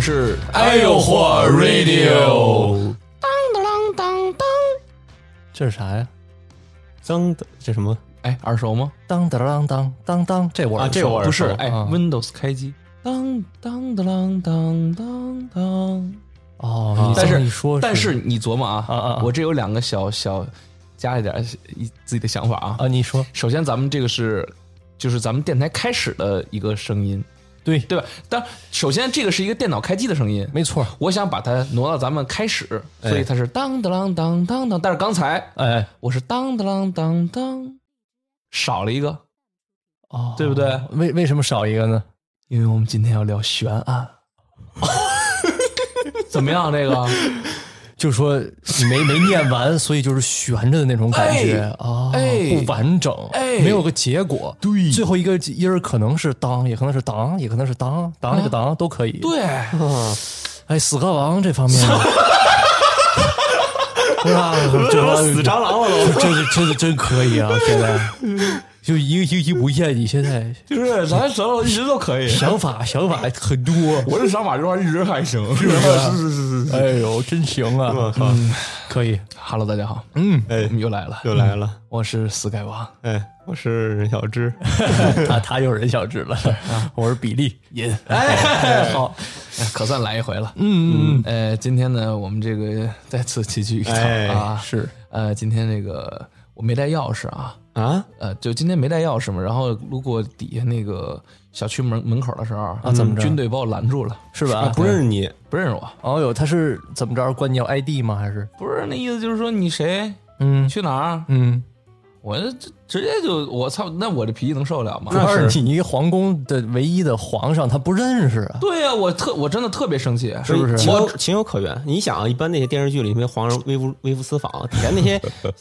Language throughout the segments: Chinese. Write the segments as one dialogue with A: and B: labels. A: 是
B: 哎
C: 哎
B: Iowa Radio
A: 当当当当，
D: 这是啥呀？
B: 脏的这什么？
C: 哎，耳熟吗？
D: 当当当当当当，这我
B: 啊这我耳
C: 不
B: 熟
C: 是，哎
D: 啊
C: ，Windows 开机，当当当当当当当。
D: 哦，你
C: 但
D: 这
C: 是
D: 么一说，
C: 但是你琢磨啊，
D: 啊啊啊
C: 我这有两个小小加一点一自己的想法啊。
D: 啊，你说
C: 首先，咱们这个是就是咱们电台开始的一个声音，
D: 对
C: 对吧？但首先这个是一个电脑开机的声音，
D: 没错，
C: 我想把它挪到咱们开始，
B: 哎
C: 所以它是当当当当当当。但是刚才
D: 哎，
C: 我是当当当当当，少了一个，
D: 哦，
C: 对不对？
D: 为为什么少一个呢？
C: 因为我们今天要聊悬案。 怎么样？这个，
D: 就说你没没念完， 所以就是悬着的那种感觉
C: 哎
D: 啊、哦
C: 哎
D: 不完整、
C: 哎
D: 没有个结果。对，最后一个音儿可能是当，也可能是当，也可能是当，当那个当都可以。，
C: 对，
D: 哎，死磕王这方面， 哇，这
B: 死蟑螂了都。
D: 真是真是真可以啊！现在就一个一个不厌，你现在
C: 就是咱什么一直都可以。
D: 想法想法很多，
C: 我这想法这玩意儿一直还行。
B: 是是是是，
D: 哎呦，真行
B: 我
D: 啊！
B: 靠，
D: 可以，
C: Hello，大家好，
D: 嗯，
B: 哎
C: 我，们又来了，
B: 又来了，
C: 我是 Sky 王
B: 哎，我是任小芝，
D: 他他又人小智了，我是比利，
C: 银。哎，好，哎可算来一回了。嗯嗯。呃，今天呢，我们这个再次齐聚一堂
B: 哎
C: 啊。
D: 是
C: 呃，今天这个我没带钥匙啊。
B: 啊，
C: 呃，就今天没带钥匙嘛，然后路过底下那个小区门门口的时候啊，
D: 怎么着
C: 军队把我拦住了，
D: 是吧？
B: 啊不认识你，
C: 不认识我，
D: 哦呦，他是怎么着？关你要 ID 吗？还是
C: 不是那意思，就是说你谁，
D: 嗯
C: 你去哪儿？
D: 嗯？
C: 我这这直接就我操，那我这脾气能受得了吗
D: 主？要
B: 那
D: 是你一个皇宫的唯一的皇上，他不认识啊。
C: 对呀、我特我真的特别生气，
D: 是不是
B: 情有情有可原。你想啊，一般那些电视剧里面皇上微服微服私访，以前那些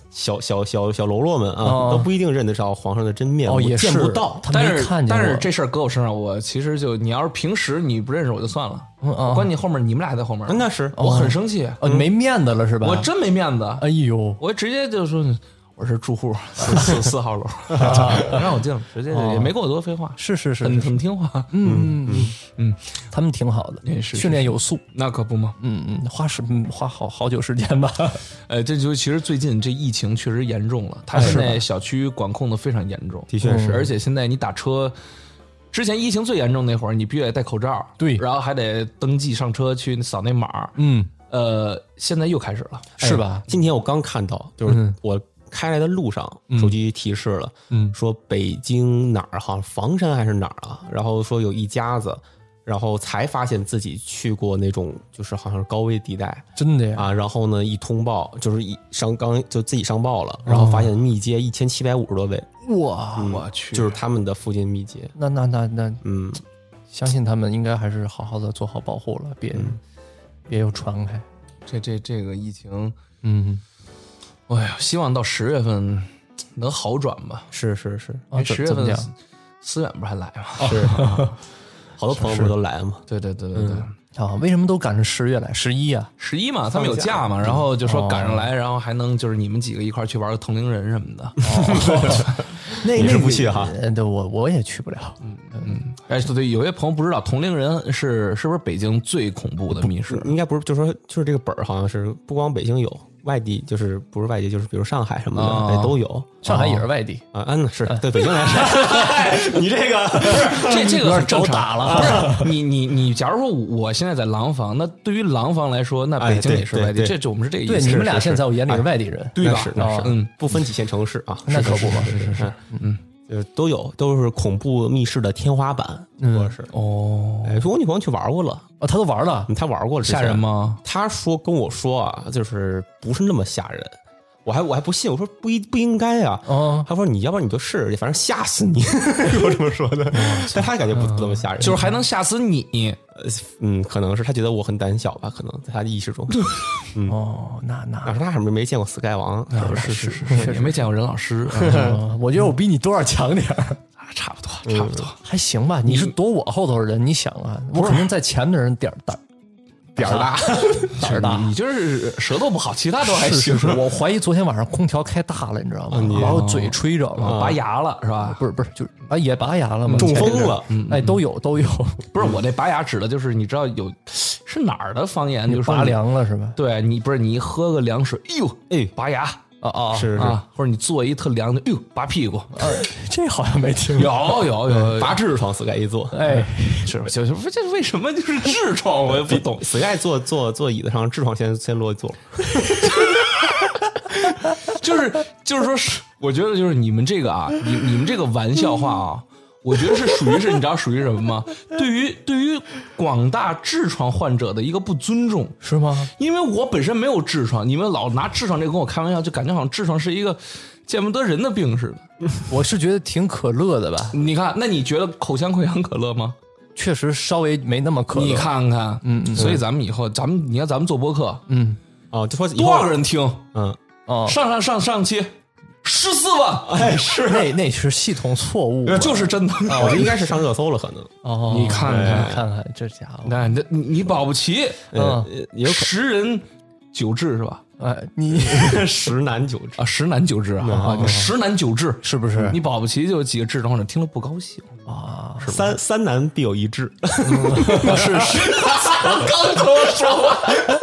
B: 小小小小喽啰们
D: 哦
B: 啊，都不一定认得着皇上的真面目，
D: 哦，也是
B: 见不到。
D: 他
C: 但
D: 没
C: 是
D: 看见
C: 但是
D: 我
C: 这事儿搁我身上，我其实就你要是平时你不认识我就算了，
D: 嗯啊
C: 我关你后面你们俩还在后面，
B: 嗯那是
C: 我很生气，
D: 哦，你没面子了是吧？
C: 我真没面子，
D: 哎呦，
C: 我直接就说我是住户 四四四号楼，让我进了，直接就也没跟我多废话，
D: 啊哦是是是，
C: 很很听话，
D: 嗯嗯
C: 嗯，
D: 他们挺好的
C: 也，是
D: 训练有素。
C: 那可不嘛。
D: 嗯嗯，花时嗯花好好久时 间吧。
C: 呃，这就其实最近这疫情确实严重了，
D: 哎
C: 它现在小区管控的非常严重，
B: 的确是，
C: 而且现在你打车，之前疫情最严重那会儿，你必须得戴口罩，
D: 对
C: 然后还得登记上车去扫那码儿，
D: 嗯，
C: 呃，现在又开始了，
D: 是吧？
B: 哎今天我刚看到，就是我开来的路上，手机提示了，
D: 嗯
B: 说北京哪儿哈，房山还是哪儿啊？然后说有一家子，然后才发现自己去过那种就是好像是高危地带
D: 真的呀。
B: 啊。然后呢，一通报就是一上刚就自己上报了，然后发现密接一千七百五十多位，
D: 哇，
C: 我去，
B: 就是他们的附近密接。
D: 那那那那，
B: 嗯，
D: 相信他们应该还是好好的做好保护了，别
B: 嗯
D: 别又传开。
C: 这这这个疫情，
D: 嗯，
C: 哎呀，希望到十月份能好转吧。
B: 是是是
D: 啊
C: 哎
D: 怎
C: 十月
D: 怎么哦
C: 份
D: 讲
C: 思远不是还来吗？
B: 是，好多朋友不都来嘛？
C: 对对对对对，
D: 啊，为什么都赶上十月来？十一啊？
C: 十一嘛，他们有假哦嘛，然后就说赶上来，然后还能就是你们几个一块儿去玩个同龄人什么的。
D: 那
B: 你是
D: 那
B: 不啊嗯去哈
D: 呃对，我我也去不了。
C: 哎，对对，有些朋友不知道同龄人是是不是北京最恐怖的密室？
B: 应该不是，就说就是这个本儿好像是不光北京有，外地就是不是外地就是比如上海什么的、
C: 哦
B: 哎都有。
D: 上海也是外地，
B: 啊，嗯，是对北京来说， 你这个
C: 这这
D: 有
C: 个
D: 点
C: 很正
D: 招
C: 常
D: 打了
C: 不是 你你你，假如说我现在在廊坊，那对于廊坊来说，那北京
B: 哎对
C: 也是外地，
B: 对对
C: 这这我们是这个意
D: 对，
C: 思。
D: 你们俩
B: 是是
D: 现在在我眼里是外地人，
B: 那
C: 吧
B: 是那是，
D: 哦
C: 嗯，
B: 不分几线城市啊，
D: 那可不嘛
B: 是是是，嗯，就是都有，都是恐怖密室的天花板，说是。
C: 哦，
B: 哎，说我女朋友去玩过了，嗯
D: 哦，他都玩了，
B: 她玩过了，
C: 吓人？吗？
B: 她说跟我说啊，就是不是那么吓人，我还我还不信，我说不一不应该啊。
D: 哦，
B: 她说你要不然你就试试，反正吓死你， 我这么说的。 但她感觉不怎么吓人，
C: 嗯就是还能吓死你，
B: 嗯，可能是她觉得我很胆小吧，可能在她的意识中。啊
D: 哦，那那
B: 哪说她还没没见过 Sky 王，是不是？
C: 是是是，也没见过任老师，嗯
D: 嗯我觉得我比你多少强点儿，
C: 差不多差不多。
B: 嗯
D: 还行吧。你是躲我后头的人，你想啊，我肯定在前面的人点儿大。
B: 点 儿大，
D: 胆儿大
C: 你就是舌头不好，其他都 还
D: 是
C: 行
D: 是。是，我怀疑昨天晚上空调开大了，你知道吗？然后嘴吹着
C: 啊
D: 了，拔牙了是吧？不是不是，就是啊，也拔牙了嘛，
B: 中
D: 前阵
B: 风了
D: 嗯哎，都有都有，
C: 不是我那拔牙指的就是你知道有是哪儿的方言，就是说
D: 拔
C: 你。
D: 凉了是 吧？
C: 对你不是你一喝个凉水，哎呦哎拔牙
D: 啊啊，
B: 是是，
C: 啊，或者你做一特凉的，哎呦拔屁股，
D: 这好像没听过。
C: 有有有
B: 拔痔疮死盖一坐，
D: 哎，
C: 是就就不这为什么就是痔疮，我也 不懂。
B: 哦死盖坐坐坐椅子上，痔疮先先落一坐。
C: 就是就是说是，我觉得就是你们这个啊，你你们这个玩笑话啊，我觉得是属于是，你知道属于什么吗？对于对于广大痔疮患者的一个不尊重，
D: 是吗？
C: 因为我本身没有痔疮，你们老拿痔疮这跟我开玩笑，就感觉好像痔疮是一个见不得人的病似的。
D: 我是觉得挺可乐的吧，
C: 你看，那你觉得口腔溃疡可乐吗？
D: 确实稍微没那么可乐。
C: 你，看看，
D: 嗯嗯
C: 所以咱们以后，咱们你看咱们做播客，
D: 嗯，
B: 哦，就说以后
C: 多少？人听？
B: 嗯，
D: 哦，
C: 上上上上期十四万，
B: 哎，是，
D: 那那是系统错误 吧，
C: 就是真的。
B: 啊我这应该是上热搜了，可能，
D: 哦，
C: 你看看
D: 看看这家伙，
C: 那那你你保不齐，
B: 呃
D: 嗯，
B: 也有可
C: 十人九痔是吧？
D: 哎，你
B: 能十男九痔。
C: 啊，十男九痔啊，啊十男九痔
D: 嗯是不是
C: 你保不齐就有几个痔疮患者听了不高兴。
D: 啊？
B: 三三男必有一痔，
D: 是是，
C: 我刚跟我说完，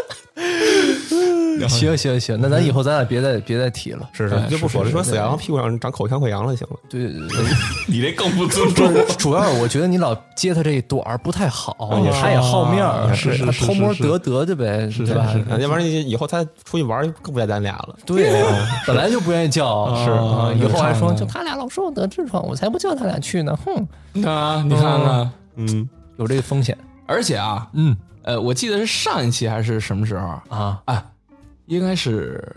D: 行行行，那咱以后咱俩别再别再提了。哎
B: 是哎是，就不说了，说死盖屁股上长口腔溃疡了，行了。
D: 对对对，
C: 你这更不尊 重。
D: 对主要是我觉得你老接他这一短儿不太好，他也好面儿，
B: 是是
D: 他
B: 是
D: 偷摸
B: 是
D: 得得的呗，对吧？
B: 啊要不然以后他出去玩儿更不带咱俩了。
D: 对，啊本来就不愿意叫，
B: 是
D: 啊以后还说
C: 看看
D: 就他俩老说我得痔疮，我才不叫他俩去呢，哼，
C: 啊，你看看，
B: 嗯，
D: 有这个风险。
C: 而且啊，
D: 嗯
C: 呃，我记得是上一期还是什么时候？
D: 啊
C: 啊，应该是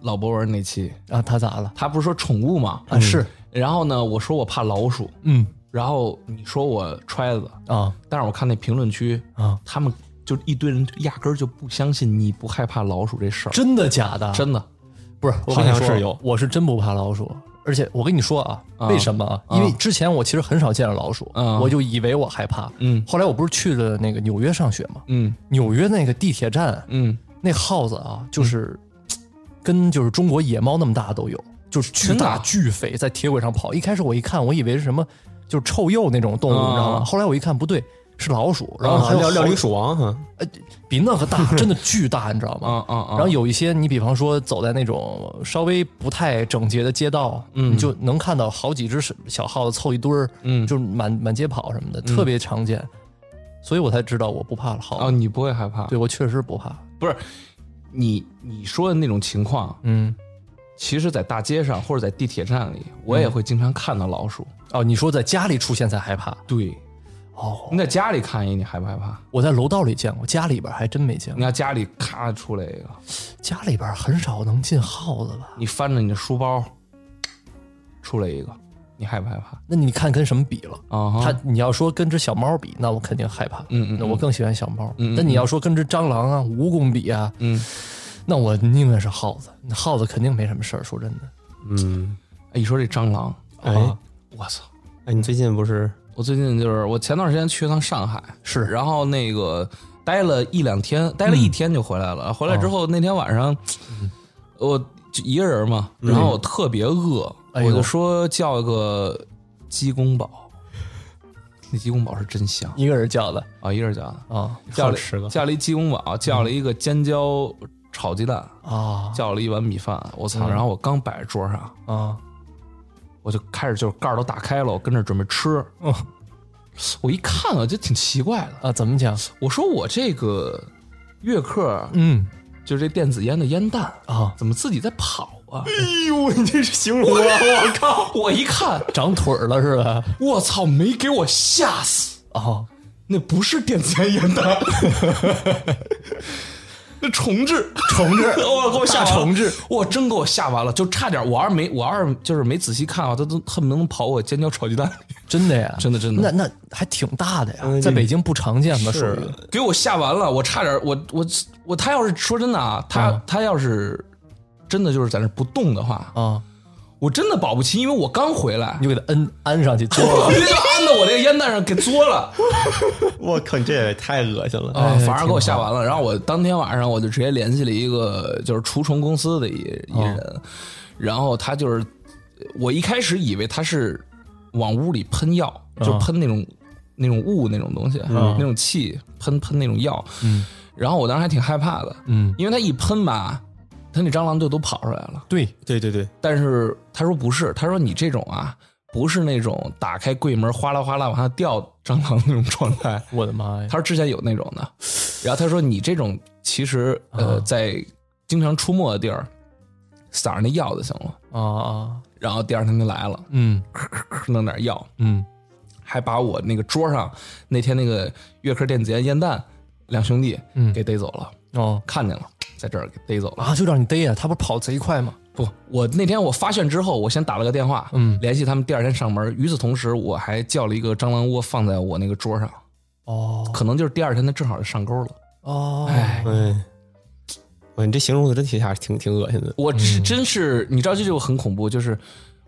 C: 老博文那期，
D: 啊，他咋了？
C: 他不是说宠物吗？
D: 啊是，
C: 然后呢，我说我怕老鼠，
D: 嗯
C: 然后你说我揣子，
D: 啊
C: 但是我看那评论区，
D: 啊，
C: 他们就一堆人压根儿就不相信你不害怕老鼠这事儿，
D: 真的假的？
C: 真的。
D: 不是，我
B: 好
D: 跟你
B: 像
D: 说
B: 是有
D: 我是真不怕老鼠。而且我跟你说啊，
C: 啊
D: 为什么啊？因为之前我其实很少见着老鼠，
C: 啊
D: 我就以为我害怕。
C: 嗯
D: 后来我不是去了那个纽约上学嘛，
C: 嗯
D: 纽约那个地铁站，
C: 嗯，
D: 那耗子啊，就是、跟就是中国野猫那么大都有，就是巨
C: 真的
D: 大
C: 啊
D: 巨肥，在铁轨上跑。一开始我一看，我以为是什么就是臭鼬那种动物，
C: 啊
D: 你知道吗？后来我一看不对，是老鼠，然
B: 然
D: 后
B: 后
D: 还
B: 啊还
D: 有
B: 料
D: 好
B: 料理鼠王哈，
D: 比那 个大，真的巨大，你知道吗？
C: 啊啊啊！
D: 然后有一些，你比方说走在那种稍微不太整洁的街道，嗯，你就能看到好几只小耗子凑一堆儿，
C: 嗯
D: 就是满满街跑什么的，特别常见。所以我才知道我不怕了，耗
C: 哦，
D: 子，
C: 你不会害怕？
D: 对我确实不怕。
C: 不是你你说的那种情况，
D: 嗯，
C: 其实，在大街上或者在地铁站里，我也会经常看到老鼠。
D: 哦，你说在家里出现才害怕？
C: 对，
D: 哦，
C: 你在家里看一，你害不害怕？
D: 我在楼道里见过，家里边还真没见
C: 你
D: 过。
C: 看家里咔出来一个，
D: 家里边很少能进耗子吧？
C: 你翻着你的书包，出来一个，你害不害怕？
D: 那你看跟什么比了？
C: 啊哈
D: 它你要说跟只小猫比，那我肯定害怕。
C: 嗯嗯嗯
D: 那我更喜欢小猫。
C: 嗯嗯
D: 但你要说跟只蟑螂啊、蜈蚣比啊，
C: 嗯，
D: 那我宁愿是耗子。那耗子肯定没什么事儿，说真的。
B: 嗯，
C: 哎一说这蟑螂，啊
B: 哎
C: 我操！
B: 哎，你最近不是
C: 我最近就是我前段时间去一趟上海，
D: 是嗯
C: 然后那个待了一两天，待了一天就回来了。
D: 哦
C: 回来之后那天晚上，我就一个人嘛，然后我特别饿，
D: 嗯哎呦
C: 我就说叫个鸡公煲。那鸡公煲是真香
D: 一个人叫的
C: 啊！一个人叫的，
D: 啊
C: 叫
B: 好
C: 了
B: 吃个
C: 叫了一鸡公煲，叫
D: 嗯
C: 了一个尖椒炒鸡蛋，
D: 啊
C: 叫了一碗米饭。我
D: 嗯
C: 操！然后我刚摆桌上，
D: 啊！
C: 我就开始就是盖儿都打开了，我跟这准备吃。
D: 嗯
C: 我一看啊，就挺奇怪的。
D: 啊，怎么讲？
C: 我说我这个月客，
D: 嗯
C: 就是这电子烟的烟弹，
D: 啊，
C: 怎么自己在跑 啊？
B: 哎呦，你这是形容啊！我靠，
C: 我一看，
D: 长腿儿了是吧？
C: 我操，没给我吓死！
D: 啊，
C: 那不是电子烟烟 弹，那重置，重置， 我给我吓
D: 大
C: 完了
D: 重置，
C: 我真给我吓完了，就差点，我要是没，我要是就是没仔细看啊，他都恨不能跑我尖椒炒鸡蛋，
D: 真的呀，
C: 真的真的
D: 那那还挺大的呀，
B: 嗯
D: 在北京不常见吧？属于
B: 是
C: 给我吓完了，我差点，我我我，他要是说真的啊，他、他要是真的就是在那儿不动的话，
D: 啊
C: 我真的保不齐，因为我刚回来
D: 你，就给它摁安上去，嘬
C: 我
D: 了。
C: 就安到我这个烟弹上给嘬了，
B: 我靠，你这也太恶心
D: 哎
B: 了！
C: 啊，反而给我吓完了。然后我当天晚上我就直接联系了一个就是除虫公司的一一
D: 哦
C: 人，然后他就是我一开始以为他是往屋里喷药，就
D: 哦
C: 喷那种那种雾那种东西，那种气喷喷那种药。
D: 嗯
C: 然后我当时还挺害怕的，
D: 嗯，
C: 因为他一喷吧，他那蟑螂就都跑出来了。
D: 对，
B: 对对对，
C: 但是他说不是，他说你这种啊，不是那种打开柜门哗啦哗啦往下掉蟑螂那种状态。
D: 我的妈呀！
C: 他说之前有那种的，然后他说你这种其实
D: 啊
C: 呃，在经常出没的地儿撒上那药就行了。
D: 啊啊，
C: 然后第二天就来了，
D: 嗯
C: 弄点药，
D: 嗯，
C: 还把我那个桌上那天那个月科电子烟烟弹两兄弟
D: 嗯
C: 给逮走了，
D: 哦
C: 看见了，在这儿给逮走了。
D: 啊，就让你逮呀，它不是跑贼快吗？
C: 不，我那天我发现之后，我先打了个电话，
D: 嗯
C: 联系他们第二天上门。与此同时，我还叫了一个蟑螂窝放在我那个桌上，
D: 哦
C: 可能就是第二天它正好就上钩了。
D: 哦，
C: 哎，
B: 哎，哇，你这形容的真挺吓，挺挺恶心的。
C: 我
D: 嗯
C: 真真是，你知道这就很恐怖，就是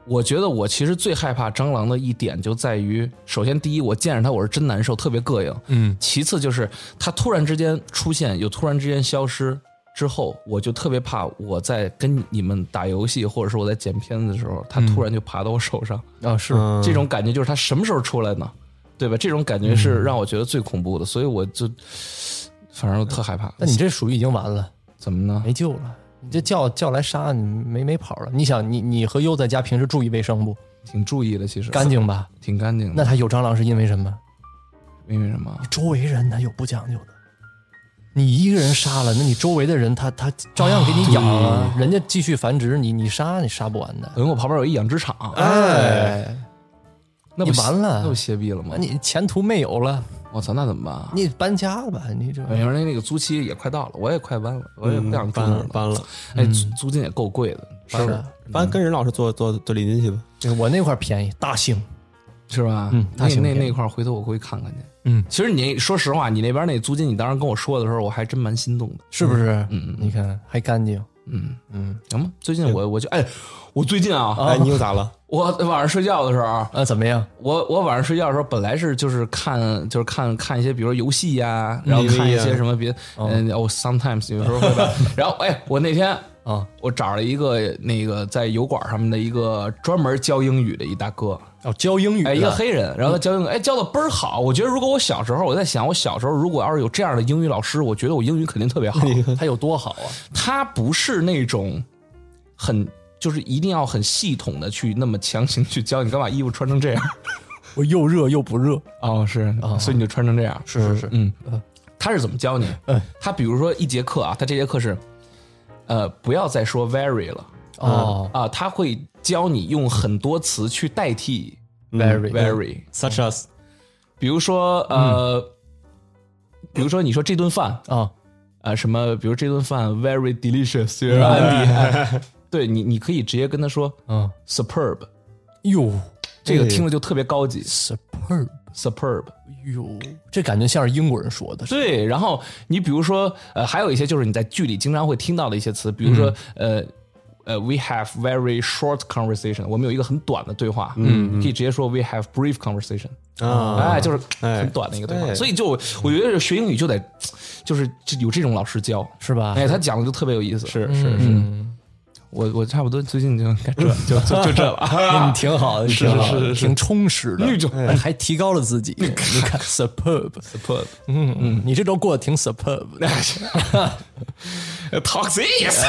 C: 我觉得我其实最害怕蟑螂的一点就在于，首先第一，我见着它我是真难受，特别膈应；
D: 嗯
C: 其次就是它突然之间出现，又突然之间消失。之后我就特别怕，我在跟你们打游戏，或者是我在剪片子的时候，它
D: 嗯
C: 突然就爬到我手上，
D: 啊是
B: 嗯，
C: 这种感觉就是他什么时候出来呢？对吧？这种感觉
D: 嗯
C: 是让我觉得最恐怖的，所以我就反正我特害怕。
D: 那你这属于已经完了，
C: 怎么呢？
D: 没救了。你这叫叫来杀你没没跑了。你想，你你和优在家平时注意卫生不？
C: 挺注意的，其实
D: 干，净吧？
C: 挺干净
D: 那
C: 的。
D: 他有蟑螂是因为什么？
C: 因为什么？
D: 周围人他有不讲究的。你一个人杀了，那你周围的人他他照样给你养啊，人家继续繁殖，你你杀你杀不完的。
C: 因为我旁边有一养殖场，啊
B: 嗯
D: 哎，
C: 那不
D: 啊你完了
C: 那不歇逼了吗
D: 那？你前途没有了，
C: 我操，那怎么办啊？
D: 你搬家了吧？你这
C: 哎呦，那那个租期也快到了，我也快搬了，我也不想
D: 嗯
C: 住
B: 搬
C: 那
B: 了
C: 儿了。
B: 搬了，
C: 哎，租租金也够贵的，是
D: 是
C: 吧
D: 啊
B: 搬跟任老师坐坐坐邻居去吧。
D: 对我那块儿便宜，大兴
C: 是吧？
D: 嗯
C: 那
D: 大型
C: 那
D: 店
C: 那块儿回头我过去看看去。
D: 嗯
C: 其实你说实话，你那边那租金，你当时跟我说的时候，我还真蛮心动的。
D: 是不是？
C: 嗯嗯
D: 你看还干净，
C: 嗯，
D: 嗯
C: 行吧，最近我我就哎，我最近啊，
B: 哎，你又咋 了？
C: 我晚上睡觉的时候，
D: 啊，怎么样？
C: 我我晚上睡觉的时候，本来是就是看就是看看一些比如游戏呀、然后看一些什么别，嗯，我 sometimes 有时候会 吧。然后哎，我那天
D: 啊
C: 我找了一个那个在油管上面的一个专门教英语的一大哥，
D: 哦，教英语
C: 哎，一个
D: 的
C: 黑人，然后他教英语，哎，教的倍儿好。我觉得如果我小时候，我在想，我小时候如果要是有这样的英语老师，我觉得我英语肯定特别好。
D: 他有多好啊？
C: 他不是那种很就是一定要很系统的去那么强行去教你，干嘛衣服穿成这样？
D: 我又热又不热，
C: 哦，是，所以你就穿成这样。
D: 是是是，
C: 嗯，他是怎么教你
D: 嗯？
C: 他比如说一节课啊，他这节课是，呃，不要再说 very 了
D: 哦
C: 啊，他会教你用很多词去代替
D: ，very
C: very，嗯
B: Such as，
C: 比如说呃，比如说你说这顿饭
D: 啊，
C: 啊，什么，比如这顿饭 very delicious，然后安 迪哎对你，你可以直接跟他说
D: 嗯，
C: superb，
D: 哟
C: 这个听着就特别高级
D: ，superb，
C: ，superb。
D: 哟，这感觉像是英国人说的，
C: 对，然后你比如说，呃，还有一些就是你在剧里经常会听到的一些词，比如说，呃。呃、w e have very short conversation。我们有一个很短的对话，嗯，可以直接说 we have brief conversation、
B: 啊，
C: 哎，就是
B: 哎
C: 很短的一个对话，
B: 对
C: 所以就我觉得学英语就得，就是就有这种老师教，
D: 是吧？
C: 哎，他讲的就特别有意思。是是是，
D: 嗯，
C: 我我差不多最近就该这 就就就这了。
D: 那
B: 啊
D: 你挺好的，是
C: 是是是
D: 挺充实的，哎
C: 那就
D: 还提高了自己。你看，superb，
C: Superb
D: 嗯嗯，你这周过得挺 superb 的。
C: 呃 Talk this，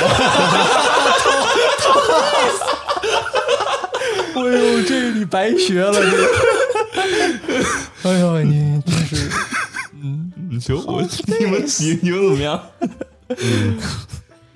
D: 哎呦，这你白学了，这。 哎呦，你真是
C: 你就我你们你你们怎么样？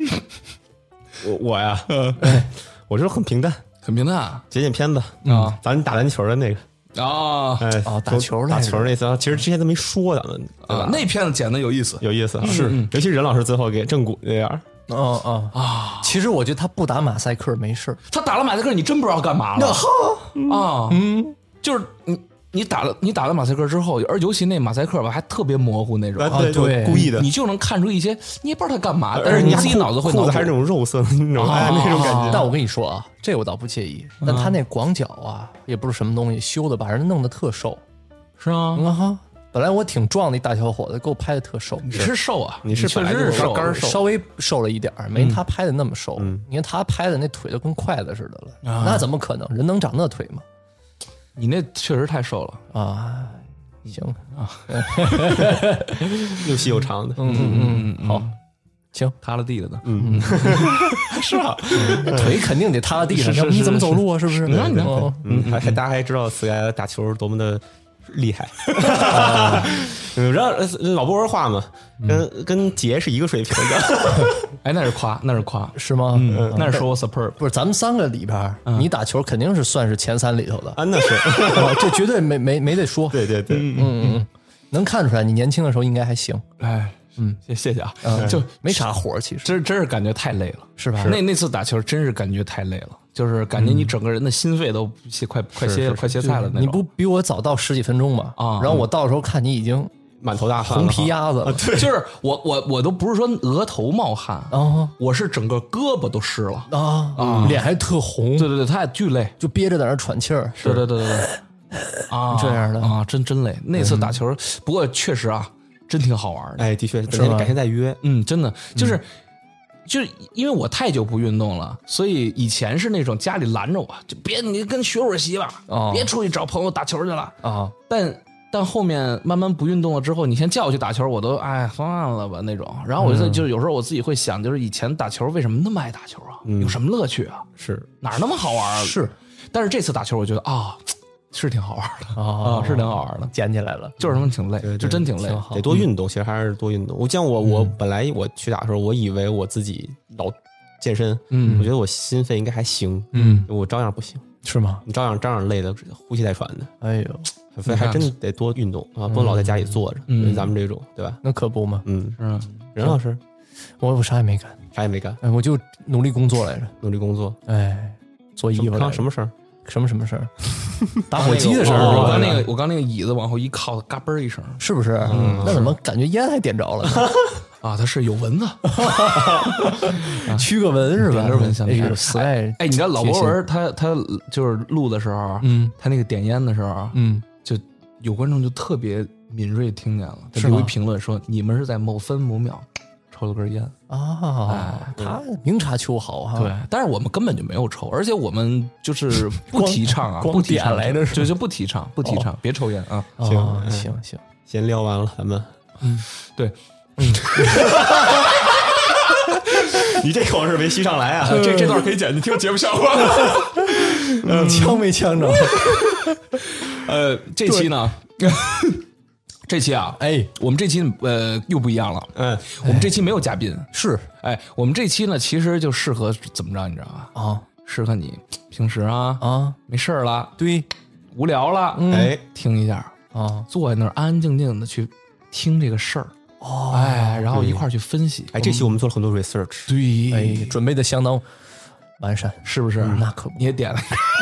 B: 我我呀，哎我这很平淡，
C: 很平淡啊
B: 剪剪片子嗯
C: 啊，
B: 咱打篮球的那个，
C: 啊
B: 哎，
D: 哦打
B: 从
D: 球那
B: 打
D: 个
B: 球那次啊，其实之前都没说咱们，对吧？
C: 那片子剪的有意思，
B: 有意思啊，是，尤其任老师最后给正骨那样，
D: 哦哦啊！其实我觉得他不打马赛克没事儿，
C: 他打了马赛克，你真不知道干嘛了啊！嗯，就是你你打了你打了马赛克之后，而尤其那马赛克吧，还特别模糊那种，
B: 哎
D: 啊
E: 对，就
D: 对
E: 故意的
C: 哦你，就能看出一些，你也不知道他干嘛，但是你自己脑子会
B: 裤
C: 脑
B: 子还是那种肉色的，你知
D: 哦
B: 道吗？
E: 哎那种感觉
D: 但我跟你说啊，这我倒不介意。但他那广角啊，也不是什么东西修的，把人弄得特瘦。
C: 是吗？
D: 啊哈，本来我挺壮的一大小伙子，给我拍的特瘦，
C: 你是瘦啊，
B: 你是
C: 确
B: 本来就
C: 实是
B: 是
C: 瘦，
B: 杆儿瘦
D: 稍微瘦了一点儿，没他拍的那么瘦。你看他拍的那腿都跟筷子似的了，那怎么可能？人能长那腿吗？
C: 你那确实太瘦了。
D: 啊，行，
B: 又细又长的。
C: 嗯嗯，
D: 好，行，
C: 塌了地了的。
D: 腿肯定得塌在地上，
C: 是
D: 要不
C: 是
D: 你怎么走路啊？是不是？
C: 你看你看
D: 哦
B: 嗯，还还大家还知道 Sky 打球是多么的厉害，嗯，然后呃老波儿话嘛，跟跟杰是一个水平的，
C: 哎，那是夸，那是夸，
D: 是吗？
C: 嗯，那是说我 superb。
D: 不是，咱们三个里边儿，
C: 嗯
D: 你打球肯定是算是前三里头的，
B: 啊，那是，
D: 哦这绝对没没没得说。
B: 对对对，
D: 能看出来，你年轻的时候应该还行，
C: 哎，嗯，谢谢谢啊，就
D: 就没啥活儿，其实
C: 真真是感觉太累了，
D: 是吧
C: 那那次打球真是感觉太累了，就是感觉你整个人的心肺都歇快快歇快歇菜了那种。
D: 你不比我早到十几分钟吗？
C: 啊
D: 然后我到时候看你已经
B: 满头大汗，
D: 红皮，鸭子了，
C: 就是我我我都不是说额头冒汗，
D: 啊
C: 我是整个胳膊都湿了。
D: 啊，脸还特红，
C: 对对对，他也巨累。
D: 就憋着在那儿喘气儿，
C: 对对对对对， 啊，
D: 这样的
C: 啊，真真累。那次打球，不过确实啊，真挺好玩的。
B: 哎，的确，改天改天再约，
C: 嗯，真的就是。就是因为我太久不运动了，所以以前是那种家里拦着我，就别你跟学会儿习吧，
D: 哦
C: 别出去找朋友打球去了。
D: 啊
C: 但但后面慢慢不运动了之后，你先叫我去打球，我都哎算了吧那种。然后我就、
D: 嗯
C: 就是有时候我自己会想，就是以前打球为什么那么爱打球啊？
D: 嗯
C: 有什么乐趣啊？
B: 是
C: 哪儿那么好玩啊？
D: 是，
C: 但是这次打球，我觉得啊、是挺好玩的啊、
D: 啊
C: 是挺好玩的，
D: 捡起来了，
C: 就是他妈挺累，就真挺累。
D: 挺好
B: 得多运动，其实还是多运动。我像我我本来我去打的时候，我以为我自己老健身，
C: 嗯
B: 我觉得我心肺应该还行，
C: 嗯，
B: 我照样不行，
D: 是吗？
B: 你照样照样累的呼吸带喘的。
D: 哎呦，
B: 所以还真得多运动啊，不能老在家里坐着。
C: 嗯
B: 就是咱们这种，对吧？
D: 那可不嘛，
B: 嗯，
C: 嗯，
B: 任老师
D: 我我啥也没干，
B: 啥也没干，
D: 哎，我就努力工作来着，
B: 努力工作。
D: 哎，做衣
B: 什
D: 服
B: 么
D: 来着
B: 刚什么事儿？
D: 什么什么事儿，打火机的事儿
C: 我
D: 是吧
C: 刚那个我刚那个椅子往后一靠，嘎嘣儿一声
D: 是不是？
C: 嗯
D: 那怎么感觉烟还点着了呢？
C: 啊，它是有蚊子。
D: 驱个蚊是吧？
C: 点根蚊香
D: 哎呦，
C: 片
D: 死赖
C: 哎，你知道老
D: 贴
C: 博
D: 心
C: 文他他就是录的时候，
D: 嗯
C: 他那个点烟的时候，
D: 嗯，
C: 就有观众就特别敏锐听见了，他
D: 是吗
C: 留一评论说你们是在某分某秒抽了根烟，哎啊
D: 啊，他明察秋毫哈。，，
C: 但是我们根本就没有抽，而且我们 就是不
D: 光
C: 提倡啊，
D: 光
C: 不提倡
D: 点来的是吧
C: 就就不提倡，不提
B: 哦
C: 倡，别抽烟啊。
D: 行哦行行，
B: 闲聊完了，咱们
C: 对，
B: 你这口是没吸上来啊？这
C: 呃
B: 这段可以剪进听节目效果。
C: 嗯
D: 呛没呛着？
C: 呃，这期呢，这期啊，
D: 哎，
C: 我们这期呃又不一样了，
B: 嗯，
C: 我们这期没有嘉宾，
D: 是
C: 哎，我们这期呢其实就适合怎么着，你知道吧？
D: 啊
C: 适合你平时啊
D: 啊，
C: 没事儿了，
D: 对
C: 无聊了，
B: 哎，
C: 听一下，
D: 啊，
C: 坐在那儿安安静静的去听这个事儿，哦，哎，然后一块儿去分析，
B: 哎，这期我们做了很多 research，
C: 对，
D: 哎，准备的相当完善，
C: 是不是？
B: 嗯
D: 那可不
C: 你，也点了。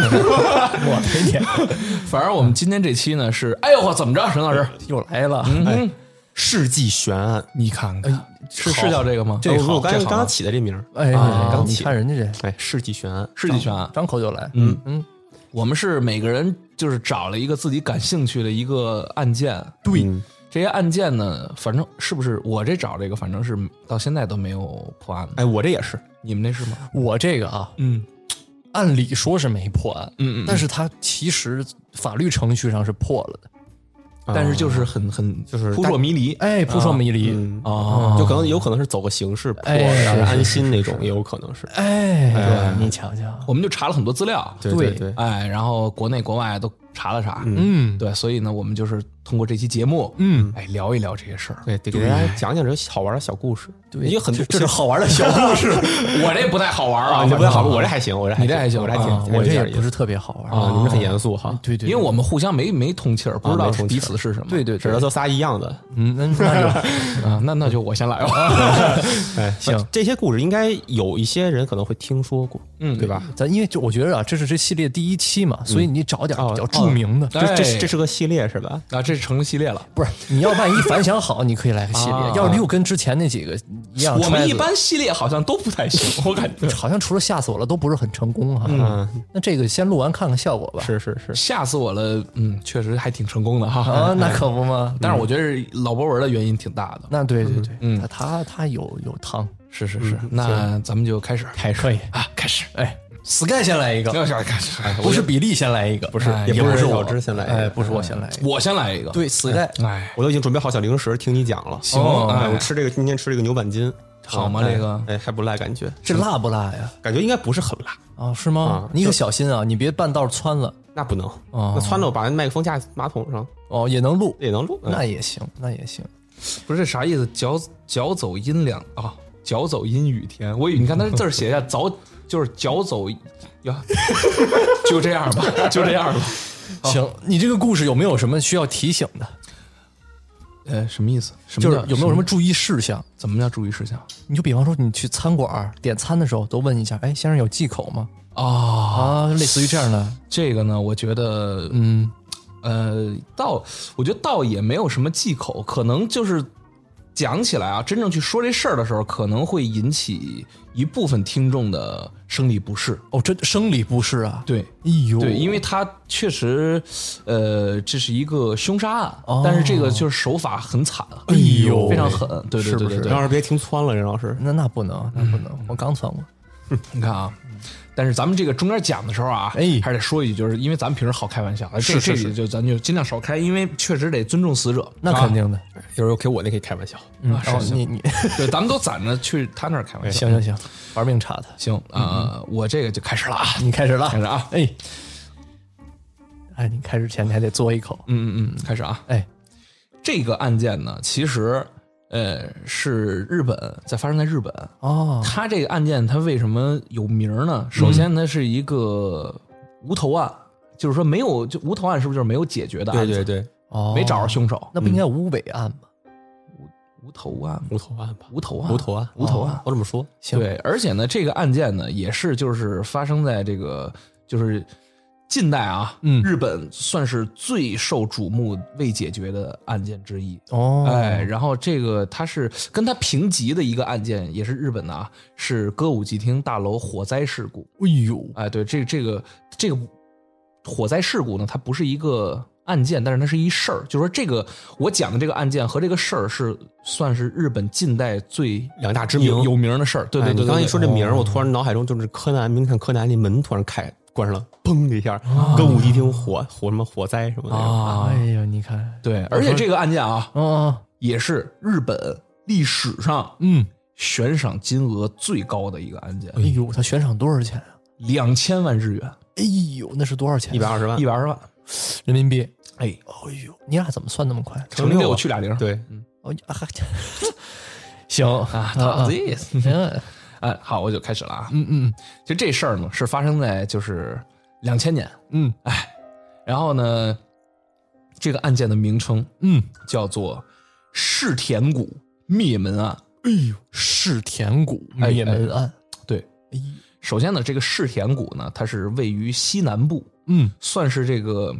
D: 我没点，
C: 反正我们今天这期呢是，哎呦我怎么着，沈老师，
D: 又来了，
B: 哎
C: 嗯，
B: 世纪悬案。
C: 你看看，是
B: 好
C: 是叫这个吗？
B: 哦我刚
C: 这
B: 刚
C: 好
B: 刚起的这名儿，
D: 哎，
B: 啊
D: 你看人家这
B: 哎，世纪悬案。
C: 世纪拳啊，
D: 张口就来，
C: 嗯
D: 嗯，
C: 我们是每个人就是找了一个自己感兴趣的一个案件，嗯
B: 对，
C: 这些案件呢，反正是不是我这找这个，反正是到现在都没有破案的。
B: 哎，我这也是，
C: 你们那是吗？
D: 我这个啊，
C: 嗯
D: 按理说是没破案，
C: 嗯嗯，
D: 但是他其实法律程序上是破了的，
C: 但是就是很很
B: 哦就是
C: 扑朔迷离。
D: 哎，扑朔迷离，
C: 啊，
B: 就可能有可能是走个形式破，
D: 哎
B: 让人
D: 是
B: 安心那种，也有可能是。
D: 哎，对你瞧瞧，
C: 我们就查了很多资料，
B: 对
D: 对
B: 对，
C: 哎，然后国内国外都查了查，
D: 嗯，
C: 对，所以呢，我们就是通过这期节目，
D: 嗯，
C: 哎，聊一聊这些事儿。
B: 对，得给大家讲讲这些好玩的小故事，
D: 对
B: 一个很
D: 这是好玩的小故事，
C: 我这不太好玩啊，
B: 啊，这不太好，我这
C: 这，
B: 还行，我这
C: 你这还行
B: 我这还
D: 啊
B: 行，
D: 我
B: 有
D: 这也
B: 点
D: 不
B: 意
D: 是
B: 思
D: 特别好玩
B: 啊，你们很严肃哈，
D: 对对，
C: 因为我们互相没没通气儿，不知道
B: 没通气儿
C: 彼此是什么。
D: 对对
B: 只
D: 对
B: 能，都仨一样的。
D: 嗯，那那就
C: 啊，那那就我先来吧。
B: 哎，
D: 行
B: 这些故事应该有一些人可能会听说过，嗯，对吧？
D: 咱因为就我觉得啊，这是这系列第一期嘛，所以你找点比较著著名的，
C: 哎
B: 这这这是个系列是吧？
C: 啊，这成了系列了。
D: 不是你要万一反响好，你可以来个系列
C: 啊；
D: 要是又跟之前那几个一样，
C: 我们
D: 揣
C: 一
D: 子
C: 般系列好像都不太行，我感觉
D: 好像除了吓死我了，都不是很成功哈。 那这个先录完看看效果吧。
B: 是是是，
C: 吓死我了。嗯，确实还挺成功的哈。哎
D: 啊，那可不吗？
C: 但是我觉得是老博文的原因挺大的。
D: 那对对对，他他他有有汤，
C: 是是是，那咱们就开始
D: 开可以。
C: 啊，开始。
D: 哎，Sky 先来一个，
C: 要想开始，
D: 不是比利先来一个，哎不
B: 是也
D: 也
B: 不是
D: 是
B: 小
D: 我
B: 芝先来一个
D: 哎，不是我先来一个。
C: 我先来一个。，
D: 对，Sky
C: 哎，
B: 我都已经准备好小零食听你讲了。
D: 行
C: 哦
B: 哎，我
C: 哎，
B: 吃这个今天吃这个牛板筋，
C: 好吗？这个
B: 哎还不赖，感觉
D: 这辣不辣呀？
B: 感觉应该不是很辣，
D: 啊，是吗？你可小心啊，你别半道窜了
B: 那不能，
D: 哦
B: 那撺掇把麦克风架马桶上
D: 哦，也能录，
B: 也能录，
D: 那
B: 哎
D: 也行，那也行。
C: 不是这啥意思？脚脚走阴凉啊，脚走阴雨天。我以为你看他这字儿 写下早，就是脚走呀， 就这样吧，就这样 吧。
D: 行，你这个故事有没有什么需要提醒的？
C: 呃，什么意思？什么
D: 就是
C: 叫
D: 有没有什么注意事项？
C: 怎么叫注意事项
D: 你就比方说你去餐馆儿点餐的时候，都问一下，哎，先生有忌口吗？
C: 啊？
D: 啊，类似于这样的，
C: 这个呢，我觉得，
D: 嗯，
C: 呃，倒我觉得倒也没有什么忌口，可能就是讲起来啊，真正去说这事儿的时候，可能会引起一部分听众的生理不适。
D: 哦，真生理不适啊？，
C: 对，
D: 哎呦，
C: 对，因为他确实，呃，这是一个凶杀案，
D: 哦
C: 但是这个就是手法很惨，啊
D: 哎呦
C: 非常狠，对对
D: 是
C: 对
D: 不
C: 对
D: 是
C: 对。
B: 让人别听穿了，任老师。
D: 那那不能，那不能，我刚窜过，
C: 你看啊，但是咱们这个中间讲的时候啊，
D: 哎
C: 还得说一句，就是因为咱们平时好开玩笑，哎
D: 是
C: 这
D: 是
C: 这里就咱就尽量少开，因为确实得尊重死者，
D: 那肯定的。
B: 一会儿给我那可以开玩笑，
D: 嗯，然后你 你
C: 啊对，咱们都攒着去他那儿开玩笑。
D: 行嗯行行，玩命查他，
C: 行啊，我这个就开始了啊，
D: 你开始了，
C: 开始啊，
D: 哎，哎，你开始前你还得嘬一口，
C: 嗯嗯嗯，开始啊，
D: 哎，
C: 这个案件呢，其实呃是日本在发生在日本，
B: 啊
D: 哦，
C: 他这个案件他为什么有名儿
B: 嗯
C: 呢？首先，它是一个无头案，就是说没有就无头案，是不是就是没有解决的案
B: 对
C: 子？
B: 对对，
D: 哦，
C: 没找着，凶手。
D: 那不应该无尾案吗？
C: 无头案，
B: 无头案吧，
C: 无头案，
B: 无头案，
C: 无头案
B: 哦我这么说，
D: 行，
C: 对，而且呢，这个案件呢，也是就是发生在这个就是近代啊，
D: 嗯
C: 日本算是最受瞩目未解决的案件之一。
D: 哦，
C: 哎，，然后这个它是跟它平级的一个案件，也是日本的啊，是歌舞伎町大楼火灾事故。
D: 哎呦，
C: 哎，对，这这个这个火灾事故呢，它不是一个案件，但是它是一事儿。就是说，这个我讲的这个案件和这个事儿是算是日本近代最
B: 两大知名
C: 有有名的事儿。对对
B: 哎
C: 对
B: 你刚才一说这名儿，
C: 我
B: 我突然脑海中就是柯南，名探柯南那门突然开关上了，砰的一下，歌舞伎町火火什么火灾什么的那种。
C: 啊
D: 哎，呦，你看，
C: 对，而且这个案件啊，
D: 哦，
C: 也是日本历史上
D: 嗯，
C: 悬赏金额最高的一个案件
D: 哎，呦，他悬赏多少钱啊？
C: 两千万日元，
D: 哎呦，那是多少钱？
B: 一百二十万
C: 一，百二十万。
D: 人民币。
C: 哎，
D: 哎呦，你俩怎么算那么快？
C: 乘
B: 六
C: 六
B: 啊
C: 去俩零。
B: 对，
D: 哦，你啊还 行
C: 啊，
D: 啊
C: 好的意思。
D: 行，
C: 哎，好，我就开始了啊。
D: 嗯嗯
C: 就这事儿呢，是发生在就是两千年，哎
D: 嗯
C: 然后呢，这个案件的名称
D: 嗯，
C: 叫做世田谷灭门案。
D: 哎呦，世田谷
C: 哎
D: 灭门案，
C: 对，
D: 哎，
C: 首先呢，这个世田谷呢，它是位于西南部，
D: 嗯，
C: 算是这个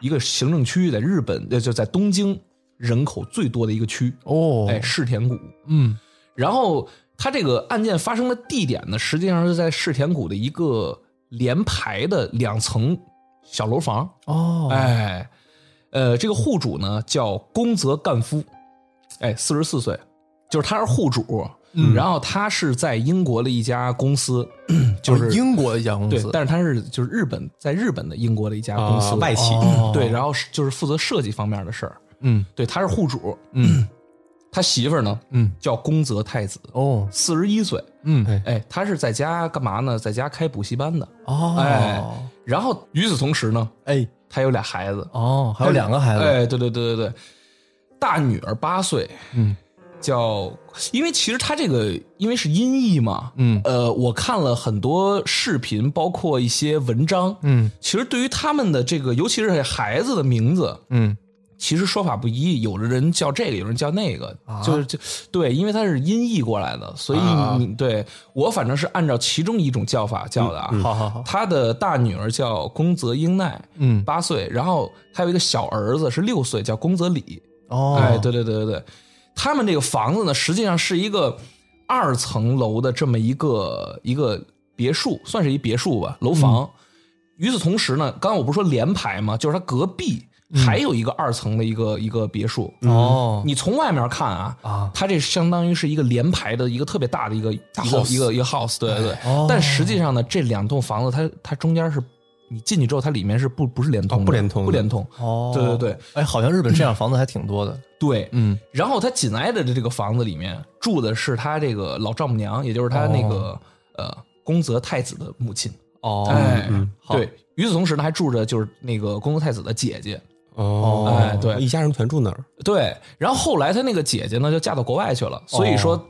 C: 一个行政区域，在日本呃就在东京人口最多的一个区。
D: 哦，
C: 哎，世田谷。
D: 嗯，
C: 然后它这个案件发生的地点呢，实际上是在世田谷的一个连排的两层小楼房。
D: 哦，，
C: 哎，呃，这个户主呢叫宫泽干夫，哎，四十四岁，就是他是户主，
D: 嗯哦
C: 然后他是在英国的一家公司，就是、
D: 英国一家公
C: 对
D: 司，，
C: 但是他是就是日本在日本的英国的一家
B: 啊
C: 公司、
B: 外企
D: 哦
C: 对，然后是就是负责设计方面的事儿，
D: 嗯
C: 对，他是户主，
D: 嗯
C: 他媳妇儿呢
D: 嗯，
C: 叫宫泽太子，
D: 哦，
C: 四十一岁，
D: 嗯
B: 哎
C: 哎，他是在家干嘛呢？在家开补习班的，哎
D: 哦，
C: 然后与此同时呢，
D: 哎，
C: 他有俩孩子，
D: 哦，还有两个孩子，
C: 哎，对对对对对，大女儿八岁，
D: 嗯
C: 叫，因为其实他这个因为是音译嘛，
D: 嗯
C: 呃，我看了很多视频，包括一些文章，
D: 嗯
C: 其实对于他们的这个，尤其是孩子的名字，
D: 嗯，
C: 其实说法不一，有的人叫这个，有人叫那个，就是就对，因为它是音译过来的，所以
D: 啊
C: 你、对我反正是按照其中一种叫法叫的啊。
D: 嗯好好好，
C: 他的大女儿叫宫泽英奈，
D: 嗯，
C: 八岁，然后还有一个小儿子是六岁，叫宫泽里。
D: 哦，
C: 哎，对对对对对，他们这个房子呢，实际上是一个二层楼的这么一个一个别墅，算是一别墅吧，楼
B: 嗯
C: 房。与此同时呢，刚刚我不是说连排吗？就是它隔壁还
B: 嗯
C: 有一个二层的一个、一个别墅。
D: 哦，
C: 嗯你从外面看啊，
D: 啊
C: 它这相当于是一个连排的一个特别大的一个一个
B: house 哎
C: 一个一个 house，对对对。
D: 哦
C: 但实际上呢，这两栋房子它它中间是你进去之后，它里面是不不是连通的、
B: 哦不连通的
C: 不连通。
D: 哦，
C: 对对对，
D: 哎，好像日本这样房子还挺多的，
C: 对，
D: 嗯，
C: 然后他紧挨着的这个房子里面住的是他这个老丈母娘，也就是他那个、呃宫泽太子的母亲。
D: 哦
C: 哎，
D: 好
C: 对。与此同时呢，还住着就是那个宫泽太子的姐姐。
B: 哦
C: 哎对
B: 一家人全住那儿，
C: 对，然后后来他那个姐姐呢就嫁到国外去了，所
D: 哦
C: 以说。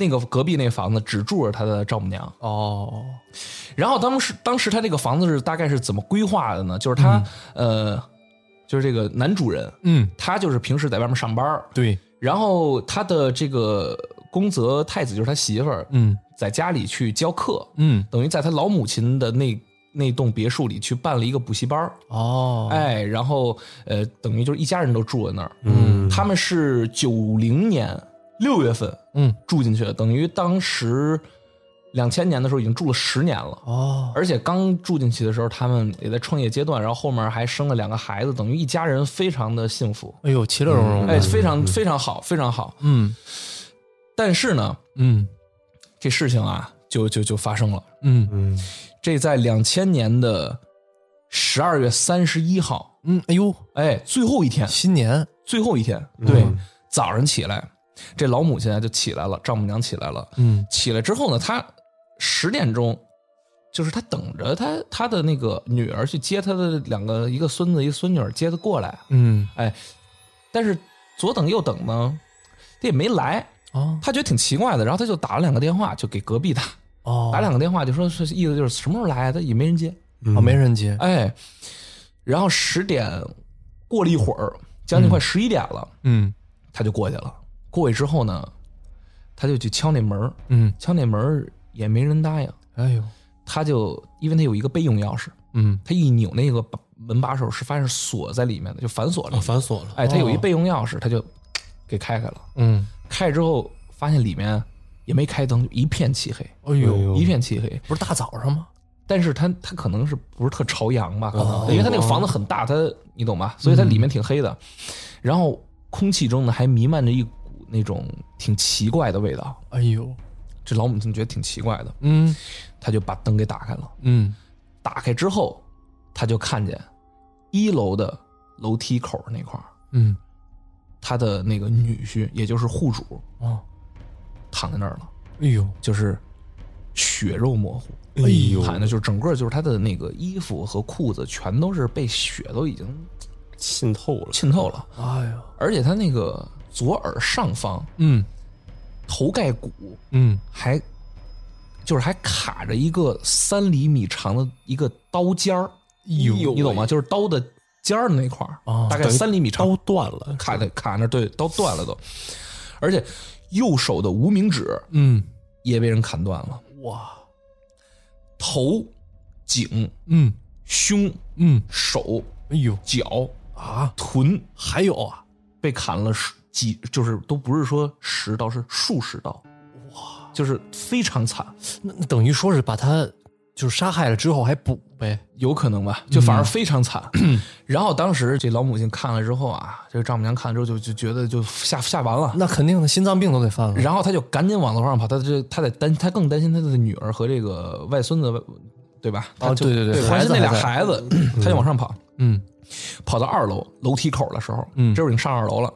C: 那个隔壁那房子只住着他的丈母娘，
D: 哦，
C: 然后当时当时他这个房子是大概是怎么规划的呢？就是他、呃，就是这个男主人，
D: 嗯，
C: 他就是平时在外面上班儿，
D: 对，
C: 然后他的这个宫泽太子就是他媳妇儿，
D: 嗯
C: 在家里去教课，
D: 嗯，
C: 等于在他老母亲的那那栋别墅里去办了一个补习班儿，
D: 哦，
C: 哎，然后呃，等于就是一家人都住在那儿。嗯，他们是九零年六月份
D: 嗯，
C: 住进去的，等于当时两千年的时候已经住了十年了。
D: 哦，
C: 而且刚住进去的时候，他们也在创业阶段，然后后面还生了两个孩子，等于一家人非常的幸福，
D: 哎呦，其乐融融的，
C: 哎，非常非常好，非常好。
D: 嗯
C: 但是呢，
D: 嗯
C: 这事情啊，就就就发生了。
D: 嗯
B: 嗯，
C: 这在两千年的十二月三十一号，
D: 嗯，哎呦，
C: 哎，最后一天，
D: 新年，
C: 最后一天，对，早上起来，这老母亲啊就起来了，丈母娘起来了，
D: 嗯
C: 起来之后呢，她十点钟，就是她等着她她的那个女儿去接她的两个一个孙子一个孙女儿接她过来，
D: 嗯，
C: 哎，但是左等右等呢，她也没来，
D: 哦
C: 她觉得挺奇怪的，然后她就打了两个电话，就给隔壁打
D: 哦，
C: 打两个电话，就说是意思就是什么时候来啊，她也没人接。
D: 哦，没人接，
C: 哎，然后十点过了一会儿，将近快十一点了，
D: 嗯
C: 他就过去了。过去之后呢，他就去敲那门儿，
D: 嗯，
C: 敲那门儿也没人答应。
D: 哎呦，
C: 他就因为他有一个备用钥匙，
D: 嗯
C: 他一扭那个把门把手是发现是锁在里面的，就反锁
B: 哦
C: 了。
B: 反锁了，
C: 哎，他有一备用钥匙，他就给开开了。
D: 嗯，
C: 开开之后发现里面也没开灯，一片漆黑，
D: 哎呦，
C: 一片漆黑。
D: 不是大早上吗？
C: 但是它它可能是不是特朝阳吧？可能，因为它那个房子很大，它你懂吧？所以它里面挺黑的，然后空气中呢还弥漫着一股那种挺奇怪的味道。
D: 哎呦，
C: 这老母亲觉得挺奇怪的，
D: 嗯
C: 她就把灯给打开了。
D: 嗯，
C: 打开之后，她就看见一楼的楼梯口那块儿，
D: 嗯
C: 她的那个女婿，也就是户主，
D: 哦，
C: 躺在那儿了，
D: 哎呦，
C: 就是血肉模糊。
B: 哎呦，
C: 躺在那就是整个就是她的那个衣服和裤子全都是被血都已经
B: 浸透了，
C: 浸透了，
D: 哎呦，
C: 而且他那个左耳上方
D: 嗯
C: 头盖骨
D: 嗯，
C: 还就是还卡着一个三厘米长的一个刀尖儿，
B: 呦喂
C: 你懂吗？就是刀的尖儿的那块儿，
D: 哦
C: 大概三厘米长
B: 刀，断了，
C: 卡在卡那儿，对，刀断了都，而且右手的无名指
D: 嗯
C: 也被人砍断了，
D: 哇，
C: 头、颈、
D: 嗯
C: 胸、
D: 嗯，
C: 手、
D: 哎呦
C: 脚、
D: 啊，
C: 臀
D: 还有啊，
C: 被砍了十几，就是都不是说十刀，是数十刀，哇，就是非常惨，
D: 那那等于说是把他就是杀害了之后还补呗，
C: 有可能吧，就反
D: 嗯
C: 而非常 惨。然后当时这老母亲看了之后啊，这个丈母娘看了之后就就觉得就吓吓完了，
D: 那肯定的，心脏病都得犯了。
C: 然后她就赶紧往楼上跑，她这她得担，她更担心她的女儿和这个外孙子，对吧？
D: 哦
C: 就
D: 对对对
C: 对，
D: 孩
C: 关
D: 子
C: 心那俩
D: 还在
C: 孩子， 她就往上跑，
D: 嗯
C: 跑到二楼楼梯口的时候，
D: 嗯
C: 这会儿已经上二楼了，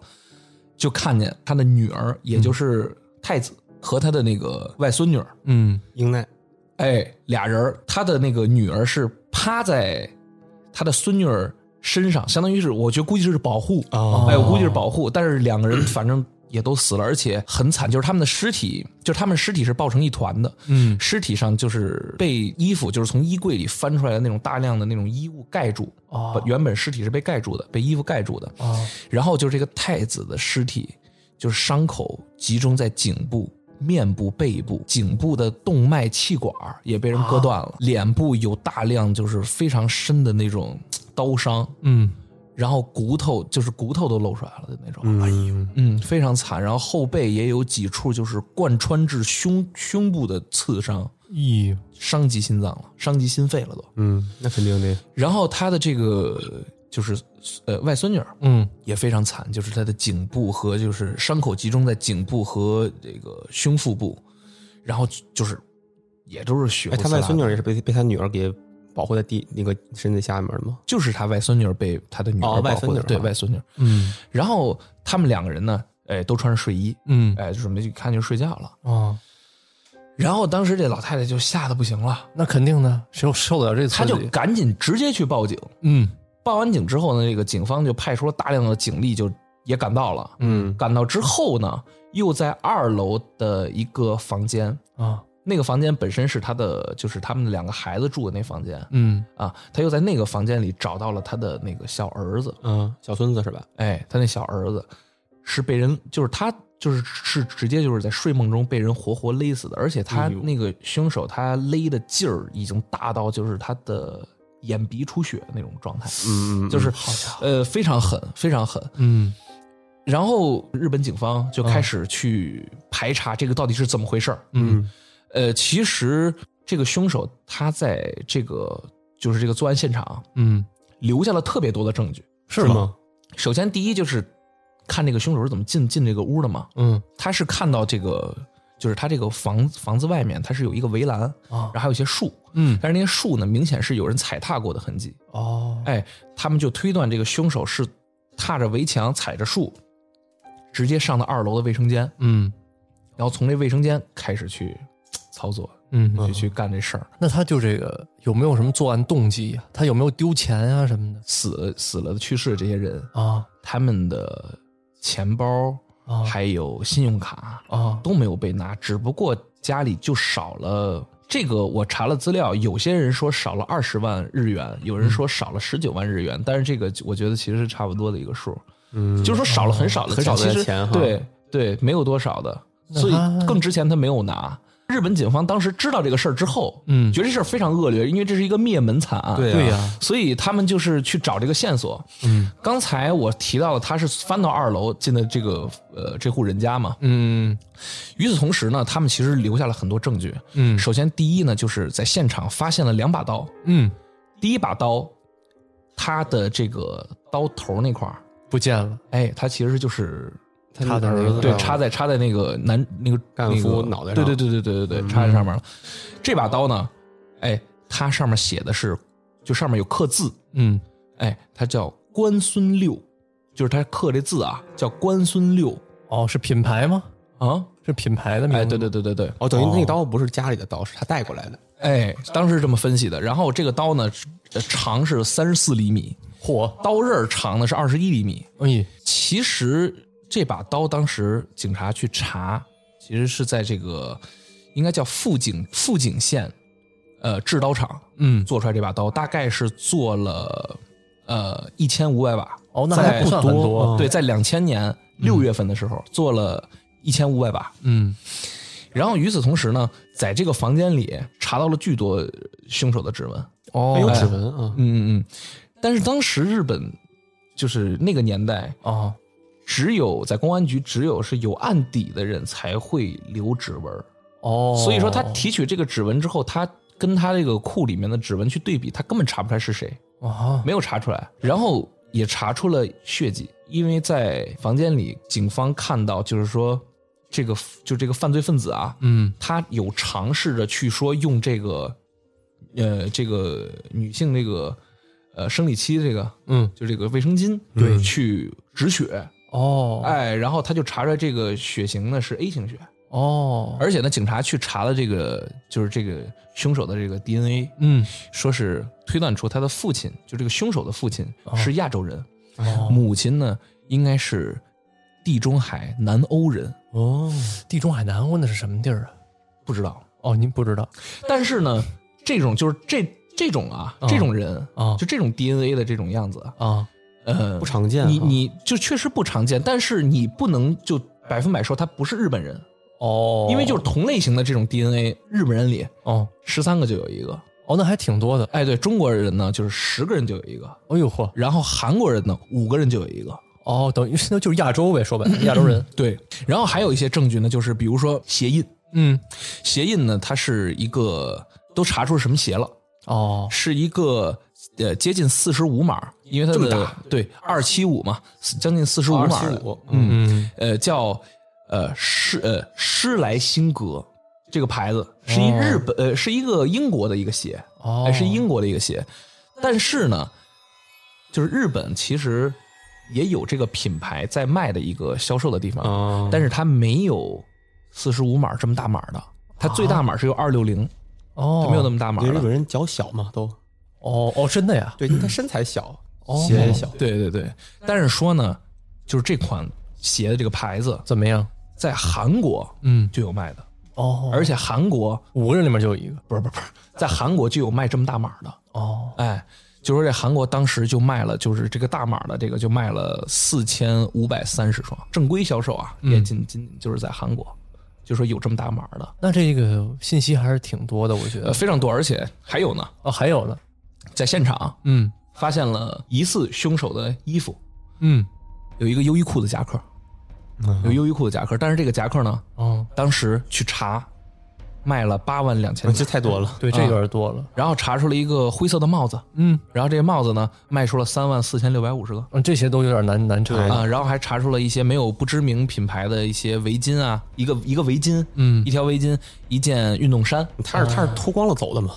C: 就看见她的女儿，也就是太子和她的那个外孙女儿，
D: 嗯，
B: 英奈，
C: 哎，俩人儿，他的那个女儿是趴在他的孙女儿身上，相当于是，我觉得估计是保护，
B: 哦
C: 哎，我估计是保护，但是两个人反正也都死了，而且很惨，就是他们的尸体，就是他们尸体是抱成一团的，
D: 嗯
C: 尸体上就是被衣服，就是从衣柜里翻出来的那种大量的那种衣物盖住，
D: 哦
C: 本原本尸体是被盖住的，被衣服盖住的，
D: 啊
C: 然后就是这个太子的尸体，就是伤口集中在颈部、面部、背部，颈部的动脉气管儿也被人割断了，脸部有大量就是非常深的那种嘖刀伤，
D: 嗯，
C: 然后骨头就是骨头都露出来了的那种，
B: 哎呦，
C: 嗯，非常惨。然后后背也有几处就是贯穿至胸胸部的刺伤，
D: 咦，
C: 伤及心脏了，伤及心肺了都。
B: 嗯，那肯定的，
C: 然后他的这个就是呃外孙女儿，
D: 嗯
C: 也非常惨，就是他的颈部和就是伤口集中在颈部和这个胸腹部，然后就是也都是血
B: 哎，
C: 污
B: 他
C: 撕
B: 外
C: 拉的。
B: 孙女儿也是被被他女儿给保护在地那个身子下面的吗？
C: 就是他外孙女儿被他的女
B: 哦
C: 儿
B: 外
C: 保护
B: 孙女
C: 的
B: 儿
C: 对
B: 啊
C: 外孙女儿。
D: 嗯
C: 然后他们两个人呢，哎，都穿着睡衣，
D: 嗯
C: 哎，就准备去看就睡觉了。
B: 嗯
D: 啊，
C: 然后当时这老太太就吓得不行了，
D: 那肯定的，谁又受得了这
C: 她
D: 刺
C: 就
D: 激？
C: 赶紧直接去报警。
D: 嗯
C: 报完警之后呢，这个警方就派出了大量的警力，就也赶到了。
B: 嗯，
C: 赶到之后呢，又在二楼的一个房间，
D: 啊
C: 那个房间本身是他的，就是他们两个孩子住的那房间
D: 嗯
C: 啊，他又在那个房间里找到了他的那个小儿子，
B: 嗯，小孙子是吧？
C: 哎，他那小儿子是被人，就是他就是是直接就是在睡梦中被人活活勒死的，而且他
B: 哎呦
C: 那个凶手他勒的劲儿已经大到就是他的眼鼻出血的那种状态，
B: 嗯，嗯嗯
C: 就是呃非常狠，非常狠，
D: 嗯
C: 然后日本警方就
B: 嗯
C: 开始去排查这个到底是怎么回事儿。
D: 嗯，
C: 呃，其实这个凶手他在这个就是这个作案现场
D: 嗯，
C: 留下了特别多的证据。
D: 是？
B: 吗？
C: 首先，第一就是看这个凶手是怎么进进这个屋的嘛，
D: 嗯
C: 他是看到这个就是他这个房房子外面它是有一个围栏，
D: 啊
C: 然后还有一些树，
D: 嗯
C: 但是那些树呢明显是有人踩踏过的痕迹。
D: 哦
C: 哎，他们就推断这个凶手是踏着围墙踩着树，直接上到二楼的卫生间，
D: 嗯
C: 然后从这卫生间开始去操作，
D: 嗯，
C: 去去干这事儿。
D: 那他就这个有没有什么作案动机呀、他有没有丢钱啊什么的
C: 死死了的去世的这些人，
D: 啊
C: 他们的钱包
D: 啊
C: 还有信用卡
D: 啊
C: 都没有被拿，只不过家里就少了。这个我查了资料，有些人说少了二十万日元，有
D: 嗯
C: 人说少了十九万日元，但是这个我觉得其实是差不多的一个数。
B: 嗯，
C: 就是说少了很少的
B: 很少的
C: 其实
B: 钱哈
C: 对对，没有多少的，
D: 那
C: 所以
D: 他
C: 更之前他没有拿。日本警方当时知道这个事儿之后，
D: 嗯
C: 觉得这事儿非常恶劣，因为这是一个灭门惨案，
B: 对啊
D: 对呀、
C: 所以他们就是去找这个线索。
D: 嗯，
C: 刚才我提到了他是翻到二楼进的这个呃这户人家嘛，
D: 嗯
C: 与此同时呢，他们其实留下了很多证据。
D: 嗯
C: 首先第一呢，就是在现场发现了两把刀，
D: 嗯
C: 第一把刀，它的这个刀头那块儿，
D: 不见了
C: 哎，它其实就是
B: 他的儿子啊
C: 对，
B: 上
C: 插在插在那个男那个
B: 干夫
C: 那个
B: 脑袋上嗯
C: 对对对对对对对，插在上面了。这把刀呢，哎，它上面写的是，就上面有刻字，
D: 嗯
C: 哎，它叫关孙六，就是它刻这字啊，叫关孙六
D: 哦是品牌吗？
C: 啊，
D: 是品牌的名字
C: 哎，对对对对对，
B: 哦，等于那个刀不是家里的刀，是他带过来的。
C: 哎，当时这么分析的。然后这个刀呢，呃长是三十四厘米，
D: 嚯
C: 刀刃儿长呢是二十一厘米。
D: 哎
C: 其实这把刀当时警察去查，其实是在这个应该叫富井富井县，呃制刀厂
D: 嗯
C: 做出来这把刀，大概是做了呃一千五百把，
D: 哦那
C: 在
D: 还不算很多
C: 对，在两千年六月份的时候、做了一千五百把，
D: 嗯
C: 然后与此同时呢，在这个房间里查到了巨多凶手的指纹，哎
B: 还
D: 哦
B: 有指纹啊，
C: 嗯嗯嗯，但是当时日本就是那个年代。
D: 哦
C: 只有在公安局，只有是有案底的人才会留指纹儿，
D: 哦，
C: 所以说他提取这个指纹之后，他跟他这个库里面的指纹去对比，他根本查不出来是谁，
D: 啊
C: 没有查出来，然后也查出了血迹，因为在房间里，警方看到就是说这个就这个犯罪分子啊，
D: 嗯
C: 他有尝试着去说用这个呃这个女性这个呃生理期这个
D: 嗯
C: 就这个卫生巾对去止血。
D: 哦
C: 哎，然后他就查出来这个血型呢是 A 型血，
D: 哦
C: 而且呢，警察去查了这个就是这个凶手的这个 DNA，
D: 嗯
C: 说是推断出他的父
B: 哦
C: 亲，就这个凶手的父亲是亚洲人，
D: 哦
C: 母亲呢应该是地中海南欧人，
B: 哦，
D: 地中海南欧那是什么地儿啊？
C: 不知道。
D: 哦，您不知道
C: 但是呢，这种就是这这种啊，
B: 哦
C: 这种人
D: 啊
C: 就这种 DNA 的这种样子啊，
D: 啊？
C: 呃，
B: 不常见啊。
C: 你你就确实不常见，但是你不能就百分百说他不是日本人，
D: 哦，
C: 因为就是同类型的这种 DNA，日本人里
D: 哦
C: 十三个就有一个。
D: 哦，那还挺多的。
C: 哎，对中国人呢，就是十个人就有一个，
D: 哎呦嚯！
C: 然后韩国人呢，五个人就有一个。
D: 哦，等于那就是亚洲呗，说白了，亚洲人。
C: 对，然后还有一些证据呢，就是比如说鞋印，
D: 嗯，
C: 鞋印呢，它是一个都查出是什么鞋了，
D: 哦
C: 是一个呃接近四十五码，因为它
B: 这么
C: 的对二七五嘛，将近四十五
B: 二
C: 码
B: 七
C: 的，
B: 五，啊
C: 嗯，
D: 嗯
C: 呃叫呃施呃施莱辛格这个牌子是一日本、呃是一个英国的一个鞋，
D: 哦，
C: 哎是英国的一个鞋，但是呢，就是日本其实也有这个品牌在卖的一个销售的地方，
B: 啊，
C: 但是它没有四十五码这么大码的，它最大码是有二六零，
D: 哦
C: 它，没有那么大码
B: 因哦为日
C: 的。
B: 本人脚小嘛，都
D: 哦哦，真的呀？哦
B: 对，因为他身材小， 鞋也小，
C: 哦对对对，但是说呢，就是这款鞋的这个牌子
D: 怎么样？
C: 在韩国
D: 嗯，
C: 就有卖的，
D: 哦，
C: 而且韩国
D: 五个人里面就有一个。
C: 不是不是不是，在韩国就有卖这么大码的，
D: 哦
C: 哎。就说这韩国当时就卖了，就是这个大码的这个就卖了四千五百三十双，正规销售啊，也
D: 嗯
C: 仅仅就是在韩国，就说有这么大码的，
D: 那这个信息还是挺多的，我觉
C: 呃，
D: 得。
C: 非常多，而且还有呢，
D: 哦，还有呢，
C: 在现场
D: 嗯
C: 发现了疑似凶手的衣服，
D: 嗯，
C: 有一个优衣库的夹克，有优衣库的夹克，但是这个夹克呢，
D: 哦，
C: 当时去查，卖了八万两千
B: 这太多了。
D: 哦对，这有点多了。
C: 然后查出了一个灰色的帽子，
D: 嗯
C: 然后这个帽子呢卖出了三万四千六百五十个
D: 嗯，这些都有点难难查。
C: 啊，然后还查出了一些没有不知名品牌的一些围巾啊，一个一个围巾，
D: 嗯
C: 一条围巾，一件运动衫，
B: 他是他是脱光了走的嘛？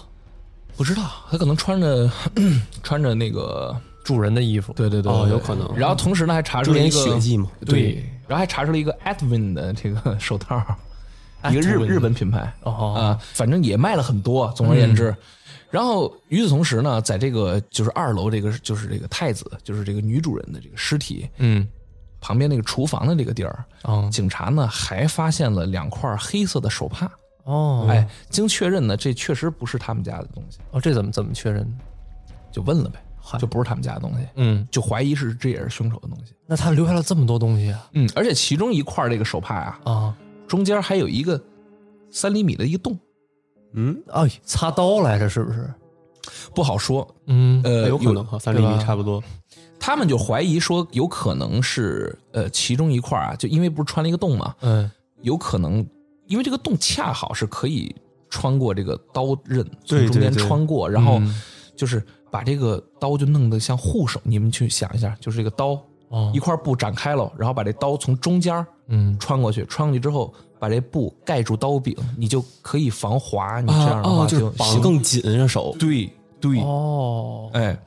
C: 不知道他可能穿着 穿着那个，
D: 主人的衣服。
C: 对对对，
B: 哦
C: 对
B: 有可能
C: 然后同时呢还查出
B: 注
C: 了
B: 点
C: 一个
B: 血迹嘛？
C: 对，然后还查出了一个 Advin 的这个手套，一个日日本品牌啊、
D: 哦
C: 反正也卖了很多。总而言之，然后与此同时呢，在这个就是二楼这个就是这个太子，就是这个女主人的这个尸体
D: 嗯
C: 旁边那个厨房的这个地儿，
D: 哦
C: 警察呢还发现了两块黑色的手帕。
D: 哦，
C: 哎，经确认呢，这确实不是他们家的东西，
D: 哦，这怎么怎么确认呢？
C: 就问了呗，就不是他们家的东西，
D: 嗯，
C: 就怀疑是这也是凶手的东西。
D: 那他留下了这么多东西啊
C: 嗯，而且其中一块这个手帕啊，
D: 啊！
C: 中间还有一个三厘米的一个洞，
B: 嗯，
D: 哎，擦刀来着是不是？
C: 不好说。
D: 嗯，
C: 呃，
B: 哎有可能哈，三厘
D: 对
B: 米
D: 吧
B: 差不多。
C: 他们就怀疑说，有可能是呃，其中一块啊，就因为不是穿了一个洞嘛，
D: 嗯，
C: 有可能因为这个洞恰好是可以穿过这个刀刃，从
B: 对
C: 中间
B: 对对
C: 穿过，然后
D: 嗯
C: 就是把这个刀就弄得像护手。你们去想一下，就是这个刀
D: 哦
C: 一，块布展开了，然后把这刀从中间儿
D: 嗯，
C: 穿过去，穿过去之后。把这布盖住刀柄，你就可以防滑。你这样的话
B: 哦就是
C: 行
B: 绑更紧，这手
C: 对对，
D: 哦，
C: 哎，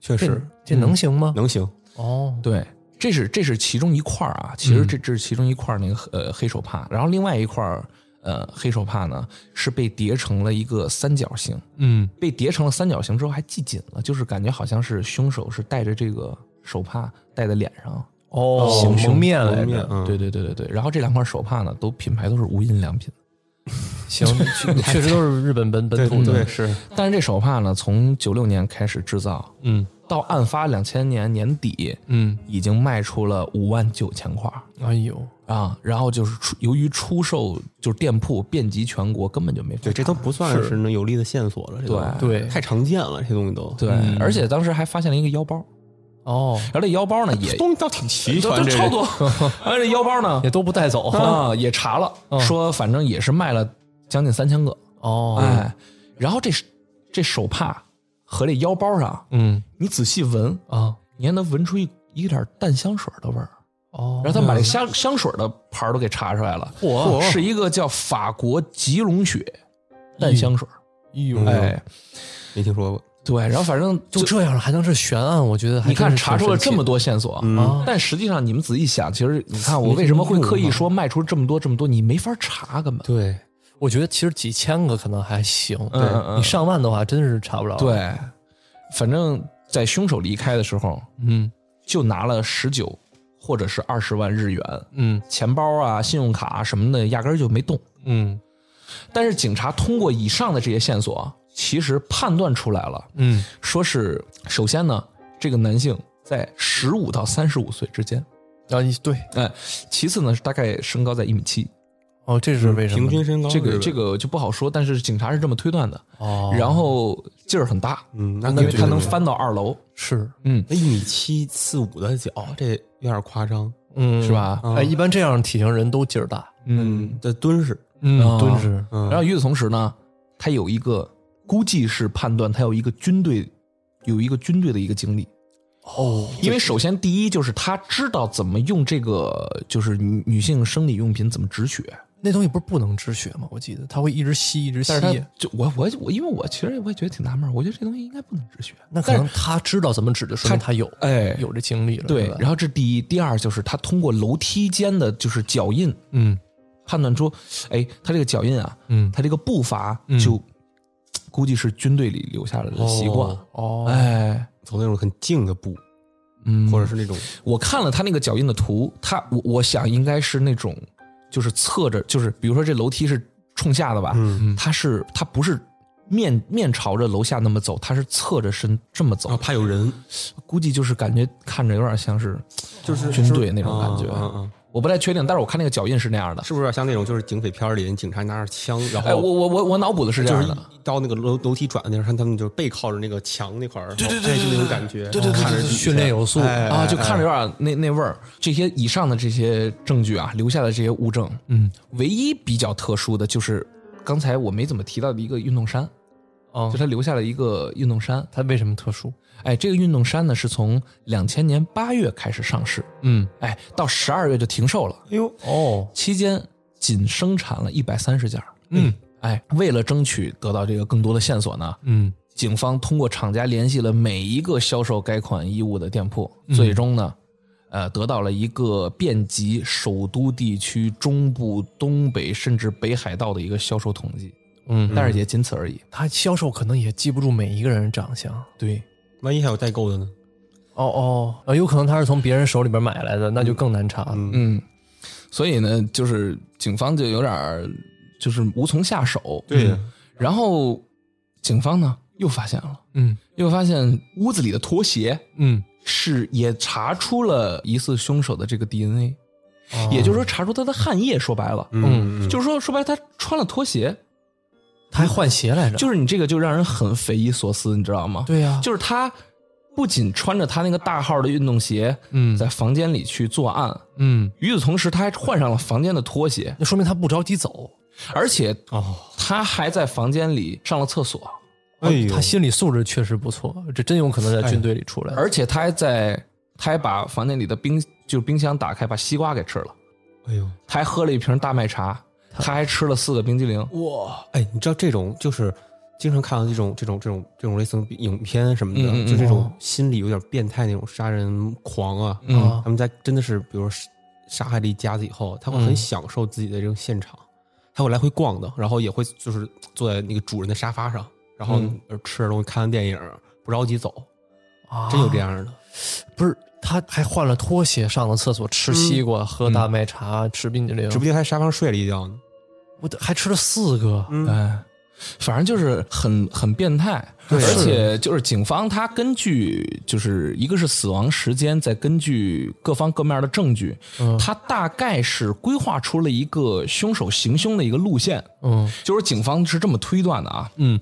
B: 确
D: 这
B: 实
D: 这能行吗？
B: 能行。
D: 哦，
C: 对，这是这是其中一块儿啊，其实
D: 嗯
C: 这这是其中一块儿那个呃黑手帕，然后另外一块儿呃黑手帕呢是被叠成了一个三角形，
D: 嗯，
C: 被叠成了三角形之后还系紧了，就是感觉好像是凶手是戴着这个手帕戴在脸上。
D: 哦，
C: 行凶
D: 蒙面来
B: 蒙面
D: 着，
B: 嗯
C: 对对对对对，然后这两块手帕呢，都品牌都是无印良品，
D: 行， 确确实都是日本本本土的，
B: 嗯是
C: 但是这手帕呢，从九六年开始制造，
D: 嗯
C: 到案发两千年年底，
D: 嗯，
C: 已经卖出了五万九千块儿。
D: 哎呦，
C: 啊，然后就是出由于出售就是店铺遍及全国，根本就没法
B: 对，这都不算
D: 是
B: 是能有力的线索了。这都
C: 对
D: 对
B: 太常见了，这东西都
C: 对，而且当时还发现了一个腰包，
D: 哦，
C: 然后这腰包呢也
B: 这东西倒挺齐
C: 都
B: 全，这
C: 超多，然后这腰包呢
D: 也都不带 走，
C: 啊也查了，说反正也是卖了将近三千个，
D: 哦，
C: 哎，然后这这手帕和这腰包上，
D: 嗯
C: 你仔细闻，
D: 啊，
C: 你还能闻出一一点淡香水的味儿。
D: 哦，
C: 然后他们把这香香水的牌儿都给查出来了，
D: 嚯
C: 是一个叫法国吉隆雪淡香水儿，
D: 呦
C: 哎，
B: 没听说过。
C: 对，然后反正
D: 就这样了还能是悬案，我觉得还
C: 你看
D: 真是挺
C: 查出了
D: 神奇
C: 这么多线索，
D: 啊，
C: 但实际上你们仔细想，其实你看我为什么会刻意说卖出这么多这么多，你没法查根本。
D: 对，我觉得其实几千个可能还行，
C: 嗯嗯嗯
D: 你上万的话真是查不着。，
C: 对，反正在凶手离开的时候，
D: 嗯，
C: 就拿了十九或者是二十万日元，
B: 嗯
C: 钱包啊、信用卡、啊、什么的压根儿就没动。
B: 嗯
C: 但是警察通过以上的这些线索啊，其实判断出来了，
B: 嗯
C: 说是首先呢，这个男性在十五到三十五岁之间，
D: 然后啊你对
C: 哎，其次呢是大概身高在一米七，
D: 哦，这是为什
B: 平
D: 么呢？
B: 均身高
C: 这
B: 是
C: 个
B: 吧
C: 这个就不好说，但是警察是这么推断的。
D: 哦，
C: 然后劲儿很大，
B: 嗯，那
C: 因为
B: 对
C: 他能
B: 对对
C: 翻到二楼，
D: 是
C: 嗯，
B: 那一米七四五的脚，这有点夸张。
D: 嗯
C: 是？吧？
D: 哎，一般这样体型人都劲儿大，
C: 嗯，
B: 这蹲式，
C: 嗯
D: 敦实。
B: 嗯，
C: 然后与此同时呢，他有一个估计是判断他有一个军队，有一个军队的一个经历。
D: 哦，
C: 因为首先第一就是他知道怎么用这个，就是女女性生理用品怎么止血，
D: 那东西不是不能止血吗？我记得它会一直吸，一直吸
C: 但。是他就我我我，因为我其实我也觉得挺纳闷儿，我觉得这东西应该不能止血。
D: 那可能他知道怎么止，就说明他有
C: 哎
D: 有这经历了。
C: 对
D: 是吧，
C: 然后这第一，第二就是他通过楼梯间的就是脚印，
D: 嗯
C: 判断出，哎，他这个脚印啊，
D: 嗯，
C: 他这个步伐就、估计是军队里留下来的习惯。
B: 哦
D: 哦，
C: 哎，
B: 走那种很静的步，
C: 嗯，
B: 或者是那种
C: 我看了他那个脚印的图，他我我想应该是那种，就是侧着，就是比如说这楼梯是冲下的吧，
B: 嗯
C: 他是他不是面面朝着楼下那么走，他是侧着身这么走，
B: 啊，怕有人，
C: 估计就是感觉看着有点像是
B: 就是
C: 军队那种感觉，
B: 嗯嗯，
C: 我不太确定，但是我看那个脚印是那样的。
B: 是不是有点像那种就是警匪片儿里警察拿着枪，然
C: 哎，我
B: 后
C: 我我我脑补的是这
B: 就是
C: 样的，
B: 一到那个楼楼梯转的地方，看他们就是背靠着那个墙那块儿，对对对，就那种感觉，对哦对看着底下
D: 训练有素
B: 哎
C: 啊，就看着有点那那味儿。这些以上的这些证据啊，留下的这些物证，
D: 嗯，
C: 唯一比较特殊的就是刚才我没怎么提到的一个运动衫，
D: 哦
C: 就，他留下了一个运动衫。
D: 他为什么特殊？
C: 哎，这个运动衫呢是从两千年八月开始上市，
D: 嗯，
C: 哎，到十二月就停售了，
B: 哎呦，
D: 哦，
C: 期间仅生产了一百三十件。
D: 嗯，
C: 哎，为了争取得到这个更多的线索呢，
D: 嗯，
C: 警方通过厂家联系了每一个销售该款衣物的店铺，
D: 嗯
C: 最终呢，呃，得到了一个遍及首都地区、中部、东北甚至北海道的一个销售统计。
D: 嗯，
C: 但是也仅此而已。
D: 他销售可能也记不住每一个人长相。
C: 对，
B: 万一还有代购的呢？
D: 哦哦，啊，有可能他是从别人手里边买来的，那就更难查了。
B: 嗯
C: 嗯，所以呢，就是警方就有点儿就是无从下手。
B: 对
C: 嗯然后警方呢又发现了，
D: 嗯
C: 又发现屋子里的拖鞋
D: 嗯，
C: 是也查出了疑似凶手的这个 DNA。也
D: 哦
C: 就是说查出他的汗液。说白了，
B: 嗯，
C: 就是说说白了，他穿了拖鞋，
D: 他还换鞋来着。
C: 就是你这个就让人很匪夷所思，你知道吗？，
D: 对啊呀，
C: 就是他不仅穿着他那个大号的运动鞋，
D: 嗯
C: 在房间里去作案，
D: 嗯，
C: 与此同时他还换上了房间的拖鞋，
D: 那说明他不着急走，
C: 而且
B: 哦，
C: 他还在房间里上了厕所，
B: 哎呦
D: 他心理素质确实不错，这真有可能在军队里出来的。
C: 而且他还在他还把房间里的冰就冰箱打开，把西瓜给吃了，
B: 哎呦，
C: 他还喝了一瓶大麦茶，他还吃了四个冰激凌。
D: 哇，
B: 哎，你知道这种就是经常看到这种这种这种这种类似影片什么的，
C: 嗯嗯嗯
B: 就这种心理有点变态那种杀人狂啊，
C: 嗯
B: 他们在真的是比如说杀害了一家子以后，他会
C: 嗯
B: 很享受自己的这种现场，他会来回逛的，然后也会就是坐在那个主人的沙发上，然后
C: 嗯
B: 呃吃着东西看看电影，不着急走，
D: 啊
B: 真有这？样的。
D: 不是，他还换了拖鞋，上了厕所，吃西瓜，喝大麦茶，吃冰激凌
B: 指，不定他在沙发上睡了一觉呢。
D: 我得还吃了四个。
C: 哎，反正就是很很变态，
D: 对
C: 而且就是警方他根据就是一个是死亡时间，再根据各方各面的证据，
D: 嗯
C: 他大概是规划出了一个凶手行凶的一个路线，
D: 嗯
C: 就是警方是这么推断的啊，
D: 嗯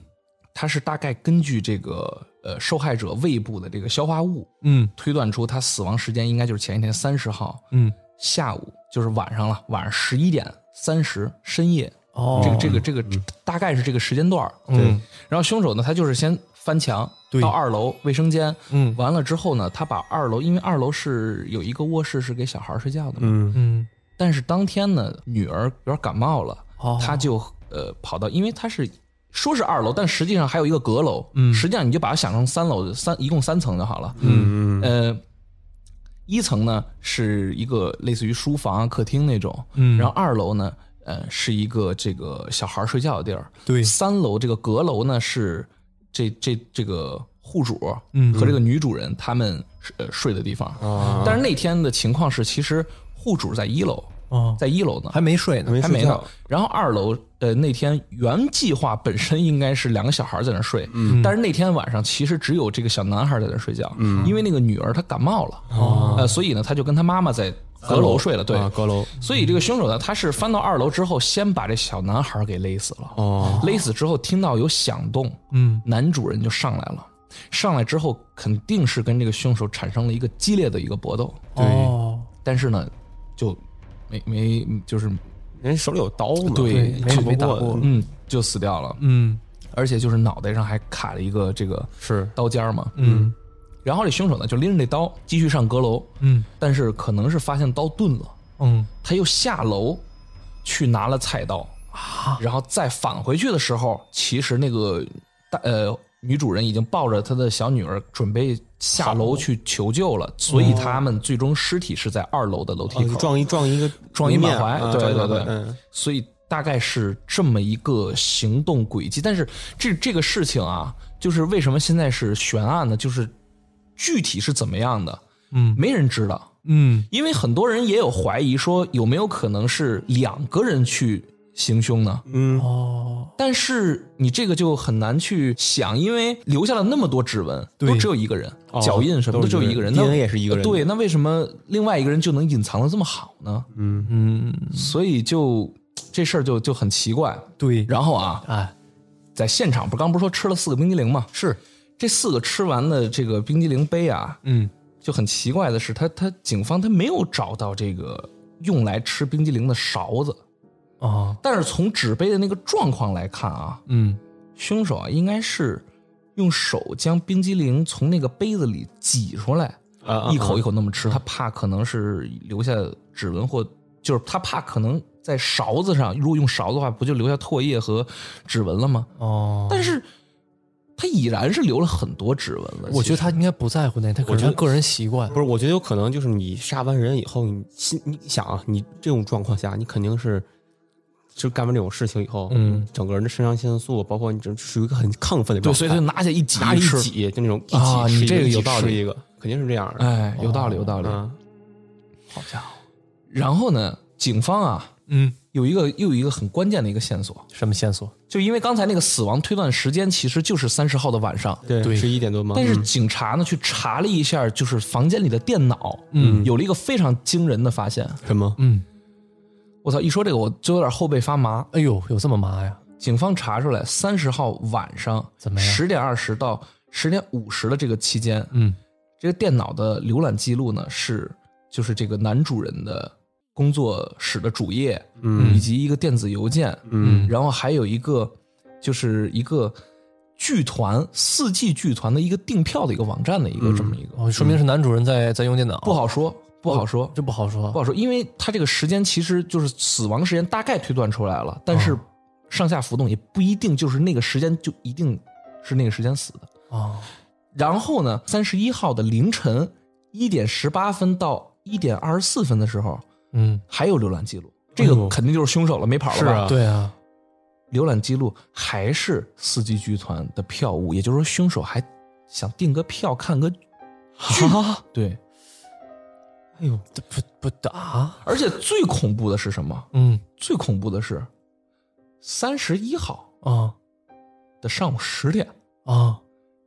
C: 他是大概根据这个呃受害者胃部的这个消化物
D: 嗯
C: 推断出他死亡时间应该就是前一天三十号
D: 嗯，
C: 下午，就是晚上了，晚上十一点三十深夜
D: 哦，
C: 这个这个这个大概是这个时间段儿
D: 嗯
C: 然后凶手呢，他就是先翻墙
D: 对
C: 到二楼卫生间，
D: 嗯
C: 完了之后呢，他把二楼，因为二楼是有一个卧室是给小孩儿睡觉的嘛，
B: 嗯
D: 嗯，
C: 但是当天呢，女儿有点感冒了，
D: 哦
C: 他就呃跑到，因为他是说是二楼，但实际上还有一个阁楼，
D: 嗯
C: 实际上你就把它想成三楼，三一共三层就好了，
B: 嗯嗯
C: 呃，一层呢是一个类似于书房啊、客厅那种，
D: 嗯
C: 然后二楼呢，呃，是一个这个小孩儿睡觉的地儿，
D: 对
C: 三楼这个阁楼呢是这这这个户主
B: 嗯
C: 和这个女主人他们呃睡的地方。
B: 啊
C: 但是那天的情况是，其实户主在一楼，
B: 啊
D: 哦，
C: 在一楼呢，
D: 还没睡呢，
B: 没
C: 还
B: 睡
C: 没呢
B: 觉。
C: 然后二楼，呃，那天原计划本身应该是两个小孩在那睡，但是那天晚上其实只有这个小男孩在那睡觉，因为那个女儿她感冒了，
B: 哦
C: 呃，所以呢，他就跟他妈妈在阁楼睡了，对。
B: 啊高楼
C: 所以这个凶手呢，他是翻到二楼之后，先把这小男孩给勒死了。
B: 哦，
C: 勒死之后听到有响动，
D: 嗯，
C: 男主人就上来了。上来之后，肯定是跟这个凶手产生了一个激烈的一个搏斗，
B: 对
D: 哦
C: 但是呢，就没没就是
B: 人手里有刀嘛，
C: 对
B: 打
D: 没没打
B: 不
D: 过
B: 过，
C: 嗯就死掉了，
D: 嗯
C: 而且就是脑袋上还卡了一个这个
B: 是
C: 刀尖儿嘛。
D: 嗯
C: 然后这凶手呢就拎着那刀继续上阁楼，
D: 嗯
C: 但是可能是发现刀钝了，
D: 嗯，
C: 他又下楼去拿了菜刀啊，然后再返回去的时候，其实那个大呃女主人已经抱着她的小女儿准备下楼去求救了，所以他们最终尸体是在二楼的楼
B: 哦
C: 梯
B: 就
C: 口，
B: 撞一撞一个
C: 撞一
B: 明
C: 满
B: 面
C: 怀，
B: 啊
C: 对
B: 撞一
C: 对
B: 满怀
C: 对，
B: 嗯
C: 所以大概是这么一个行动轨迹。但是这这个事情啊，就是为什么现在是悬案呢？就是具体是怎么样的，
D: 嗯
C: 没人知道。
D: 嗯
C: 因为很多人也有怀疑说，有没有可能是两个人去行凶呢？
B: 嗯，
D: 哦，
C: 但是你这个就很难去想，因为留下了那么多指纹，
D: 对
C: 都只有一个人，
B: 哦
C: 脚印什么的
B: 都是
C: 只有一个人，那呃
B: DNA 也是一个人
C: 对，那为什么另外一个人就能隐藏的这么好呢？
B: 嗯
D: 嗯，
C: 所以就这事儿就就很奇怪。
D: 对，
C: 然后啊，
D: 哎，
C: 在现场不刚不是说吃了四个冰激凌吗？
D: 是，
C: 这四个吃完的这个冰激凌杯啊，
D: 嗯
C: 就很奇怪的是，他他警方他没有找到这个用来吃冰激凌的勺子，
D: 啊，
C: 但是从纸杯的那个状况来看啊，
D: 嗯
C: 凶手啊应该是用手将冰激凌从那个杯子里挤出来，
B: 啊啊
C: 一口一口那么吃，他怕可能是留下指纹或就是他怕可能在勺子上，如果用勺子的话，不就留下唾液和指纹了吗？
D: 哦，
C: 但是他已然是留了很多指纹了。
D: 我觉
C: 其实
D: 得他应该不在乎那，他可
B: 我
D: 能
B: 觉
D: 他
B: 得
D: 个人习惯
B: 不，是，我觉得有可能就是你杀完人以后，你心你想啊，你这种状况下，你肯定是就干完这种事情以后，
D: 嗯，
B: 整个人的肾上腺素，包括你这属于一个很亢奋的
C: 对，
B: 状态，
C: 所以他就拿起来一挤
B: 拿一
C: 吃，
B: 挤，就那种一挤
C: 啊
B: 吃一
C: 你这
B: 个
C: 个
B: 一挤
C: 有道
B: 吃
C: 理
B: 一个肯定是这样的，
C: 哎，有道理，有道理。
B: 嗯，
D: 好家伙，
C: 然后呢，警方啊
D: 嗯，
C: 有一个又有一个很关键的一个线索，
D: 什么线索？
C: 就因为刚才那个死亡推断时间其实就是三十号的晚上，
B: 对，
D: 对
B: 十一点多吗？嗯
C: 但是警察呢去查了一下，就是房间里的电脑，嗯，有了一个非常惊人的发现。
B: 什么？
D: 嗯，
C: 我操，一说这个我就有点后背发麻。
D: 哎呦，有这么麻呀？
C: 警方查出来，三十号晚上
D: 怎么样
C: 十点二十到十点五十的这个期间，
D: 嗯，
C: 这个电脑的浏览记录呢是就是这个男主人的工作室的主页，
B: 嗯
C: 以及一个电子邮件，
B: 嗯
C: 然后还有一个就是一个剧团四季剧团的一个订票的一个网站的一个、这么一个，
B: 嗯
D: 哦，说明是男主人在在用电脑，
C: 不，好说，不好说，
B: 哦
D: 这不好说
C: 不。好说，因为他这个时间其实就是死亡时间大概推断出来了，但
B: 哦
C: 是上下浮动也不一定就是那个时间就一定是那个时间死的。
D: 啊，
C: 然后呢，三十一号的凌晨一点十八分到一点二十四分的时候，
D: 嗯，
C: 还有浏览记录，这个肯定就是凶手了，没跑了吧？
B: 哎是啊
D: 对啊，
C: 浏览记录还是四季剧团的票务，也就是说，凶手还想订个票看个剧。对，
D: 啊哎呦，这不不打，
C: 而且最恐怖的是什么？
D: 嗯
C: 最恐怖的是三十一号
D: 啊
C: 的上午十点
D: 啊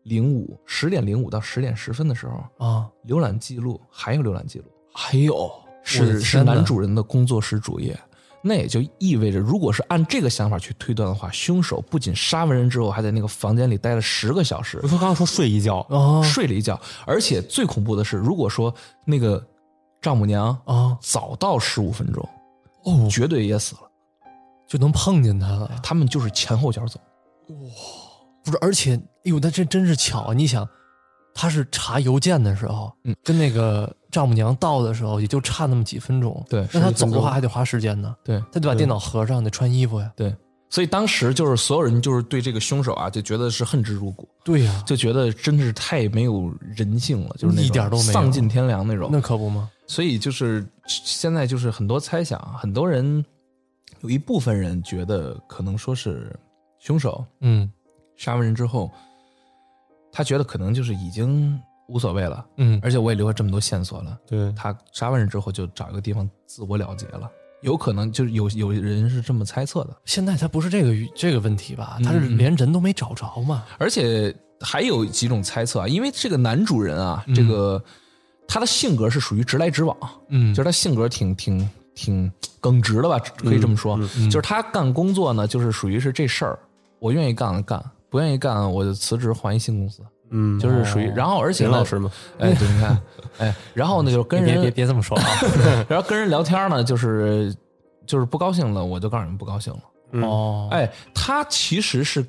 C: 零五，十点零五到十点十分的时候，
D: 啊，
C: 浏览记录还有浏览记录，
D: 还有我的
C: 是是
D: 天哪
C: 男主人的工作室主页。那也就意味着，如果是按这个想法去推断的话，凶手不仅杀完人之后，还在那个房间里待了十个小时
B: 不，是说刚刚说睡一觉，
D: 啊
C: 睡了一觉。而且最恐怖的是，如果说那个丈母娘
D: 啊，
C: 早到十五分钟，
D: 哦，
C: 绝对也死了。
D: 就能碰见他了。
C: 他们就是前后脚走，
D: 不是，而且，哎呦，那这真是巧！啊你想，他是查邮件的时候，
C: 嗯
D: 跟那个丈母娘到的时候，也就差那么几分钟。
C: 对
D: 那他
B: 10
D: 走的
B: 分
D: 话
B: 钟
D: 还得花时间呢。
C: 对
D: 他得把电脑合上，得穿衣服呀。
C: 对。所以当时就是所有人就是对这个凶手啊，就觉得是恨之入骨，
D: 对呀、
C: 就觉得真是太没有人性了，就是那种
D: 一点都没有
C: 丧尽天良那种。
D: 那可不吗？
C: 所以就是现在就是很多猜想，啊很多人有一部分人觉得可能说是凶手
D: 嗯
C: 杀完人之后，他觉得可能就是已经无所谓了，
B: 嗯，
C: 而且我也留下这么多线索了，
B: 对，
C: 他杀完人之后就找一个地方自我了结了，有可能就是有有人是这么猜测的，
D: 现在他不是这个这个问题吧？他是
C: 嗯
D: 连人都没找着嘛？
C: 而且还有几种猜测啊，因为这个男主人啊，这个他的性格是属于直来直往，
B: 嗯
C: 就是他性格挺挺挺耿直的吧，可以这么说，
B: 嗯
C: 就是他干工作呢，就是属于是这事儿，我愿意干干，不愿意干我就辞职换一新公司，
B: 嗯，
C: 就是属于，然后而且
B: 林
C: 呢
B: 老师嘛，
C: 哎，对，你 看，哎，然后呢就是跟
D: 别别
C: 人
D: 别别这么 说啊！
C: 然后跟人聊天呢，就是就是不高兴了，我就告诉你们不高兴了。
D: 哦，
C: 哎，他其实是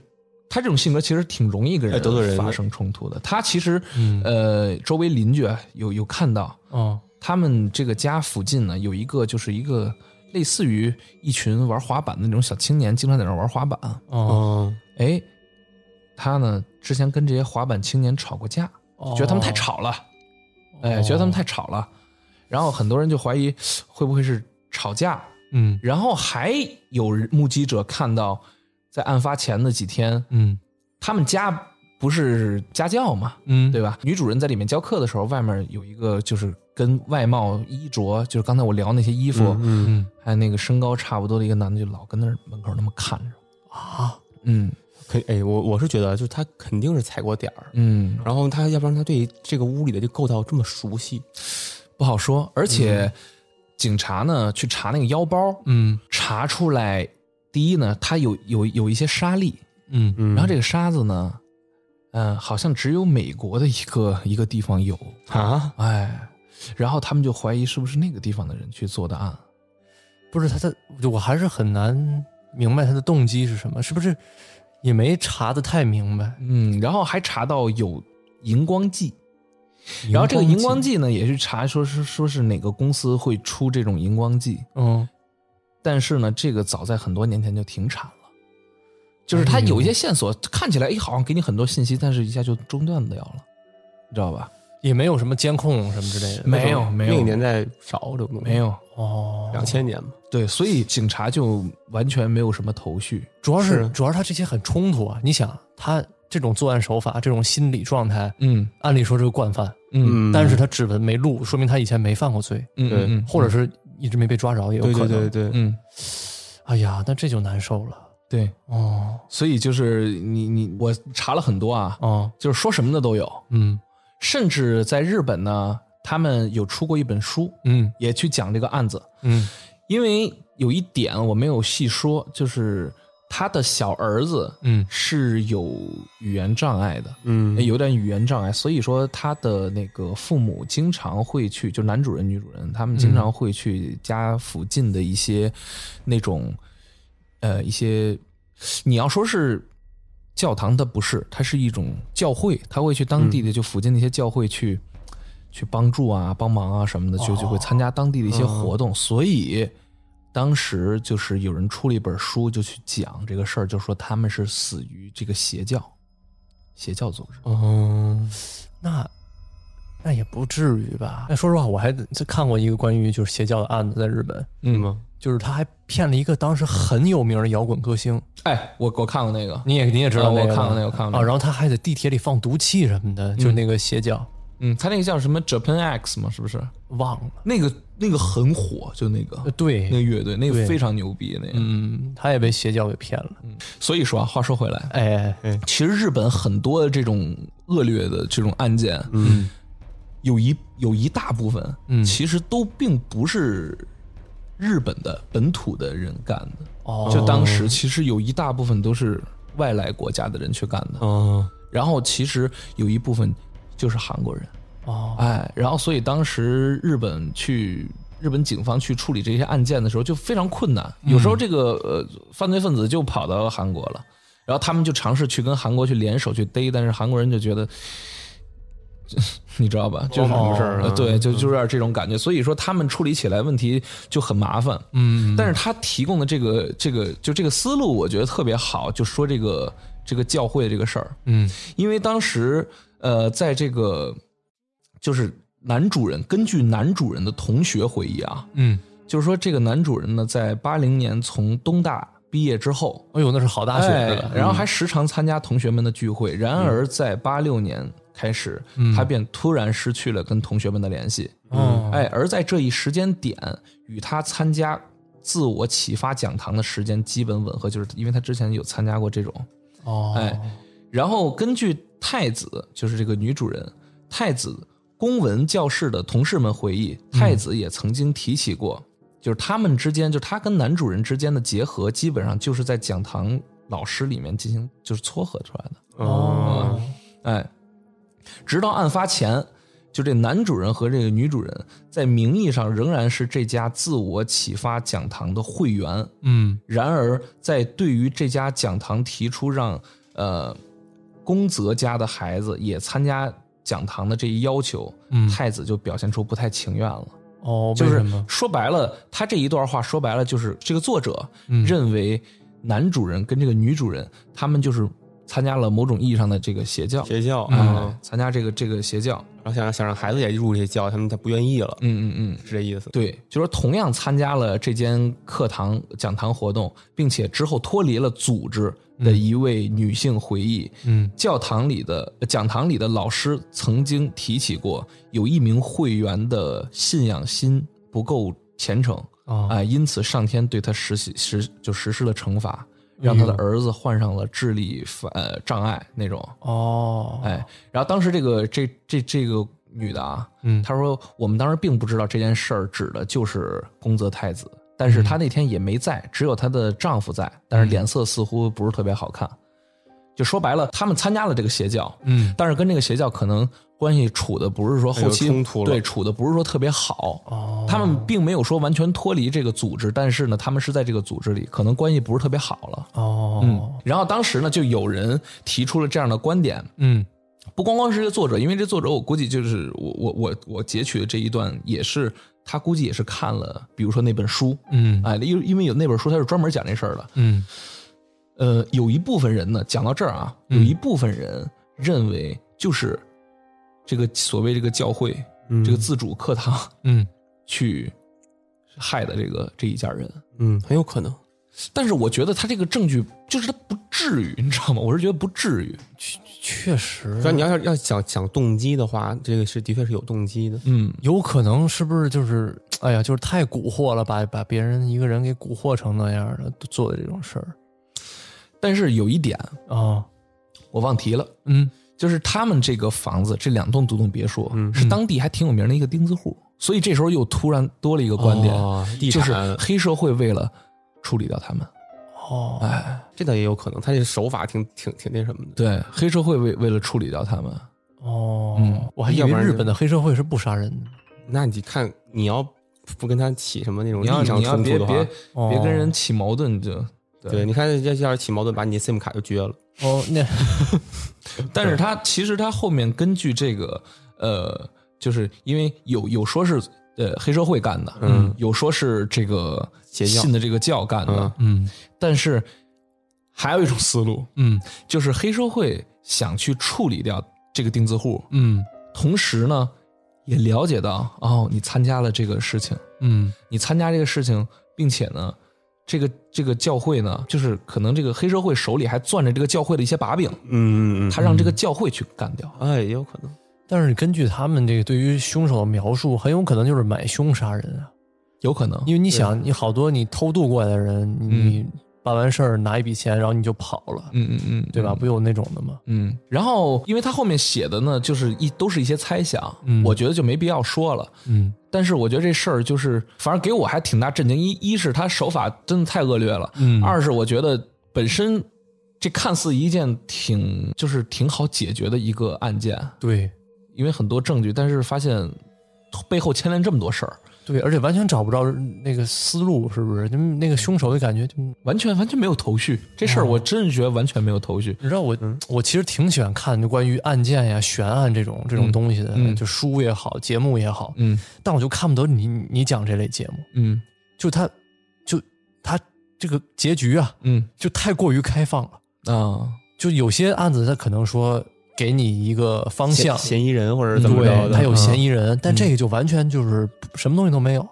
C: 他这种性格其实挺容易跟
B: 哎得罪人的嗯
C: 发生冲突的。他其实、呃，周围邻居啊有有看到，
D: 哦，
C: 他们这个家附近呢有一个就是一个类似于一群玩滑板的那种小青年，经常在那儿玩滑板。
D: 哦，
B: 哦，
C: 哎，他呢之前跟这些滑板青年吵过架，
D: 哦
C: 嗯觉得他们太吵了，
B: 哦
C: 哎，觉得他们太吵了，然后很多人就怀疑会不会是吵架。
B: 嗯
C: 然后还有目击者看到，在案发前的几天，
B: 嗯
C: 他们家不是家教嘛，
B: 嗯，
C: 对吧？女主人在里面教课的时候，外面有一个就是跟外貌、衣着，就是刚才我聊那些衣服，
B: 嗯
D: 嗯
C: 还有那个身高差不多的一个男的，就老跟那儿门口那么看着。
D: 啊，
C: 嗯
B: 可以，哎，我我是觉得，就是他肯定是踩过点儿，
C: 嗯，
B: 然后他要不然他对这个屋里的这构造这么熟悉，
C: 不好说。而且警察呢去查那个腰包，
B: 嗯
C: 查出来第一呢，他有有有一些沙粒，
D: 嗯
B: 嗯
C: 然后这个沙子呢，嗯、好像只有美国的一个 一个地方有，
B: 啊，
C: 哎，然后他们就怀疑是不是那个地方的人去做的案，
D: 不是他的，我还是很难明白他的动机是什么，是不是也没查的太明白？
C: 嗯，然后还查到有荧光剂，然后这个荧光，剂呢也去查，说是说是哪个公司会出这种荧光剂，
D: 嗯，
C: 但是呢，这个早在很多年前就停产了。就是它有一些线索，看起来哎，好像给你很多信息，但是一下就中断掉了，你知道吧？
D: 也没有什么监控什么之类的，
C: 没有，没有，
B: 那个年代少这种东西，
C: 没有，
D: 哦，
B: 两千年嘛，
C: 嗯对，所以警察就完全没有什么头绪。
D: 主要是
B: 是
D: 主要是他这些很冲突啊！你想，他这种作案手法，这种心理状态，
C: 嗯
D: 按理说是个惯犯，
C: 嗯
D: 但是他指纹没录，说明他以前没犯过罪，
C: 嗯
B: 对
C: 嗯
D: 或者是一直没被抓着，也有
B: 对
D: 可
B: 对
D: 能。
B: 对对，
C: 嗯
D: 哎呀，那这就难受了。
C: 对，
D: 哦
C: 所以就是你你我查了很多啊，
D: 哦
C: 就是说什么的都有，
D: 嗯
C: 甚至在日本呢，他们有出过一本书，
D: 嗯
C: 也去讲这个案子。
D: 嗯
C: 因为有一点我没有细说，就是他的小儿子
D: 嗯
C: 是有语言障碍的，
B: 嗯
C: 有点语言障碍，所以说他的那个父母经常会去，就男主人、女主人，他们经常会去家附近的一些那种，呃，一些你要说是教堂，它不是，它是一种教会，他会去当地的就附近的一些教会去、去帮助啊、帮忙啊什么的，就就会参加当地的一些活动，所以。当时就是有人出了一本书，就去讲这个事儿，就说他们是死于这个邪教，邪教组织。
B: 哦，
D: 嗯那那也不至于吧？那说实话，我还看过一个关于就是邪教的案子，在日本，
B: 嗯吗？
D: 就是他还骗了一个当时很有名的摇滚歌星，
C: 哎，我我看过那个，
D: 你也你也知道
C: 啊
D: 那
C: 我
D: 个吧、
C: 看过那个我看过那
D: 啊，
C: 个
D: 然后他还在地铁里放毒气什么的，就是那个邪教，
C: 嗯，他那个叫什么 Japan X 嘛，是不是？
D: 忘了。
C: 那个那个很火，就那个
D: 呃对
C: 那个乐队，那
D: 对
C: 个非常牛逼，那个。
D: 嗯，他也被邪教给骗了。
C: 所以说啊，话说回来，
D: 哎，
C: 其实日本很多的这种恶劣的这种案件，
B: 嗯，
C: 有一有一大部分，嗯，其实都并不是日本的本土的人干的，
D: 哦，
C: 就当时其实有一大部分都是外来国家的人去干的，
B: 哦，
C: 然后其实有一部分就是韩国人。
D: 哦，
C: 哎，然后所以当时日本去日本警方去处理这些案件的时候就非常困难，
D: 嗯
C: 有时候这个呃犯罪分子就跑到韩国了，然后他们就尝试去跟韩国去联手去逮，但是韩国人就觉得。 你知道吧？就是
B: 管不事儿啊
D: 嗯
C: 呃对，就就有点这种感觉。所以说，他们处理起来问题就很麻烦。
D: 嗯，
C: 但是他提供的这个这个就这个思路，我觉得特别好，就说这个这个教会这个事儿，
D: 嗯
C: 因为当时呃，在这个就是男主人根据男主人的同学回忆啊，
D: 嗯
C: 就是说这个男主人呢，在八零年从东大毕业之后，
D: 哎呦，那是嗯好大学
C: 哎
D: 了，
C: 然后还时常参加同学们的聚会。然而，在八六年开始，他便突然失去了跟同学们的联系。
D: 嗯哦
C: 哎，而在这一时间点，与他参加自我启发讲堂的时间基本吻合，就是因为他之前有参加过这种。
D: 哦，
C: 哎，然后根据太子，就是这个女主人太子公文教室的同事们回忆，
D: 嗯
C: 太子也曾经提起过，就是他们之间，就是他跟男主人之间的结合，基本上就是在讲堂老师里面进行就是撮合出来的。
D: 哦，
C: 哎，直到案发前，就这男主人和这个女主人在名义上仍然是这家自我启发讲堂的会员。
B: 嗯
C: 然而，在对于这家讲堂提出让呃宫泽家的孩子也参加讲堂的这一要求，
B: 嗯
C: 太子就表现出不太情愿了。
D: 哦，
C: 就
D: 为
C: 是
D: 什么
C: 说白了，他这一段话说白了就是这个作者
D: 嗯
C: 认为男主人跟这个女主人他们就是参加了某种意义上的这个邪教，
B: 邪教啊，
C: 哎参加这个这个邪教，
B: 然后想让想让孩子也入这教，他们他不愿意了，
C: 嗯嗯嗯，
B: 是这意思。
C: 对，就说同样参加了这间课堂讲堂活动，并且之后脱离了组织的一位女性回忆，
B: 嗯，
C: 教堂里的呃讲堂里的老师曾经提起过，有一名会员的信仰心不够虔诚啊、
B: 哦
C: 因此上天对他实行实就实施了惩罚，让他的
B: 哎
C: 儿子患上了智力反、呃、障碍那种。
D: 哦，
C: 哎，然后当时这个这这这个女的啊，
B: 嗯
C: 她说我们当时并不知道这件事儿指的就是宫泽太子，但
B: 嗯
C: 是她那天也没在，只有她的丈夫在，但是脸色似乎不是特别好看。就说白了，他们参加了这个邪教，
B: 嗯，
C: 但是跟这个邪教可能关系处的不是说后期
B: 有冲突了哦
C: 对处的不是说特别好。他们并没有说完全脱离这个组织，但是呢，他们是在这个组织里，可能关系不是特别好了。
D: 哦，
C: 嗯，然后当时呢，就有人提出了这样的观点，
B: 嗯
C: 不光光是这作者，因为这作者我估计就是我我我我截取的这一段也是他估计也是看了，比如说那本书，
B: 嗯
C: 哎，因为因为有那本书他是专门讲这事儿的。
B: 嗯
C: 呃，有一部分人呢，讲到这儿啊，有一部分人认为就是这个所谓这个教会、
B: 嗯
C: 这个自主课堂
B: 嗯
C: 去害的这个这一家人，
B: 嗯，很有可能。
C: 但是我觉得他这个证据就是他不至于，你知道吗？我是觉得不至于，
D: 确实
B: 所以，你要是要想想动机的话，这个是的确是有动机的。
C: 嗯，
D: 有可能是不是就是，哎呀，就是太蛊惑了，把把别人一个人给蛊惑成那样的，做的这种事儿
C: 但是有一点
D: 啊、哦，
C: 我忘提了。
D: 嗯，
C: 就是他们这个房子，这两栋独栋别墅、
B: 嗯
C: 是当地还挺有名的一个钉子户，所以这时候又突然多了一个观点，
B: 哦地
C: 就是
B: 产
C: 黑社会为了处理掉他们，
D: 哦，
C: 哎，
B: 这倒也有可能，他这手法挺挺挺那什么的。
C: 对，黑社会为为了处理掉他们，
D: 哦，
C: 嗯
D: 我还以
B: 要
D: 为
B: 不然
D: 日
B: 就
D: 本的黑社会是不杀人的，
B: 那你看，你要不跟他起什么那种
C: 你
B: 利
C: 要
B: 益上
C: 你要
B: 冲
C: 别
B: 突的话
C: 别，
D: 哦
C: 别跟人起矛盾你就。
B: 对，你看要要是起矛盾，把你 SIM 卡就撅了。
D: 哦，那
C: 但是他其实他后面根据这个，呃，就是因为有有说是呃黑社会干的，
B: 嗯，
C: 有说是这个
B: 邪教
C: 信的这个教干的，
D: 嗯
C: 但是还有一种思路，
D: 嗯
C: 就是黑社会想去处理掉这个钉子户，
D: 嗯
C: 同时呢，也了解到哦，你参加了这个事情，
D: 嗯，
C: 你参加这个事情，并且呢，这个这个教会呢，就是可能这个黑社会手里还攥着这个教会的一些把柄，
B: 嗯嗯
C: 他让这个教会去干掉。
B: 嗯，哎，也有可能。
D: 但是根据他们这个对于凶手的描述，很有可能就是买凶杀人啊，
C: 有可能，
D: 因为你想，你好多你偷渡过来的人，你
C: 嗯
D: 你办完事儿拿一笔钱，然后你就跑了，
C: 嗯嗯嗯，
D: 对吧？不有那种的吗？
C: 嗯，然后因为他后面写的呢，就是一都是一些猜想，
D: 嗯
C: 我觉得就没必要说了。
D: 嗯，
C: 但是我觉得这事儿就是，反正给我还挺大震惊。一一是他手法真的太恶劣了，
D: 嗯
C: 二是我觉得本身这看似一件挺就是挺好解决的一个案件，
D: 对
C: 因为很多证据，但是发现嗯背后牵连这么多事儿，
D: 对，而且完全找不着那个思路，是不是？就那个凶手的感觉就，
C: 完全完全没有头绪。这事儿我真是觉得完全没有头绪。
D: 你知道我、
C: 嗯
D: 我其实挺喜欢看就关于案件呀、悬案这种这种东西的，
C: 嗯
D: 就书也好，节目也好，
C: 嗯
D: 但我就看不得你你讲这类节目，
C: 嗯
D: 就他就他这个结局啊，
C: 嗯
D: 就太过于开放了。
C: 啊，
D: 就有些案子，他可能说给你一个方
B: 嫌
D: 向，
B: 嫌疑人或者怎么着
D: 对，
B: 的，嗯
D: 他有
B: 疑。
D: 嫌疑人，但这个就完全就是什么东西都没有。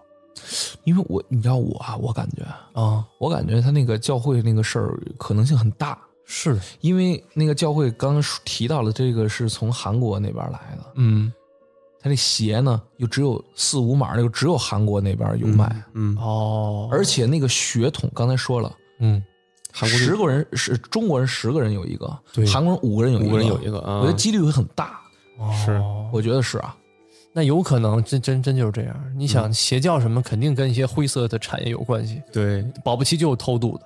C: 因为我你知道我啊，我感觉
D: 啊，
C: 我感觉他那个教会那个事儿可能性很大，
D: 是
C: 因为那个教会刚刚说提到了这个是从韩国那边来的，
B: 嗯
C: 他这鞋呢又只有四五码儿，又只有韩国那边有卖，
B: 嗯
D: 哦，
C: 而且那个血统刚才说了。
B: 嗯，韩国
C: 十个人是中国人，十个人有一个，
B: 对
C: 韩国人五个人有一个，
B: 五个人有一个啊
C: 我觉得几率会很大，
B: 是
C: 我觉得是啊，
D: 哦那有可能真真真就是这样。你
B: 嗯
D: 想邪教什么，肯定跟一些灰色的产业有关系，
B: 对
D: 保不齐就有偷渡的，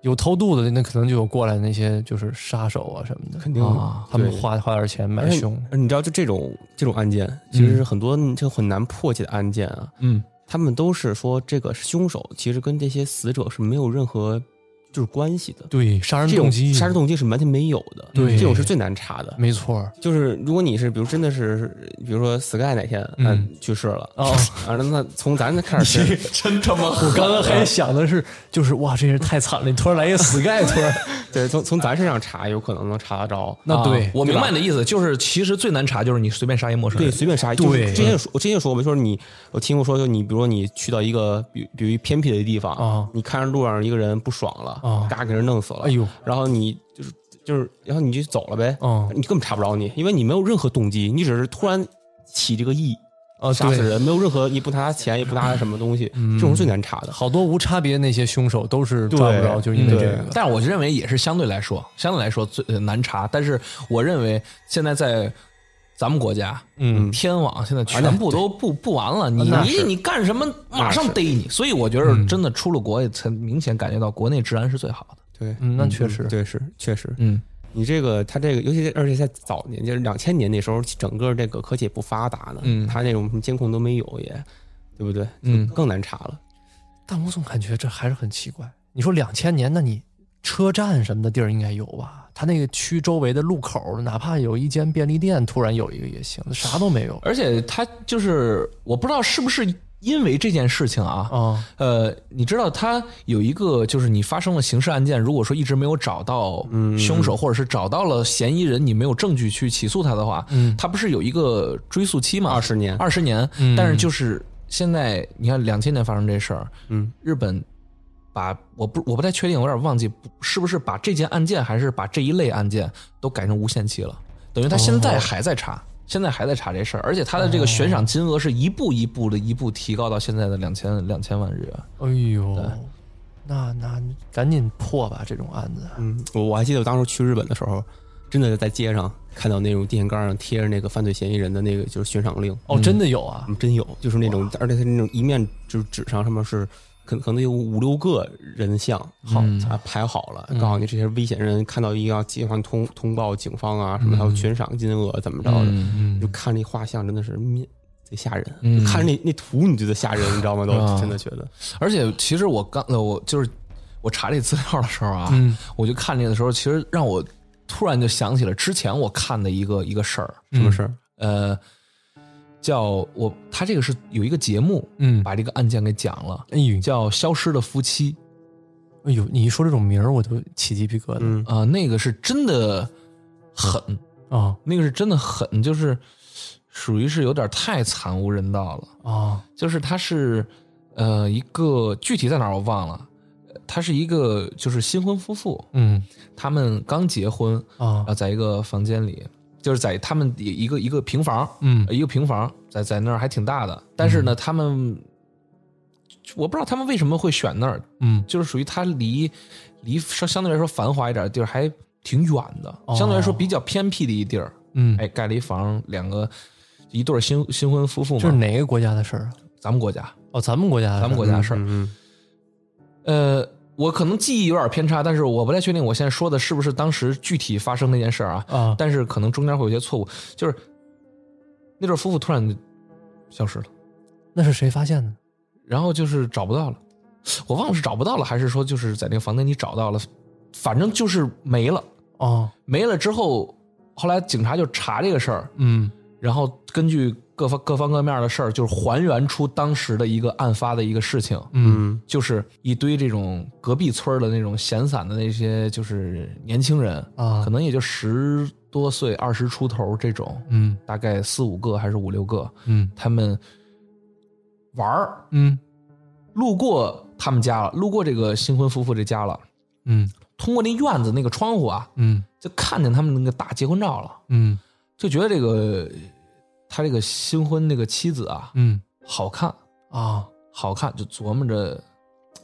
D: 有偷渡的那可能就有过来那些就是杀手啊什么的，
B: 肯定
C: 啊
D: 他们
B: 对
D: 花花点钱买
B: 而且
D: 凶，
B: 而你知道，就这种这种案件，其实是很多就很难破解的案件啊。
C: 嗯，
B: 他们都是说这个凶手其实跟这些死者是没有任何就是关系的，
D: 对，杀人
B: 这
D: 动
B: 种
D: 机，
B: 杀人动机是完全没有的。
D: 对
B: 这种是最难查的。
D: 没错儿，
B: 就是如果你是比如真的是，比如说 Sky 哪天
D: 嗯
B: 嗯去世了
D: 哦
B: 啊，那那从咱这开始，
C: 真他妈
D: 我刚刚还想的是，就是哇，这人太惨了，你突然来一个 Sky 突然，
B: 对，从从咱身上查有可能能查得着。啊
D: 那对，
C: 我明白你的意思，就是其实最难查就是你随便杀一陌生
B: 对，
C: 人，
B: 随便杀。就是
D: 对
B: 之前有说，我之前有说过，就是你，我听过说，就你，比如说你去到一个，比比如一偏僻的地方
D: 啊
B: 你看着路上一个人不爽了，
D: 啊
B: 嘎给人弄死了，
D: 哎呦，
B: 然后你就是就是，然后你就走了呗，
D: 嗯
B: 你根本查不着你，因为你没有任何动机，你只是突然起这个意
D: 啊，
B: 杀死
D: 对，
B: 人，没有任何，你不拿他钱，也不拿他什么东西，这种是最难查的。
D: 好多无差别那些凶手都是抓不着，就是因为这个
B: 对，
C: 但是我认为也是相对来说，相对来说最呃难查。但是我认为现在在咱们国家，
D: 嗯，
C: 天网现在全部都不不完了，你
D: 那
C: 你
D: 是
C: 你干什么马上逮你。所以我觉得真的出了国，也才明显感觉到国内治安是最好的。
B: 对，
D: 嗯那确实
B: 对，是确实，
C: 嗯，
B: 你这个他这个，尤其是而且在早年，就是两千年那时候，整个这个科技也不发达呢，
C: 嗯
B: 他那种什么监控都没有，也对不对？
C: 嗯
B: 就更难查了。
D: 但我总感觉这还是很奇怪。你说两千年，那你车站什么的地儿应该有吧？他那个区周围的路口，哪怕有一间便利店，突然有一个也行，啥都没有
C: 而且他就是我不知道是不是因为这件事情啊，
D: 啊。
C: 呃，你知道他有一个就是你发生了刑事案件，如果说一直没有找到凶手，或者是找到了嫌疑人，你没有证据去起诉他的话，
D: 嗯
C: 他不是有一个追诉期吗？
B: 20年
C: 二十年。
D: 嗯
C: 但是就是现在，你看两千年发生这事儿，
B: 嗯，
C: 日本把我不我不太确定，我有点忘记不是不是把这件案件还是把这一类案件都改成无限期了，等于他现在还在查。现在还在查这事儿，而且他的这个悬赏金额是一步一步的，一步提高到现在的两千两千万日元。
D: 哎呦，那那赶紧破吧这种案子。
B: 嗯，我我还记得我当时去日本的时候，真的在街上看到那种电线杆上贴着那个犯罪嫌疑人的那个就是悬赏令，
D: 哦，真的有啊
B: 嗯，真有，就是那种，而且他那种一面就是纸上上面是可可能有五六个人像，好
C: 嗯
B: 啊排好了，告诉你这些危险人看到一定要尽快通通报警方啊什
C: 嗯
B: 么，还有悬赏金额怎么着的，就看那画像真的是面。贼吓人，就看那那图你觉得吓人，你知道吗？都
C: 嗯啊
B: 真的觉得，
C: 而且其实我刚呃我就是我查这资料的时候啊，我就看这个的时候，其实让我突然就想起了之前我看的一个一个事儿，
B: 什么事儿？
C: 呃，叫我他这个是有一个节目，
D: 嗯
C: 把这个案件给讲了，
D: 哎呦，
C: 叫《消失的夫妻
D: 哎呦，你一说这种名儿，我都起鸡皮疙瘩
B: 嗯》
C: 啊、那个是真的狠，
D: 啊
C: 那个是真的狠，就是属于是有点太惨无人道了。
D: 啊！
C: 就是他是呃一个具体在哪儿我忘了，呃他是一个就是新婚夫妇，
D: 嗯
C: 他们刚结婚，
D: 啊
C: 然后在一个房间里，就是在他们一个一个平房，
D: 嗯
C: 呃一个平房在在那儿还挺大的，但是呢，他们我不知道他们为什么会选那儿，
D: 嗯
C: 就是属于它离离相相对来说繁华一点的地儿还挺远的，
D: 哦
C: 相对来说比较偏僻的一地儿，
D: 嗯，
C: 哎，盖了一房，两个一对儿新新婚夫妇嘛，
D: 这是哪个国家的事儿啊？
C: 咱们国家，
D: 哦，咱们国家的事儿，
C: 咱们国家事儿，
B: 嗯
C: 呃，我可能记忆有点偏差，但是我不太确定我现在说的是不是当时具体发生那件事儿啊。
D: 啊
C: 但是可能中间会有些错误，就是那对夫妇突然消失了，
D: 那是谁发现的？
C: 然后就是找不到了，我忘了是找不到了，还是说就是在那个房间里找到了，反正就是没了。
D: 哦，
C: 没了之后，后来警察就查这个事儿，
D: 嗯
C: 然后根据各方各方各面的事儿，就是还原出当时的一个案发的一个事情。
D: 嗯
B: 嗯
C: 就是一堆这种隔壁村儿的那种闲散的那些，就是年轻人，
D: 啊
C: 可能也就十多岁、二十出头这种，
D: 嗯
C: 大概四五个还是五六个，
D: 嗯
C: 他们玩儿，
D: 嗯
C: 路过他们家了，路过这个新婚夫妇这家了，
D: 嗯
C: 通过那院子那个窗户啊，
D: 嗯
C: 就看见他们那个大结婚照了，
D: 嗯
C: 就觉得这个他这个新婚那个妻子啊，
D: 嗯
C: 好看，
D: 啊
C: 好看，就琢磨着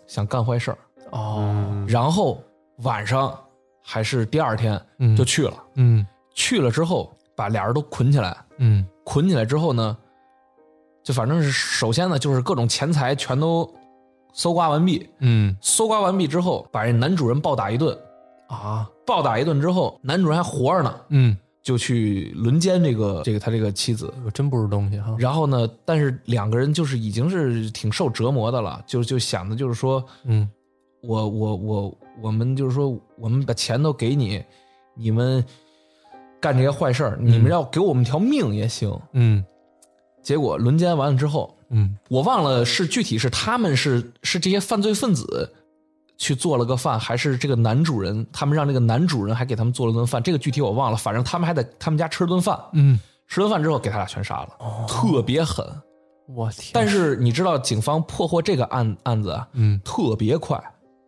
C: 想干坏事儿，
D: 哦
B: 嗯
C: 然后晚上还是第二天
D: 嗯
C: 就去了，
D: 嗯
C: 去了之后把俩人都捆起来，
D: 嗯
C: 捆起来之后呢，就反正是首先呢，就是各种钱财全都搜刮完毕。
D: 嗯
C: 搜刮完毕之后，把这男主人暴打一顿，
D: 啊
C: 暴打一顿之后，男主人还活着呢，
D: 嗯，
C: 就去轮奸这个这个他这个妻子。
D: 我真不是东西哈。
C: 然后呢，但是两个人就是已经是挺受折磨的了，就就想的就是说，
D: 嗯
C: 我我我我们就是说，我们把钱都给你，你们干这些坏事儿，你们要给我们条命也行。
D: 嗯
C: 结果轮奸完了之后，
D: 嗯
C: 我忘了是具体是他们是是这些犯罪分子去做了个饭，还是这个男主人他们让这个男主人还给他们做了顿饭，这个具体我忘了。反正他们还在他们家吃了顿饭，
D: 嗯，
C: 吃了顿饭之后给他俩全杀了，
D: 哦
C: 特别狠。
D: 我天！
C: 但是你知道，警方破获这个案案子啊，
D: 嗯
C: 特别快。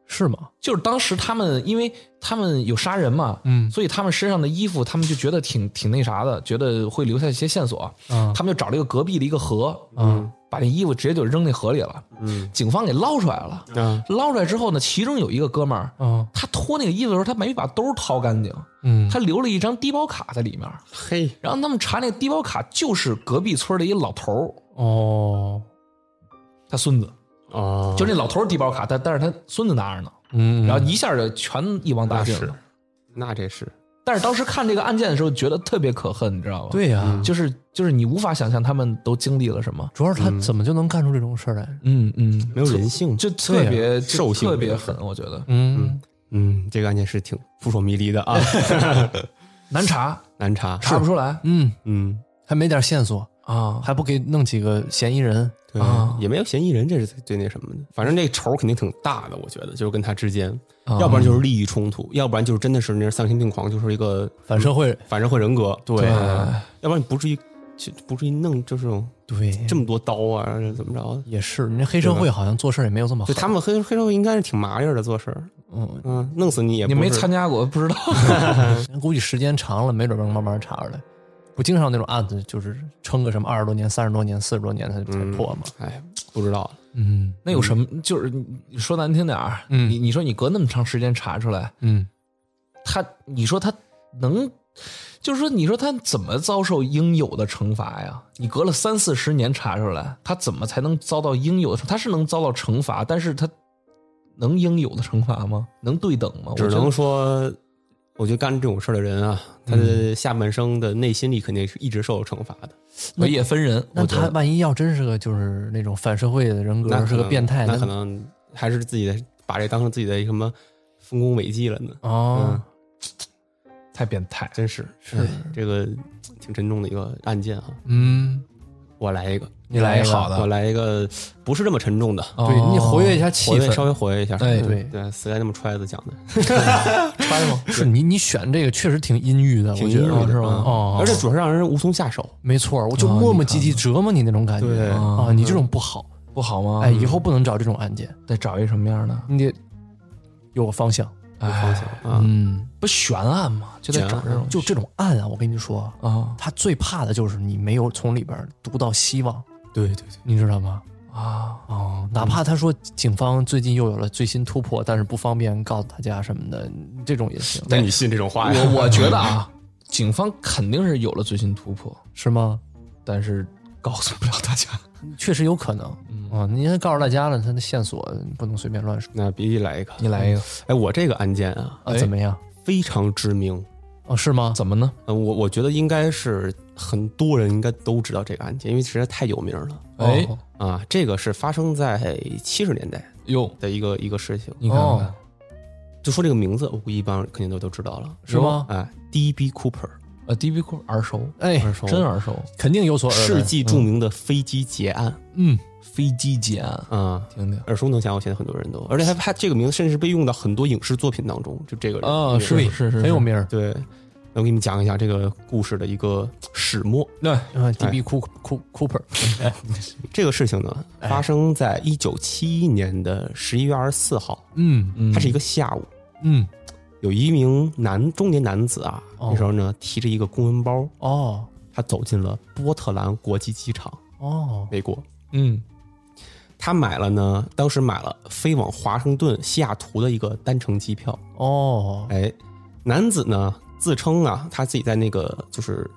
D: 是吗？
C: 就是当时他们，因为他们有杀人嘛，
D: 嗯
C: 所以他们身上的衣服，他们就觉得挺挺那啥的，觉得会留下一些线索。
D: 啊
C: 他们就找了一个隔壁的一个河，
D: 嗯，
C: 把这衣服直接就扔那河里了。
B: 嗯
C: 警方给捞出来了，
B: 啊
C: 捞出来之后呢，其中有一个哥们儿，
D: 啊
C: 他脱那个衣服的时候，他没把兜掏干净，
D: 嗯
C: 他留了一张低保卡在里面。
B: 嘿
C: 然后他们查那个低保卡，就是隔壁村的一老头儿，
D: 哦
C: 他孙子，
B: 哦，
C: 就那老头儿低保卡，但但是他孙子拿着呢。
D: 嗯，
C: 然后一下就全一网打
B: 那
C: 尽
B: 嗯是
C: 了。
B: 那这是
C: 但是当时看这个案件的时候，觉得特别可恨，你知道吧？，
D: 对呀、
C: 就是就是你无法想象他们都经历了什么。
D: 主要是他怎么就能干出这种事儿来？
C: 嗯嗯，
B: 没有人性，
C: 就特别就
B: 兽性
C: 特别狠，我觉得
D: 嗯
B: 嗯，这个案件是挺扑朔迷离的 啊，
C: 难查，
B: 难查，
C: 查不出来
D: 嗯，
B: 嗯，
D: 还没点线索，
C: 啊。
D: 还不给弄几个嫌疑人？
B: 对
C: 啊，
B: 也没有嫌疑人，这是最那什么的。反正这仇肯定挺大的，我觉得就是跟他之间，
C: 啊
B: 要不然就是利益冲突，要不然就是真的是那丧心病狂，就是一个嗯
D: 反社会？
B: 反社会人格，对
C: 对
B: 要不然不至于就不至于弄就是这种
D: 对，
B: 这么多刀啊，这怎么着的？
D: 也是，那黑社会好像做事儿也没有这么
B: 就
D: 狠。
B: 他们黑黑社会应该是挺麻利儿的做事儿，
D: 嗯，
B: 嗯，弄死你也
C: 你
B: 不
C: 没
B: 是
C: 参加过，不知道。
D: 估计时间长了，没准能慢慢查出来。不经常那种案子就是撑个什么二十多年、三十多年、四十
B: 嗯
D: 多年才才破嘛。
B: 哎，不知道，
D: 嗯
C: 那有什么？就是你说难听点儿，
D: 嗯
C: 你你说你隔那么长时间查出来，
D: 嗯
C: 他你说他能，就是说你说他怎么遭受应有的惩罚呀？你隔了三四十年查出来，他怎么才能遭到应有的惩？他是能遭到惩罚，但是他能应有的惩罚吗？能对等吗？我
B: 只
C: 觉得
B: 能说，我觉得干这种事儿的人啊，他
C: 嗯
B: 的下半生的内心里肯定是一直受到惩罚的，
C: 我也分人。
D: 那
C: 我觉
D: 他
C: 得
D: 万一要真是个就是那种反社会的人
B: 那
D: 格，
B: 可
D: 是个
B: 能
D: 变态，
B: 那可能还是自己的把这当成自己的什么丰功伟绩了呢。
D: 哦
B: 嗯，
C: 太变态，
B: 真是是这个挺沉重的一个案件啊！
D: 嗯，
B: 我来一个，
D: 你来一个
C: 好的
B: 我来一个不是这么沉重的，
D: 对你活跃一下哦气
B: 哦活跃
D: 氛，
B: 稍微活跃一下。
D: 哎
B: 嗯
D: 对
B: 对，死该那么揣子讲的，
C: 揣吗？
D: 哦是你你选这个确实挺阴郁的，
B: 挺
D: 我觉
B: 阴郁
D: 得
B: 的
D: 是吗
B: 嗯？
D: 哦，
B: 而且嗯主要让人无从下手。
D: 没错，我就磨磨唧唧折磨你那种感觉
B: 对嗯
D: 啊，你这种不好，
C: 哦不好吗？
D: 哎，以后不能找这种案件，
C: 得找一什么样的？
D: 你得有个方向。
B: 方
C: 哎，
B: 向啊，
D: 嗯，
C: 不悬案吗？就得
B: 悬
C: 找
B: 案
C: 这种
D: 就这种案啊，我跟你说，
C: 啊
D: 他最怕的就是你没有从里边读到希望，
B: 对对对，
D: 你知道吗？
C: 啊！
D: 哦，哪怕他说警方最近又有了最新突破，但是不方便告诉大家什么的，这种也行，
B: 那你信这种话呀？
C: 我我觉 得啊，警方肯定是有了最新突破，
D: 是吗？
C: 但是告诉不了大家。
D: 确实有可能啊、嗯，您告诉大家了，他的线索不能随便乱说
B: 那必须来一个，
C: 你来一个，
B: 哎，我这个案件啊
D: 啊，怎么样？
B: 非常知名，
D: 哦，是吗？
C: 怎么呢？
B: 呃，我我觉得应该是很多人应该都知道这个案件，因为实在太有名了
C: 哎
D: 哦
B: 啊。这个是发生在七十年代
C: 哟，
B: 的一个一个事情，
C: 你看看，
D: 哦
B: 就说这个名字，我估计一帮人肯定都都知道了，
D: 是
C: 哦
D: 吗？
B: 哎，D.B. Cooper，
C: 呃，DB 库耳熟，
D: 哎，
B: 耳熟
C: 真耳熟。
D: 肯定有所耳
B: 世
D: 闻。
C: 嗯
B: 纪著名的飞机劫案
D: 嗯，
C: 飞机劫案，
B: 啊，
C: 听听。
B: 耳熟能详。我现在很多人都，而且他他这个名字甚至被用到很多影视作品当中，就这个人
C: 啊
B: 这个
C: 是
B: 人
C: 是是
D: 很有名儿。
B: 对。那我给你们讲一讲这个故事的一个始末。
C: 对，
D: 嗯，D.B. Coop Coop Cooper，
B: 这个事情呢，
C: 哎
B: 发生在一九七一年的十一月二十四号，
D: 嗯嗯
B: 它是一个下午，
D: 嗯，
B: 有一名男中年男子啊，
D: 哦
B: 那时候呢提着一个公文包，
D: 哦
B: 他走进了波特兰国际机场，
D: 哦，
B: 美国。
C: 嗯
B: 他买了呢，当时买了飞往华盛顿、西雅图的一个单程机票。
D: 哦，
B: 哎，男子呢自称啊，他自己在那个就是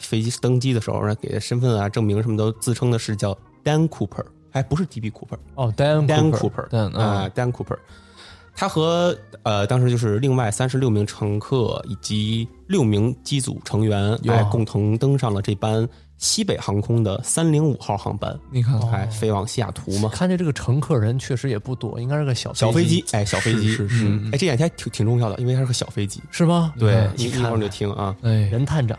B: 飞机登机的时候呢，给身份啊、证明什么都自称的是叫 Dan Cooper，还不是 D.B. Cooper，Dan
D: 哦，Dan
B: Cooper，
C: Dan，嗯
B: 啊，Dan Cooper。他和呃，当时就是另外三十六名乘客以及六名机组成员，哎，共同登上了这班西北航空的三零五号航班，
C: 你看
B: 哎，飞往西雅图嘛。
D: 看见这个乘客人确实也不多，应该是个小
B: 小
D: 飞
B: 飞机，哎，小飞机
C: 是是是
B: 嗯哎，这点还挺挺重要的，因为它是个小飞机。
D: 是吗？
B: 对，
D: 你
B: 一
D: 看
B: 会儿你就听啊。
C: 哎，
D: 任探长，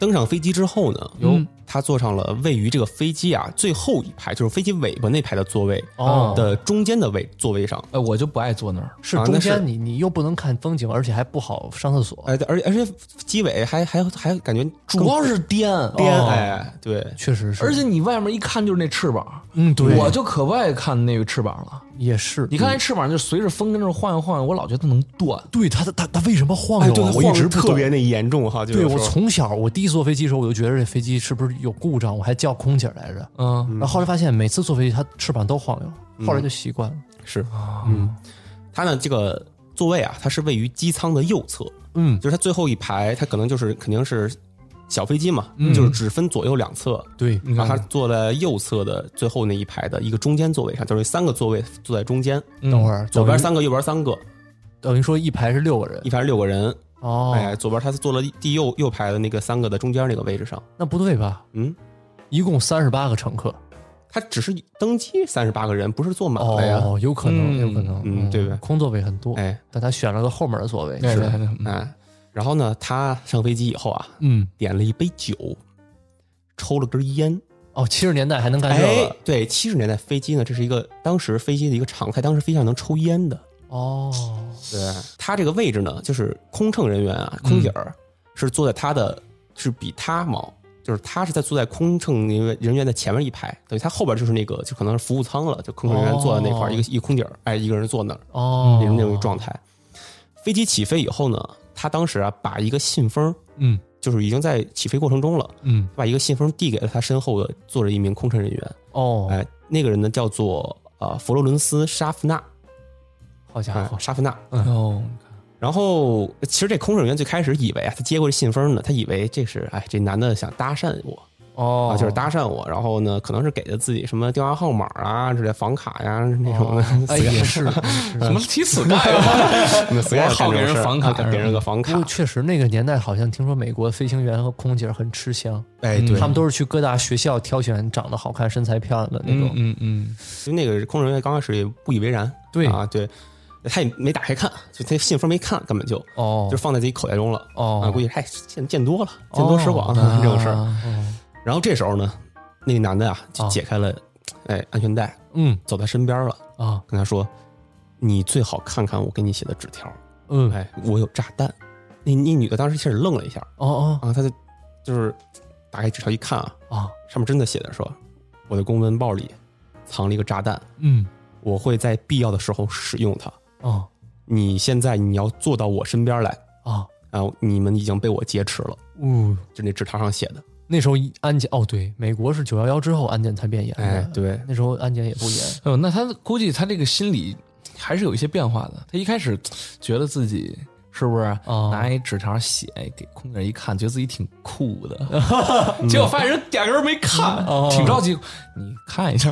B: 登上飞机之后呢，
C: 哟
B: 他坐上了位于这个飞机啊最后一排，就是飞机尾巴那排的座位
D: 哦
B: 的中间的位座位上。
C: 哎，我就不爱坐那儿，
D: 是
B: 啊
D: 中
B: 那是
D: 间你你又不能看风景，而且还不好上厕所，
B: 哎，而且而且机尾还还还感觉
C: 主要是颠
B: 颠，
C: 哦
B: 哎，对，
D: 确实是。
C: 而且你外面一看就是那翅膀，
D: 嗯，对，
C: 我就可不爱看那个翅膀了。
D: 也是。
C: 你看那翅膀就随着风跟那儿晃悠晃悠，我老觉得它能断。
D: 对他他他为什么晃
B: 哎，
D: 悠
B: 对
D: 啊？，
B: 它
D: 我一
B: 晃
D: 直
B: 得
D: 不
B: 特
D: 懂
B: 别那严重哈，就是
D: 对我
B: 说
D: 从小我第一次坐飞机的时候，我就觉得这飞机是不是有故障，我还叫空姐来着。
C: 嗯
D: 然后后来发现每次坐飞机它翅膀都晃
B: 嗯
D: 悠，后来就习惯了。
B: 是，嗯，他呢这个座位啊，它是位于机舱的右侧，
D: 嗯，
B: 就是它最后一排，它可能就是肯定是小飞机嘛，就是只分左右两侧，
D: 对，
B: 然后他坐在右侧的最后那一排的一个中间座位上，就是三个座位坐在中间，
D: 等会儿
B: 嗯左边
D: 等于
B: 三个，右边三个，
D: 等于说一排是六个人
B: 一排是六个人。
D: 哦
B: 哎，，左边他是坐了第右右排的那个三个的中间那个位置上。
D: 那不对吧？
B: 嗯，
D: 一共三十八个乘客
B: 他只是登机三十八个人，不是坐满了呀。
D: 哦，有可
C: 嗯
D: 能，有可能，
B: 嗯对吧
D: 空座位很多，
B: 哎
D: 但他选了个后门的座位，
C: 对
D: 是
C: 对
D: 吧
C: 嗯对，
B: 哎，然后呢，他上飞机以后啊，
D: 嗯，
B: 点了一杯酒，抽了根烟。
D: 哦，七十年代还能干这
B: 哎
D: 个，
B: 对，七十年代飞机呢，这是一个当时飞机的一个常态，当时飞机上能抽烟的。
D: 哦，
B: 对，他这个位置呢，就是空乘人员
D: 嗯
B: 啊，空姐儿、是坐在他的，是比他毛，就是他是在坐在空乘人员人员的前面一排，等于他后边就是那个就可能是服务舱了，就空乘人员坐在那块儿，
D: 哦
B: 一个一个空姐儿，哎，一个人坐那儿，
D: 哦，
B: 那种那种状态。飞机起飞以后呢，他当时啊把一个信封，
D: 嗯
B: 就是已经在起飞过程中了，
D: 嗯，
B: 把一个信封递给了他身后的坐着一名空乘人员，
D: 哦，
B: 哎，那个人呢叫做呃佛罗伦斯沙夫纳，
D: 好家
B: 哎
D: 伙，，
B: 沙夫纳，
C: 哦，
B: 然后，其实这空乘员最开始以为啊，他接过这信封呢，他以为这是哎，这男的想搭讪我啊，，
D: 哦
B: 就是搭讪我。然后呢，可能是给了自己什么电话号码啊之类、房卡呀、那种的。
D: 哎，也是，也是
C: 怎么提此干呀？
B: 随便
C: 好给人房卡
B: 啊给人个房
D: 不
B: 卡
D: 过。确实那个年代，好像听说美国飞行员和空姐很吃香，
B: 哎，
C: 对
D: 他们都是去各大学校挑选长得好看、身材漂亮的那
C: 嗯
D: 种。
C: 嗯嗯，
B: 就那个空乘员刚开始也不以为然，
D: 对
B: 啊，对，他也没打开看，就他信封没看，根本就
D: 哦
B: 就放在自己口袋中了。啊，
D: 哦
B: 估计哎，见见多了，见多识广、 这种事儿。嗯
D: 哦
B: 然后这时候呢，那个男的啊，就
D: 啊
B: 解开了、哎安全带，
D: 嗯
B: 走到身边了。
D: 啊
B: 跟他说：“你最好看看我给你写的纸条，
D: 嗯
B: 哎，我有炸弹。那”那女的当时其实愣了一下
D: 哦
B: 啊，她就就是打开纸条一看啊，
D: 哦啊
B: 上面真的写着说：“我的公文包里藏了一个炸弹，
D: 嗯
B: 我会在必要的时候使用它。
D: 哦
B: 你现在你要坐到我身边来
D: 啊
B: 啊！你们已经被我劫持了。
D: 呜。”
B: 就那纸条上写的，
D: 那时候一安检哦，对，美国是九幺幺之后安检才变严的，
B: 哎， 对，
D: 那时候安检也不严，
C: 哎呦，那他估计他这个心理还是有一些变化的。他一开始觉得自己是不是
D: 哦
C: 拿一纸条写给空姐一看，觉得自己挺酷的， 结果发现人压根儿没看，
D: 哦
C: 挺着急。你看一下，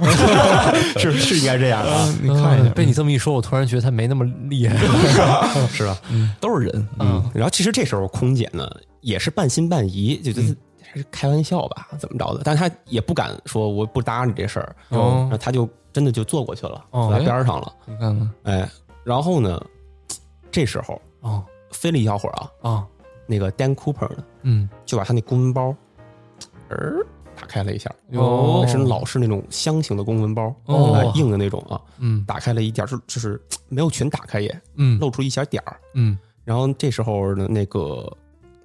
B: 是是应该这样啊，
C: 呃你看一
D: 嗯被你这么一说，我突然觉得他没那么厉害。
B: 是吧？
C: 下，都是人。
B: 嗯，然后其实这时候空姐呢也是半信半疑，就觉得还是开玩笑吧，怎么着的？但她也不敢说我不搭理这事儿，
C: 哦
B: 然后她就真的就坐过去了，
D: 哦
B: 坐在边上了，
C: 你看看，
B: 哎，然后呢，这时候
D: 哦
B: 飞了一小会儿啊，
D: 哦
B: 那个 Dan Cooper 呢
D: 嗯
B: 就把他那公文包，儿打开了一下，
C: 哦
B: 那是老式那种箱型的公文包，
D: 哦
B: 哎硬的那种啊，
D: 嗯
B: 打开了一点儿，就就是没有全打开也
D: 嗯
B: 露出一小点儿，
D: 嗯
B: 然后这时候呢，那个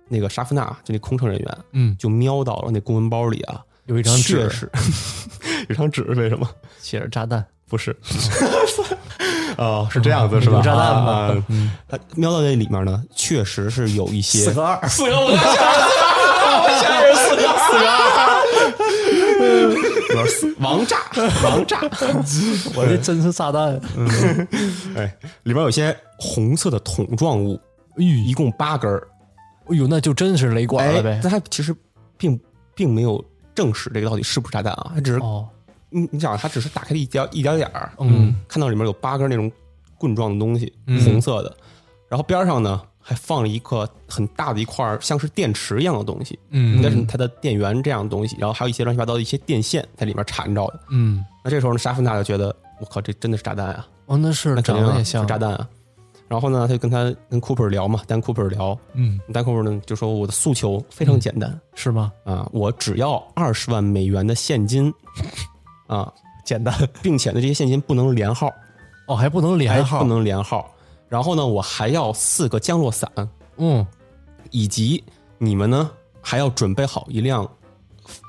B: 那个沙夫纳就那空乘人员
D: 嗯，
B: 就瞄到了那公文包里啊，
D: 有一张
B: 确
D: 纸，
B: 实 有张纸，为什么？
D: 写着炸弹，
B: 不是， 哦，是这样子是吧？
D: 嗯有炸弹吧嗯
B: 啊他瞄到那里面呢，确实是有一些
D: 二，
C: 四个我刚想我想是四个四个，
B: 王炸，王炸，
D: 我这真是炸弹，
B: 哎，里面有些红色的桶状物，一共八根儿，
D: 哎呦，那就真是雷管
B: 哎
D: 了，呗。
B: 但它其实并并没有证实这个到底是不是炸弹啊，它只是
D: 哦，
B: 你你想，它只是打开了一点一点点儿，
D: 嗯，
B: 看到里面有八根那种棍状的东西，
C: 嗯
B: 红色的，然后边上呢还放了一个很大的一块儿像是电池一样的东西，应该
D: 嗯
B: 是它的电源这样的东西，然后还有一些乱七八糟的一些电线在里面缠着的。
D: 嗯，
B: 那这时候呢，沙夫纳就觉得我靠，这真的是炸弹啊！
D: 哦，那是
B: 那肯
D: 长
B: 定
D: 得
B: 啊
D: 也
B: 是
D: 像
B: 炸，弹啊。然后呢，他就跟他跟库珀聊嘛，但库珀聊，
D: 嗯，
B: 但库珀呢就说我的诉求非常简单、
D: 是吗？
B: 啊，我只要二十万美元的现金啊，
D: 简单，
B: 并且呢，这些现金不能连号，
D: 哦，还不能连
B: 哎
D: 号
B: 不，能连号。然后呢，我还要四个降落伞，
D: 嗯，
B: 以及你们呢还要准备好一辆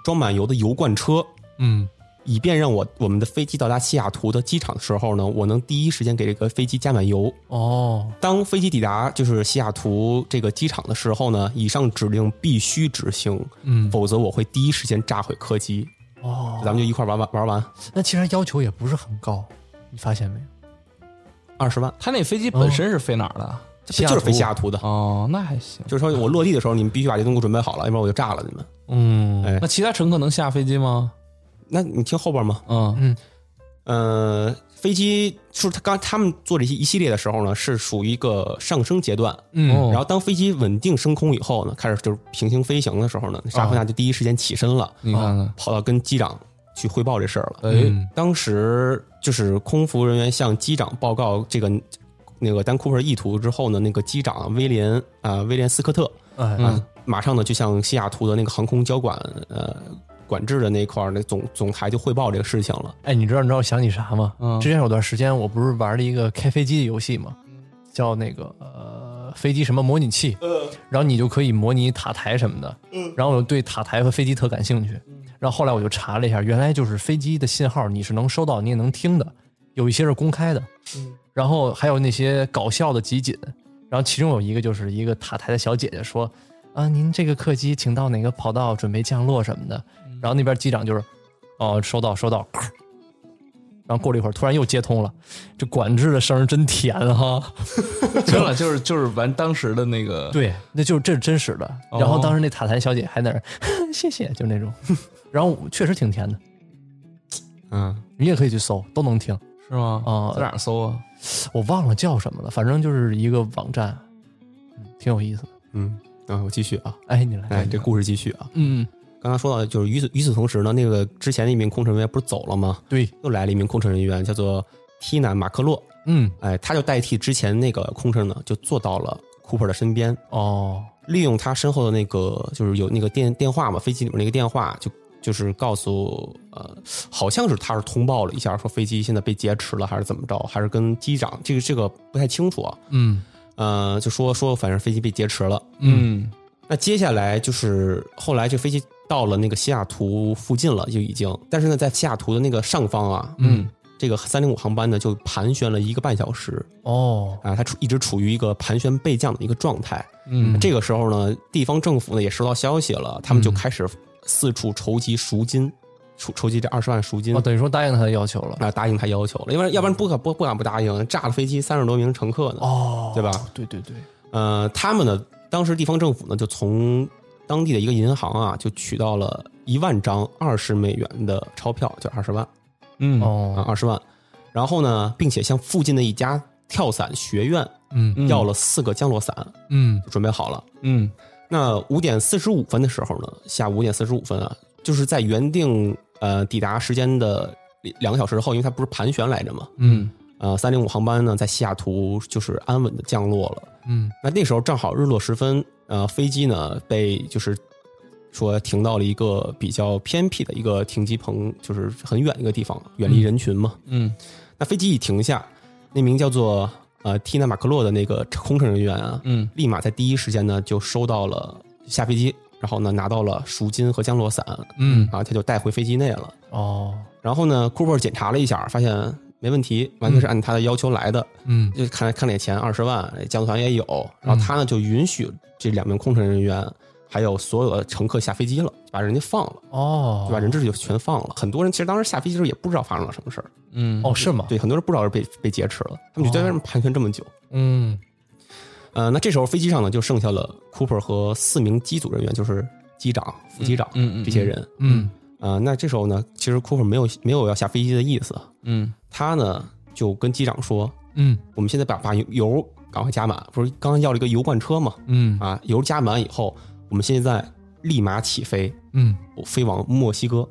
B: 装满油的油罐车，
D: 嗯，
B: 以便让我我们的飞机到达西雅图的机场的时候呢，我能第一时间给这个飞机加满油。
D: 哦，
B: 当飞机抵达就是西雅图这个机场的时候呢，以上指令必须执行，
D: 嗯，
B: 否则我会第一时间炸毁客机。
D: 哦，
B: 咱们就一块儿玩玩玩完
D: 那其实要求也不是很高，你发现没有？
B: 二十万，
C: 他那飞机本身是飞哪儿的？
B: 这就是飞西雅图的。
C: 哦，那还行。
B: 就是说我落地的时候，你们必须把这东西准备好了，要不然我就炸了你们。
D: 嗯，
B: 哎
C: 那其他乘客能下飞机吗？
B: 那你听后边吗？
C: 嗯
B: 呃，飞机就是他刚他们做这些一系列的时候呢，是属于一个上升阶段。
D: 嗯
C: 哦
B: 然后当飞机稳定升空以后呢，开始就是平行飞行的时候呢，沙夫纳就第一时间起身了，
C: 你
D: 哦
C: 看看，
B: 跑到跟机长去汇报这事儿了。
D: 嗯
C: 哎，
B: 当时就是空服人员向机长报告这个那个丹库珀意图之后呢，那个机长威廉啊、威廉斯科特啊
D: 哎，
C: 嗯
B: 马上呢就向西雅图的那个航空交管呃管制的那块儿那总总裁就汇报这个事情了。
D: 哎，你知道你知道我想起啥吗？
C: 嗯
D: 之前有段时间我不是玩了一个开飞机的游戏吗？叫那个呃飞机什么模拟器，然后你就可以模拟塔台什么的，然后我就对塔台和飞机特感兴趣，然后后来我就查了一下，原来就是飞机的信号你是能收到，你也能听的，有一些是公开的，然后还有那些搞笑的集锦，然后其中有一个就是一个塔台的小姐姐说啊，您这个客机请到哪个跑道准备降落什么的，然后那边机长就是哦收到收到，然后过了一会儿，突然又接通了，这管制的声儿真甜啊哈。
C: 真的哎就是就是玩当时的那个，
D: 对，那就是这是真实的。
C: 哦
D: 然后当时那塔台小姐还在那儿， 谢谢，就那种。然后确实挺甜的，
B: 嗯，
D: 你也可以去搜，都能听。
C: 是吗？
D: 哦
C: 在哪儿搜啊？
D: 我忘了叫什么了，反正就是一个网站，嗯挺有意思的。
B: 嗯，啊，我继续啊，
D: 哎，你来，
B: 哎，这故事继续啊。
D: 嗯，
B: 刚才说到，就是与此与此同时呢，那个之前那名空乘人员不是走了吗？
D: 对，
B: 又来了一名空乘人员，叫做缇娜马克洛。
D: 嗯，
B: 哎，他就代替之前那个空乘呢，就坐到了库珀的身边，
D: 哦，
B: 利用他身后的那个，就是有那个电电话嘛，飞机里面那个电话，就就是告诉呃，好像是他是通报了一下，说飞机现在被劫持了，还是怎么着，还是跟机长，这个这个不太清楚啊。
D: 嗯
B: 呃，就说说反正飞机被劫持了。
C: 嗯
B: 那接下来就是后来这飞机到了那个西雅图附近了，就已经，但是呢，在西雅图的那个上方啊，
C: 嗯，
B: 这个三零五航班呢就盘旋了一个半小时
D: 哦，
B: 啊，它处一直处于一个盘旋备降的一个状态。
C: 嗯
B: 这个时候呢，地方政府呢也收到消息了，他们
D: 嗯
B: 就开始四处筹集赎金，筹筹集这二十万赎金
D: 哦我。等于说答应他的要求了。
B: 啊，答应他要求了，因为要不然不可不不敢不答应，炸了飞机三十多名乘客呢。
D: 哦，
B: 对吧？
D: 对对对，
B: 呃，他们呢，当时地方政府呢，就从当地的一个银行啊，就取到了一万张二十美元的钞票，就二十万
C: 嗯
B: 啊，
D: 哦，
B: 二十万。然后呢，并且向附近的一家跳伞学院
D: 嗯
B: 要了四个降落伞，
D: 嗯
B: 就准备好了。
C: 嗯
B: 那五点四十五分的时候呢，下午五点四十五分啊，就是在原定呃抵达时间的两个小时后，因为它不是盘旋来着嘛，
D: 嗯
B: 呃，三零五航班呢在西雅图就是安稳的降落了。
D: 嗯，
B: 那那时候正好日落时分，呃，飞机呢被就是说停到了一个比较偏僻的一个停机棚，就是很远一个地方，远离人群嘛。
C: 嗯
B: 那飞机一停下，那名叫做呃蒂娜马克洛的那个空乘人员啊，
C: 嗯
B: 立马在第一时间呢就收到了下飞机，然后呢拿到了赎金和降落伞，
D: 嗯
B: 然，后他就带回飞机内了。
D: 哦，
B: 然后呢，Cooper 检查了一下，发现没问题，完全是按他的要求来的。
D: 嗯
B: 就看看脸钱二十万，哎降落伞也有。然后他呢就允许这两名空乘人员还有所有的乘客下飞机了，把人家放了，就把
D: 哦，
B: 人质就全放了。很多人其实当时下飞机的时候也不知道发生了什么事儿，
C: 嗯，
D: 哦，是吗？
B: 对，很多人不知道是被被劫持了，他们就在外面盘旋这么久。
D: 嗯
B: 呃，那这时候飞机上呢就剩下了 Cooper 和四名机组人员，就是机长、副机长、
C: 嗯嗯嗯
B: 这些人。
D: 嗯
B: 呃，那这时候呢，其实 Cooper 没有没有要下飞机的意思，
C: 嗯
B: 他呢就跟机长说
D: 嗯：“
B: 我们现在把把油赶快加满，不是刚刚要了一个油罐车吗？
D: 嗯
B: 啊，油加满以后，我们现在立马起飞，
D: 嗯，
B: 飞往墨西哥。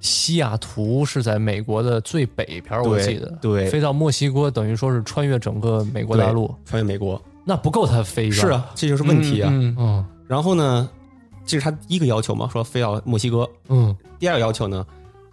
D: 西雅图是在美国的最北边儿，我
B: 对
D: 记得，
B: 对
D: 飞到墨西哥等于说是穿越整个美国大陆，
B: 穿越美国。
D: 那不够他飞吧
B: 是，啊，这就是问题啊。
C: 嗯
D: 嗯
B: 然后呢，这是他第一个要求嘛，说非要墨西哥。
D: 嗯
B: 第二个要求呢，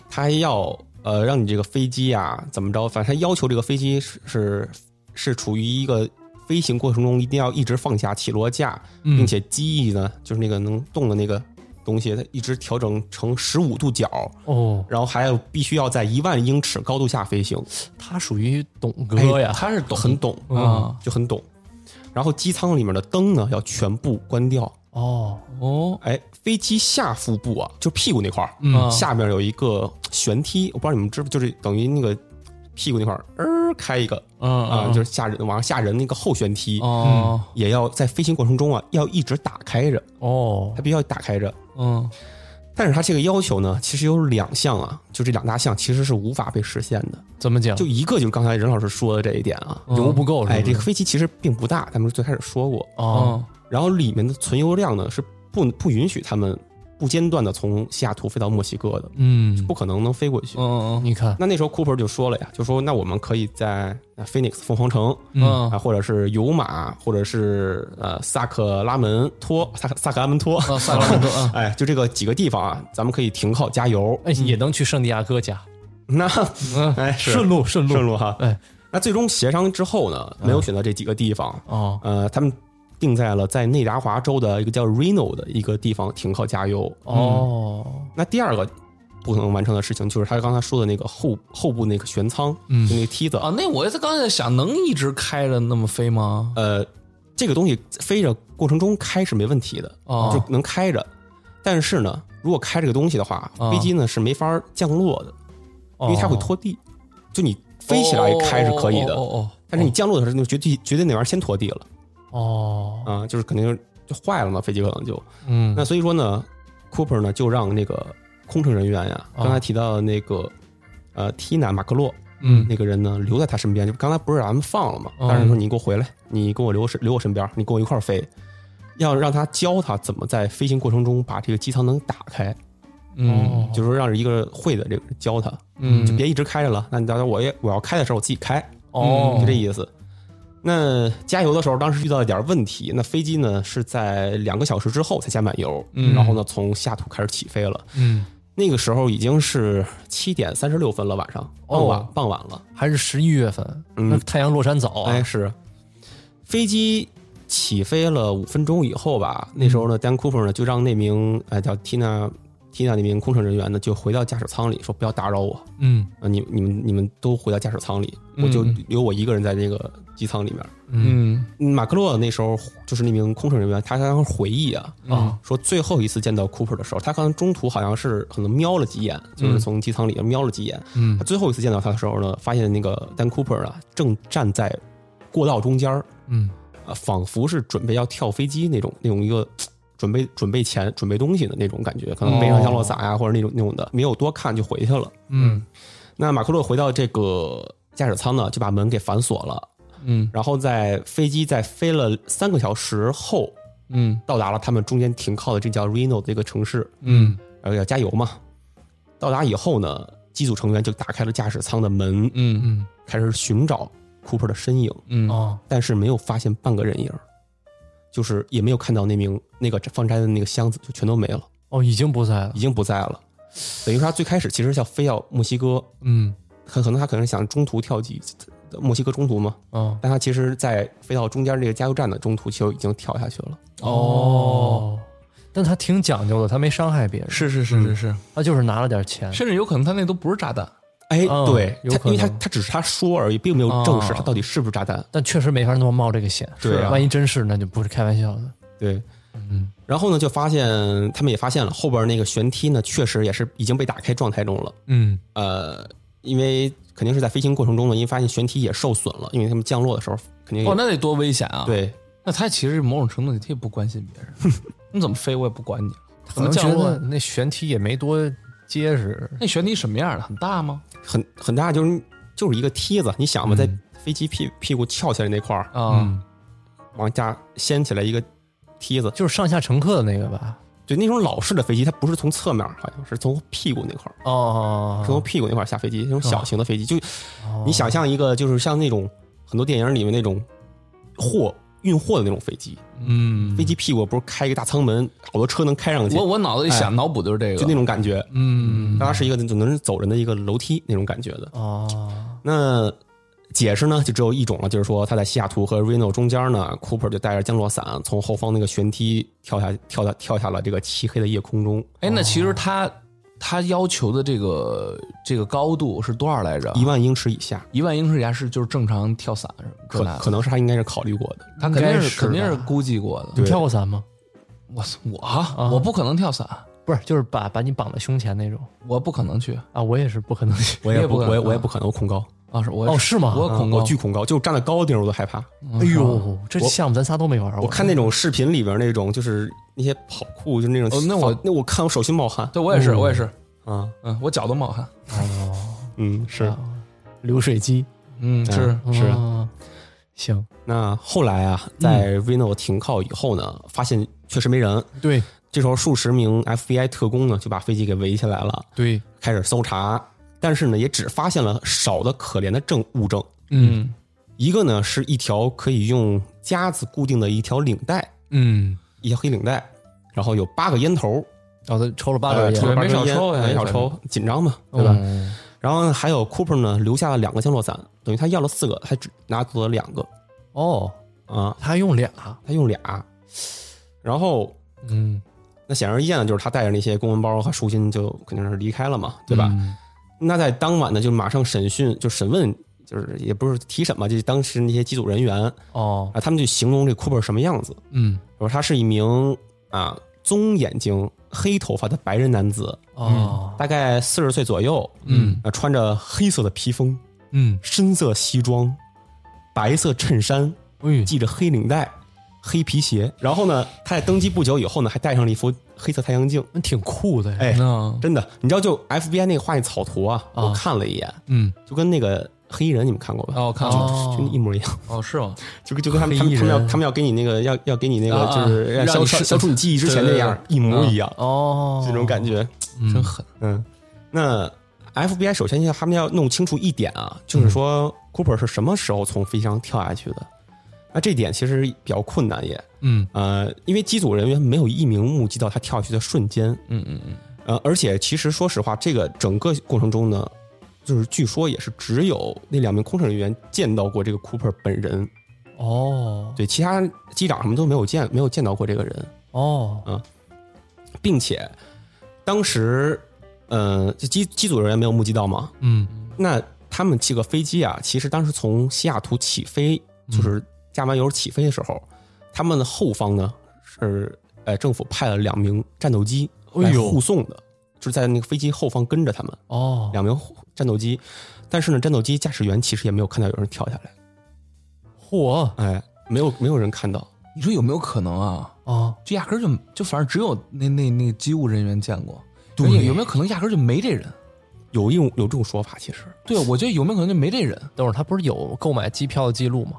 B: 他还要呃让你这个飞机啊怎么着，反正他要求这个飞机是是是处于一个飞行过程中一定要一直放下起落架，
D: 嗯
B: 并且机翼呢就是那个能动的那个东西，它一直调整成十五度角，
D: 哦，
B: 然后还有必须要在一万英尺高度下飞行。
D: 他属于懂哥哎
B: 哎
D: 呀，
C: 哎他是懂
B: 很懂嗯
C: 啊
B: 就很懂。然后机舱里面的灯呢要全部关掉。
D: 哦，
C: 哦，
B: 哎，飞机下腹部啊，就屁股那块儿，
D: 嗯
B: 下面有一个悬梯，我不知道你们知不，就是等于那个屁股那块儿，呃，开一个
C: 嗯
B: 啊、就是下人往上下人那个后悬梯，
C: 哦
B: 也要在飞行过程中啊，要一直打开着，
D: 哦
B: 它，必须要打开着。
C: 嗯
B: 但是它这个要求呢，其实有两项啊，就这两大项其实是无法被实现的。
D: 怎么讲？
B: 就一个就是刚才任老师说的这一点啊，
D: 油嗯不够是
B: 哎，
D: 不
B: 这
D: 是
B: 个飞机其实并不大，咱们最开始说过，
D: 哦，
C: 哦
B: 然后里面的存油量呢是不不允许他们不间断的从西雅图飞到墨西哥的，
D: 嗯，
B: 不可能能飞过去。
C: 嗯
D: 你看，
B: 那那时候 Cooper 就说了呀，就说那我们可以在呃 Phoenix 凤凰城
C: 嗯
B: 啊，或者是尤马，或者是呃萨克拉门托 萨克萨克拉门托，
D: 嗯
C: 啊，萨拉曼多啊，
B: 哎，就这个几个地方啊，咱们可以停靠加油。
D: 哎，也能去圣地亚哥家，
B: 那
D: 嗯，
B: 哎是
D: 顺路顺路
B: 顺路哈，
D: 哎，嗯
B: 那最终协商之后呢，没有选择这几个地方，
D: 哦
B: 呃，他们定在了在内达华州的一个叫 Reno 的一个地方停靠加油。
D: 哦，
B: 那第二个不可能完成的事情，就是他刚才说的那个后后部那个悬舱，
D: 嗯
B: 就那个梯子，
C: 啊，那我刚才想，能一直开着那么飞吗？
B: 呃，这个东西飞着过程中开是没问题的，
C: 哦
B: 就能开着。但是呢，如果开这个东西的话，
C: 哦
B: 飞机呢是没法降落的，因为它会拖地。就你飞起来开是可以的，
C: 哦哦哦，
B: 但是你降落的时候，那绝对绝对那玩意儿先拖地了
D: 哦，
B: 啊、就是肯定就就坏了嘛，飞机可能就。
D: 嗯，
B: 那所以说呢，Cooper 呢就让那个空乘人员呀，
D: 啊
B: 刚才提到的那个、呃 Tina 马克洛
D: 嗯
B: 那个人呢留在他身边，就刚才不是咱们放了吗？
D: 嗯
B: 当然说你给我回来，你跟我留我身留我身边，你跟我一块儿飞，要让他教他怎么在飞行过程中把这个机舱能打开，
C: 嗯
B: 就是说让一个会的这个人教他，
C: 嗯
B: 就别一直开着了。那你到时候我也我要开的时候我自己开，
D: 哦，
B: 就这意思。那加油的时候，当时遇到了点问题。那飞机呢是在两个小时之后才加满油，
C: 嗯
B: 然后呢从西雅图开始起飞了。
D: 嗯，
B: 那个时候已经是七点三十六分了，晚上傍晚、
D: 哦
B: 傍晚了。
D: 还是十一月份，
B: 嗯
D: 那太阳落山早啊
B: 哎，，是飞机起飞了五分钟以后吧，那时候
D: 嗯
B: 呢，Dan Cooper 呢就让那名哎叫 Tina Tina 那名空乘人员呢就回到驾驶舱里，说不要打扰我，
D: 嗯
B: 啊你你们你们都回到驾驶舱里，我就留我一个人在这个机舱里面。
C: 嗯
B: 马克洛那时候就是那名空乘人员，他当时回忆啊，
D: 啊，
B: 说最后一次见到 Cooper 的时候，他刚中途好像是可能瞄了几眼，就是从机舱里瞄了几眼。
D: 嗯
B: 他最后一次见到他的时候呢，发现那个丹 Cooper 啊，正站在过道中间儿，
D: 嗯
B: 呃仿佛是准备要跳飞机那种那种一个。准备准备钱准备东西的那种感觉，可能背上降落伞啊，或者那种那种的，没有多看就回去了。
D: 嗯
B: 那马克洛回到这个驾驶舱呢，就把门给反锁了，
C: 嗯
B: 然后在飞机在飞了三个小时后，
C: 嗯
B: 到达了他们中间停靠的这叫 Reno 这个城市，
C: 嗯
B: 然后要加油嘛。到达以后呢，机组成员就打开了驾驶舱的门，
C: 嗯
D: 嗯
B: 开始寻找 Cooper 的身影，
C: 嗯
D: 哦，
B: 但是没有发现半个人影儿，就是也没有看到那名那个放摘的那个箱子，就全都没了，
D: 哦，已经不在了
B: 已，经不在了。等于说他最开始其实要非要墨西哥，
D: 嗯
B: 很可能他可能想中途跳机，墨西哥中途嘛，
D: 啊，
B: 但他其实在飞到中间这个加油站的中途就已经跳下去了。
D: 哦，但他挺讲究的，他没伤害别人，
C: 是是是是是，
D: 他就是拿了点钱。
C: 甚至有可能他那都不是炸弹，
B: 哎，
D: 嗯
B: 对，
D: 有
B: 他
D: 可
B: 因为他
D: 能
B: 他只是他说而已，并没有证实
C: 哦
B: 他到底是不是炸弹。
D: 但确实没法那么冒这个险，
B: 对啊
D: 万一真是那就不是开玩笑的。
B: 对，嗯。然后呢，就发现他们也发现了后边那个舷梯呢，确实也是已经被打开状态中了。
D: 嗯，
B: 呃，因为肯定是在飞行过程中呢，因为发现舷梯也受损了，因为他们降落的时候肯定也
C: 哇，哦那得多危险啊！，
B: 对
C: 那他其实某种程度他也不关心别人，你怎么飞我也不管你，
D: 可
C: 怎么
D: 能觉
C: 降
D: 得
C: 落？
D: 那舷梯也没多结实，
C: 那悬梯什么样的？很大吗？
B: 很很大，就是就是一个梯子，你想吧，在飞机屁屁股翘起来那块儿
C: 啊，
B: 往下掀起来一个梯子，
D: 就是上下乘客的那个吧？
B: 对，那种老式的飞机，它不是从侧面，好像是从屁股那块儿，
D: 哦
B: 是从屁股那块儿下飞机，那种小型的飞机，就你想象一个，就是像那种很多电影里面那种货运货的那种飞机，
C: 嗯，
B: 飞机屁股不是开一个大舱门，好多车能开上去，
C: 我我脑子里想脑补就是这
B: 就那
C: 个，
B: 种感觉。
C: 嗯，
B: 当然是一个只能是走人的一个楼梯那种感觉的。
D: 哦，
B: 那解释呢，就只有一种了，就是说他在西雅图和 Reno 中间呢，Cooper 就带着降落伞从后方那个舷梯跳下，跳下跳下了这个漆黑的夜空中，
C: 哎，那其实他他要求的这个这个高度是多少来着？
B: 一万英尺以下，
C: 一万英尺以下是就是正常跳伞是吧？
B: 可可能是他应该是考虑过的。
C: 他肯定
D: 应该
C: 是
D: 是吧
C: 肯定是估计过的。
D: 你跳过伞吗？
C: 我操我啊我不可能跳伞，
D: 不是，就是把把你绑在胸前那种
C: 我不可能去
D: 啊！我也是不可能去。
B: 我
C: 你
B: 也
C: 也
B: 不，
C: 不敢
B: 我也我也
C: 啊
B: 不可能恐高，
C: 啊！是我
D: 哦，是吗？
C: 我恐高
B: 啊我巨恐高，哦就站在高的地方我都害怕。
D: 哎呦，这项目咱仨都没玩过。
B: 我看那种视频里边那种，就是那些跑酷，就是那种
C: 哦那我
B: 那我看我手心冒汗
C: 对我也是我也是，
B: 啊，
C: 嗯，我脚都冒汗，
B: 嗯是。
D: 哦流水机
C: 嗯是
B: 是
D: 哦行，
B: 那后来啊，在 Reno 停靠以后呢，发现确实没人，
D: 对
B: 这时候，数十名 FBI 特工呢就把飞机给围起来了，
D: 对，
B: 开始搜查。但是呢，也只发现了少的可怜的证物证。
C: 嗯
B: 一个呢是一条可以用夹子固定的一条领带，
D: 嗯，
B: 一条黑领带，然后有八个烟头，
D: 然哦后他抽了八根
B: 呃抽了
D: 烟，
B: 八
C: 对没少
B: 根烟，
C: 抽呀
B: 没少
C: 反正
B: 抽，紧张嘛，对
D: 对
B: 吧？
D: 吧？
B: 然后呢还有 Cooper 呢留下了两个降落伞，等于他要了四个，他只拿走了两个
D: 哦，
B: 啊，
D: 他用俩，
B: 他用俩。然后
D: 嗯，
B: 那显而易见的就是他带着那些公文包和赎金就肯定是离开了嘛，对吧？
D: 嗯
B: 那在当晚呢，就马上审讯，就审问，就是也不是提审吧，就是当时那些机组人员
D: 哦，
B: 啊，他们就形容这库珀什么样子，
D: 嗯，
B: 说他是一名啊棕眼睛、黑头发的白人男子，
D: 哦，
B: 大概四十岁左右，
D: 嗯
B: 啊，穿着黑色的披风、
D: 嗯，
B: 深色西装、白色衬衫，
D: 哎，
B: 系着黑领带、黑皮鞋。然后呢，他在登机不久以后呢，还戴上了一副黑色太阳镜。
D: 那挺酷的呀，
B: 哎，
C: 那
B: 真的，你知道就 FBI 那个画那草图啊，
D: 嗯啊
B: 我看了一眼，
D: 嗯，
B: 就跟那个黑衣人你们看过吧？
C: 哦我看
B: 就
C: 了
B: 就一模一样，
C: 哦是吗？
B: 就跟就跟他们他
D: 黑衣
B: 们他们要
D: 人
B: 他们要给你那个要要给你那个
C: 啊啊
B: 就是
C: 让
B: 消
C: 你
B: 消
C: 是
B: 消除你记忆之前那样一模一样，
D: 哦，
B: 这种感觉。
C: 真狠，
B: 嗯，那 FBI 首先要他们要弄清楚一点啊，就是说 Cooper 是什么时候从飞机上跳下去的。那这点其实比较困难也，
D: 嗯，
B: 呃，因为机组人员没有一名目击到他跳下去的瞬间，
C: 嗯嗯嗯，
B: 呃，而且其实说实话，这个整个过程中呢，就是据说也是只有那两名空乘人员见到过这个 Cooper 本人，
D: 哦，
B: 对，其他机长什么都没有见，没有见到过这个人，
D: 哦，
B: 并且当时，呃，这机机组人员没有目击到嘛，
D: 嗯，
B: 那他们这个飞机啊，其实当时从西雅图起飞，
D: 嗯
B: 就是加完油起飞的时候，他们的后方呢是呃政府派了两名战斗机来
D: 哎呦
B: 护送的，就是在那个飞机后方跟着他们
D: 哦，
B: 两名护战斗机，但是呢，战斗机驾驶员其实也没有看到有人跳下来，
D: 嚯，
B: 哎，没有没有人看到，
C: 你说有没有可能啊？
D: 哦，
C: 就压根儿就就反正只有那那那个机务人员见过，对，有没有可能压根儿就没这人？
B: 有一种有这种说法，其实
C: 对，我觉得有没有可能就没这人？
D: 等会儿他不是有购买机票的记录吗？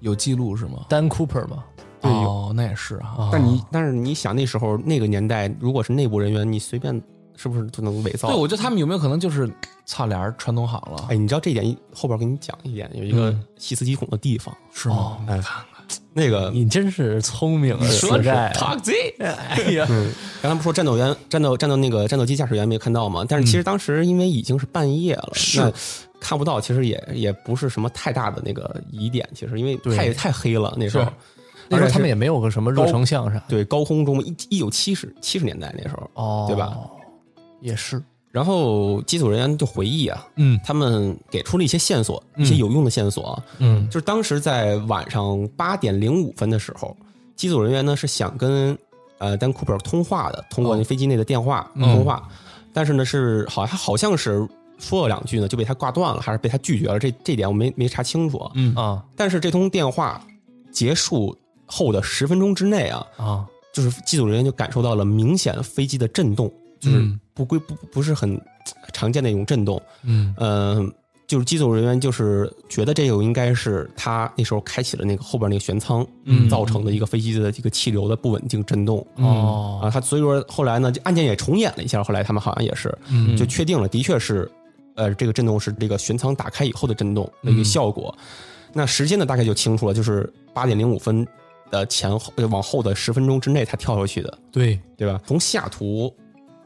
C: 有记录是吗？
D: 丹 Cooper 吗？
B: 对有
C: 哦，那也是啊，
B: 但你但是你想那时候那个年代，如果是内部人员，你随便是不是就能伪造？
C: 对，我觉得他们有没有可能就是操俩人串通好了？
B: 哦哎，你知道这点后边给你讲一点，有一个
C: 嗯
B: 细思极恐的地方。
C: 是吗？哎
B: 哎，那个
D: 你真是聪明啊，
C: 说是
D: 实在
C: talk Z，
D: 哎呀，
B: 刚才不说战斗员、战斗战斗那个战斗机驾驶员没看到吗？但是其实当时因为已经是半夜了，
D: 是
B: 那看不到，其实也也不是什么太大的那个疑点。其实因为
D: 对
B: 太太黑了那时候
D: 是，那时
B: 而
D: 候
B: 且
D: 他们
B: 是
D: 也没有个什么热成像啥，
B: 对高空中一一九七十七十年代那时候，
D: 哦，
B: 对吧？
D: 也是，
B: 然后机组人员就回忆啊，
C: 嗯
B: 他们给出了一些线索，一些有用的线索啊，
D: 嗯
B: 就是当时在晚上八点零五分的时候，机组人员呢是想跟呃丹库珀通话的，通过那飞机内的电话、通话，但是呢是好像好像是说了两句呢就被他挂断了，还是被他拒绝了，这这点我没没查清楚。
C: 嗯
D: 啊
B: 但是这通电话结束后的十分钟之内啊，
D: 啊，
B: 就是机组人员就感受到了明显飞机的震动，就是
C: 嗯
B: 不规不不是很常见的一种震动。
C: 嗯
B: 嗯，就是机组人员就是觉得这个应该是他那时候开启了那个后边那个悬舱，
C: 嗯
B: 造成的一个飞机的一个气流的不稳定震动。啊，
D: 哦，
B: 他所以说后来呢，这案件也重演了一下，后来他们好像也是
C: 嗯
B: 就确定了，的确是，呃，这个震动是这个悬舱打开以后的震动的一个效果。那时间呢，大概就清楚了，就是八点零五分的前后呃往后的十分钟之内，他跳下去的，
D: 对，
B: 对吧？从西雅图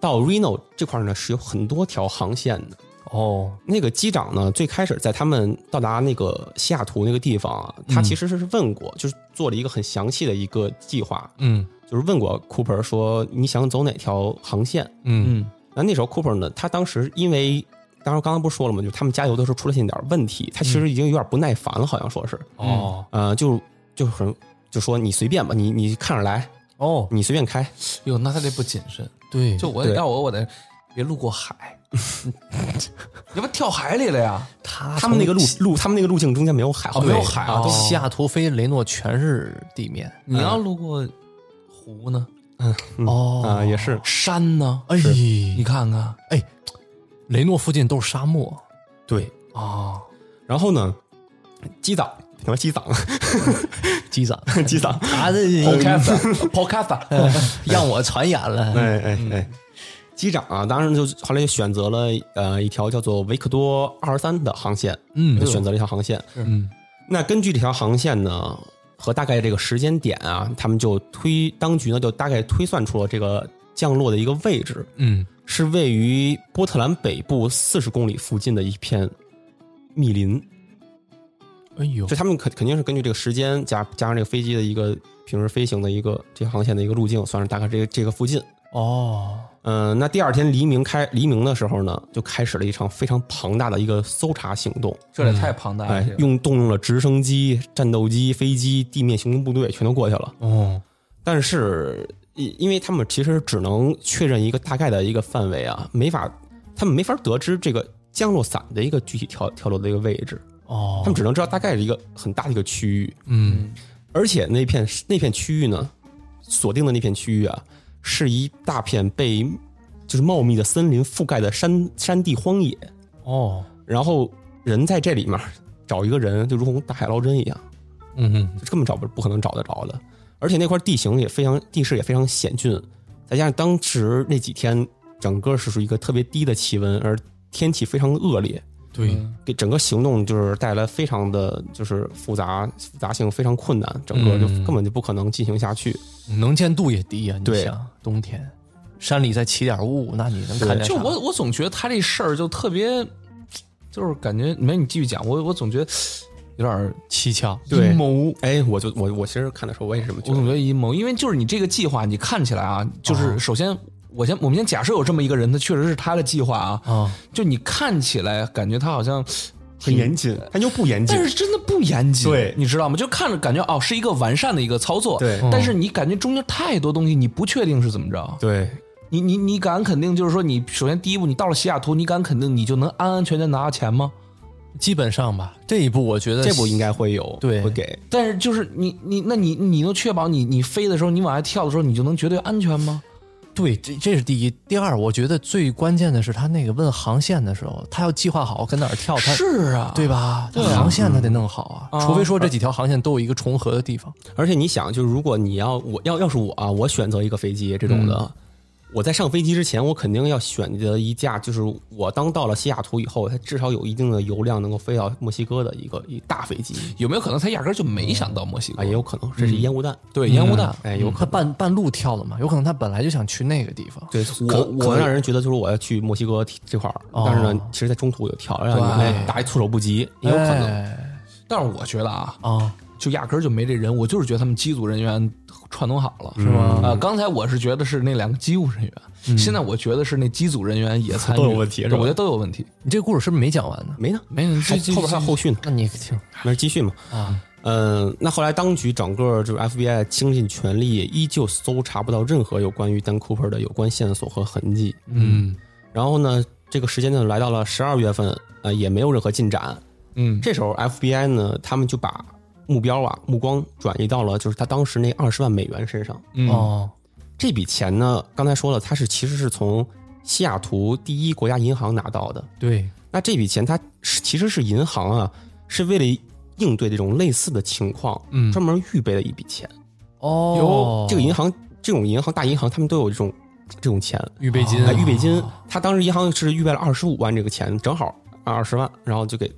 B: 到 Reno 这块呢，是有很多条航线的。
D: 哦，
B: 那个机长呢，最开始在他们到达那个西雅图那个地方啊，他其实是问过，就是做了一个很详细的一个计划，
D: 嗯
B: 就是问过 Cooper 说你想走哪条航线。
D: 嗯
C: 嗯
B: 那那时候 Cooper 呢，他当时因为当时刚刚不是说了吗？就是他们加油的时候出了一点问题，他其实已经有点不耐烦了，好像说是，
C: 嗯
D: 哦
B: 呃，就就很就说你随便吧，你你看着来，
D: 哦，
B: 你随便开。
C: 哟，那他这不谨慎，
D: 对，
C: 就我
B: 对
C: 要我我得别路过海， 你不跳海里了呀？
D: 他
B: 他们那个路
D: 啊从
B: 路，他们那个路径中间没有海，
C: 哦没有海
D: 啊
C: 哦
D: 西雅图飞雷诺全是地面，
C: 你要路过湖呢？
D: 哦
B: 啊、也是，
C: 山呢？
D: 哎，
C: 你看看，
D: 哎，雷诺附近都是沙漠
B: 对。
C: 哦
D: 啊，
B: 然后呢，机长，什么 机长？
D: 机长，
B: 机长，
D: 他的
C: 哦
D: podcast，podcast 让我传染了，
B: 哎哎哎，机长啊，当时就后来就选择了呃一条叫做维克多二十三的航线，
C: 嗯
B: 就选择了一条航线。
C: 嗯
B: 那根据这条航线呢和大概这个时间点啊，他们就推当局呢就大概推算出了这个降落的一个位置，
C: 嗯
B: 是位于波特兰北部四十公里附近的一片密林。
D: 哎呦
B: 就，他们肯肯定是根据这个时间加加上这个飞机的一个平时飞行的一个这个航线的一个路径，算是大概这个这个附近。
D: 哦，
B: 嗯，那第二天黎明开黎明的时候呢，就开始了一场非常庞大的一个搜查行动。
C: 这也太庞大了
B: 哎，，用动用了直升机、战斗机、飞机、地面行动部队全都过去了。
D: 哦，
B: 但是，因因为他们其实只能确认一个大概的一个范围啊，没法，他们没法得知这个降落伞的一个具体跳跳落的一个位置，他
D: 哦，
B: 们只能知道大概是一个很大的一个区域。
D: 嗯，
B: 而且那片那片区域呢，锁定的那片区域啊，是一大片被就是茂密的森林覆盖的山山地荒野，
D: 哦，
B: 然后人在这里面找一个人，就如同打海捞针一样，
D: 嗯嗯，
B: 就根本找不不可能找得着的。而且那块地形也非常地势也非常险峻，再加上当时那几天整个是属于一个特别低的气温，而天气非常恶劣，
D: 对，
B: 给整个行动就是带来非常的就是复杂复杂性非常困难，整个就
D: 嗯
B: 根本就不可能进行下去。
D: 能见度也低呀，啊你
B: 对
D: 想冬天山里再起点雾，那你能看见
C: 就
D: 啥
C: 我我总觉得他这事儿就特别，就是感觉没你继续讲，我我总觉得有点儿
D: 蹊跷，
B: 对
C: 阴谋。
B: 哎，我就我我其实看的时候我也是这么觉
C: 我
B: 得
C: 总，觉得阴谋，因为就是你这个计划，你看起来啊，就是
B: 哦
C: 首先，我先我们先假设有这么一个人，他确实是他的计划啊，
D: 啊，
C: 就你看起来感觉他好像
B: 哦很严谨，但又不严谨
C: 但。是真的不严谨，
B: 对
C: 你知道吗？就看着感觉哦，是一个完善的一个操作，
B: 对嗯
C: 但是你感觉中间太多东西你不确定是怎么着，
B: 对，
C: 你你你敢肯定就是说你首先第一步你到了西雅图，你敢肯定你就能安安全全拿到钱吗？
D: 基本上吧，这一步我觉得
B: 这部应该会有，
D: 对
B: 会给。
C: 但是就是你你那你你能确保你你飞的时候你往下跳的时候你就能绝对安全吗？
D: 对，这这是第一。第二，我觉得最关键的是他那个问航线的时候，他要计划好跟哪儿跳，他
C: 是啊，
D: 对吧？他航线他得弄好啊，除非说这几条航线都有一个重合的地方。
B: 而且你想，就是如果你要我要要是我啊，我选择一个飞机这种的，我在上飞机之前，我肯定要选择一架，就是我当到了西雅图以后，它至少有一定的油量能够飞到墨西哥的一个一大飞机
C: 有没有可能他压根儿就没想到墨西哥？
B: 啊，也有可能这是烟雾弹。
C: 对烟雾弹，
B: 哎，有
D: 嗯他半半路跳了嘛，有可能他本来就想去那个地方。
B: 对我可能让人觉得就是我要去墨西哥这块儿，但是呢，其实在中途我就跳了，让你
D: 对
B: 哎打一措手不及，也有可能。
D: 哎
C: 但是我觉得啊，
D: 啊，
C: 就压根儿就没这人，我就是觉得他们机组人员串通好了，是
D: 吗
C: 啊、刚才我是觉得是那两个机务人员，现在我觉得是那机组人员也参与
B: 都有问题是吧
C: 我觉得都有问题。
D: 你这个故事是不是没讲完呢？
B: 没呢，
C: 没有，
B: 后
C: 这这
B: 后边还有后续呢，
D: 那你听，
B: 那是继续嘛
D: 啊。
B: 嗯，那后来当局整个就是 FBI 倾尽全力，依旧搜查不到任何有关于 Dan Cooper 的有关线索和痕迹。
C: 嗯
B: 然后呢，这个时间呢来到了十二月份，呃，也没有任何进展。
C: 嗯
B: 这时候 FBI 呢，他们就把目标啊目光转移到了就是他当时那二十万美元身上。
C: 嗯
D: 哦，
B: 这笔钱呢，刚才说了，它是其实是从西雅图第一国家银行拿到的。
D: 对，
B: 那这笔钱它是其实是银行啊，是为了应对这种类似的情况，
C: 嗯
B: 专门预备的一笔钱。
D: 哦，
B: 这个银行这种银行大银行，他们都有这种这种钱啊、
D: 预备金
B: 预备金。他当时银行是预备了二十五万这个钱，正好二十万，然后就给
C: 我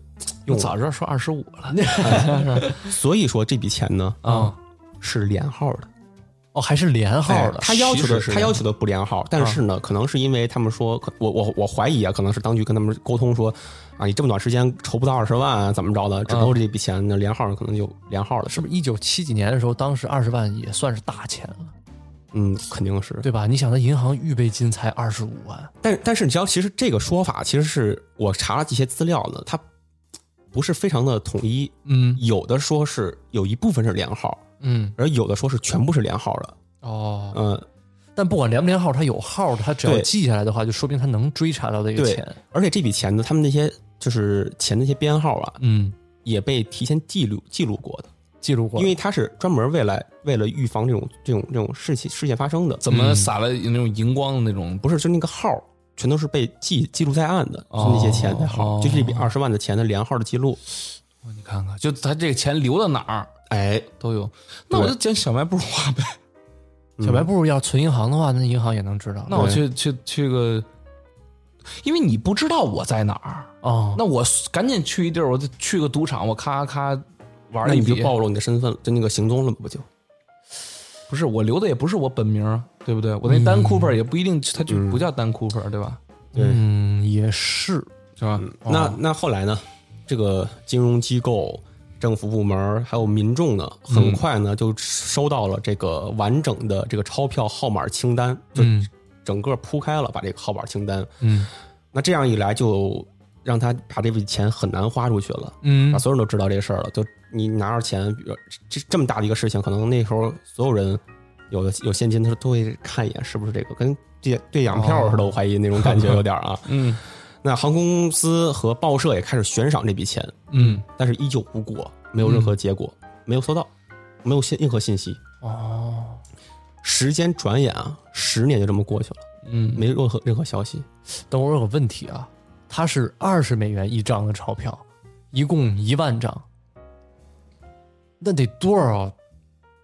B: 用了。
C: 早知道说二十五了，嗯
B: 所以说这笔钱呢
D: 啊，
B: 是连号的，
D: 哦，还是连号
B: 哎
D: 的，
B: 他要
C: 其
B: 求的
C: 实是
B: 他要求的不连号，但是呢，可能是因为他们说，可我我我怀疑啊，可能是当局跟他们沟通说，啊，你这么短时间筹不到二十万、啊，怎么着的，只够这笔钱，那连号可能就连号了，
D: 是
B: 是
D: 不是一九七几年的时候，当时二十万也算是大钱了，
B: 嗯，肯定是。
D: 对吧？你想，他银行预备金才二十五万，
B: 但但是你知道，其实这个说法其实是我查了一些资料呢，它不是非常的统一，
D: 嗯
B: 有的说是有一部分是连号，
D: 嗯，
B: 而有的说是全部是连号的，
D: 哦，
B: 嗯，
D: 但不管连不连号，他有号的，他只要
B: 对
D: 记下来的话，就说明他能追查到这个
B: 对
D: 钱，
B: 而且这笔钱呢，他们那些就是钱那些编号啊，
D: 嗯，
B: 也被提前记录记录过的，
D: 记录过，
B: 因为它是专门为了为了预防这种这种这种事情事件发生的，嗯
C: 怎么撒了那种荧光的那种？
B: 不是就那个号全都是被记记录在案的，就那些钱的号，
C: 哦
B: 就是这笔二十万的钱的连号的记录。
C: 你看看，就他这个钱流到哪儿
B: 哎，
C: 都有。那我就捡小卖部花呗，
B: 嗯
D: 小白布要存银行的话，那银行也能知道。
C: 那我去去去个，因为你不知道我在哪儿，
D: 哦，
C: 那我赶紧去一地儿，我就去个赌场，我咔咔玩
B: 那
C: 一
B: 你就
C: 笔。
B: 暴露你的身份了，就那个行踪了不就？
C: 不是我留的也不是我本名啊，对不对？我那
B: 嗯
C: 丹 Cooper 也不一定，他就不叫丹 Cooper，对吧？
B: 对
D: 嗯，也是，
C: 是吧？
B: 那那后来呢？这个金融机构、政府部门还有民众呢，很快呢就收到了这个完整的这个钞票号码清单，就
D: 嗯
B: 整个铺开了，把这个号码清单。
D: 嗯
B: 那这样一来，就让他把这笔钱很难花出去了，
D: 嗯
B: 把所有人都知道这事儿了。就你拿着钱，比如这这么大的一个事情，可能那时候所有人有的有现金，的时候都会看一眼是不是这个，跟兑兑奖票似的，我怀疑那种感觉有点啊。
C: 嗯
B: 那航空公司和报社也开始悬赏这笔钱，
C: 嗯，
B: 但是依旧无果，没有任何结果，没有搜到，没有信任何信息。
D: 哦，
B: 时间转眼啊，十年就这么过去了，
C: 嗯
B: 没有任何任何消息。
D: 等会儿我有个问题啊，它是二十美元一张的钞票，一共一万张，那得多少？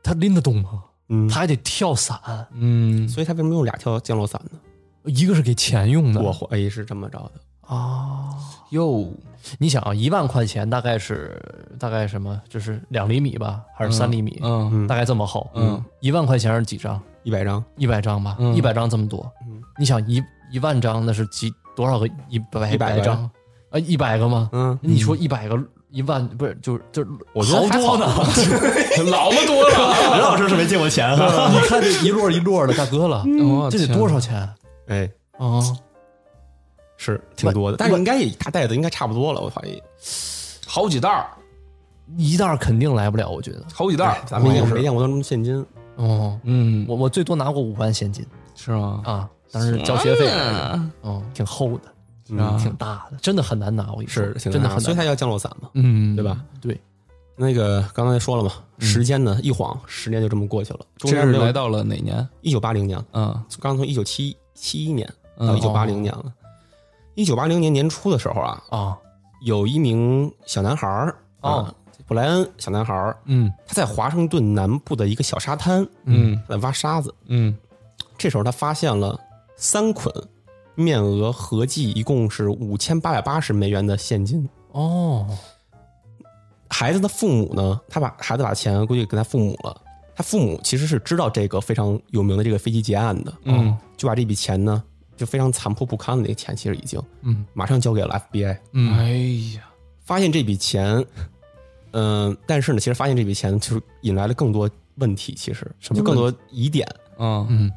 D: 他拎得动吗？
B: 嗯，
D: 他还得跳伞，
C: 嗯，
B: 所以他为什么用俩跳降落伞呢？
D: 一个是给钱用的
B: 我怀疑是这么着的。
D: 啊。
C: 哟，
D: 你想啊，一万块钱大概是大概什么？就是两厘米吧，还是三厘米？
C: 嗯
D: 大概这么厚。
C: 嗯，
D: 一万块钱是几张？
B: 一百张，
D: 一百张吧，
C: 嗯
D: 一百张这么多，
B: 嗯
D: 你想一一万张那是几多少个一百
B: 一百个
D: 张啊？一百个吗？
B: 嗯，
D: 你说一百个一万不是就是就是
B: 我觉得
D: 好多呢。
C: 老么多了，
B: 任老师是没见过钱
D: 你看这一摞一摞的，大哥了，
C: 我
D: 这得
C: 哦天
D: 多少钱
B: 哎，
D: 啊？
B: 是挺多的，但是应该也大袋子应该差不多了，我怀疑。
C: 好几袋儿，
D: 一袋儿肯定来不了，我觉得。
C: 好几袋儿，
B: 哎咱们也
C: 也
B: 没，见过那么现金，
D: 哦，
C: 嗯，
D: 我我最多拿过五万现金
C: 是
B: 嗯
C: 吗？
D: 啊，当时交学费来着，嗯，挺厚的，
C: 啊
D: 挺大的，真的很难拿，我跟你说，
B: 是挺
D: 真的
B: 难
D: 很
B: 所以
D: 难，
B: 他要降落伞嘛。
D: 嗯，
B: 对吧？
D: 对，
B: 那个刚才说了嘛，时间呢一晃十年就这么过去了，中
C: 这
B: 间
C: 是
B: 没有
C: 来到了哪年？
B: 一九八零年，
C: 嗯
B: 刚从一九七七一年
C: 嗯
B: 到一九八零年了。一九八零年年初的时候啊，
D: 啊，
B: 有一名小男孩儿
D: 哦
B: 啊，布莱恩小男孩儿，
D: 嗯
B: 他在华盛顿南部的一个小沙滩，
C: 嗯
B: 在挖沙子。
C: 嗯，
B: 这时候他发现了三捆面额合计一共是五千八百八十美元的现金。
D: 哦，
B: 孩子的父母呢，他把孩子把钱估计给他父母了。他父母其实是知道这个非常有名的这个飞机劫案的，
C: 嗯，
B: 就把这笔钱呢，就非常残破不堪的那个钱，其实已经，
D: 嗯，
B: 哎马上交给了 FBI。
D: 嗯
C: 哎呀，
B: 发现这笔钱嗯、但是呢，其实发现这笔钱就是引来了更多问题，其实什么更多疑点。
C: 嗯
D: 嗯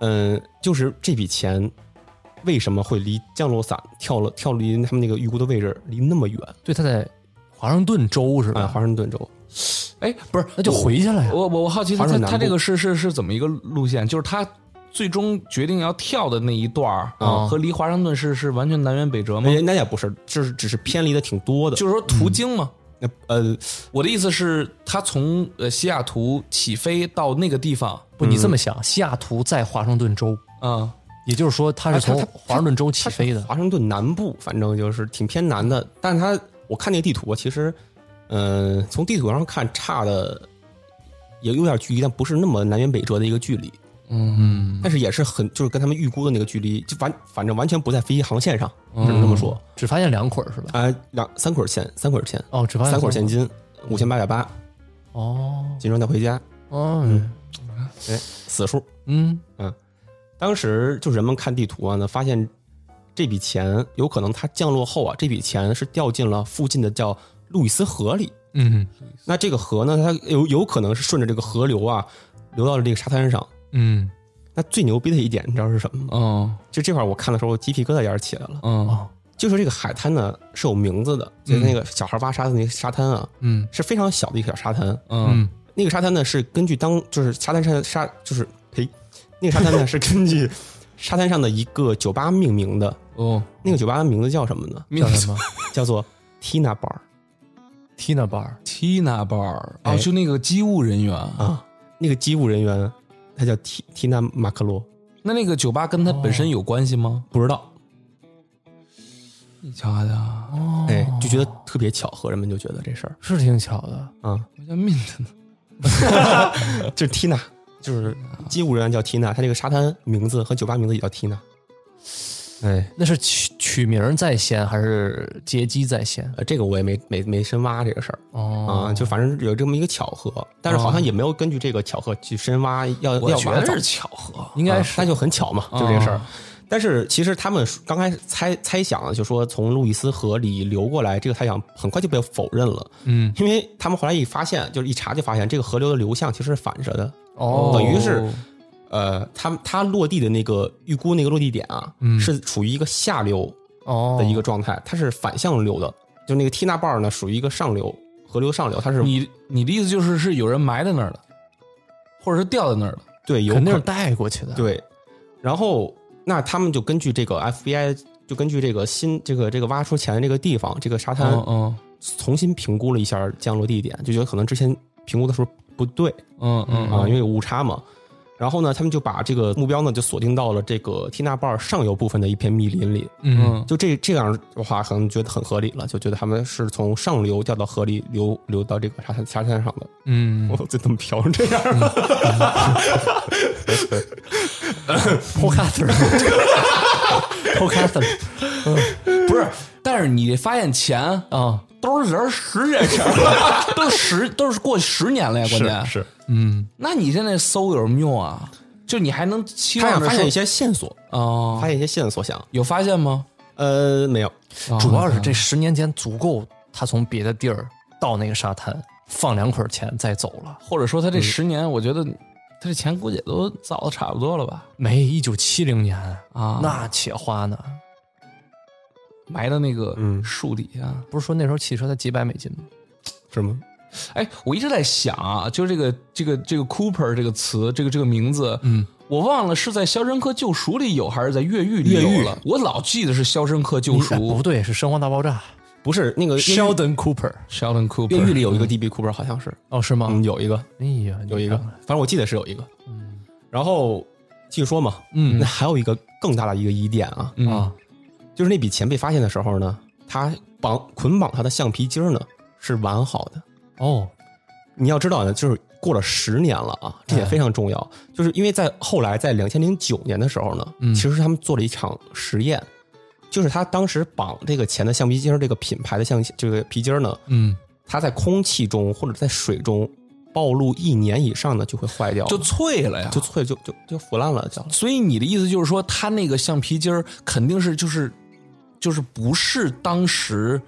B: 嗯，就是这笔钱为什么会离降落伞跳了跳离他们那个预估的位置离那么远
D: 对，他在华盛顿州是
B: 啊？
D: 吧？
B: 华盛顿州，
C: 哎，不是，
D: 那就回去了呀。
C: 我我我好奇他
B: 华
C: 他
B: 盛顿
C: 他
B: 南部
C: 这个是是是怎么一个路线？就是他最终决定要跳的那一段儿
D: 啊
C: 和离华盛顿是是完全南辕北辙吗？
B: 哎那也不是，就是只是偏离的挺多的。
C: 就是说途经吗？
B: 那呃，
C: 我的意思是，他从呃西雅图起飞到那个地方，
D: 不，你这么想，西雅图在华盛顿州，
C: 嗯，
D: 也就是说他是
B: 哎他
D: 从
B: 他
D: 华盛顿州起飞的。
B: 华盛顿南部，反正就是挺偏南的。但是它，我看那个地图啊，其实，嗯、从地图上看差的也有点距离，但不是那么南辕北辙的一个距离。嗯，但是也是很，就是跟他们预估的那个距离，就完，反正完全不在飞机航线上，只能这么说。
D: 只发现两捆儿是吧？
B: 啊、两三捆儿钱，三捆儿钱，
D: 哦，只发现
B: 三捆儿
D: 两
B: 现金，五千八百八，
D: 哦，
B: 金装带回家，
D: 嗯
B: 死数。
D: 嗯
B: 当时就人们看地图啊，呢发现这笔钱有可能它降落后啊，这笔钱是掉进了附近的叫路易斯河里。
D: 嗯
B: 那这个河呢，它有有可能是顺着这个河流啊，流到了这个沙滩上。
D: 嗯，
B: 那最牛逼的一点，你知道是什么吗？
C: 嗯
B: 就这块儿我看的时候，鸡皮疙瘩有点起来了。
C: 嗯
B: 就说这个海滩呢是有名字的，就是那个小孩挖沙子那个沙滩啊，
D: 嗯
B: 是非常小的一个小沙滩。
C: 嗯
B: 那个沙滩呢是根据当就是沙滩上沙就是呸，那个沙滩呢是根据沙滩上的一个酒吧命名的。
C: 哦，
B: 那个酒吧的名字叫什么呢？
D: 叫什么
B: 叫做 Tina Bar
D: ？Tina Bar。
C: Tina Bar 哦，
B: 哎
C: 就那个机务人员啊，
B: 啊。那个机务人员他叫 T Tina 马克罗，
C: 那那个酒吧跟他本身有关系吗？
B: 不知道
C: 你瞧瞧，
D: 哦，
B: 哎，就觉得特别巧合，人们就觉得这事儿
D: 是挺巧的。
B: 啊，
C: 我叫 Mint 呢，
B: 就是 Tina，就是机务人员叫 Tina，他这个沙滩名字和酒吧名字也叫 Tina。哎，
D: 那是取取名儿在先还是劫机在先？
B: 呃，这个我也没没没深挖这个事儿。
D: 哦
B: 啊，就反正有这么一个巧合，但是好像也没有根据这个巧合去深挖，要
C: 哦我
B: 要
C: 觉
B: 往下
C: 得
B: 走
C: 是，巧合。
D: 应该
B: 啊
D: 是
B: 那就很巧嘛，就这个事儿
C: 啊。
B: 但是其实他们刚开始猜猜想，就说从路易斯河里流过来，这个猜想很快就被否认了。
D: 嗯，
B: 因为他们后来一发现，就是一查就发现，这个河流的流向其实是反着的。
D: 哦，
B: 等于是呃，他他落地的那个预估那个落地点啊，
C: 嗯
B: 是处于一个下流
D: 哦
B: 的一个状态，它是反向流的。就那个缇娜巴尔呢，属于一个上流河流上流，它是
D: 嗯
C: 你你的意思就是是有人埋在那儿的，或者是掉在那儿的。
B: 对有可
D: 肯定
B: 能
D: 是带过去的。，
B: 对，然后那他们就根据这个 FBI，就根据这个新这个这个挖出钱的这个地方，这个沙滩，
C: 嗯
D: 哦
C: 嗯
B: 重新评估了一下降落地点，就觉得可能之前评估的时候不对
C: 嗯嗯
B: 啊，因为有误差嘛。然后呢，他们就把这个目标呢就锁定到了这个缇娜巴尔上游部分的一片密林里。
D: 嗯，
C: 嗯
B: 就这这样的话，可能觉得很合理了，就觉得他们是从上流掉到河里流流到这个沙滩沙滩上的。
D: 嗯，
B: 我这怎么瓢成这样了？
D: p o d c a s t p o d c a s t
C: 不是，但是你发现钱
D: 啊，
C: 都是人十年前儿， 都十都是过去十年了呀，关键。
B: 是，
D: 嗯，
C: 那你现在搜有什么用啊？就你还能期
B: 他
C: 望
B: 想
C: 着
B: 发现一
C: 说
B: 些线索，
C: 哦
B: 发，现一些线索，想
C: 有发现吗？
B: 呃没有，
C: 啊
D: 主要
B: 嗯
D: 是这十年间足够他从别的地儿到那个沙滩放两捆儿钱再走了。
C: 或者说他这十年，我觉得他这钱估计也都造的差不多了吧？
D: 没，一九七零年
C: 啊
D: 那且花呢？
C: 埋到那个
B: 嗯
C: 树底下。
D: 不是说那时候汽车才几百美金吗？
B: 是吗？
C: 哎，我一直在想啊，就这个这个这个 Cooper 这个词，这个这个名字，嗯，我忘了是在《肖申克救赎》里有，还是在《越狱》里有了。我老记得是《肖申克救
D: 你
C: 赎
D: 哎》不对，是《生活大爆炸
B: 不是那个》越狱
D: Sheldon Cooper
C: Sheldon
B: 越
C: Cooper
B: 狱里有一个 DB Cooper，好像是，
D: 哦，是吗？
B: 嗯，有一个
D: 哎呀，
B: 有一个，反正我记得是有一个。嗯，然后继续说嘛，
D: 嗯
B: 那还有一个更大的一个疑点啊，
C: 嗯
D: 啊，
B: 就是那笔钱被发现的时候呢，他绑捆绑他的橡皮筋儿呢是完好的。
D: 哦，
B: 你要知道呢，就是过了十年了啊，这点非常重要，就是因为在后来在两千零九年的时候呢，
D: 嗯
B: 其实他们做了一场实验，就是他当时绑这个钱的橡皮筋儿这个品牌的橡这个皮筋儿呢，
D: 嗯，
B: 它在空气中或者在水中暴露一年以上呢，就会坏掉了，
C: 就脆了呀，
B: 就脆就就就腐烂了，叫
C: 所以你的意思就是说，他那个橡皮筋儿肯定是就是就是不是当时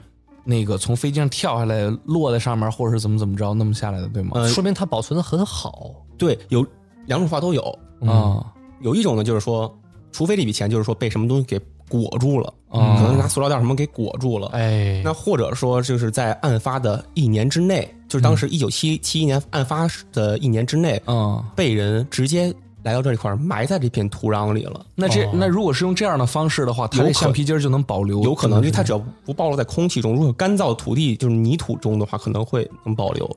C: 那个从飞机上跳下来落在上面，或者是怎么怎么着那么下来的，对吗？
B: 呃
D: 说明它保存的很好。
B: 对，有两种画都有，嗯
C: 啊
B: 有一种呢就是说，除非这笔钱就是说被什么东西给裹住了，
C: 嗯
B: 可能拿塑料袋什么给裹住了，
D: 哎，
B: 啊那或者说就是在案发的一年之内，就是当时一九七七一年案发的一年之内，
C: 啊，
B: 被人直接来到这块儿埋在这片土壤里了。
C: 那这
D: 哦
C: 那如果是用这样的方式的话，它
B: 有
C: 这
B: 可
C: 橡皮筋儿就能保留，
B: 有可能，因为它只要不暴露在空气中，如果干燥土地就是泥土中的话，可能会能保留。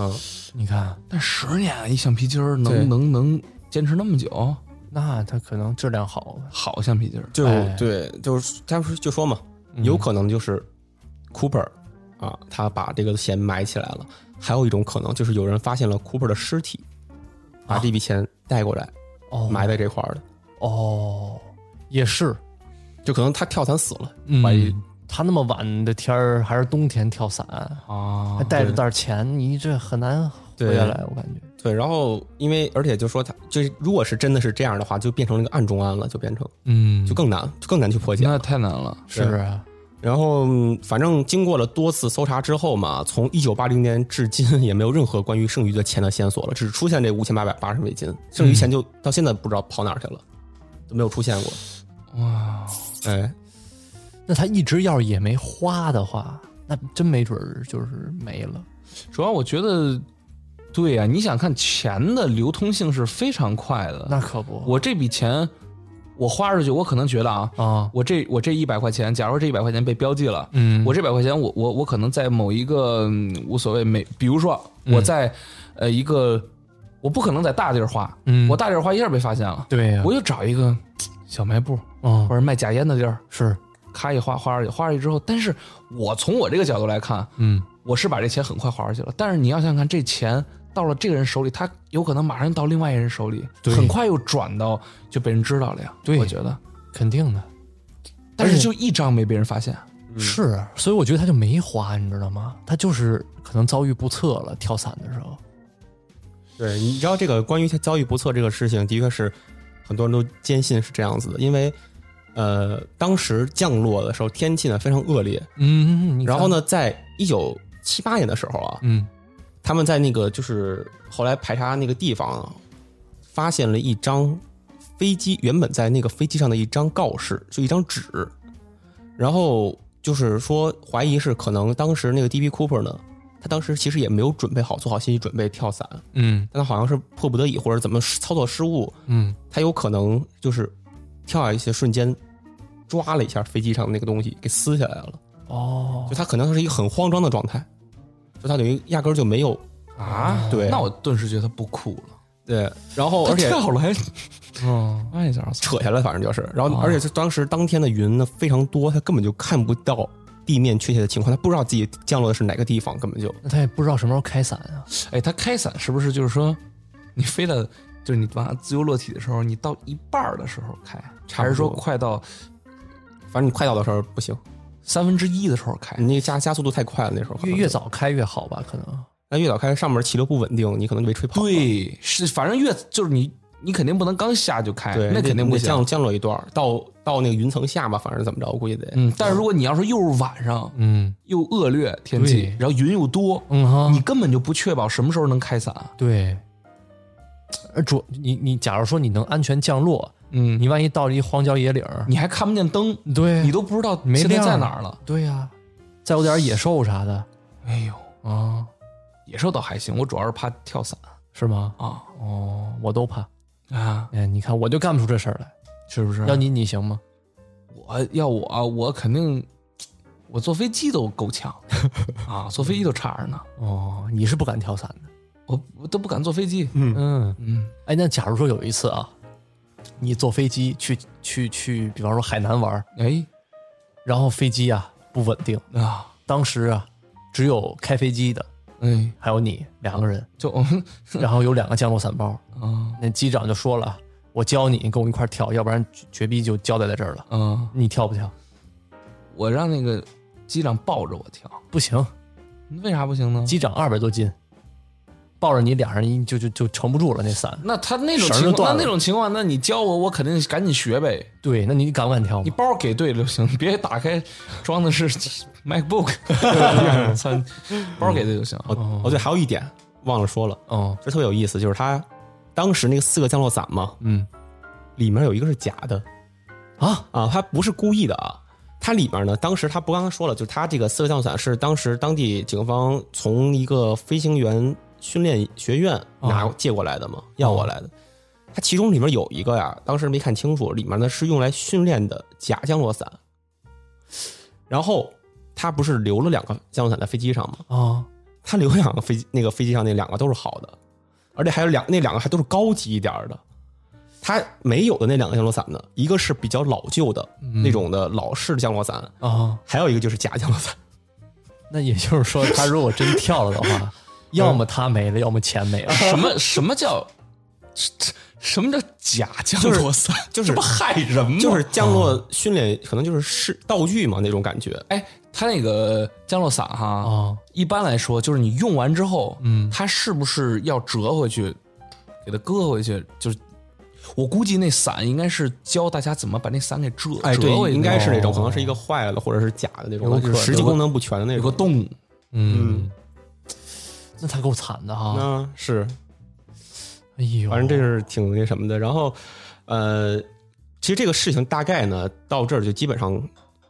B: 嗯，
D: 你看，
C: 但十年啊一橡皮筋儿
B: 对
C: 能能能坚持那么久，
D: 那它可能质量好。
C: 好橡皮筋儿
B: 就
D: 哎嗯
B: 对，就是他说就说嘛，有可能就是 Cooper 啊，他把这个钱埋起来了。还有一种可能就是有人发现了 Cooper 的尸体，把这笔钱带过来
D: 哦，
B: 埋在这块儿的，
D: 哦，也是，
B: 就可能他跳伞死了。
D: 嗯
C: 把一
D: 它那么晚的天儿，还是冬天跳伞，
C: 啊
D: 还带着袋钱，你这很难活下来，我感觉。
B: 对，然后因为而且就说他就是如果是真的是这样的话，就变成了一个暗中案了，就变成
C: 嗯，
B: 就更难，就更难去破解
C: 那
B: 了。
C: 太难了，
D: 是不是啊？
B: 然后嗯反正经过了多次搜查之后嘛，从一九八零年至今也没有任何关于剩余的钱的线索了，只出现这五千八百八十美金，剩余钱就到现在不知道跑哪儿去了，都没有出现过。
C: 哇，
B: 哎，
D: 那他一直要是也没花的话，那真没准儿就是没了。
C: 主要我觉得，对呀、你想看钱的流通性是非常快的。
D: 那可不，
C: 我这笔钱我花出去，我可能觉得啊，
D: 啊，
C: 我这我这一百块钱，假如这一百块钱被标记了，
D: 嗯
C: 我这百块钱我我我可能在某一个、嗯无所谓每，比如说
D: 嗯
C: 我在、呃一个，我不可能在大地儿花，
D: 嗯
C: 我大地儿花一下被发现了，
D: 对呀，
C: 我就找一个嘖小卖部
D: 嗯
C: 或者卖假烟的地儿，
D: 是
C: 咔一花花出去，花出去之后，但是我从我这个角度来看，
D: 嗯
C: 我是把这钱很快花出去了，但是你要想想看，这钱到了这个人手里，他有可能马上到另外一个人手里，
D: 对
C: 很快又转到就被人知道了呀。
D: 对
C: 我觉得，
D: 肯定的，
C: 但是就一张没被人发现，
D: 是啊，所以我觉得他就没花，你知道吗？他就是可能遭遇不测了，跳伞的时候，
B: 对，你知道这个关于他遭遇不测这个事情，的确是很多人都坚信是这样子的，因为呃，当时降落的时候天气呢非常恶劣，
D: 嗯，
B: 然后？呢，在一九七八年的时候啊，
D: 嗯，
B: 他们在那个就是后来排查那个地方啊，发现了一张飞机原本在那个飞机上的一张告示，就一张纸，然后就是说怀疑是可能当时那个 D.B. Cooper 呢，他当时其实也没有准备好做好心理准备跳伞，
D: 嗯
B: 但他好像是迫不得已或者怎么操作失误，
D: 嗯，
B: 他有可能就是跳下一些瞬间抓了一下飞机上的那个东西给撕下来了。
D: 哦
B: 就，他可能是一个很慌张的状态，就他等于压根儿就没有
C: 啊
B: 对
C: 那我顿时觉得他不酷了。
B: 对，然后而且
C: 跳 了还
D: 嗯，
C: 哎呀，
B: 扯下来，反正就是，然后
D: 哦
C: 啊
B: 而且就当时当天的云呢非常多，他根本就看不到地面确切的情况，他不知道自己降落的是哪个地方，根本就
D: 那他也不知道什么时候开伞啊，
C: 哎，他开伞是不是就是说，你飞到就是你往自由落体的时候，你到一半儿的时候开，
B: 差不多
C: 还是说快到
B: 反正你快到的时候不行，
C: 三分之一的时候开？
B: 你那个加加速度太快了，那时候可
D: 越
B: 能
D: 越早开越好吧？可能
B: 那越早开上面气流不稳定，你可能就被吹跑了。
C: 对，是反正越就是你你肯定不能刚下就开，
B: 对，
C: 哎那
B: 你得
C: 肯定不
B: 你
C: 行。
B: 得降降落一段儿，到到那个云层下吧，反正怎么着，我估计得。
C: 嗯，但是如果你要是又是晚上，
D: 嗯
C: 又恶劣天气
D: 对，
C: 然后云又多，
D: 嗯哈，
C: 你根本就不确保什么时候能开伞。
D: 对，而主你你假如说你能安全降落，
C: 嗯，
D: 你万一到了一荒郊野岭儿，
C: 你还看不见灯，
D: 嗯对
C: 你都不知道
D: 没
C: 现在
D: 亮
C: 在哪儿了。
D: 对呀、再有点野兽啥的
C: 哎呦，
D: 啊，
C: 野兽倒还行，我主要是怕跳伞
D: 是吗？
C: 啊
D: 哦，我都怕。
C: 啊，
D: 哎，你看我就干不出这事儿来。
C: 是不是？
D: 要你你行吗？
C: 我要我啊我肯定，我坐飞机都够呛啊，坐飞机都差着呢，
D: 哦，你是不敢跳伞的。
C: 我我都不敢坐飞机。
D: 嗯，
C: 嗯
D: 哎，那假如说有一次啊，你坐飞机去去去，比方说海南玩儿，
C: 哎
D: 然后飞机啊不稳定，
C: 啊
D: 当时啊只有开飞机的
C: 哎，
D: 还有你两个人，
C: 就
D: 然后有两个降落伞包。
C: 啊
D: 那机长就说了，我教你，跟我一块儿跳，要不然绝绝逼就交代在这儿了。
C: 啊，
D: 你跳不跳？
C: 我让那个机长抱着我跳，
D: 不行，
C: 为啥不行呢？
D: 机长二百多斤，抱着你俩人一就就就撑不住了那伞。
C: 那他那种
D: 绳儿
C: 情
D: 都断
C: 况，
D: 了
C: 那那种情况，那你教我，我肯定赶紧学呗。
D: 对，那你敢不敢跳
C: 你
D: 吗？
C: 包给对了就行， 别打开装的是 MacBook，操，包给对就行。
B: 哦哦对，还有一点忘了说了，
D: 哦，
B: 这特别有意思，就是他当时那个四个降落伞嘛，
D: 嗯
B: 里面有一个是假的
D: 啊，
B: 啊，他不是故意的啊。它里面呢，当时他不刚刚说了，就是他这个四个降落伞是当时当地警方从一个飞行员训练学院
D: 啊
B: 拿、借过来的嘛，要过来的。它其中里面有一个呀，当时没看清楚，里面呢是用来训练的假降落伞。然后他不是留了两个降落伞在飞机上吗？
D: 啊，
B: 他留两个飞机，那个飞机上那两个都是好的，而且还有两那两个还都是高级一点儿的。他没有的那两个降落伞呢，一个是比较老旧的、那种的老式降落伞，
D: 啊，
B: 还有一个就是假降落伞。
D: 那也就是说，他如果真跳了的 话，要么他没了，要么钱没了。
C: 什么什么叫什什么叫假降落伞？
B: 就是
C: 这不啊害人吗？
B: 就是降落训练，可能就是是道具嘛那种感觉。
C: 哎，它那个降落伞哈，
D: 哦
C: 一般来说就是你用完之后，嗯，它是不是要折回去，给它搁回去？就是我估计那伞应该是教大家怎么把那伞给折，
B: 哎，
C: 折
B: 对
C: 回，去
B: 应该是那种，
D: 哦
B: 可能是一个坏了或者是假的那
D: 有
B: 种，
D: 可
B: 就是实际
C: 有个
B: 功能不全的那
C: 有
B: 种。
C: 个洞。
D: 嗯，那他够惨的哈。
B: 嗯，是，
D: 哎呦，
B: 反正这是挺那什么的。然后，呃，其实这个事情大概呢到这儿就基本上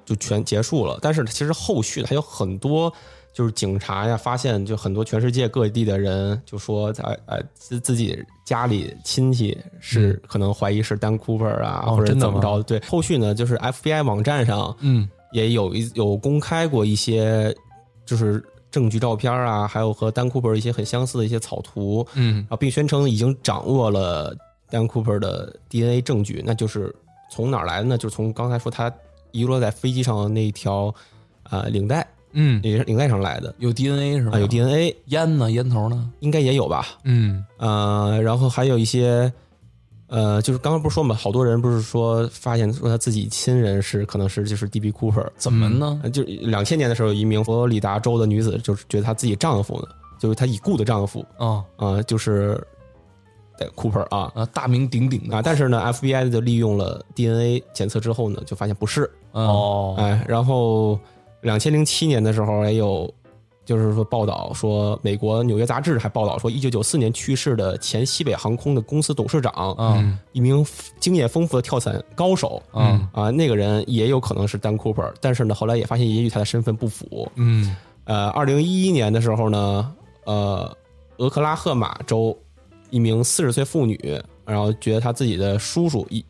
B: 就全结束了。但是其实后续还有很多，就是警察呀发现，就很多全世界各地的人就说在呃自自己家里亲戚是、可能怀疑是丹 Cooper 啊，
D: 嗯哦
B: 或者
D: 真的
B: 怎么
D: 吗
B: 着的。对，后续呢就是 FBI 网站上
D: 嗯
B: 也有一有公开过一些就是。证据照片啊，还有和丹库珀一些很相似的一些草图，
D: 嗯
B: 啊，并宣称已经掌握了 Dan Cooper 的 DNA 证据，那就是从哪儿来的呢？就是从刚才说他遗落在飞机上的那一条呃领带，
D: 嗯
B: 也是领带上来的
C: 有 DNA 是吧？
B: 啊，有 DNA
C: 烟呢，烟头呢？
B: 应该也有吧？
D: 嗯
B: 呃，然后还有一些呃，就是刚刚不是说嘛，好多人不是说发现说他自己亲人是可能是就是 D.B. Cooper，
C: 怎么呢？
B: 呃，就两千年的时候，有一名佛罗里达州的女子就是觉得她自己丈夫呢，就是她已故的丈夫
D: 哦
B: 啊、呃就是呃 Cooper 啊，
C: 啊，大名鼎鼎的
B: 啊，但是呢，FBI 就利用了 DNA 检测之后呢，就发现不是，
C: 哦，
D: 哦
B: 哎，然后两千零七年的时候也有，就是说报道说，美国《纽约杂志》还报道说，一九九四年去世的前西北航空的公司董事长，
C: 嗯
B: 一名经验丰富的跳伞高手，
C: 嗯
B: 啊，那个人也有可能是 Dan Cooper，但是呢，后来也发现也与他的身份不符。
D: 嗯
B: 呃，二零一一年的时候呢，呃，俄克拉荷马州一名四十岁妇女，然后觉得她自己的叔叔也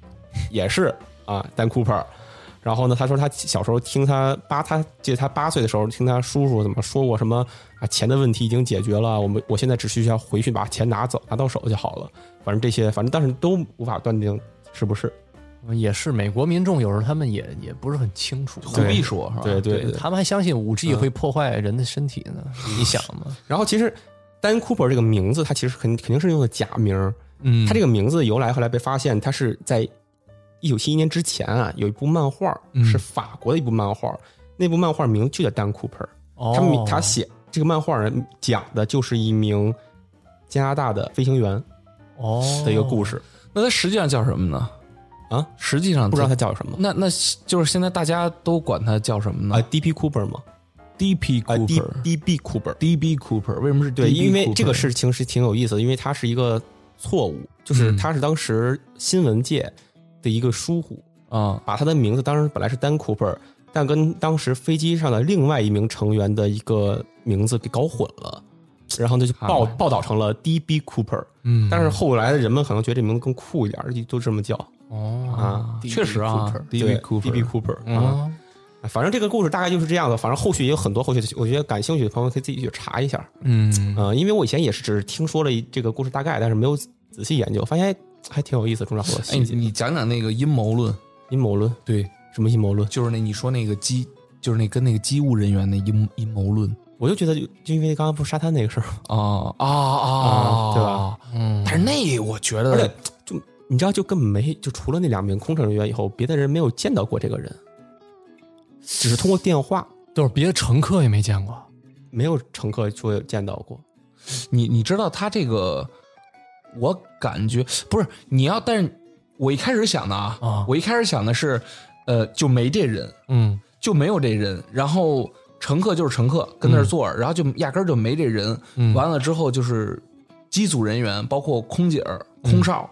B: 也是啊，丹库珀。然后呢，她说她小时候听她八，她记得她八岁的时候听她叔叔怎么说过什么啊，钱的问题已经解决了，我们我现在只需要回去把钱拿走，拿到手就好了。反正这些，反正但是都无法断定是不是。
D: 也是，美国民众有时候他们也也不是很清楚，
C: 嗯胡必说是吧？
B: 对对对。
D: 啊
B: 嗯
D: 他们还相信五 G 会破坏人的身体呢，你想嘛？
B: 然后其实丹库珀这个名字，他其实肯肯定是用的假名儿。
D: 嗯
B: 他这个名字由来后来被发现，他是在一九七一年之前啊，有一部漫画儿
D: 嗯
B: 是法国的一部漫画儿，那部漫画名就叫丹库珀。他
D: 哦
B: 们他写这个漫画人讲的就是一名加拿大的飞行员
D: 哦
B: 的一个故事，
C: 那它实际上叫什么呢？
B: 啊，
C: 实际上
B: 不知道
C: 它
B: 他叫什么
C: 那那就是现在大家都管它叫什么呢
B: 啊？D.P. Cooper 吗？
C: ？D.P.
B: 啊，D
C: Cooper。
B: D.B. Cooper。
C: D.B. Cooper 为什么是 DB
B: 对，因为
C: Cooper？
B: 这个事情是挺有意思的，因为它是一个错误，
C: 嗯
B: 就是它是当时新闻界的一个疏忽，
C: 啊，
B: 把他的名字当时本来是丹库珀，但跟当时飞机上的另外一名成员的一个名字给搞混了，然后呢就报
C: 啊
B: 报道成了 D.B. Cooper。
D: 嗯
B: 但是后来的人们可能觉得这名字更酷一点儿，就都这么叫
D: 哦
B: 啊。
C: 确实啊
B: D.B.
C: ，D.B. Cooper
B: D.B. Cooper 啊，
D: 嗯
B: 反正这个故事大概就是这样的。反正后续也有很多后续的，我觉得感兴趣的朋友可以自己去查一下。
D: 嗯
B: 嗯，因为我以前也是只是听说了一这个故事大概，但是没有仔细研究，发现哎还挺有意思，中间好多
C: 哎，
B: 细
C: 你
B: 节。
C: 你讲讲那个阴谋论，
B: 阴谋论，
C: 对，
B: 什么阴谋论？
C: 就是那你说那个机，就是那跟那个机务人员那阴阴谋论
B: 我就觉得就就因为刚刚不是沙滩那个事儿，
C: 啊啊啊，
B: 对吧？
D: 嗯
C: 但是那我觉
B: 而
C: 得
B: 且就你知道，就根本没就除了那两名空乘人员以后，别的人没有见到过这个人，只是通过电话，
D: 都是别的乘客也没见过。
B: 没有乘客说有见到过。
C: 你你知道他这个，我感觉不是你要，但是我一开始想的啊，
D: 啊
C: 我一开始想的是，呃，就没这人，
D: 嗯
C: 就没有这人，然后乘客就是乘客跟那儿坐着，
B: 嗯
C: 然后就压根儿就没这人。
D: 嗯
C: 完了之后就是机组人员，包括空姐儿、空少，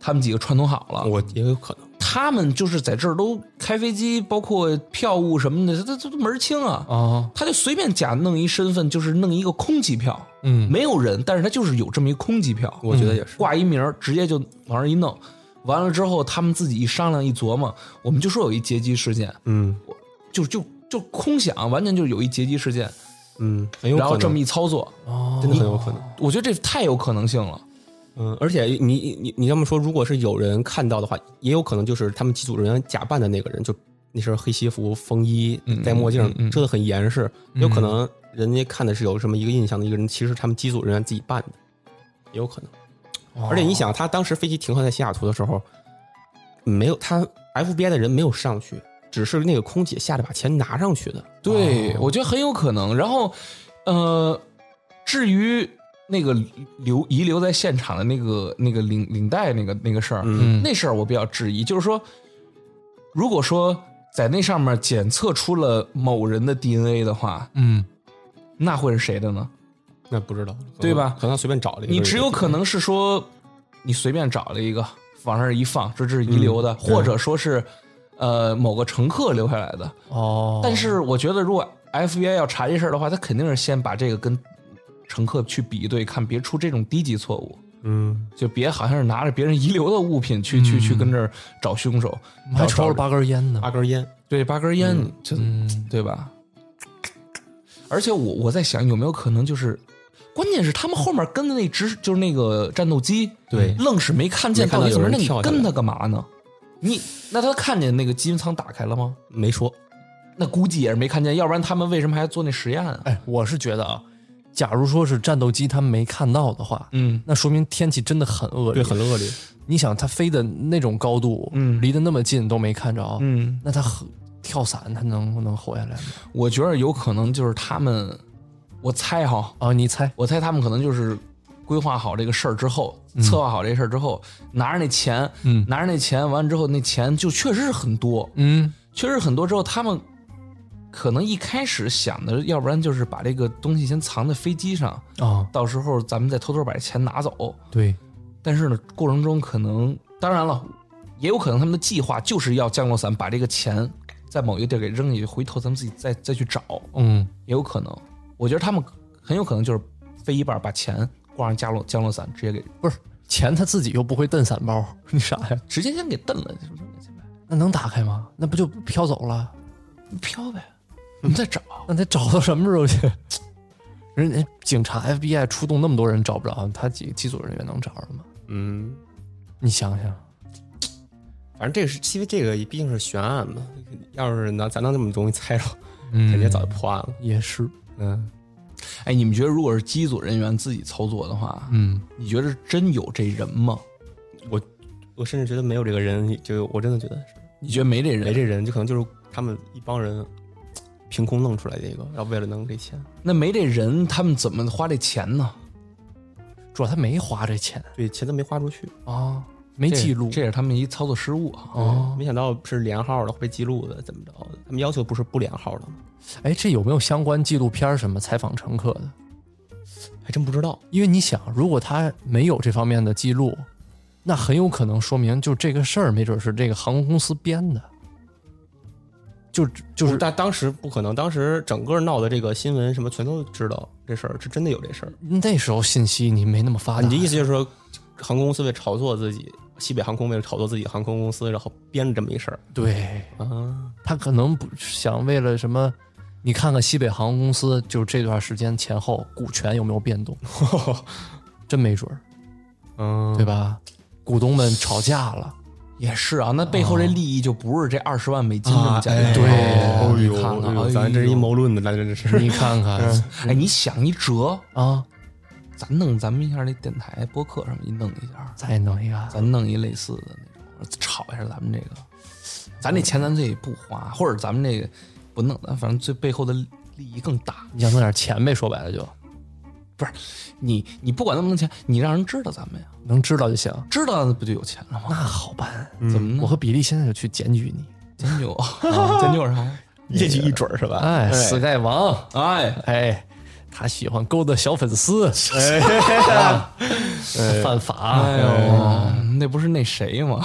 C: 他们几个串通好了，
B: 嗯我也有可能。
C: 他们就是在这儿都开飞机，包括票务什么的，这这这门儿清啊。
B: 哦
D: 啊
C: 他就随便假弄一身份，就是弄一个空机票，
D: 嗯
C: 没有人，但是他就是有这么一空机票，
B: 我觉得也是，
C: 挂一名儿，直接就往上一弄。完了之后，他们自己一商量一琢磨，我们就说有一劫机事件，
B: 嗯
C: 就就就空想，完全就有一劫机事件，
B: 嗯，很有
C: 然后
B: 可
C: 这么
B: 能，
C: 一操作，
D: 哦
B: 真的很有可能。
C: 我觉得这太有可能性了。
B: 嗯，而且你你你这么说，如果是有人看到的话，也有可能就是他们机组人员假扮的那个人，就那身黑西服、风衣、戴墨镜，遮的很严实，有可能人家看的是有什么一个印象的一个人，其实他们机组人员自己扮的，也有可能。而且你想，他当时飞机停靠在西雅图的时候，没有他 FBI 的人没有上去，只是那个空姐下来把钱拿上去的。
C: 对，
B: 哦
C: 我觉得很有可能。然后，呃，至于那个留遗留在现场的那个那个领领带那个那个事儿，
B: 嗯
C: 那事儿我比较质疑，就是说，如果说在那上面检测出了某人的 DNA 的话，
D: 嗯
C: 那会是谁的呢？
B: 那不知道，
C: 对吧
B: 可能他随便找了一个，
C: 你只有可能是说，你随便找了一个往那儿一放，这这是遗留的，或者说是呃某个乘客留下来的。
D: 哦，
C: 但是我觉得，如果 FBI 要查这事儿的话，他肯定是先把这个跟乘客去比一对，看别出这种低级错误，
B: 嗯，
C: 就别好像是拿着别人遗留的物品去、去去跟这儿找凶手，嗯
D: 还
C: 找
D: 抽了八根烟呢
B: 八根烟，
C: 对八根烟，
B: 嗯
C: 就对吧？而且我我在想，有没有可能就是，关键是他们后面跟的那直就是那个战斗机，
B: 对
C: 愣是没看见
B: 没看
C: 到
B: 到
C: 底怎么着，
B: 有人
C: 那你
B: 跳下来
C: 跟他干嘛呢？你那他看见那个机舱打开了吗？
B: 没说。
C: 那估计也是没看见，要不然他们为什么还做那实验啊？
D: 哎，我是觉得啊，假如说是战斗机他们没看到的话，
C: 嗯
D: 那说明天气真的很恶
B: 对，
D: 劣。
B: 很恶劣。
D: 你想，它飞的那种高度，
C: 嗯
D: 离得那么近都没看着，
C: 嗯，
D: 那它和跳伞它能能活下来吗？
C: 我觉得有可能就是他们，我猜哈，
D: 啊，你猜？
C: 我猜他们可能就是规划好这个事儿之后，策划好这事儿之后，拿着那钱，
D: 嗯
C: 拿着那钱完了之后，那钱就确实是很多，
D: 嗯
C: 确实很多之后，他们可能一开始想的，要不然就是把这个东西先藏在飞机上，
D: 啊，
C: 到时候咱们再偷偷把这钱拿走。
D: 对，
C: 但是呢，过程中可能，当然了，也有可能他们的计划就是要降落伞把这个钱在某一个地儿给扔下去，回头咱们自己再再去找，
D: 嗯
C: 也有可能。我觉得他们很有可能就是飞一半，把钱挂上降落降落伞，直接给
D: 钱他自己又不会蹬伞包， 你傻呀？
C: 直接先给蹬了，就扔下去呗，
D: 那能打开吗？那不就飘走了？
C: 飘呗，我们再找。
D: 那得找到什么时候去？人家警察 FBI 出动那么多人找不着，他几机组人员能找着吗？
B: 嗯，
D: 你想想，
B: 反正这个是因为这个毕竟是悬案嘛，要是能咱能这么容易猜着，
D: 嗯
B: 肯定早就破案了。
D: 也是，
B: 嗯，
C: 哎，你们觉得如果是机组人员自己操作的话，
D: 嗯，
C: 你觉得真有这人吗？
B: 我我甚至觉得没有这个人，就我真的觉得是
C: 你觉得没这人？
B: 没这人，就可能就是他们一帮人凭空弄出来的一个，然后为了能这钱。
C: 那没这人，他们怎么花这钱呢？
D: 主要他没花这钱
B: 对，钱都没花出去，
D: 啊，没记录
C: 这也是他们一操作失误啊。
D: 哦。
B: 没想到是连号的被记录的，怎么着的？他们要求不是不连号的吗？
D: 哎，这有没有相关纪录片儿什么采访乘客的？
B: 还真不知道。
D: 因为你想，如果他没有这方面的记录，那很有可能说明就这个事儿没准是这个航空公司编的，就就
B: 不
D: 是
B: 但当时不可能，当时整个闹的这个新闻什么全都知道这事儿，是真的有这事儿。
D: 那时候信息你没那么发
B: 啊，
D: 达。
B: 你的意思就是说，航空公司为了炒作自己，西北航空为了炒作自己航空公司，然后编了这么一事儿
D: 对
B: 啊？
D: 他可能不想为了什么？你看看西北航空公司，就是这段时间前后股权有没有变动？真没准儿，
B: 嗯
D: 对吧？股东们吵架了，
C: 也是啊，那背后这利益就不是这二十万美金这么简单、
D: 啊哎对
C: 哦
B: 哎
C: 你
B: 呦，
C: 看看，哎呦
B: 咱这是阴。谋论的，咱这 是
D: 你看看
C: 哎，你想一折，
D: 啊，
C: 咱弄咱们一下那电台播客上面一弄一下，
D: 再弄一个，
C: 咱弄一类似的那种，炒一下咱们这个，咱这钱咱自己不花，或者咱们这个不弄，咱反正最背后的利益更大。
D: 你想弄点钱呗？说白了就，
C: 不是你，你不管那么多钱，你让人知道咱们呀，
D: 能知道就行。
C: 知道那不就有钱了吗？
D: 那好办，
C: 怎么
D: 我
C: 呢？
D: 和比利现在就去检举你。
C: 监酒， 啊监酒 啥？
B: 业绩一准儿是
C: 啊
B: 吧？
D: 哎，Sky 王，
C: 哎，
D: 哎，他喜欢勾搭小粉丝，哎， 犯法。
C: 哎呦，那不是那谁吗？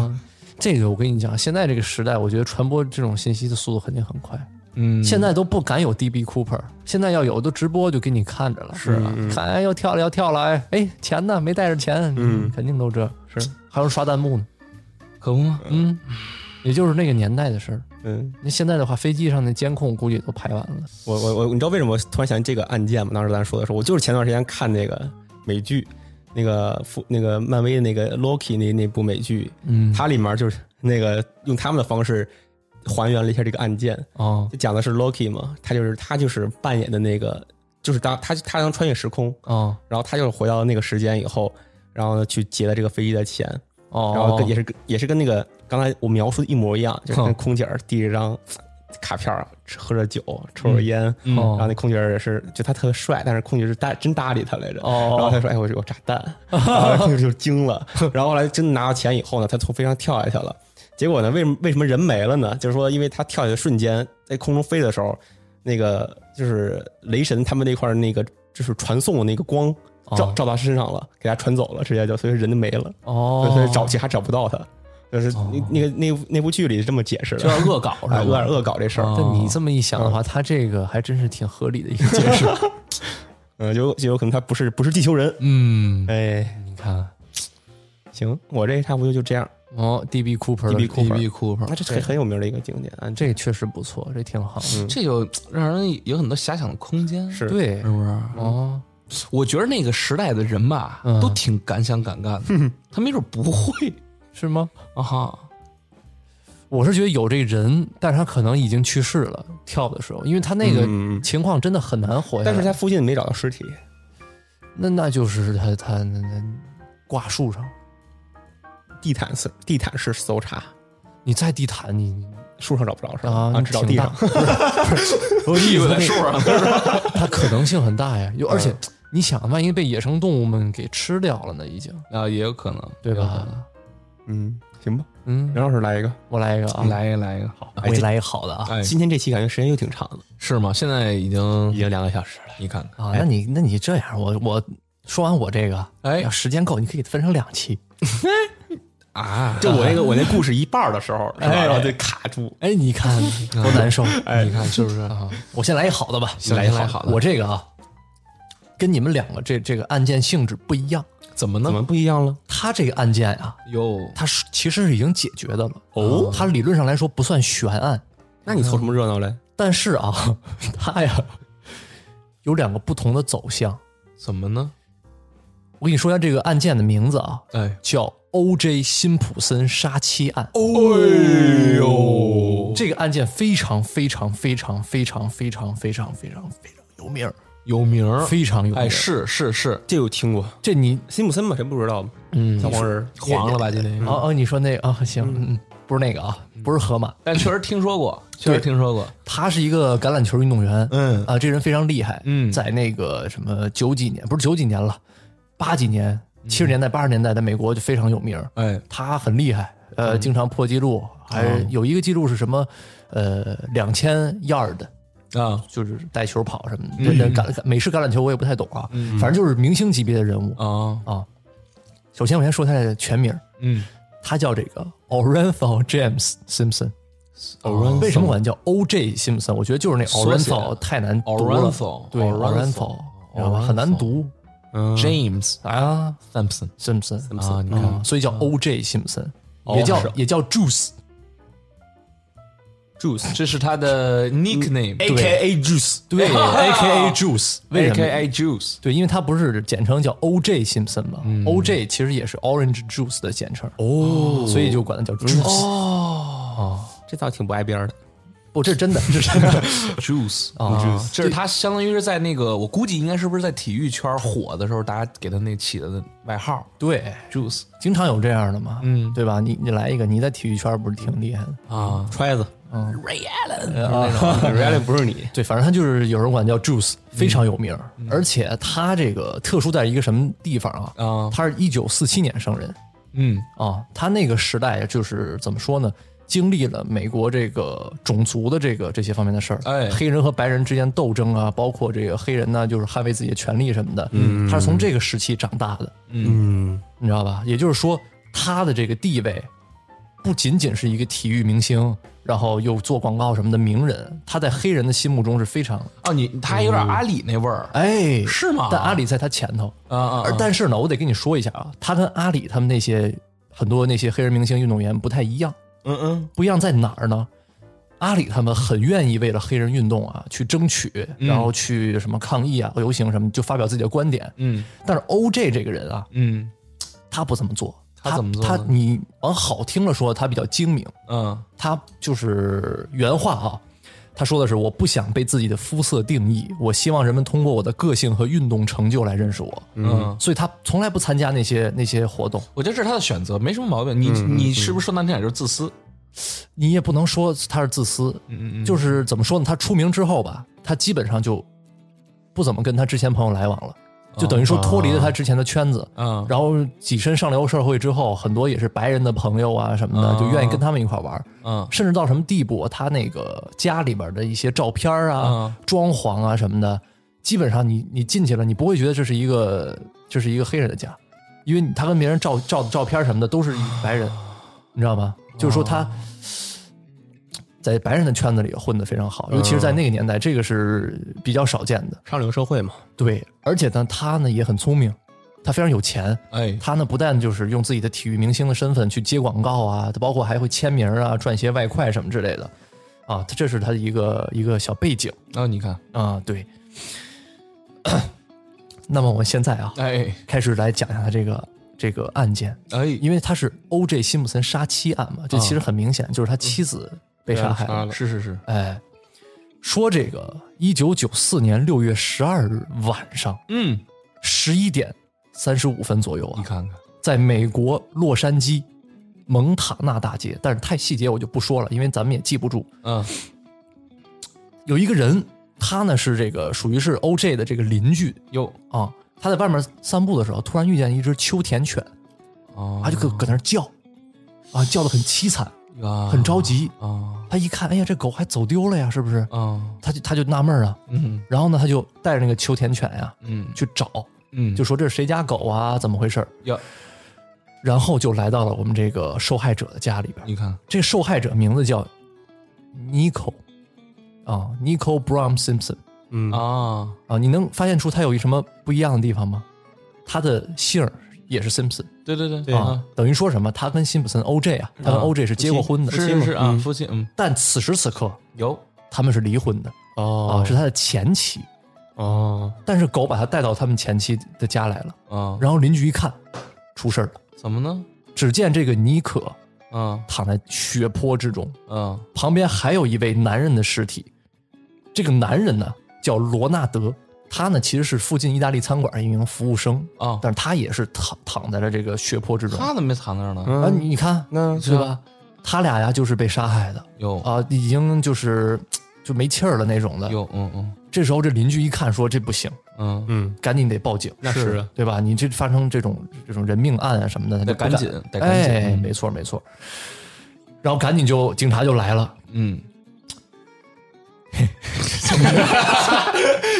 D: 这个我跟你讲，现在这个时代，我觉得传播这种信息的速度肯定很快。
C: 嗯，
D: 现在都不敢有 DB Cooper，现在要有都直播就给你看着了，是看哎要跳了要跳了，哎哎钱呢没带着钱，嗯，肯定都这是，还有人刷弹幕呢，
C: 可不吗？
D: 嗯，也就是那个年代的事儿。
B: 嗯，
D: 那现在的话，飞机上的监控估计都排完了，
B: 我我我，你知道为什么我突然想起这个案件吗？当时咱说的时候，我就是前段时间看那个美剧，那个复那个漫威的那个 Loki 那那部美剧，
D: 嗯，
B: 它里面就是那个用他们的方式还原了一下这个案件，
D: 哦
B: 就讲的是 Loki 嘛，他就是他就是扮演的那个，就是当他他能穿越时空，
D: 哦
B: 然后他就是回到那个时间以后，然后呢去劫了这个飞机的钱，
D: 哦，
B: 然后跟也是跟也是跟那个刚才我描述的一模一样，就是跟
D: 哼
B: 空姐儿递着张卡片儿，吃喝着酒，抽着
D: 哦
B: 烟，
C: 嗯
B: 然后那空姐儿也是，就他特别帅，但是空姐是搭真搭理他来着，
D: 哦
B: 然后他说：“哎，我有炸弹。”然后空姐就惊了，然后后来真的拿到钱以后呢，他从飞机上跳下去了。结果呢，为什么为什么人没了呢？就是说，因为他跳下的瞬间，在空中飞的时候，那个就是雷神他们那块儿那个就是传送的那个光照
D: 哦
B: 照到他身上了，给他传走了，直接就所以人就没了。
D: 哦，
B: 所以找其实还找不到他，就是那那个那部那部剧里是这么解释
C: 就
B: 的，
C: 要恶搞是 吧？
B: 哎恶搞恶搞这事儿，
D: 但你这么一想的话，他这个还真是挺合理的一个解释。
B: 嗯，有有可能他不是不是地球人，
C: 嗯，
B: 哎，
D: 你看，
B: 行，我这差不多就这样，
D: 哦，DB Cooper 的
B: DB
C: b
B: Cooper 哎
C: b Cooper，
B: 那这很很有名的一个景点，啊，这
D: 这个确实不错，这挺好。
C: 这就让人有很多遐想的空间，
B: 是
D: 对
C: 是，不是？
D: 哦，
C: 我觉得那个时代的人吧，
D: 嗯
C: 都挺敢想敢干的， 他没准不会
D: 是吗？
C: 啊哈。
D: 我是觉得有这人，但是他可能已经去世了，跳的时候，因为他那个
B: 嗯嗯嗯
D: 情况真的很难活下来。
B: 但是他附近没找到尸体，
D: 那那就是他他那那挂树上，
B: 地毯式地毯式搜查，
D: 你再地毯你
B: 树上找不着是吧？
D: 啊，
B: 啊，
D: 你
B: 只找
D: 挺
B: 地
D: 大
B: 上，
D: 我
C: 屁股在树上，
D: 它可能性很大呀。有而且你想，万一被野生动物们给吃掉了呢，已经
C: 啊，也有可能，
D: 对
C: 也有可
D: 吧
C: 能？？
B: 嗯，行吧，
D: 嗯，
B: 杨老师来一个，
D: 我来一个啊，
C: 来一个，来一个，好，
D: 我也来一个好的啊。
C: 哎，
B: 今天这期感觉时间又挺长的，
C: 是吗？现在已经
B: 已经两个小时了，
C: 你看看，
D: 啊，那你那你这样，我我说完我这个，
C: 哎
D: 要时间够，你可以分成两期。
C: 啊，
B: 就我那 个我那故事一半的时候，是吧？然后就卡住，
D: 哎，你看 多难受。
C: 你看是不是 啊？
D: 我先来一好的吧，
C: 行
D: 来一
C: 来一好的
D: 我这个啊，跟你们两个这这个案件性质不一样。
C: 怎么呢
B: 怎？么不一样了？
D: 他这个案件啊，
C: 哟，
D: 他是其实是已经解决的了。
B: 哦
D: 他理论上来说不算悬案，
B: 那你凑什么热闹嘞？
D: 但是啊，他呀有两个不同的走向。
C: 怎么呢？
D: 我跟你说一下这个案件的名字啊，
C: 哎，
D: 叫 O.J. 辛普森杀妻案。
B: 嗯
C: 哎呦，
D: 这个案件非常非常非常非常非常非常非常非常有名儿，
C: 有名儿，
D: 非常有名儿。
C: 哎，是是是，
B: 这有听过，
D: 这你
B: 辛普森嘛，谁不知道嘛？
D: 嗯
B: 小黄人儿，
C: 黄了吧？今天，
D: 哦哦，你说那个啊，行，嗯，不是那个啊，不是河马，
C: 但确实听说过，确实听说过，
D: 他是一个橄榄球运动员，
C: 嗯
D: 啊，这人非常厉害，
C: 嗯
D: 在那个什么九几年，不是九几年了，八几年、七十年代、八十年代，在美国就非常有名儿，
C: 哎，
D: 他很厉害，呃，
C: 嗯
D: 经常破纪录，还
C: 哦
D: 有一个记录是什么，呃，两千 yard。
C: 啊
D: 就是带球跑什么的，
C: 嗯
D: 这这橄美式橄榄球我也不太懂啊，反正就是明星级别的人物
C: 啊，
D: 啊。首先，我先说他的全名，
C: 嗯，
D: 他叫这个 Orenthal James Simpson。
C: Orenthal
D: 为什么管他叫 O.J. Simpson？我觉得就是那
C: 缩写
D: Orenthal 太难读了
C: Orenthal，
D: 对 Orenthal，然后很难读
B: 嗯
C: James
D: 啊
C: Thompson
D: ，Simpson
C: 啊，你看
D: 啊，所以叫 O.J. Simpson，
B: 哦
D: 也叫
B: 是
D: 也叫 Juice，
B: Juice
C: 这是他的 nickname，A
B: A Juice，
D: 对，A.K.A. Juice，为什么
C: K A Juice，
D: 对，因为它不是简称叫 OJ Simpson 嘛、o j 其实也是 Orange Juice 的简称哦，所以就管它叫 Juice。
B: 这倒挺不挨边儿的。
D: 不、这是真的，这是真的
C: Juice
D: 啊！
C: 这是他相当于是在那个，我估计应该是不是在体育圈火的时候，大家给他那起的外号
D: 对，
C: Juice
D: 经常有这样的嘛，嗯，对吧？你你来一个，你在体育圈不是挺厉害的？
C: 啊，
B: 揣子，
D: Ray Allen，
B: 啊 ，Really 不是你，
D: 对，反正他就是有人管叫
C: 嗯
D: Juice，非常有名儿。而且他这个特殊在一个什么地方啊？
C: 啊
D: 他是一九四七年生人
C: 嗯
D: 啊，他那个时代就是怎么说呢？经历了美国这个种族的这个这些方面的事儿，
C: 哎
D: 黑人和白人之间斗争啊，包括这个黑人呢，就是捍卫自己的权利什么的，嗯，他是从这个时期长大的，
B: 嗯，
D: 你知道吧？也就是说，他的这个地位不仅仅是一个体育明星，然后又做广告什么的名人，他在黑人的心目中是非常
C: 哦，你他还有点阿里那味儿啊
D: 哎
C: 是吗
D: 但阿里在他前头，
C: 啊啊
D: 而但是呢，我得跟你说一下啊，他跟阿里他们那些很多那些黑人明星运动员不太一样，
B: 嗯嗯，
D: 不一样在哪儿呢？阿里他们很愿意为了黑人运动啊去争取，然后去什么抗议啊、游行什么，就发表自己的观点。
C: 嗯
D: 但是 OJ 这个人啊，
C: 嗯
D: 他不怎么做，
C: 他怎么做
D: 他
C: 呢
D: 你往好听了说，他比较精明，
C: 嗯
D: 他就是原话啊，他说的是：“我不想被自己的肤色定义，我希望人们通过我的个性和运动成就来认识我。
C: 嗯”，
D: 所以，他从来不参加那些那些活动。
C: 我觉得这是他的选择，没什么毛病。你你是不是说难听点就是自私？
D: 你也不能说他是自私，
C: 嗯嗯就
D: 就是怎么说呢？他出名之后吧，他基本上就不怎么跟他之前朋友来往了，
C: 哦
D: 就等于说脱离了他之前的圈子。
C: 嗯
D: 然后跻身上流社会之后，很多也是白人的朋友啊什么的，
C: 啊
D: 就愿意跟他们一块玩儿。
C: 嗯
D: 甚至到什么地步，他那个家里边的一些照片啊、
C: 啊
D: 装潢啊什么的，基本上你你进去了，你不会觉得这是一个这是一个黑人的家，因为你他跟别人照照的照片什么的都是白人，你知道吗？就是说他在白人的圈子里混得非常好，尤其是在那个年代，这个是比较少见的。
B: 上流社会嘛，
D: 对，而且呢，他呢也很聪明，他非常有钱，
C: 哎
D: 他呢不但就是用自己的体育明星的身份去接广告啊，他包括还会签名啊、赚些外快什么之类的，啊，他这是他的一个一个小背景
C: 那哎你看
D: 啊，对。 那么我们现在啊，
C: 哎
D: 开始来讲一下这个这个案件，
C: 哎
D: 因为他是 O.J. 辛普森杀妻案嘛，这其实很明显就是他妻子啊被杀害了。
C: 嗯是是是
D: 哎，说这个一九九四年六月十二日晚上
C: 嗯
D: 十一点三十五分左右啊，
C: 你看看
D: 在美国洛杉矶蒙塔纳大街，但是太细节我就不说了，因为咱们也记不住。
C: 嗯
D: 有一个人，他呢是这个属于是 OJ 的这个邻居
C: 哟
D: 啊，他在外面散步的时候，突然遇见一只秋田犬，
C: 啊
D: 他就搁搁那儿叫，啊，叫的很凄惨，很着急。
C: 啊
D: 他一看，哎呀，这狗还走丢了呀，是不是？
C: 啊
D: 他就他就纳闷儿啊，
C: 嗯
D: 然后呢，他就带着那个秋田犬呀、
C: 嗯
D: 去找，
C: 嗯
D: 就说这是谁家狗啊，怎么回事儿？
C: 呀
D: 然后就来到了我们这个受害者的家里边。
C: 你看
D: 这个受害者名字叫 Nico 啊，Nico Brown Simpson
B: 嗯
C: 啊
D: 啊，你能发现出他有一什么不一样的地方吗？他的姓儿也是 Simpson
C: 对对对
B: 对
D: 啊，等于说什么？他跟辛普森 O.J. 啊，他跟 O.J. 嗯是结过婚的，
C: 是是是啊父亲嗯
D: 但此时此刻
C: 有
D: 他们是离婚的啊，
B: 哦
D: 是他的前妻。
C: 啊
B: 哦，
D: 但是狗把他带到他们前妻的家来了，
C: 啊
D: 然后邻居一看，出事儿了。
C: 怎么呢
D: 只见这个尼可
C: 啊
D: 躺在血泊之中，
C: 啊
D: 旁边还有一位男人的尸体。这个男人呢叫罗纳德，他呢其实是附近意大利餐馆一名服务生，
C: 啊
D: 但是他也是躺躺在了这个血泊之中。
C: 他怎么没藏那儿呢
D: 啊，
B: 嗯，
D: 你看
B: 那
D: 是吧？他俩呀就是被杀害的
C: 有
D: 啊，已经就是就没气儿了那种的。
C: 有嗯嗯
D: 这时候这邻居一看说这不行，
C: 嗯
B: 嗯，
D: 赶紧得报警，
B: 那是啊
D: 对吧？你这发生这种这种人命案啊什么的，他
C: 得
D: 就不敢
C: 赶紧得赶紧
D: 哎，
C: 嗯
D: 没错没错。然后赶紧就警察就来了，
C: 嗯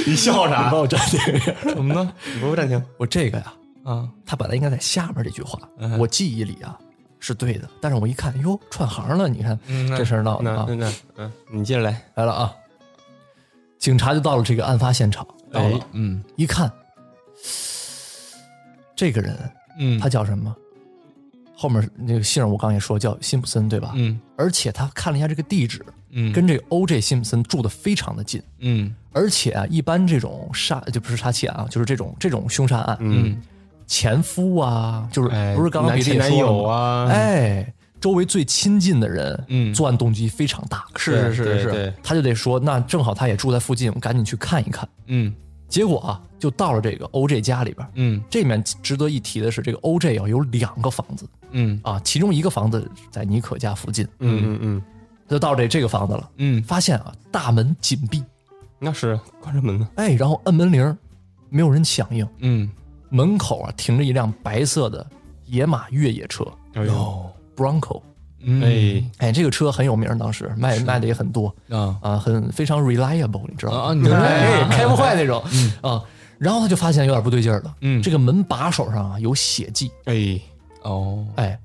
B: 你笑
D: 你
B: 啥？
D: 帮我站这个。
C: 怎么呢
B: 你不会暂停？
D: 我这个呀，
C: 啊
D: 他本来应该在下面这句话，
C: 嗯
D: 我记忆里啊是对的，但是我一看，哟，串行了，你看、
C: 嗯那
D: 这事儿闹的
B: 那
D: 啊
B: 那，那，嗯，你接着来。
D: 来了啊，警察就到了这个案发现场，到了、
B: 哎
C: 嗯
D: 一看，这个人
C: 嗯
D: 他叫什么？后面那个姓儿我刚也说叫辛普森对吧？
C: 嗯
D: 而且他看了一下这个地址，
C: 嗯
D: 跟这个 O.J. 辛普森住的非常的近，
C: 嗯
D: 而且啊，一般这种杀就不是杀妻案啊，就是这种这种凶杀案，
C: 嗯
D: 前夫啊，就是
B: 哎
D: 不是刚刚
B: 男
D: 比
B: 前
D: 利也
B: 男
D: 说
B: 友
D: 了吗？
B: 啊？，
D: 哎，周围最亲近的人，
C: 嗯
D: 作案动机非常大，
C: 是是是
B: 对
C: 是
B: 对
C: 是
D: 他就得说，那正好他也住在附近，我赶紧去看一看。
C: 嗯
D: 结果啊，就到了这个 O.J. 家里边。
C: 嗯
D: 这里面值得一提的是，这个 O.J. 啊有两个房子
C: 嗯
D: 啊，其中一个房子在尼可家附近，
B: 嗯嗯嗯，
D: 就到这这个房子了，
C: 嗯
D: 发现啊大门紧闭，
B: 那是关着门呢。
D: 哎，然后按门铃儿，没有人响应，
C: 嗯，
D: 门口啊停着一辆白色的野马越野车
B: 哎呦，
C: 哦
D: Bronco，
C: 嗯
B: 哎，
D: 哎，这个车很有名儿，当时卖卖的也很多
C: 啊
D: 啊，很非常 reliable，你知道吗？
C: 啊，你说
D: 哎，
C: 哎
D: 开不坏那种啊。然后他就发现有点不对劲儿了，
C: 嗯
D: 这个门把手上啊有血迹，
B: 哎，
C: 哦
D: 哎，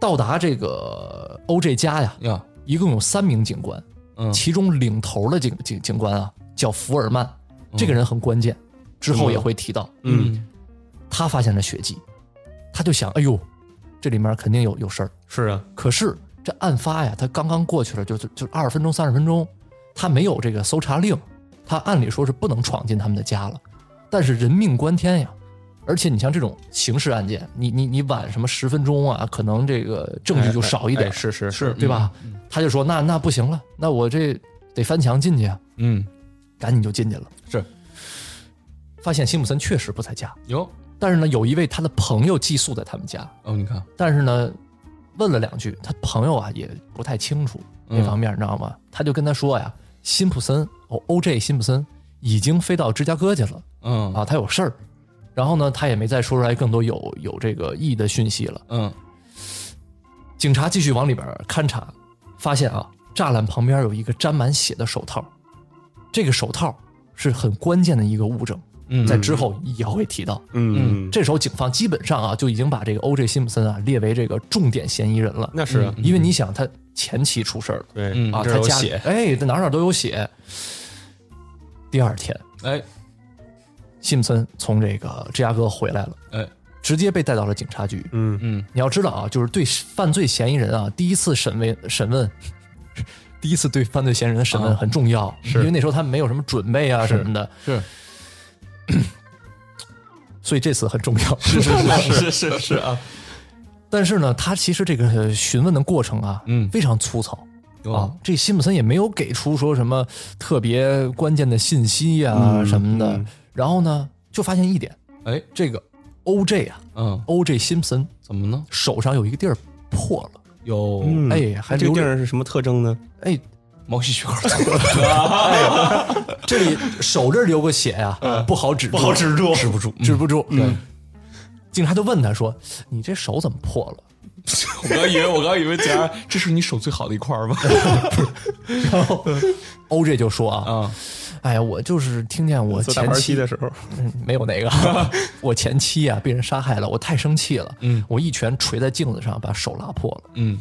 D: 到达这个 OJ 家呀，
C: 呀，
D: 一共有三名警官，
C: 嗯
D: 其中领头的警警警官啊叫福尔曼，这个人很关键，之后也会提到，
B: 嗯，
D: 他发现了血迹，他就想，哎呦，这里面肯定有有事儿。
B: 是啊，
D: 可是这案发呀，他刚刚过去了，就就就二十分钟、三十分钟，他没有这个搜查令，他按理说是不能闯进他们的家了。但是人命关天呀，而且你像这种刑事案件，你你你晚什么十分钟啊，可能这个证据就少一点，
B: 哎哎是是
C: 是
D: 对吧？他就说那那不行了，那我这得翻墙进去啊，
C: 嗯
D: 赶紧就进去了。
C: 是
D: 发现辛普森确实不在家，
C: 哟
D: 但是呢，有一位他的朋友寄宿在他们家，
C: 哦，你看
D: 但是呢，问了两句，他朋友啊也不太清楚
C: 嗯
D: 这方面，你知道吗？他就跟他说呀，辛普森哦，O.J. 辛普森已经飞到芝加哥去了
C: 嗯
D: 啊，他有事儿。然后呢，他也没再说出来更多有有这个意义的讯息了。
C: 嗯
D: 警察继续往里边勘察，发现啊，栅栏旁边有一个沾满血的手套，这个手套是很关键的一个物证，
C: 嗯
D: 在之后也会提到。
B: 嗯，
D: 这时候警方基本上啊就已经把这个 O.J. 辛普森啊列为这个重点嫌疑人了。
B: 那是啊
D: 因为你想他前期出事儿了
B: 对
C: 嗯
D: 啊，
B: 这
D: 他
B: 有
D: 家里
B: 血，
D: 哎哪儿哪儿都有血。第二天，
C: 哎
D: 辛普森从这个芝加哥回来了，
C: 哎
D: 直接被带到了警察局。
B: 嗯
C: 嗯
D: 你要知道啊，就是对犯罪嫌疑人啊，第一次审问审问， 第一次对犯罪嫌疑人的审问
C: 啊
D: 很重要，
B: 是
D: 因为那时候他们没有什么准备啊什么的，
C: 是
D: 所以这次很重要。
C: 是 是是是是啊，
D: 但是呢，他其实这个询问的过程啊，
C: 嗯
D: 非常粗糙。啊
C: 哦，
D: 这辛普森也没有给出说什么特别关键的信息呀、什么的。然后呢，就发现一点，
C: 哎
D: 这个 O.J. 啊
C: 嗯
D: ，O.J. 辛普森
C: 怎么呢？
D: 手上有一个地儿破了，
C: 有
B: 嗯
D: 哎，还
B: 这
D: 留
B: 个地
D: 着，
B: 儿是什么特征呢？
D: 哎，
C: 毛细血管，
D: 这里手这儿留个血呀、不好止住，不好止住，止不住，止不住。嗯，警察就问他说：“你这手怎么破了？”
C: 我刚以为我刚以为家这是你手最好的一块儿吗？
D: 然后 O.J. 就说啊
C: 啊，：“
D: 哎呀，我就是听见我
B: 做大
D: 呃前
B: 盘
D: 妻
B: 期的时候，
D: 嗯 没 有那个，我前妻啊被人杀害了，我太生气了，
C: 嗯
D: 我一拳捶在镜子上，把手拉破了。
C: 嗯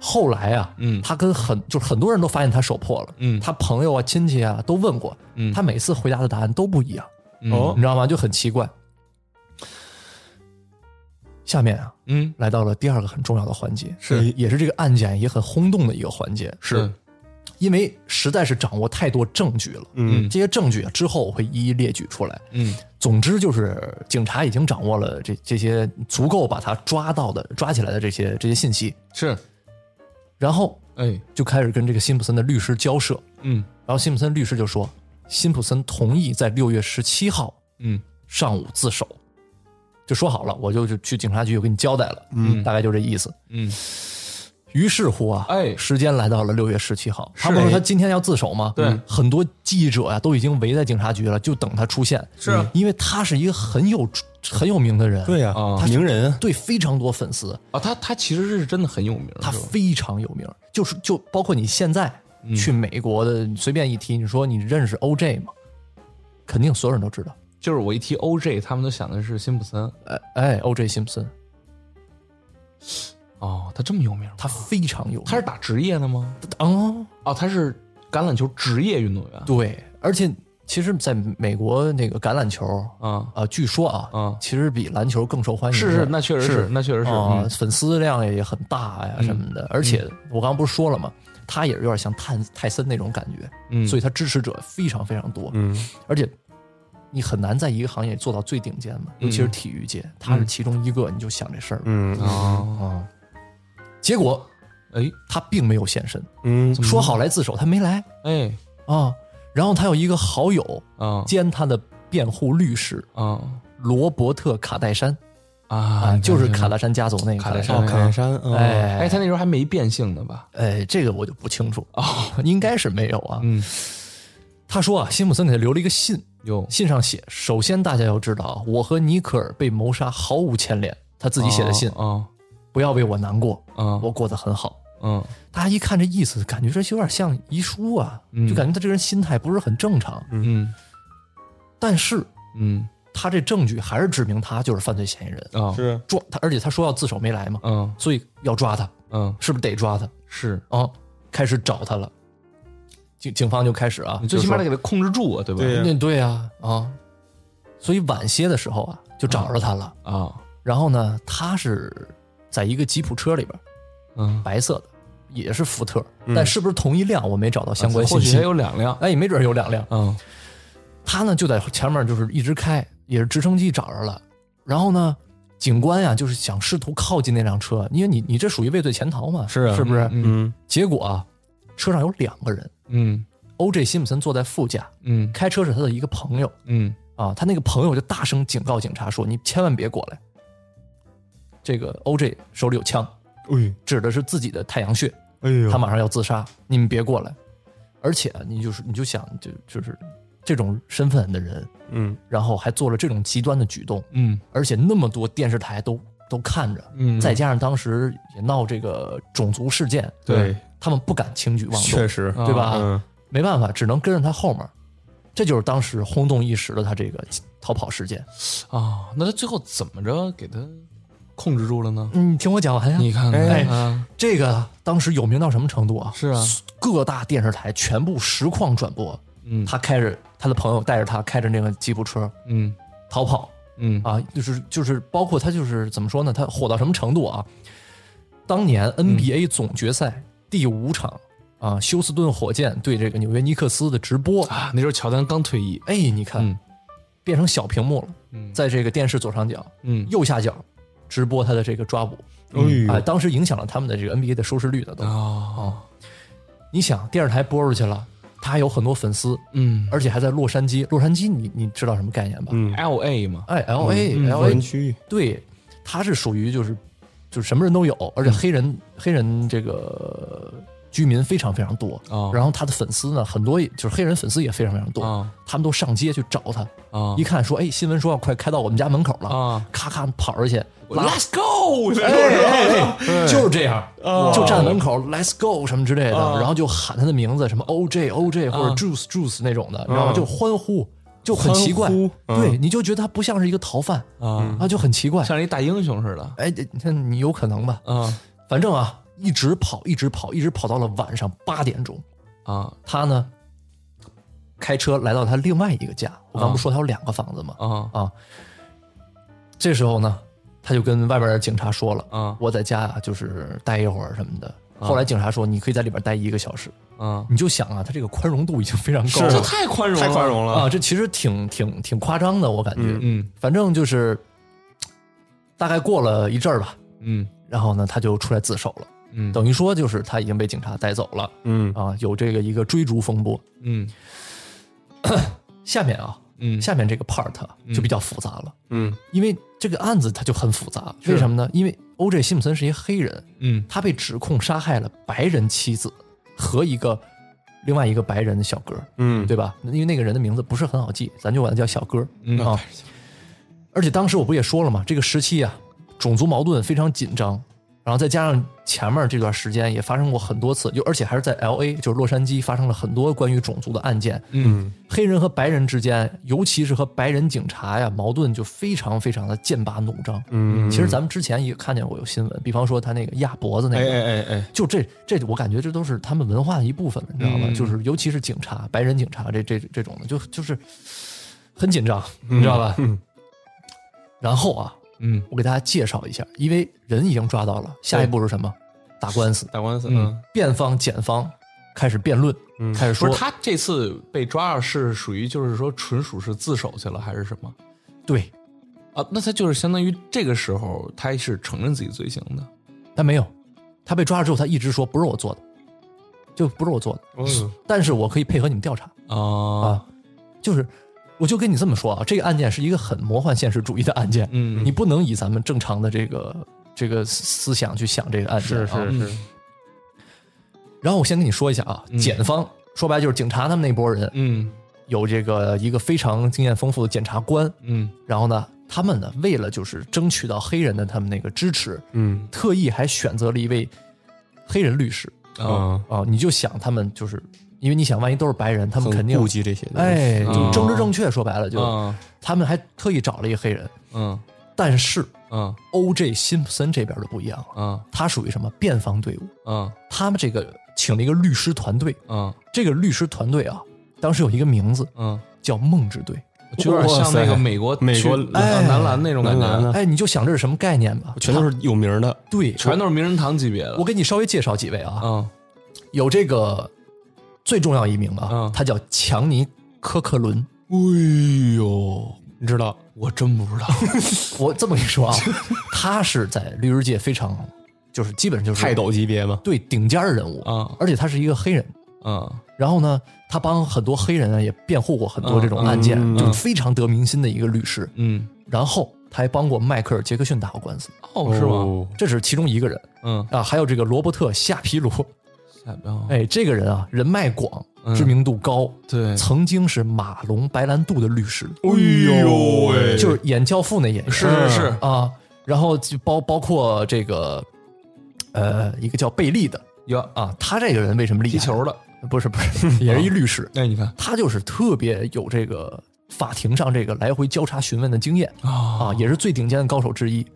D: 后来啊，
C: 嗯
D: 他跟很就是很多人都发现他手破了，
C: 嗯
D: 他朋友啊、亲戚啊都问过，
C: 嗯
D: 他每次回答的答案都不一样，
B: 哦
D: 你知道吗？就很奇怪。下面啊，
C: 嗯
D: 来到了第二个很重要的环节，
C: 是
D: 也也是这个案件也很轰动的一个环节，
C: 是
D: 因为实在是掌握太多证据了，
B: 嗯
D: 这些证据啊之后我会一一列举出来，
C: 嗯
D: 总之就是，警察已经掌握了这这些足够把他抓到的、抓起来的这些这些信息，
C: 是
D: 然后
C: 哎
D: 就开始跟这个辛普森的律师交涉。
C: 嗯
D: 然后辛普森律师就说，辛普森同意在六月十七号
C: 嗯
D: 上午自首，就说好了，我就就去警察局，我跟你交代了，嗯，大概就这意思。
C: 嗯
D: 于是乎啊，
C: 哎
D: 时间来到了六月十七号，他
C: 是哎
D: 不是说他今天要自首吗？嗯
C: 对
D: 很多记者啊都已经围在警察局了，就等他出现。
C: 是啊
D: 因为他是一个很有很有名的人，
B: 对呀
C: 啊，
B: 名人啊，
D: 对，非常多粉丝，
C: 啊，他他其实是真的很有名，
D: 他
C: 是啊嗯吧
D: 非常有名，就是就包括你现在去美国的随便一提，你说你认识 OJ 吗？肯定所有人都知道。
C: 就是我一提 OJ，他们都想的是辛普森
D: 哎哎，OJ 辛普森，
C: 哦，他这么有名吗，
D: 他非常有名，
C: 他是打职业的吗？
D: 哦，
C: 哦，他是橄榄球职业运动员。
D: 对，而且其实在美国那个橄榄球
C: 啊，
D: 啊，据说啊，
C: 嗯
D: 其实比篮球更受欢迎。
C: 是是，那确实是，那确实是。
D: 啊、
C: 嗯
D: 粉丝量也很大呀什么的。而且我刚刚不是说了吗？他也是有点像泰泰森那种感觉，
C: 嗯
D: 所以他支持者非常非常多。
B: 嗯，
D: 而且你很难在一个行业做到最顶尖嘛，尤其
C: 嗯
D: 是体育界，他是其中一个，你就想这事儿。
B: 嗯
C: 哦，
D: 啊，结果
C: 哎
D: 他并没有现身，
B: 嗯，
D: 说好来自首，他没来
C: 哎
D: 啊。然后他有一个好友
C: 啊
D: 兼他的辩护律师
C: 啊
D: 罗伯特·卡戴珊，
C: 啊
D: 啊，就是卡拉山家族那个
C: 卡拉山
B: 哦，卡戴珊，哦
D: 哎
C: 哎，他那时候还没变性呢吧？
D: 哎，这个我就不清
B: 哦
D: 楚啊， 应该是没有啊。
C: 嗯，
D: 他说啊，辛普森给他留了一个信，
C: 有
D: 信上写：首先大家要知道啊，我和尼克尔被谋杀毫无牵连。他自己写的信，
B: 哦
C: 啊
D: 不要为我难过，
C: 啊
D: 我过得很好。
C: 嗯
D: 大家一看这意思，感觉这有点像遗书啊，
B: 嗯
D: 就感觉他这个人心态不是很正常。
C: 嗯
D: 但是
C: 嗯
D: 他这证据还是指明他就是犯罪嫌疑人，
C: 啊
B: 是
D: 抓他，而且他说要自首没来嘛，
C: 嗯
D: 所以要抓他，
C: 嗯
D: 是不是得抓他
C: 是，
D: 啊？开始找他了，警警方就开始啊，
C: 你最起码
D: 就
C: 得
D: 说
C: 给他控制住啊，对吧？
B: 对
D: 那对啊啊，所以晚些的时候啊，就找着他了。
C: 啊
D: 然后呢，他是在一个吉普车里边，
C: 嗯，
D: 白色的，也是福特，但是不是同一辆我没找到相关
C: 啊或
D: 信
C: 许
D: 息
C: 还。有两辆，
D: 哎，没准有两辆。
C: 嗯
D: 他呢就在前面就是一直开，也是直升机找着了。然后呢，警官呀就是想试图靠近那辆车，因为你你这属于畏罪潜逃嘛，
C: 是啊
D: 是不是？
B: 嗯
D: 结果啊，车上有两个人
C: 嗯
D: ，O.J. 辛普森坐在副驾，
C: 嗯
D: 开车是他的一个朋友
C: 嗯
D: 啊，他那个朋友就大声警告警察说：“你千万别过来，这个 O.J. 手里有枪，
B: 哎
D: 指的是自己的太阳穴。”
B: 哎呦
D: 他马上要自杀，你们别过来。而且啊你就是你就想就就是这种身份的人，
B: 嗯
D: 然后还做了这种极端的举动，
C: 嗯
D: 而且那么多电视台都都看着，
C: 嗯，
D: 再加上当时也闹这个种族事件，
B: 对，
D: 他们不敢轻举妄动，
B: 确实，
D: 对吧？
B: 嗯
D: 没办法，只能跟着他后面。这就是当时轰动一时的他这个逃跑事件。
C: 啊，那他最后怎么着给他控制住了呢？
D: 嗯，你听我讲完呀。
C: 你看
D: 哎
C: 看啊，
D: 这个当时有名到什么程度啊？
C: 是啊，
D: 各大电视台全部实况转播。
C: 嗯
D: 他开着他的朋友带着他开着那个吉普车
C: 嗯
D: 逃跑
C: 嗯
D: 啊，就是就是包括他就是怎么说呢？他火到什么程度啊？当年
C: 嗯
D: NBA 总决赛第五场啊，休斯顿火箭对这个纽约尼克斯的直播，
C: 啊，那时候乔丹刚退役，
D: 哎，你看、
C: 嗯
D: 变成小屏幕了，
C: 嗯
D: 在这个电视左上角、
C: 嗯
D: 右下角直播他的这个抓捕
B: 哎
D: 啊，
B: 呦，
D: 当时影响了他们的这个 NBA 的收视率的都。
C: 啊
D: 你想，电视台播出去了，他还有很多粉丝，
C: 嗯
D: 而且还在洛杉矶。洛杉矶你，你知道什么概念吧？
B: 嗯
C: ，L A 嘛，
D: 哎，L A、
C: 嗯
D: L
B: 无
D: A
B: 人嗯区域，
D: 对，他是属于就是就是什么人都有，而
C: 嗯
D: 且黑人、黑人这个居民非常非常多。
C: 哦
D: 然后他的粉丝呢，很多也就是黑人粉丝也非常非常多，
C: 哦
D: 他们都上街去找他，
C: 啊
D: 一看说，哎，新闻说要快开到我们家门口了，
C: 啊
D: 咔咔跑出去，拉哎
C: ，Let's go，哎
D: 就是这样，就站门口，Let's go 什么之类的，
C: 啊
D: 然后就喊他的名字，什么 OJ OJ 或者 Juice Juice 那种的，
C: 啊
D: 然后就欢呼，就很奇怪
B: 欢呼，
D: 对，你就觉得他不像是一个逃犯
C: 啊，
D: 啊，就很奇怪。
C: 像一大英雄似的
D: 哎，你看你有可能吧？
C: 啊
D: 反正啊，一直跑，一直跑，一直跑到了晚上八点钟，
C: 啊
D: 他呢开车来到他另外一个家，我刚不说他有两个房子吗？
C: 啊
D: 啊，这时候呢，他就跟外边的警察说了，
C: 啊
D: 我在家啊，就是待一会儿什么的。后来警察说，你可以在里边待一个小时。
C: 啊，
D: 你就想啊，他这个宽容度已经非常高
C: 这
D: 了
C: 太宽容，
B: 太宽，容了，
D: 啊，这其实挺挺挺夸张的，我感觉。
C: 嗯
D: 反正就是大概过了一阵儿吧，
C: 嗯
D: 然后呢，他就出来自首了。
C: 嗯
D: 等于说就是他已经被警察带走了
B: 嗯
D: 啊，有这个一个追逐风波。
C: 嗯
D: 下面啊，
C: 嗯，
D: 下面这个 part 啊就比较复杂了，
B: 嗯
D: 因为这个案子它就很复杂。为什么呢？因为 O.J. 辛普森是一黑人，
C: 嗯
D: 他被指控杀害了白人妻子和一个另外一个白人的小哥，
B: 嗯，
D: 对吧？因为那个人的名字不是很好记，咱就管他叫小哥
C: 嗯
D: 啊。而且当时我不也说了嘛，这个时期啊，种族矛盾非常紧张，然后再加上前面这段时间也发生过很多次，就而且还是在 L A，就是洛杉矶发生了很多关于种族的案件，
C: 嗯
D: 黑人和白人之间，尤其是和白人警察呀，矛盾就非常非常的剑拔弩张。
B: 嗯，
D: 其实咱们之前也看见过有新闻，比方说他那个压脖子那
B: 哎
D: 个，
B: 哎哎哎，
D: 就这这，我感觉这都是他们文化的一部分了，你知道吗？
C: 嗯
D: 就是尤其是警察，白人警察这这这种的，就就是很紧张，你知道吧？ 然后啊，
C: 嗯
D: 我给大家介绍一下，因为人已经抓到了，下一步是什么？打官司，
B: 打官司，
C: 嗯
B: 嗯
D: 辩方、检方开始辩论，开始
C: 不
D: 说
C: 是他这次被抓了，是属于就是说纯属是自首去了还是什么
D: 对，
C: 啊？那他就是相当于这个时候他是承认自己罪行的
D: 但没有，他被抓了之后，他一直说不是我做的，就不是我做的，
B: 嗯
D: 但是我可以配合你们调查
C: 啊
D: 啊，就是我就跟你这么说啊，这个案件是一个很魔幻现实主义的案件，
C: 嗯
D: 你不能以咱们正常的这个这个思想去想这个案件啊。
B: 是
D: 然后我先跟你说一下啊，
B: 嗯
D: 检方说白了就是警察他们那波人，
C: 嗯
D: 有这个一个非常经验丰富的检察官，
C: 嗯
D: 然后呢，他们呢为了就是争取到黑人的他们那个支持，
B: 嗯
D: 特意还选择了一位黑人律师
B: 啊，
D: 啊、你就想他们就是因为你想，万一都是白人，他们肯
B: 很
D: 定
B: 顾忌这些东西，
D: 哎，就
C: 嗯
D: 政治正确，说白了啊就、
C: 嗯
D: 他们还特意找了一个黑人，
C: 嗯
D: 但是
C: 嗯
D: O.J. 辛普森这边就不一样了，
C: 嗯
D: 他属于什么辩方队伍，
C: 嗯
D: 他们这个请了一个律师团队，
C: 嗯
D: 这个律师团队啊，当时有一个名字
C: 嗯，
D: 叫梦之队，
C: 就有点像那个美国
B: 美国
C: 去
D: 哎
C: 男篮那种感
B: 男篮
C: 觉
B: 呢，
D: 哎，你就想这是什么概念吧？
B: 啊全都是有名儿的，
D: 对，
C: 全都是名人堂级别的
D: 我。给你稍微介绍几位啊，
C: 嗯
D: 有这个最重要一名啊，
C: 嗯
D: 他叫强尼科克伦。
C: 哎呦，
B: 你知道？
C: 我真不知道。
D: 我这么跟你说啊，他是在律师界非常就是基本上就是
B: 泰斗级别嘛，
D: 对顶尖儿人物
C: 啊
D: 而且他是一个黑人。
C: 嗯
D: 然后呢，他帮很多黑人啊也辩护过很多这种案件，
B: 嗯嗯嗯
D: 就是非常得民心的一个律师。
C: 嗯，
D: 然后他还帮过迈克尔·杰克逊打过官司，
C: 哦是吗？
B: 哦？
D: 这只是其中一个人
C: 嗯，
D: 啊。还有这个罗伯特·夏皮罗，
C: 下边哦
D: 哎，这个人啊人脉广，
C: 嗯
D: 知名度高，
C: 对
D: 曾经是马龙·白兰度的律师，
B: 哎呦喂，
D: 就是演《教父》那演员，
C: 是是是
D: 啊。然后就包包括这个，呃，一个叫贝利的
C: 哟
D: 啊，他这个人为什么厉害？
C: 踢球的，
D: 不是不是，也是一律师，
C: 哎那你看
D: 他就是特别有这个法庭上这个来回交叉询问的经验
C: 啊
D: 啊，也是最顶尖的高手之一。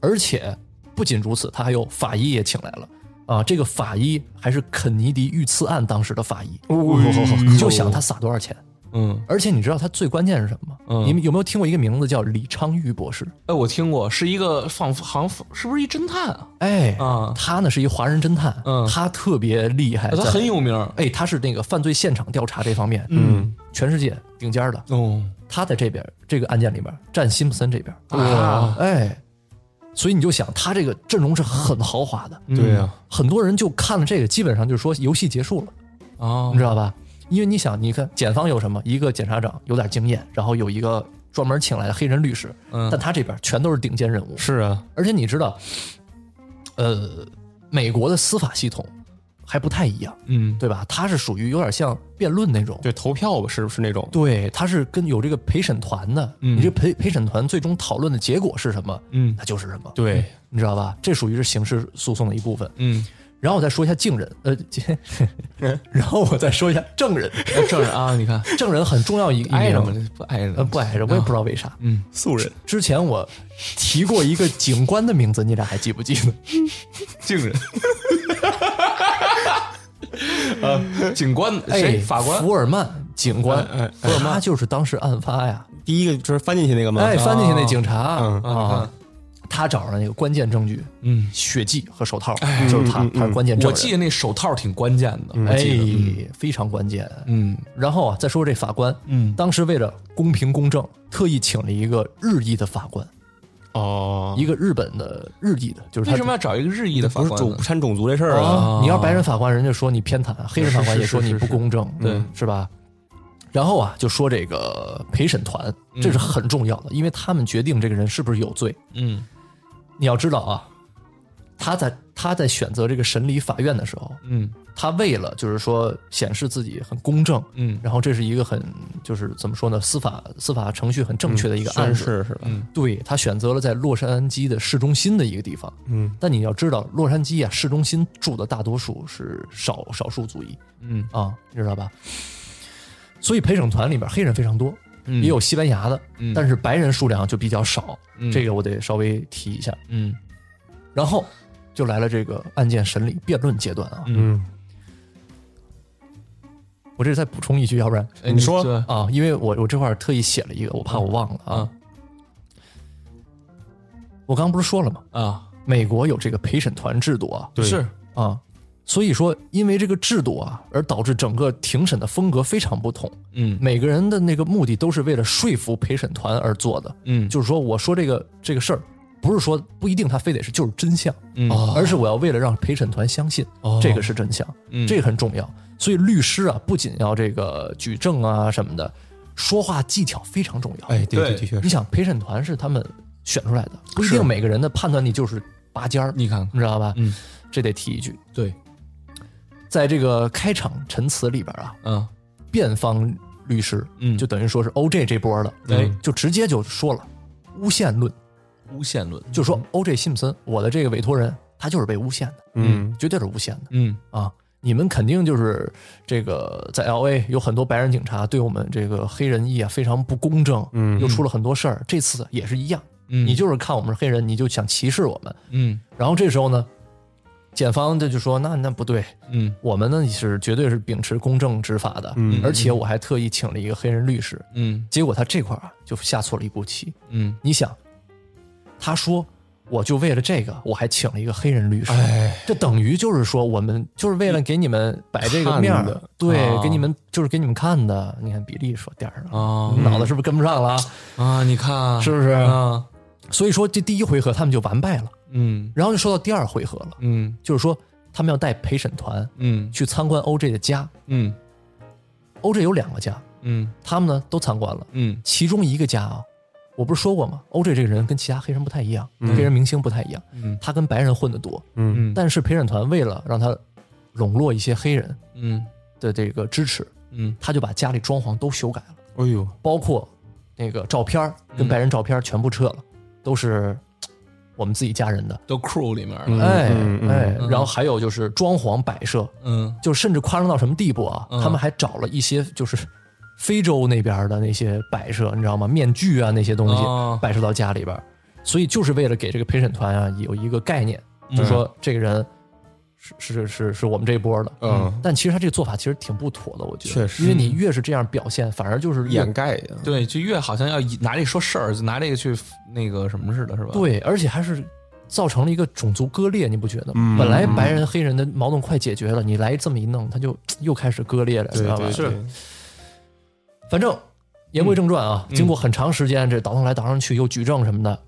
D: 而且不仅如此，他还有法医也请来了啊，这个法医还是肯尼迪遇刺案当时的法
C: 哦
D: 医，你就想他撒多少钱？
C: 嗯，
D: 而且你知道他最关键是什么吗？你们有没有听过一个名字叫李昌钰博士？
C: 哎，我听过，是一个仿佛好像是不是一侦探啊？
D: 哎，
C: 啊
D: 他呢是一华人侦探，
C: 嗯
D: 他特别厉害，
C: 他
D: 在
C: 很，有名儿。
D: 哎，他是那个犯罪现场调查这方面，嗯，全世界顶尖儿的。
C: 哦，
D: 他在这边这个案件里边占辛普森这边，
C: 哇
D: 哎，所以你就想他这个阵容是很豪华的，
C: 嗯
B: 对
C: 啊
B: 啊呀，
D: 很多人就看了这个，基本上就是说游戏结束了，
C: 啊
D: 你，知道吧？因为你想，你看检方有什么？一个检察长有点经验，然后有一个专门请来的黑人律师，
C: 嗯
D: 但他这边全都是顶尖人物，
B: 是啊，
D: 而且你知道，呃，美国的司法系统还不太一样，
C: 嗯，
D: 对吧？它是属于有点像辩论那种，
B: 对，投票吧，是不是那种？
D: 对，它是跟有这个陪审团的，你这陪陪审团最终讨论的结果是什么，
C: 嗯
D: 那就是什么，
B: 对，
D: 你知道吧？这属于是刑事诉讼的一部分。
C: 嗯，
D: 然后我再说一下证人，呃， 然后我再说一下证人，
C: 哎正人啊，你看
D: 证人很重要一一
C: 挨着吗？
D: 名，
C: 这不挨着
D: 呃，，不挨着，我也不知道为啥。
C: 嗯，
B: 素人
D: 之前我提过一个警官的名字，你俩还记不记得？
C: 敬人。呃，警官谁？法官
D: 哎
C: 嗯
D: 福尔曼警官，福尔曼他就是当时案发呀，
B: 第一个就是翻进去那
C: 啊
B: 个吗？
D: 哎，翻进去那警察啊
B: 嗯
D: 啊，他找着那个关键证据，
C: 嗯，
D: 血迹和手套，
C: 哎
D: 就是他
B: 嗯，
D: 他是关键证
C: 我
D: 人。
C: 记得那手套挺关键的。
D: 哎，非常关键。
C: 嗯
D: 然后啊，再说这法官，
C: 嗯
D: 当时为了公平公正，特意请了一个日裔的法官，
B: 哦，
D: 一个日本的日裔的，就是他
C: 为什么要哦找一个日裔的法
B: 不是
C: 官
B: 种
C: 呢？
B: 不掺种族这事儿啊，
D: 啊，你要白人法官，人家说你偏袒；黑人法官也说你不公正，
C: 是是
D: 嗯是吧？然后啊，就说这个陪审团，这是很重要的，因为他们决定这个人是不是有罪。
C: 嗯
D: 你要知道啊，他在他在选择这个审理法院的时候，
C: 嗯
D: 他为了就是说显示自己很公正，
C: 嗯
D: 然后这是一个很就是怎么说呢，司法司法程序很正确的一个案
B: 算
D: 子，
B: 嗯是是吧？
D: 对他选择了在洛杉矶的市中心的一个地方，
B: 嗯，
D: 但你要知道，洛杉矶啊，市中心住的大多数是少少数族裔
C: 嗯
D: 啊，你知道吧？所以陪审团里边黑人非常多，
C: 嗯
D: 也有西班牙的，
C: 嗯
D: 但是白人数量就比较少，
C: 嗯
D: 这个我得稍微提一下。
C: 嗯
D: 然后就来了这个案件审理辩论阶段啊，
B: 嗯，
D: 我这再补充一句，要不然
C: 哎
B: 你说
C: 对
D: 啊，因为我我这块儿特意写了一个，我怕我
C: 嗯
D: 忘了啊。我刚刚不是说了吗？
C: 啊，
D: 美国有这个陪审团制度啊，
B: 对
C: 是
D: 啊，所以说因为这个制度啊，而导致整个庭审的风格非常不同。
C: 嗯
D: 每个人的那个目的都是为了说服陪审团而做的，
C: 嗯
D: 就是说我说这个这个事儿，不是说不一定他非得是就是真相，
C: 嗯
D: 而是我要为了让陪审团相信、
C: 哦
D: 这个是真相，
C: 嗯
D: 这个很重要。所以律师啊，不仅要这个举证啊什么的，说话技巧非常重要。
B: 哎，对
C: 对
B: 的确
D: 你
B: 是，
D: 想陪审团是他们选出来的，不一
C: 是啊
D: 定每个人的判断力就是拔尖儿，
C: 你看，
D: 你知道吧？
C: 嗯，
D: 这得提一句，
C: 对，
D: 在这个开场陈词里边啊，
C: 嗯
D: 辩方律师，
C: 嗯
D: 就等于说是 OJ 这波的，
C: 哎
D: 就直接就说了诬陷论，
C: 诬陷论，
D: 就说 OJ 辛普森，我的这个委托人，他就是被诬陷的，
B: 嗯，
D: 绝对是诬陷的
C: 嗯
D: 啊！你们肯定就是这个在 L A 有很多白人警察对我们这个黑人裔啊非常不公正，
B: 嗯
D: 又出了很多事儿，这次也是一样，
C: 嗯，
D: 你就是看我们是黑人，你就想歧视我们，
C: 嗯
D: 然后这时候呢，检方这就说那那不对，
C: 嗯
D: 我们呢是绝对是秉持公正执法的，
B: 嗯
D: 而且我还特意请了一个黑人律师，
C: 嗯
D: 结果他这块儿啊就下错了一步棋。
C: 嗯，
D: 你想，他说我就为了这个，我还请了一个黑人律师，
C: 哎
D: 这等于就是说我们就是为了给你们摆这个面
B: 看
D: 儿
B: 的，
D: 对，
C: 啊
D: 给你们就是给你们看的。你看比利说点儿了，
C: 啊
D: 你脑子是不是跟不上了啊？
C: 啊，你看
D: 是不是
C: 啊？
D: 所以说这第一回合他们就完败了，
C: 嗯
D: 然后就说到第二回合了，
C: 嗯
D: 就是说他们要带陪审团
C: 嗯
D: 去参观 OJ 的家
C: 嗯
D: ，OJ 有两个家，
C: 嗯
D: 他们呢都参观了。
C: 嗯
D: 其中一个家啊，我不是说过吗？OJ 这个人跟其他黑人不太一样，黑人明星不太一样，
C: 嗯
D: 他跟白人混得多。
B: 嗯
C: 嗯
D: 但是陪审团为了让他笼络一些黑人
C: 嗯
D: 的这个支持，
C: 嗯，
D: 他就把家里装潢都修改了，
B: 哎呦，
D: 包括那个照片儿跟白人照片儿全部撤了，都是嘖我们自己家人的。
C: 都 crew 里面
B: 嗯
C: 了，
D: 哎
B: 嗯嗯
D: 哎，
C: 嗯
D: 然后还有就是装潢摆设，
C: 嗯
D: 就甚至夸张到什么地步啊？
C: 嗯
D: 他们还找了一些就是非洲那边的那些摆设，你知道吗？面具啊那些东西
C: 哦
D: 摆设到家里边儿，所以就是为了给这个陪审团啊有一个概念，就
C: 嗯
D: 说这个人是是是是我们这一波的。
B: 嗯，
D: 但其实他这个做法其实挺不妥的，我觉得，
B: 确实
D: 因为你越是这样表现，反而就是越
B: 掩盖的，
C: 对，就越好像要以拿这说事儿，就拿这个去那个什么似的，是吧？，
D: 对，而且还是造成了一个种族割裂，你不觉得吗？
B: 嗯
D: 本来白人黑人的矛盾快解决了，你来这么一弄，他就又开始割裂了，知
B: 对
D: 道吧？
B: 对对，
D: 反正言归正传啊，
C: 嗯
D: 经过很长时间这倒腾来倒腾去，又举证什么的，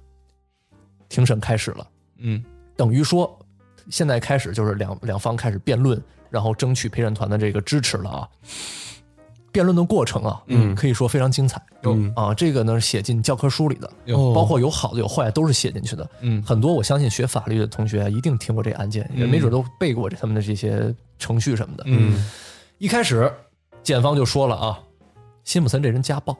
D: 庭审开始了。
C: 嗯
D: 等于说，现在开始就是两两方开始辩论，然后争取陪审团的这个支持了啊。辩论的过程啊，
B: 嗯
D: 可以说非常精彩。
B: 嗯
D: 啊，这个呢是写进教科书里的，
C: 哟
D: 包括有好的有坏的都是写进去的。
C: 嗯
D: 很多我相信学法律的同学啊一定听过这案件，也没准都背过这他们的这些程序什么的。
C: 嗯
D: 一开始，检方就说了啊，辛普森这人家暴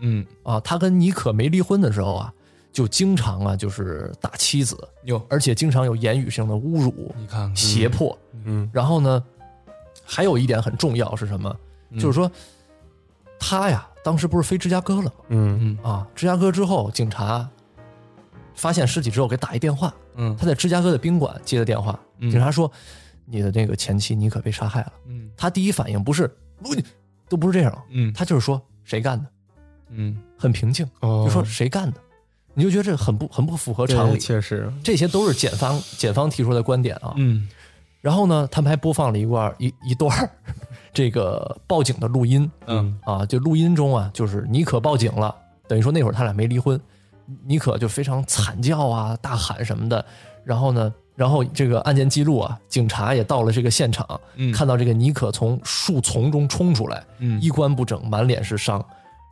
C: 嗯，
D: 啊，他跟妮可没离婚的时候啊，就经常啊就是打妻子，
C: 哟，嗯
D: 而且经常有言语上的侮辱、
C: 你看，
D: 胁迫。
B: 嗯
D: 然后呢，还有一点很重要是什么？
B: 嗯
D: 就是说，他呀，当时不是飞芝加哥了吗？
B: 嗯
C: 嗯
D: 啊，芝加哥之后，警察发现尸体之后给打一电话，
C: 嗯
D: 他在芝加哥的宾馆接的电话，
C: 嗯
D: 警察说：“你的那个前妻妮可被杀害了。”
C: 嗯
D: 他第一反应不是不都不是这样，
C: 嗯
D: 他就是说谁干的，
C: 嗯
D: 很平静，
B: 哦
D: 就说谁干的，你就觉得这很不很不符合常
B: 对
D: 理。
B: 确实，
D: 这些都是检方检方提出的观点啊。
C: 嗯
D: 然后呢，他们还播放了一段一一段儿 这个报警的录音
C: 嗯
D: 啊，就录音中啊，就是妮可报警了，等于说那会儿他俩没离婚，妮可就非常惨叫啊、大喊什么的。然后呢，然后这个案件记录啊，警察也到了这个现场，
C: 嗯
D: 看到这个妮可从树丛中冲出来，
C: 嗯
D: 衣冠不整，满脸是伤。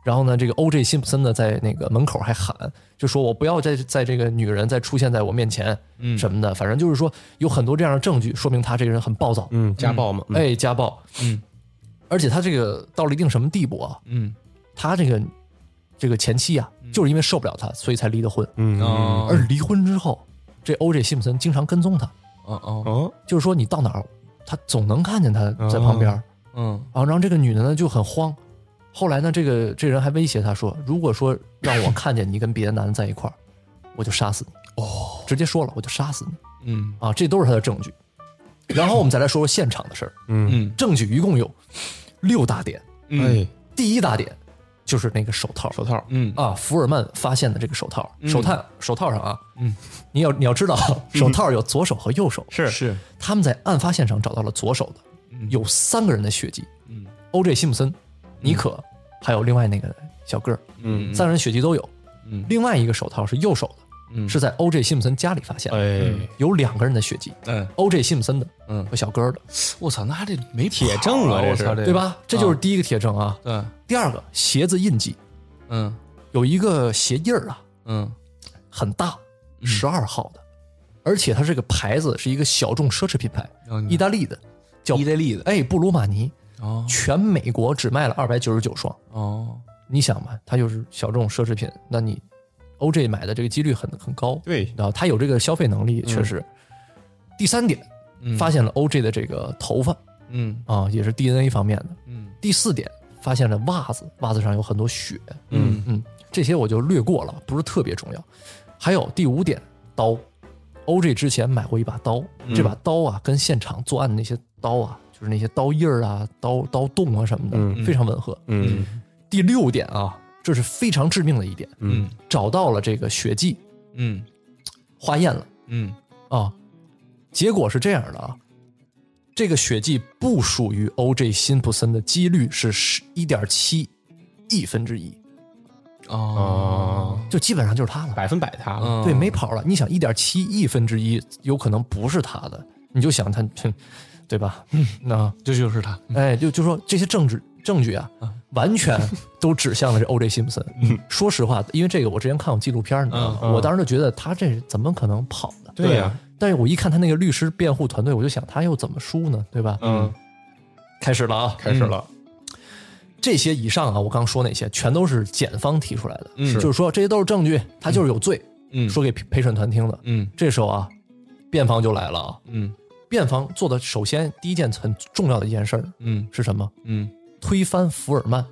D: 然后呢，这个 O.J. 辛普森呢，在那个门口还喊，就说我不要再在这个女人再出现在我面前，
C: 嗯
D: 什么的，反正就是说有很多这样的证据，说明他这个人很暴躁，
B: 嗯，家暴嘛，
D: 哎，家暴，
C: 嗯，
D: 而且他这个到了一定什么地步啊，
C: 嗯
D: 他这个这个前妻啊，就是因为受不了他，所以才离的婚，
B: 嗯嗯
C: 哦
D: 而离婚之后，这 O.J. 辛普森经常跟踪他，
C: 哦哦
B: 哦，
D: 就是说你到哪儿，他总能看见他在旁边，
C: 嗯
D: 啊，然后这个女的呢就很慌。后来呢，这个这人还威胁她说：“如果说让我看见你跟别的男人在一块儿，我就杀死你。”哦，直接说了，我就杀死你
C: 嗯
D: 啊！这都是他的证据。然后我们再来说说现场的事儿。
B: 嗯，
C: 嗯
D: 证据一共有六大点。
C: 嗯
B: 哎，
D: 第一大点就是那个手套，手套
C: 嗯
D: 啊，福尔曼发现的这个手套，手套手套上啊，
C: 嗯，
D: 你要你要知道，手套有左手和右手，
B: 是
C: 是
D: 他们在案发现场找到了左手的，有三个人的血迹，
C: 嗯
D: O.J. 辛普森、尼可，还有另外那个小个儿，
B: 嗯
D: 三人血迹都有。
C: 嗯
D: 另外一个手套是右手的，是在 O.J. 辛普森家里发现的，
C: 哎，
D: 有两个人的血迹
C: 嗯，
D: ，O.J. 辛普森的，
C: 嗯
D: 和小哥的，
C: 我操，那还得没
B: 铁
C: 跑
B: 证啊这
C: 我
B: 是
C: 操，这
D: 对？吧？这就是第一个铁证啊。
C: 对，
D: 第二个鞋子印记，
C: 嗯
D: 有一个鞋印儿啊，
C: 嗯，
D: 很大，十二号的，而且它这个牌子是一个小众奢侈品牌，
C: 哦你
D: 意大利的，叫
C: 意大利的
D: 哎布鲁马尼，
C: 哦
D: 全美国只卖了二百九十九双。
C: 哦，
D: 你想嘛，它就是小众奢侈品，那你 OJ 买的这个几率很很高，
B: 对，
D: 然后他有这个消费能力，
C: 嗯
D: 确实。第三点，发现了 OJ 的这个头发
C: 嗯
D: 啊，也是 DNA 方面的。
C: 嗯
D: 第四点，发现了袜子，袜子上有很多血。
C: 嗯
D: 嗯，这些我就略过了，不是特别重要。还有第五点，刀。OJ 之前买过一把刀，
B: 嗯
D: 这把刀啊，跟现场作案的那些刀啊，就是那些刀印儿啊、刀刀洞啊什么的，
B: 嗯
D: 非常吻合。
B: 嗯
D: 第六点啊，这是非常致命的一点，
B: 嗯
D: 找到了这个血迹，
C: 嗯
D: 化验了
C: 嗯
D: 啊，结果是这样的啊，这个血迹不属于 O.J. 辛普森的几率是十一点七亿分之一，
C: 哦，
D: 就基本上就是他了。
B: 百分百他了，
C: 嗯
D: 对，没跑了。你想，一点七亿分之一有可能不是他的，你就想他， 哼对吧？那
C: 这就是他，
D: 哎，就就说这些证据证据啊，
B: 嗯
D: 完全都指向了这 O.J. 辛普森。说实话，因为这个我之前看过纪录片，你知道吗？
B: 嗯嗯
D: 我当时就觉得他这怎么可能跑的？
B: 对啊呀，
D: 但是我一看他那个律师辩护团队，我就想他又怎么输呢？对吧？
B: 嗯，
D: 开始了啊，
B: 开始了，
D: 这些以上啊，我刚说那些全都是检方提出来的，
C: 嗯
D: 就是说这些都是证据，他就是有罪，
C: 嗯
D: 说给陪陪审团听的。
C: 嗯
D: 这时候啊，辩方就来了啊，
C: 嗯
D: 辩方做的首先第一件很重要的一件事儿
C: 嗯
D: 是什么？
C: 嗯
D: 推翻福尔曼。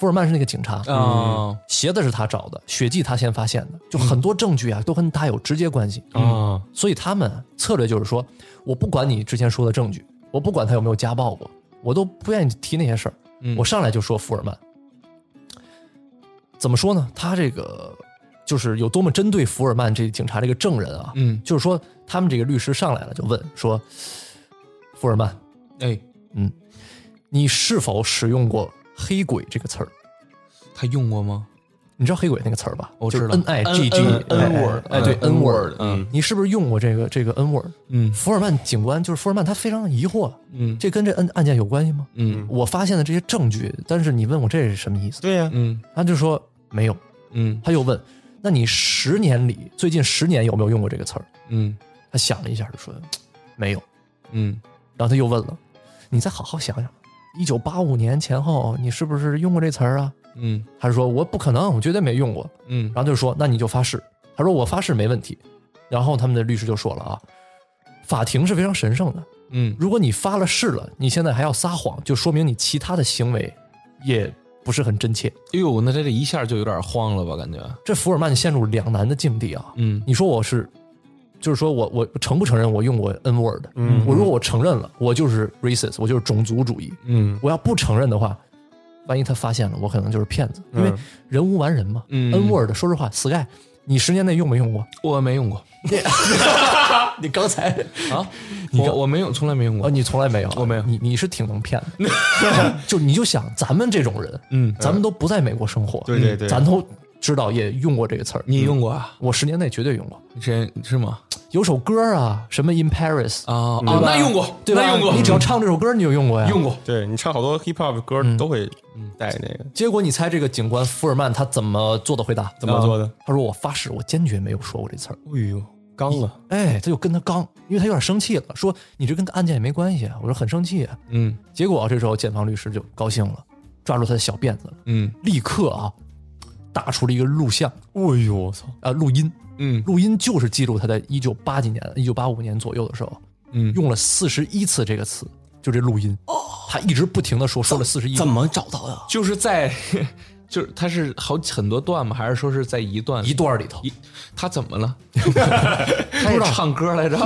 D: 福尔曼是那个警察，嗯
C: 啊
D: 鞋子是他找的，血迹他先发现的，就很多证据啊都跟他有直接关系。
C: 嗯
B: 啊，
D: 所以他们策略就是说，我不管你之前说的证据，我不管他有没有家暴过，我都不愿意提那些事儿。
C: 嗯
D: 我上来就说福尔曼，怎么说呢？他这个就是有多么针对福尔曼这警察这个证人啊，
C: 嗯
D: 就是说他们这个律师上来了就问说，福尔曼，
C: 哎，
D: 你是否使用过“黑鬼”这个词儿？
C: 他用过吗？
D: 你知道“黑鬼”那个词儿吧？
C: 我
D: 就是
C: 知道
D: N I G G
B: N- N- N word，
D: 哎，对
B: 嗯
D: N word，
B: 嗯
D: 你是不是用过这个这个 N word？
C: 嗯
D: 福尔曼警官就是福尔曼，他非常疑惑，
C: 嗯
D: 这跟这案案件有关系吗？
C: 嗯
D: 我发现了这些证据，但是你问我这是什么意思？
B: 对呀，
C: 嗯
D: 他就说没有，
C: 嗯
D: 他又问，那你十年里最近十年有没有用过这个词儿？
C: 嗯
D: 他想了一下，就说嘖没有。
C: 嗯
D: 然后他又问了，你再好好想想，一九八五年前后你是不是用过这词儿啊？
C: 嗯
D: 他说我不可能，我绝对没用过。
C: 嗯
D: 然后就说那你就发誓。他说我发誓没问题。然后他们的律师就说了啊，法庭是非常神圣的，
C: 嗯
D: 如果你发了誓了，你现在还要撒谎，就说明你其他的行为也不是很真切。
C: 哎呦，那他这一下就有点慌了吧？感觉，
D: 这福尔曼陷入两难的境地啊！
C: 嗯
D: 你说我是，就是说我我承不承认我用过 N word？
B: 嗯
D: 我如果我承认了，我就是 racist，我就是种族主义。
B: 嗯
D: 我要不承认的话，万一他发现了，我可能就是骗子，因为
B: 嗯
D: 人无完人嘛。
C: 嗯
D: N word，说实话，Sky，你十年内用没用过？
C: 我没用过
D: 你刚才
C: 啊，
D: 你
C: 我
D: 刚
C: 我没用，从来没用
D: 哦，
C: 过。
D: 你从来没有啊，
C: 我没有
D: 你你是挺能骗的， 就你就想咱们这种人，
C: 嗯
D: 咱们都不在美国生活，嗯
B: 对对对
D: 咱都知道也用过这个词儿，
C: 你用过啊？
D: 我十年内绝对用过。
C: 你之前是吗？
D: 有首歌啊，什么 In Paris，
C: 啊啊，
D: 对吧
C: 那用过，
D: 对
C: 那
D: 吧？
C: 用过，嗯
D: 你只要唱这首歌，你就用过呀。
C: 用。过。
B: 对你唱好多 hip hop 歌都会带那个，
D: 结果你猜这个警官福尔曼他怎么做的回答？
B: 怎么做的？
D: 他说：“我发誓，我坚决没有说过这词儿。
B: 哎呦，刚啊，”
D: 哎，他就跟他刚，因为他有点生气了，说：“你这跟案件也没关系啊！”我说：“很生气、啊。
C: 嗯”
D: 结果、这时候检方律师就高兴了，抓住他的小辫子了。
C: 嗯
D: 立刻啊，打出了一个录像，
B: 哎呦，我操，
D: 呃，录音，
C: 嗯
D: 录音就是记录他在一九八几年、一九八五年左右的时候，
C: 嗯，
D: 用了四十一次这个词，就这录音，他一直不停的说，说了四十一，
B: 怎么找到的？
C: 就是在，就是他是好很多段吗？还是说是在一段
D: 一？段里头，
C: 一他怎么了？他也唱歌来着。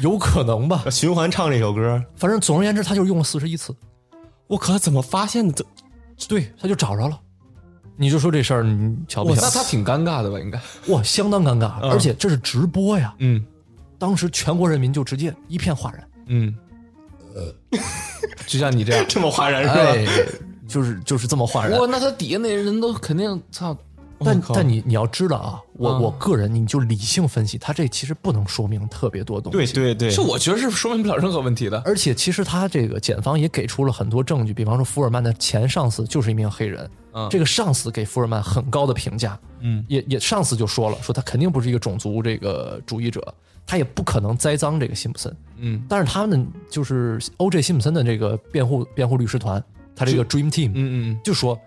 D: 有可能吧，
B: 呃循环唱这首歌，
D: 反正总而言之，他就用了四十一次，
B: 我靠，怎么发现的？
D: 对，他就找着了。你就说这事儿，你瞧不瞧嗯
C: 那？他挺尴尬的吧？应该。
D: 哇，相当尴尬，而且这是直播呀！
C: 嗯
D: 当时全国人民就直接一片哗然，
C: 嗯，就像你这样。
D: 哎
B: 这么哗然是吧？
D: 哎，就是就是这么哗然。
C: 哇，那他底下那人都肯定操，
D: 但
B: 靠
D: 但你你要知道啊，我、
C: 嗯
D: 我个人你就理性分析，它这其实不能说明特别多东西。
E: 对对对，
C: 这我觉得是说明不了任何问题的。
D: 而且其实他这个检方也给出了很多证据，比方说福尔曼的前上司就是一名黑人，
C: 嗯
D: 这个上司给福尔曼很高的评价，
E: 嗯，
D: 也也上司就说了，说他肯定不是一个种族这个主义者，他也不可能栽赃这个辛普森，
C: 嗯
D: 但是他们就是 O.J. 辛普森的这个辩护辩护律师团，他这个 Dream Team、
C: 嗯嗯，
D: 就说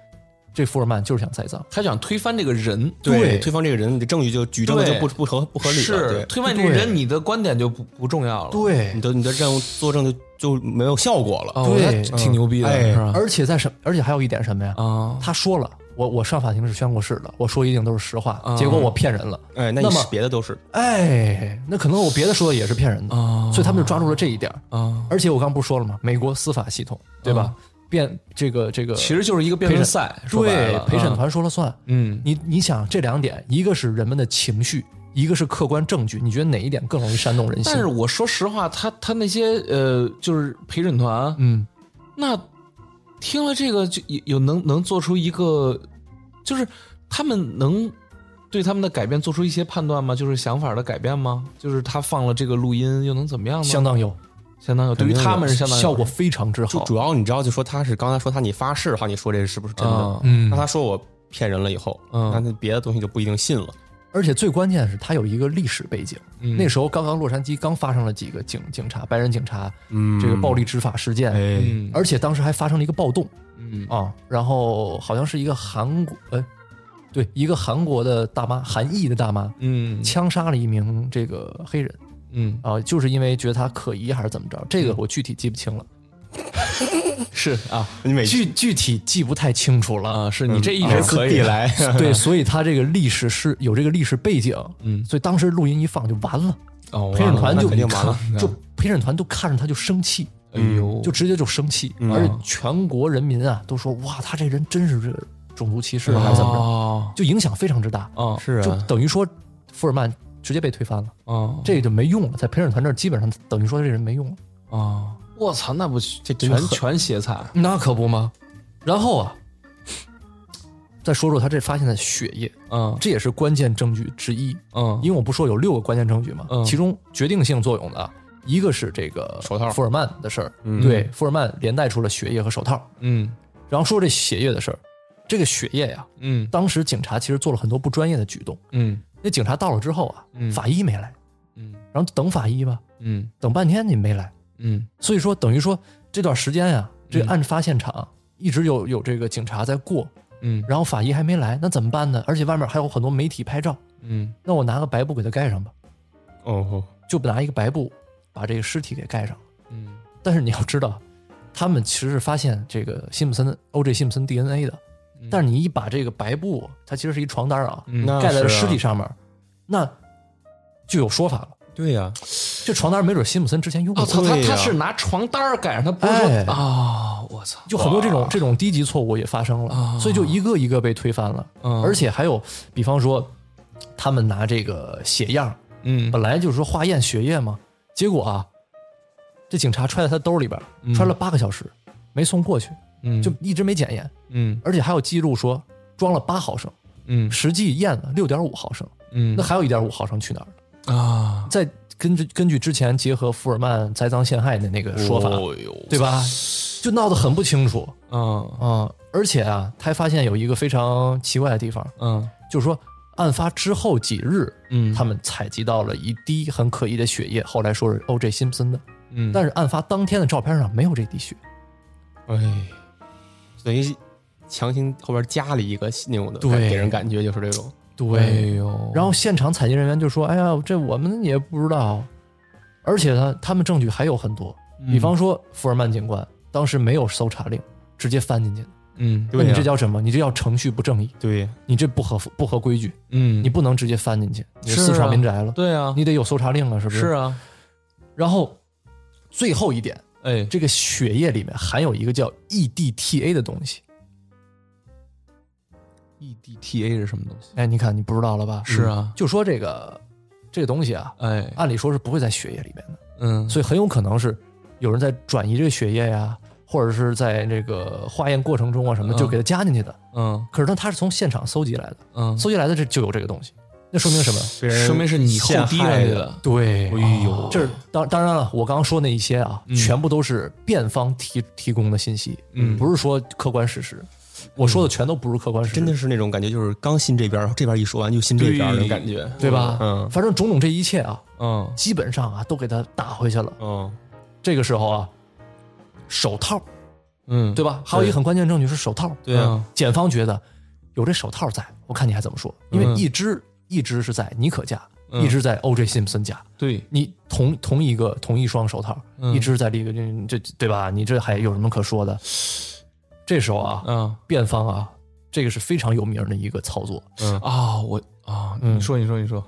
D: 这福尔曼就是想栽赃，
C: 他想推翻这个人，
B: 对，推翻这个人，你的证据就举证的就
C: 对
B: 不不合不合理了。
C: 是
B: 对
C: 推翻这个人，
D: 对
C: 你的观点就不不重要了。
D: 对
B: 你的你的任务作证就就没有效果了。
C: 啊，我觉得
D: 对
C: 挺牛逼的，
E: 哎
C: 是吧？
D: 而且在什，而且还有一点什么呀？
C: 啊，
D: 他说了，我我上法庭是宣过誓的，我说一定都是实话，结果我骗人了。
B: 哎，那
D: 那
B: 你
D: 么
B: 别的都是
D: 哎，那可能我别的说的也是骗人的，
C: 哦
D: 所以他们就抓住了这一点儿。
C: 啊，
D: 而且我刚不是说了吗？美国司法系统，对吧？辩这个这个，
C: 其实就是一个辩论赛，说白
D: 对
C: 了
D: 陪审，
C: 啊
D: 团说了算。
C: 嗯，
D: 你你想这两点，一个是人们的情绪，一个是客观证据，你觉得哪一点更容易煽动人心
C: 但？是我说实话，他他那些呃，就是陪审团，
D: 嗯，
C: 那听了这个就有有能能做出一个，就是他们能对他们的改变做出一些判断吗？就是想法的改变吗？就是他放了这个录音又能怎么样呢？
D: 相当有，
C: 相当有，对于他们是相当有
D: 效果非常之
B: 就
D: 好。
B: 主要你知道，就说他是刚才说他你发誓的话，你说这是不是真的
C: 啊？
D: 嗯
B: 那他说我骗人了以后，
C: 嗯
B: 那那别的东西就不一定信了。
D: 而且最关键的是，它有一个历史背景。
C: 嗯
D: 那时候刚刚洛杉矶刚发生了几个警警察白人警察
B: 嗯
D: 这个暴力执法事件，
E: 哎，
C: 嗯
D: 而且当时还发生了一个暴动
C: 嗯
D: 啊，然后好像是一个韩国，呃，对，一个韩国的大妈，韩裔的大妈，
C: 嗯
D: 枪杀了一名这个黑人
C: 嗯，
D: 啊，就是因为觉得他可疑还是怎么着，这个我具体记不清了，
C: 是啊
B: 你每
D: 具具体记不太清楚了。
C: 啊，是你这一直
B: 每次
C: 可以
B: 必来，
D: 对，所以他这个历史是有这个历史背景，
C: 嗯
D: 所以当时录音一放就完了，
C: 哦，
D: 陪审团
B: 那
D: 就
B: 肯定完了
D: 就陪审团都看着他就生气，
C: 哎呦，
D: 就直接就生气，而且全国人民啊都说哇，他这人真是这个种族歧视还是怎么着，
C: 哦
D: 就影响非常之大，
C: 哦
B: 是
D: 就
B: 啊，
D: 等于说福尔曼直接被推翻了，
C: 哦
D: 这就没用了，在陪审团这儿基本上等于说这人没用了，
C: 哦，我操，那不这
B: 真的
C: 全
B: 很
C: 全邪惨，
D: 那可不吗？然后啊，再说说他这发现的血液，
C: 嗯
D: 这也是关键证据之一，
C: 嗯
D: 因为我不说有六个关键证据嘛，
C: 嗯
D: 其中决定性作用的啊一个是这个
B: 手套
D: 福尔曼的事儿，
B: 嗯
D: 对，福尔曼连带出了血液和手套，
C: 嗯
D: 然后说这血液的事儿，这个血液呀、
C: 嗯
D: 当时警察其实做了很多不专业的举动。
C: 嗯
D: 那警察到了之后啊，
C: 嗯
D: 法医没来，
C: 嗯
D: 然后等法医吧，
C: 嗯
D: 等半天你没来，
C: 嗯
D: 所以说等于说这段时间呀、这
C: 嗯
D: 案发现场一直有有这个警察在过，
C: 嗯
D: 然后法医还没来，那怎么办呢？而且外面还有很多媒体拍照，
C: 嗯
D: 那我拿个白布给它盖上吧，
B: 哦，
D: 就拿一个白布把这个尸体给盖上了。
C: 嗯
D: 但是你要知道，他们其实是发现这个辛普森 O.J. 辛普森 DNA 的，但是你一把这个白布，它其实是一床单儿啊，
C: 嗯
B: 那
D: 盖在了
B: 是啊
D: 尸体上面，那就有说法了。
B: 对呀，
D: 这床单儿没准辛普森之前用过，
C: 哦我操，他
B: 对呀
C: 他是拿床单儿盖上，他不是
D: 哎
C: 说啊，我操，
D: 就很多这种
C: 哇
D: 这种低级错误也发生了，
C: 啊
D: 所以就一个一个被推翻了。
C: 嗯
D: 而且还有，比方说，他们拿这个血样，
C: 嗯
D: 本来就是说化验血液嘛，结果啊，这警察揣在他兜里边儿，揣了八个小时，没送过去，
C: 嗯
D: 就一直没检验。
C: 嗯
D: 而且还有记录说装了八毫升，
C: 嗯
D: 实际验了六点五毫升，
C: 嗯
D: 那还有一点五毫升去哪儿？
C: 啊
D: 再根据根据之前结合福尔曼栽赃陷害的那个说法，
B: 哦呦
D: 对吧？就闹得很不清楚
C: 嗯
D: 啊、而且啊，他还发现有一个非常奇怪的地方，
C: 嗯
D: 就是说案发之后几日，
C: 嗯
D: 他们采集到了一滴很可疑的血液，后来说是哦 O.J. 辛普森的，
C: 嗯，
D: 但是案发当天的照片上没有这滴血。
B: 哎，等于强行后边加了一个犀牛的，
D: 对
B: 给人感觉就是这种。
C: 哎呦，
D: 然后现场采集人员就说：“哎呀，这我们也不知道。”而且呢，他们证据还有很多，
C: 嗯
D: 比方说福尔曼警官当时没有搜查令，直接翻进去的。
C: 嗯
D: 那
B: 对
D: 你
B: 呀
D: 这叫什么？你这叫程序不正义，
B: 对，
D: 你这不合不合规矩，
C: 嗯
D: 你不能直接翻进去，你
C: 是啊
D: 私闯民宅了，
C: 对啊，
D: 你得有搜查令啊，是不
C: 是啊，
D: 然后最后一点，
C: 哎，
D: 这个血液里面含有一个叫 E EDTA 的东西。
C: E EDTA 是什么东西？
D: 哎，你看你不知道了吧？嗯
C: 是啊，
D: 就说这个这个东西啊，
C: 哎，
D: 按理说是不会在血液里面的。
C: 嗯，
D: 所以很有可能是有人在转移这个血液呀、或者是在这个化验过程中啊什么的，就给它加进去的。
C: 嗯
D: 可是呢，它是从现场搜集来的，
C: 嗯，
D: 搜集来的这就有这个东西，那说明什么？
C: 说明是你后
E: 陷
C: 滴
E: 害
C: 上去
E: 的
C: 的。
D: 对，啊
C: 哎呦，
D: 这是当当然了，我刚刚说那一些啊，全部都是辩方提提供的信息，嗯，不是说客观事实。我说的全都不是客观事实，
B: 真的是那种感觉，就是刚信这边，这边一说完就信这边儿那种感觉。
D: 对吧？
B: 嗯
D: 反正种种这一切啊，
C: 嗯
D: 基本上啊都给他打回去了。
B: 嗯
D: 这个时候啊，手套
C: 嗯，
D: 对吧？还有一个很关键的证据是手套。嗯
B: 对啊，
D: 检方觉得有这手套在，我看你还怎么说？因为一只、一只是在尼可家，一只在 O.J. 辛普森家。
C: 对，
D: 你同同一个同一双手套，
C: 嗯
D: 一只在这个这这对吧？你这还有什么可说的？这时候啊，
C: 嗯
D: 辩方啊，这个是非常有名的一个操作。
C: 啊，我啊，
D: 嗯
C: 你说你说你说，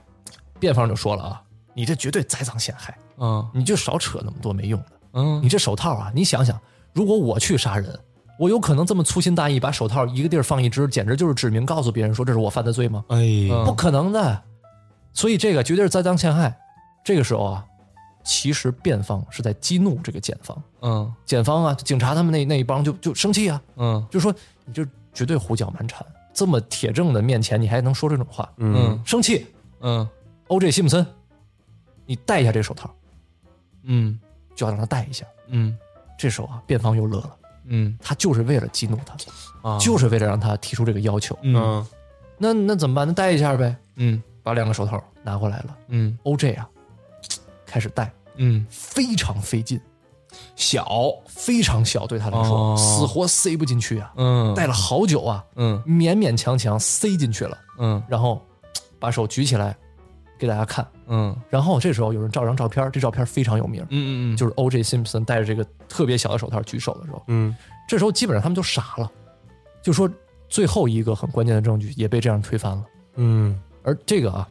D: 辩方就说了啊，你这绝对栽赃陷害，
C: 嗯
D: 你就少扯那么多没用的。
C: 嗯
D: 你这手套啊，你想想，如果我去杀人，我有可能这么粗心大意把手套一个地儿放一只，简直就是指明告诉别人说这是我犯的罪吗？
B: 哎，
C: 嗯
D: 不可能的。所以这个绝对是栽赃陷害。这个时候啊，其实辩方是在激怒这个检方，
C: 嗯
D: 检方啊，警察他们那那一帮就就生气啊，
C: 嗯
D: 就说你这绝对胡搅蛮缠，这么铁证的面前你还能说这种话，
B: 嗯
C: 嗯
D: 生气。
C: 嗯
D: O.J. 辛普森，你戴一下这手套，
C: 嗯
D: 就要让他戴一下。
C: 嗯
D: 这时候啊，辩方又乐了，
C: 嗯
D: 他就是为了激怒他，
C: 啊，
D: 就是为了让他提出这个要求。
C: 嗯
B: 嗯
D: 那那怎么办？那戴一下呗，
C: 嗯
D: 把两个手套拿过来了。
C: 嗯
D: O.J. 啊，开始戴，
C: 嗯，
D: 非常费劲，
C: 小，
D: 非常小，对他来说、
C: 哦
D: 死活塞不进去啊。
C: 嗯
D: 戴了好久啊，
C: 嗯
D: 勉勉强强塞进去了，
C: 嗯
D: 然后嘖把手举起来给大家看。
C: 嗯
D: 然后这时候有人照张照片，这照片非常有名，
C: 嗯嗯，
D: 就是 O.J. Simpson 戴着这个特别小的手套举手的时候，
B: 嗯
D: 这时候基本上他们就傻了，就说最后一个很关键的证据也被这样推翻了。
B: 嗯
D: 而这个啊，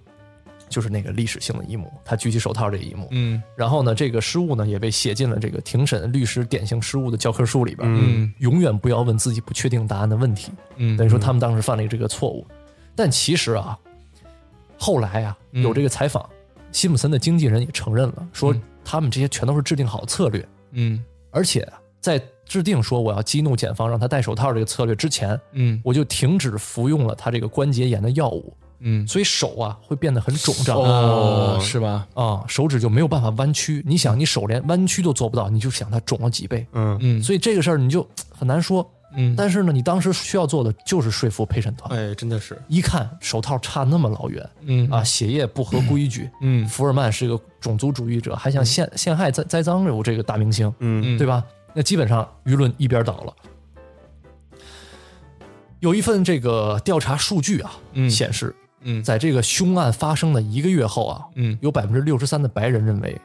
D: 就是那个历史性的一幕，他举起手套这一幕。
C: 嗯
D: 然后呢，这个失误呢也被写进了这个庭审律师典型失误的教科书里边。
C: 嗯
D: 永远不要问自己不确定答案的问题，
C: 嗯，
D: 等于说他们当时犯了这个错误。但其实啊，后来啊
C: 嗯
D: 有这个采访，辛普森的经纪人也承认了，说他们这些全都是制定好的策略，
C: 嗯
D: 而且在制定说我要激怒检方让他戴手套这个策略之前，
C: 嗯
D: 我就停止服用了他这个关节炎的药物，
C: 嗯
D: 所以手啊会变得很肿胀。
C: 哦，是吧？
D: 啊、手指就没有办法弯曲。你想，你手连弯曲都做不到，你就想它肿了几倍。
B: 嗯，
C: 嗯，
D: 所以这个事儿你就很难说。
C: 嗯
D: 但是呢，你当时需要做的就是说服陪审团。
B: 哎，真的是，
D: 一看手套差那么老远
C: 嗯
D: 啊，血液不合规矩，
C: 嗯
D: 福尔曼是个种族主义者，还想陷陷害栽栽赃我这个大明星，
B: 嗯
C: 嗯
D: 对吧？那基本上舆论一边倒了。有一份这个调查数据啊，
C: 嗯
D: 显示
C: 嗯
D: 在这个凶案发生的一个月后啊，
C: 嗯
D: 有百分之六十三的白人认为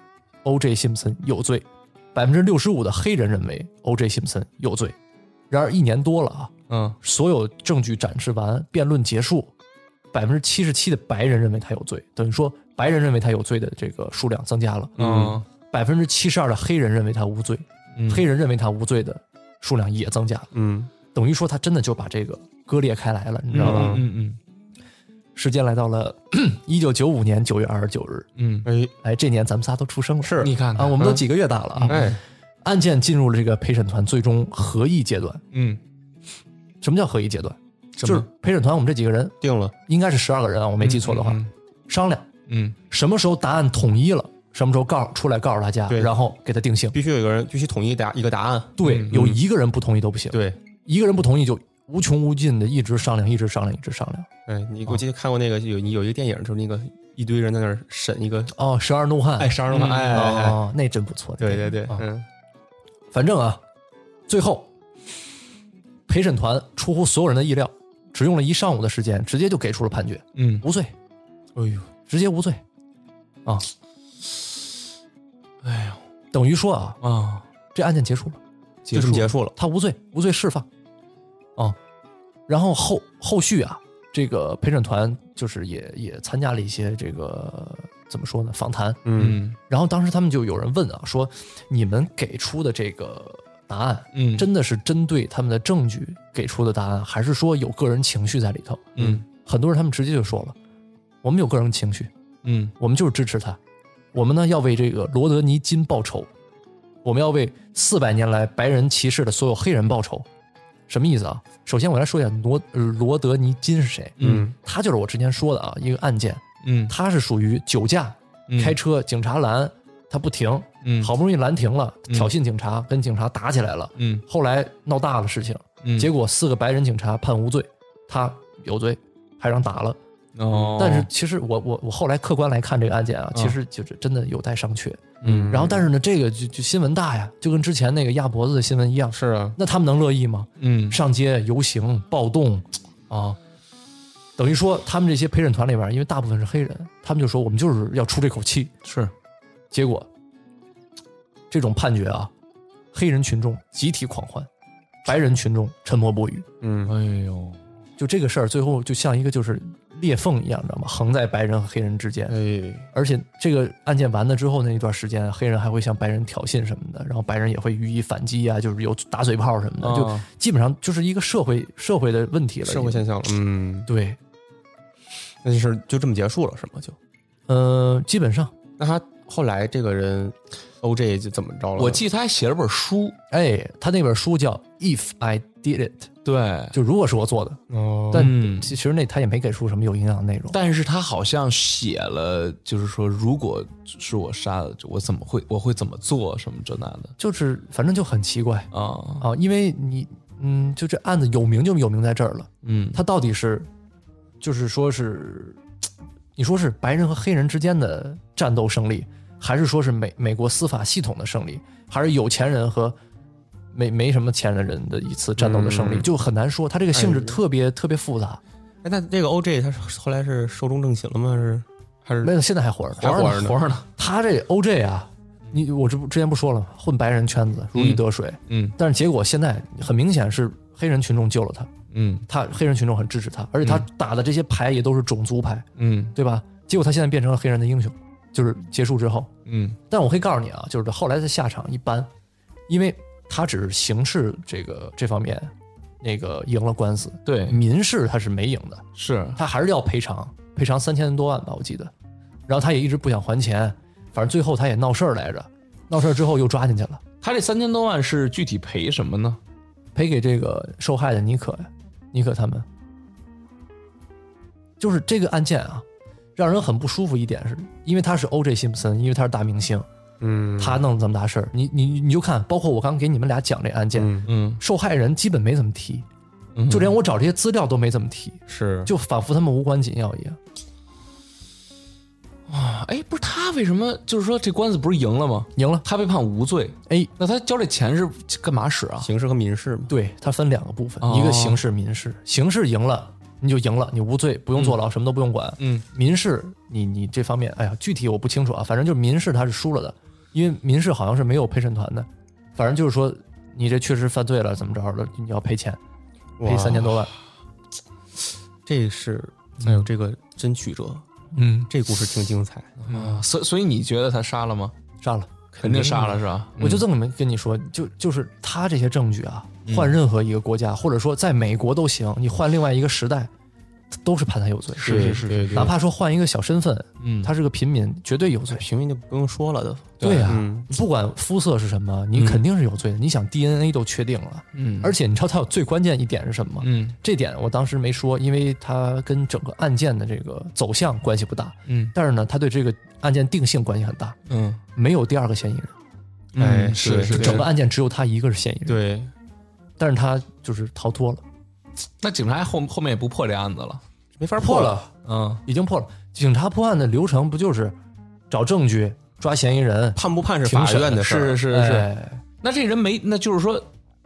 D: O.J. 辛普森有罪，百分之六十五的黑人认为 O.J. 辛普森有罪。然而一年多了啊，
C: 嗯
D: 所有证据展示完，辩论结束，百分之七十七的白人认为他有罪，等于说白人认为他有罪的这个数量增加了，
C: 嗯
D: 百分之七十二的黑人认为他无罪，黑人认为他无罪的数量也增加了，
B: 嗯
D: 等于说他真的就把这个割裂开来了，你知道吧？
C: 嗯嗯
D: 时间来到了 一九九五年九月二十九日，
C: 嗯
B: 哎，
D: 哎，这年咱们仨都出生了，
C: 嗯，你看
D: 啊，我们都几个月大了啊。
B: 哎，
D: 案件进入了这个陪审团最终合议阶段。
C: 嗯
D: 什么叫合议阶段？
C: 什
D: 就
C: 么
D: 是陪审团我们这几个人
B: 定了，
D: 应该是十二个人啊，我没记错的话，商量
C: 嗯
D: 什么时候答案统一了，什么时候告出来告诉大家，
B: 对
D: 然后给他定性。
B: 必须有一个人必须统一答一个答案。
D: 对，有一个人不同意都不行，
B: 对，
D: 一个人不同意就无穷无尽的一直商量，一直商量，一直商量。
B: 哎，
C: 嗯
B: 你我记得看过那个有你有一个电影，就是那个一堆人在那儿审一个
D: 哦，十二怒汉，
B: 爱杀人犯，哎哎，哎
D: 哦，那真不错。
B: 对对对，嗯
D: 反正啊，最后陪审团出乎所有人的意料，只用了一上午的时间，直接就给出了判决，
C: 嗯，
D: 无罪，
C: 哎呦，
D: 直接无罪啊！
C: 哎呦
D: 等于说啊，
C: 啊，
D: 这案件结束了，
B: 就这么结束了。
D: 他无罪，无罪释放啊。然后后后续啊，这个陪审团就是也也参加了一些这个怎么说呢访谈，
B: 嗯
C: 嗯
D: 然后当时他们就有人问啊，说你们给出的这个答案
C: 嗯
D: 真的是针对他们的证据给出的答案，还是说有个人情绪在里头？
C: 嗯，
D: 很多人他们直接就说了，我们有个人情绪，
C: 嗯
D: 我们就是支持他，我们呢要为这个罗德尼金报仇，我们要为四百年来白人歧视的所有黑人报仇。什么意思啊？首先我来说一下罗呃罗德尼金是谁？
B: 嗯，
D: 他就是我之前说的啊一个案件，
C: 嗯
D: 他是属于酒驾、
C: 嗯
D: 开车，警察拦他不停，
C: 嗯
D: 好不容易拦停了，挑衅警察，跟警察打起来了，
C: 嗯
D: 后来闹大了事情，
C: 嗯
D: 结果四个白人警察判无罪，他有罪，还让打了。
C: 哦，嗯
D: 但是其实我我我后来客观来看这个案件啊，其实就是真的有待商榷。嗯，然后但是呢，这个就就新闻大呀，就跟之前那个压脖子的新闻一样，
B: 是啊，
D: 那他们能乐意吗？
C: 嗯
D: 上街游行、暴动啊，等于说他们这些陪审团里边，因为大部分是黑人，他们就说我们就是要出这口气。
C: 是
D: 结果这种判决啊，黑人群众集体狂欢，白人群众沉默不语。
B: 嗯，
C: 哎呦
D: 就这个事儿，最后就像一个就是裂缝一样，你知道吗？横在白人和黑人之间。
B: 哎，
D: 而且这个案件完了之后那一段时间，黑人还会向白人挑衅什么的，然后白人也会予以反击啊，就是有打嘴炮什么的，
C: 啊
D: 就基本上就是一个社会社会的问题了。
B: 嗯社会现象了，嗯，
D: 对，
B: 那就是就这么结束了，是吗？就
D: 呃，基本上，
B: 那他后来这个人 OJ 就怎么着了？
C: 我记得他还写了本书，
D: 哎，他那本书叫《If I Did It》，
C: 对，
D: 就如果是我做的，
B: 哦，
D: 但
C: 嗯
D: 其实那他也没给出什么有营养的内容。
C: 但是他好像写了，就是说，如果是我杀了，我怎么会，我会怎么做什么这那的
D: 就是反正就很奇怪
C: 啊？
D: 啊，因为你，嗯，就这案子有名就有名在这儿了，
C: 嗯，
D: 他到底是，就是说是，你说是白人和黑人之间的战斗胜利，还是说是美美国司法系统的胜利，还是有钱人和没没什么钱的人的一次战斗的胜利，
B: 嗯
D: 就很难说，他这个性质
B: 哎
D: 特别、特别复杂。
B: 哎，那这个 OJ 他是后来是寿终正寝了吗？是还是
D: 没有，现在还活着呢，
B: 还活着呢？
C: 活着呢，
D: 他这 OJ 啊，你我这不之前不说了吗？混白人圈子如鱼得水，
C: 嗯
D: 但是结果现在很明显是黑人群众救了他，
C: 嗯
D: 他黑人群众很支持他，
B: 嗯
D: 而且他打的这些牌也都是种族牌，
C: 嗯
D: 对吧？结果他现在变成了黑人的英雄，就是结束之后。
C: 嗯
D: 但我可以告诉你啊，就是后来的下场一般，因为他只是刑事这个这方面那个赢了官司，
C: 对
D: 民事他是没赢的，
C: 是，
D: 他还是要赔偿，赔偿三千多万吧，我记得。然后他也一直不想还钱，反正最后他也闹事儿来着，闹事儿之后又抓进去了，
C: 他这三千多万是具体赔什么呢？
D: 赔给这个受害的尼可呀，尼可他们。就是这个案件啊，让人很不舒服一点是，因为他是 O.J. 辛普森，因为他是大明星，
B: 嗯，
D: 他弄这么大事儿，你你你就看，包括我刚给你们俩讲这案件，
B: 嗯
C: 嗯，
D: 受害人基本没怎么提，就连我找这些资料都没怎么提，
B: 是
D: 就仿佛他们无关紧要一样。
C: 哎，不是他为什么就是说这官司不是赢了吗？
D: 赢了，
C: 他被判无罪，
D: 哎，
C: 那他交这钱是干嘛使啊？
B: 刑事和民事嘛？
D: 对，它分两个部分，
C: 哦
D: 一个刑事、民事。刑事赢了你就赢了，你无罪，不用坐牢，什么都不用管。
C: 嗯，
D: 民事你你这方面，哎呀，具体我不清楚啊，反正就是民事他是输了的，因为民事好像是没有陪审团的，反正就是说你这确实犯罪了，怎么着的，你要赔钱，赔
B: 哇
D: 三千多万。
B: 这是哎呦，这个真曲折，
D: 嗯，
B: 这故事挺精彩。
C: 啊，所以所以你觉得他杀了吗？
D: 杀了。
C: 肯定杀了是吧？
D: 我就这么跟你说，就就是他这些证据啊，
C: 嗯
D: 换任何一个国家，或者说在美国都行，你换另外一个时代，都是判他有罪。
C: 是是是，
B: 对对
D: 哪怕说换一个小身份，
C: 嗯，
D: 他是个平民，绝对有罪。
B: 平民就不用说了都。
D: 对
C: 啊
D: 呀、
B: 嗯
D: 不管肤色是什么，你肯定是有罪的。你想 DNA 都确定了，
C: 嗯
D: 而且你知道他有最关键一点是什么吗？
C: 嗯
D: 这点我当时没说，因为他跟整个案件的这个走向关系不大，
C: 嗯
D: 但是呢，他对这个案件定性关系很大。
C: 嗯，
D: 没有第二个嫌疑人，
B: 哎
C: 嗯是
B: 对
C: 是
D: 就整个案件只有他一个是嫌疑人，
B: 对，
D: 但是他就是逃脱了，
C: 那警察后后面也不破这案子了。
B: 没法
D: 破
B: 了。
D: 了，
C: 嗯，
D: 已经破了。警察破案的流程不就是找证据、抓嫌疑人？
B: 判不判是法院的事儿，
C: 是是是是。
D: 哎，
C: 那这人没，那就是说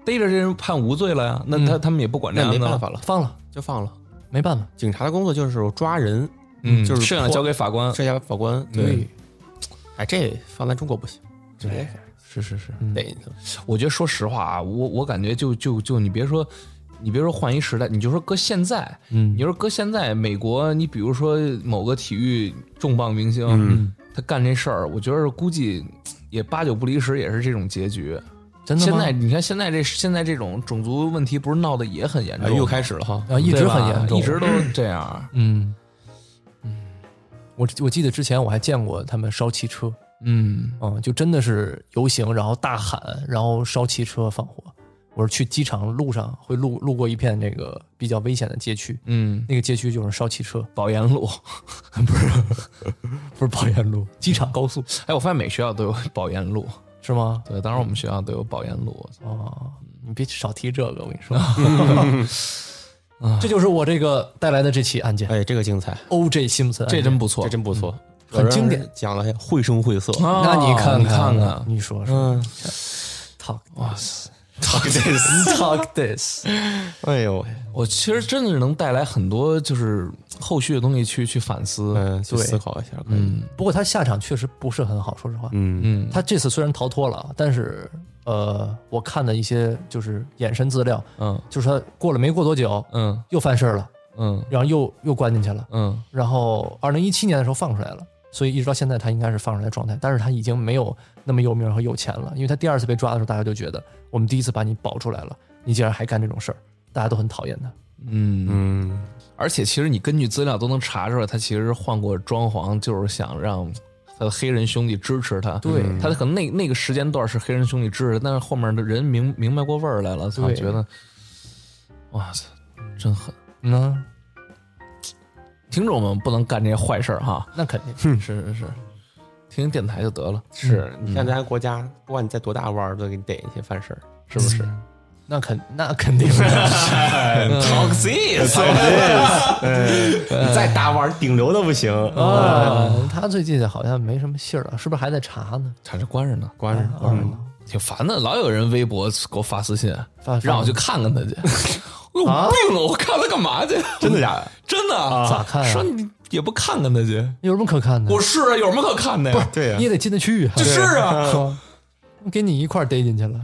C: 逮着这人判无罪了呀。那他他们也不管这
B: 嗯那
C: 案
B: 没
C: 子
B: 办
C: 了，
B: 法了，
D: 放了，
B: 就放了。
D: 没办法。
B: 警察的工作就是抓人，
C: 嗯，
B: 就是
C: 剩下的交给法官。
B: 这家法官。，，哎，这放在中国不行，
C: 对，
D: 哎
C: 是是是。
B: 得
C: 我觉得说实话啊，我我感觉就就就你别说，你别说换一时代，你就说搁现在，
D: 嗯
C: 你就说搁现在美国，你比如说某个体育重磅明星，
B: 嗯
C: 他干这事儿，我觉得估计也八九不离十，也是这种结局。
D: 真的
C: 现
D: 吗？
C: 在你看，现在这现在这种种族问题不是闹得也很严重
B: 哎
C: 吗，
B: 又开始了哈。
D: 啊，一直
C: 对吧
D: 很严重，
C: 一直都这样。
D: 嗯嗯，我我记得之前我还见过他们烧汽车，
C: 嗯
D: 嗯，就真的是游行，然后大喊，然后烧汽车、放火。我是去机场路上会路路过一片这个比较危险的街区，
C: 嗯，
D: 那个街区就是烧汽车，
C: 保研 路，
D: 不是保研路，机场高速
C: 哎，我发现每学校都有 保研路，
D: 是吗？
C: 对，当然我们学校都有保研路，
D: 哦，你别少提这个，我跟你说， 这就是我这个带来的这起案件
B: 哎，这个精彩，
D: ，O.J. 辛普森案
C: 这
D: 件，
C: 真不错，嗯
B: 这真不错，
D: 很经典，
B: 讲的绘声绘色。
C: 啊
D: 那你看
C: 你看
D: 看
C: 看，
D: 你说说
B: 嗯，
D: ，talk
C: 哇塞！
D: talk this，talk this，
B: 哎呦喂，
C: 我其实真的是能带来很多就是后续的东西去去反思，
B: 嗯，去
D: 对
B: 思考一下，可以。
D: 不过他下场确实不是很好，说实话，
B: 嗯
C: 嗯
D: 他这次虽然逃脱了，但是呃，我看的一些就是衍生资料，
C: 嗯
D: 就是他过了没过多久
C: 嗯
D: 又犯事儿了，
C: 嗯
D: 然后又又关进去了，
C: 嗯
D: 然后二零一七年的时候放出来了，所以一直到现在他应该是放出来的状态，但是他已经没有那么有名和有钱了，因为他第二次被抓的时候，大家就觉得我们第一次把你保出来了，你竟然还干这种事儿，大家都很讨厌他。
C: 嗯
B: 嗯，
C: 而且其实你根据资料都能查出来，他其实换过装潢，就是想让他的黑人兄弟支持他。
D: 对
C: 他可能那那个时间段是黑人兄弟支持，但是后面的人明明白过味儿来了，操，
D: 对
C: 觉得，哇塞，真狠！
D: 嗯，
C: 听众们不能干这些坏事儿哈，
D: 那肯定。
C: 是是是，听听电台就得了，
B: 是
C: 嗯
B: 你看咱国家，不管你在多大腕儿，都给你逮一些犯事儿，是不
D: 嗯
B: 是？
D: 那肯那肯定的，
C: 嗯
B: Talk
C: 哎
B: this，你再大腕儿顶流都不行
C: 嗯
B: 啊！
D: 啊，他最近好像没什么信儿啊了，是不是还在查呢？
C: 还是关着呢，
B: 关着，关着呢。
C: 挺烦的，老有人微博给我发私信
D: 发，
C: 让我去看看他 去。我有病啊！我看他干嘛去？
B: 真的假的？
C: 真的啊
D: 咋看啊
C: 说你也不看看他去？
D: 有什么可看的？
C: 我是啊，有什么可看的呀？
B: 对呀
D: 你也得进得去啊，
C: 就是啊
D: 是吧，给你一块儿逮进去了，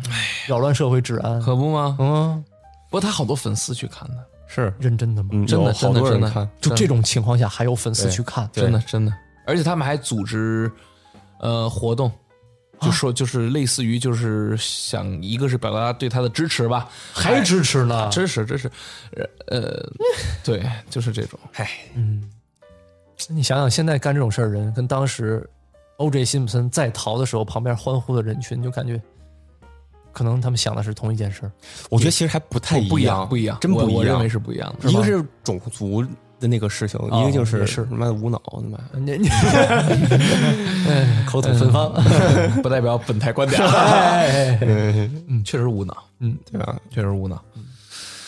D: 扰乱社会治安。
C: 可不吗？
D: 嗯，
C: 不过他好多粉丝去看的，
B: 是，
D: 认真的吗？
B: 嗯，
C: 真的
B: 有好多
C: 真
B: 人
C: 的
B: 看，
D: 就这种情况下还有粉丝
B: 对
D: 去看，
B: 对
C: 真的真的。而且他们还组织呃活动，就说就是类似于就是想一个是表达对他的支持吧，
D: 还支持呢？
C: 支持支持，呃，对，就是这种。唉，
D: 嗯，你想想，现在干这种事儿的人，跟当时 O.J. 辛普森在逃的时候旁边欢呼的人群，就感觉可能他们想的是同一件事儿。
B: 我觉得其实还不太
C: 不一
B: 样，
C: 不一样，
B: 真不
C: 我
B: 一
C: 我认
B: 样
C: 为。是哦不一样的。
B: 一个是种族的那个事情，一个就是
D: 也是
B: 他妈的无脑，他妈的
D: 你你
C: 嗯
D: 口吐芬芳，
C: 不代表本台观点，
D: 哎，
C: 嗯，确实无脑，
B: 对吧？
C: 确实无脑。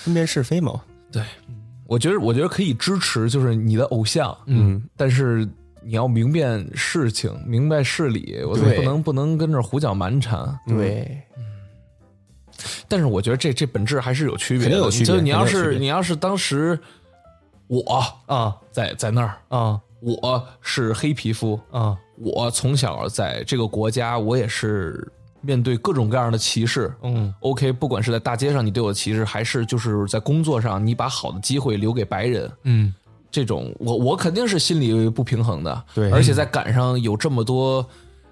B: 分辨是非嘛，
C: 对，我觉得我觉得可以支持，就是你的偶像，
B: 嗯，
C: 但是你要明辨事情，明白事理，我
D: 对
C: 不能不能跟这儿胡搅蛮缠。
B: 嗯
D: 对，
C: 但是我觉得这这本质还是有区别的，
B: 肯定有区别
C: 就是你要
B: 肯定有
C: 是
B: 区别
C: 你要是当时我
D: 啊
C: 在在那儿，
D: 啊
C: 我是黑皮肤，
D: 啊，
C: 我从小在这个国家，我也是面对各种各样的歧视。
D: 嗯
C: OK，不管是在大街上你对我的歧视，还是就是在工作上你把好的机会留给白人，
D: 嗯，
C: 这种我我肯定是心里不平衡的，
B: 对
C: 而且在赶上有这么多。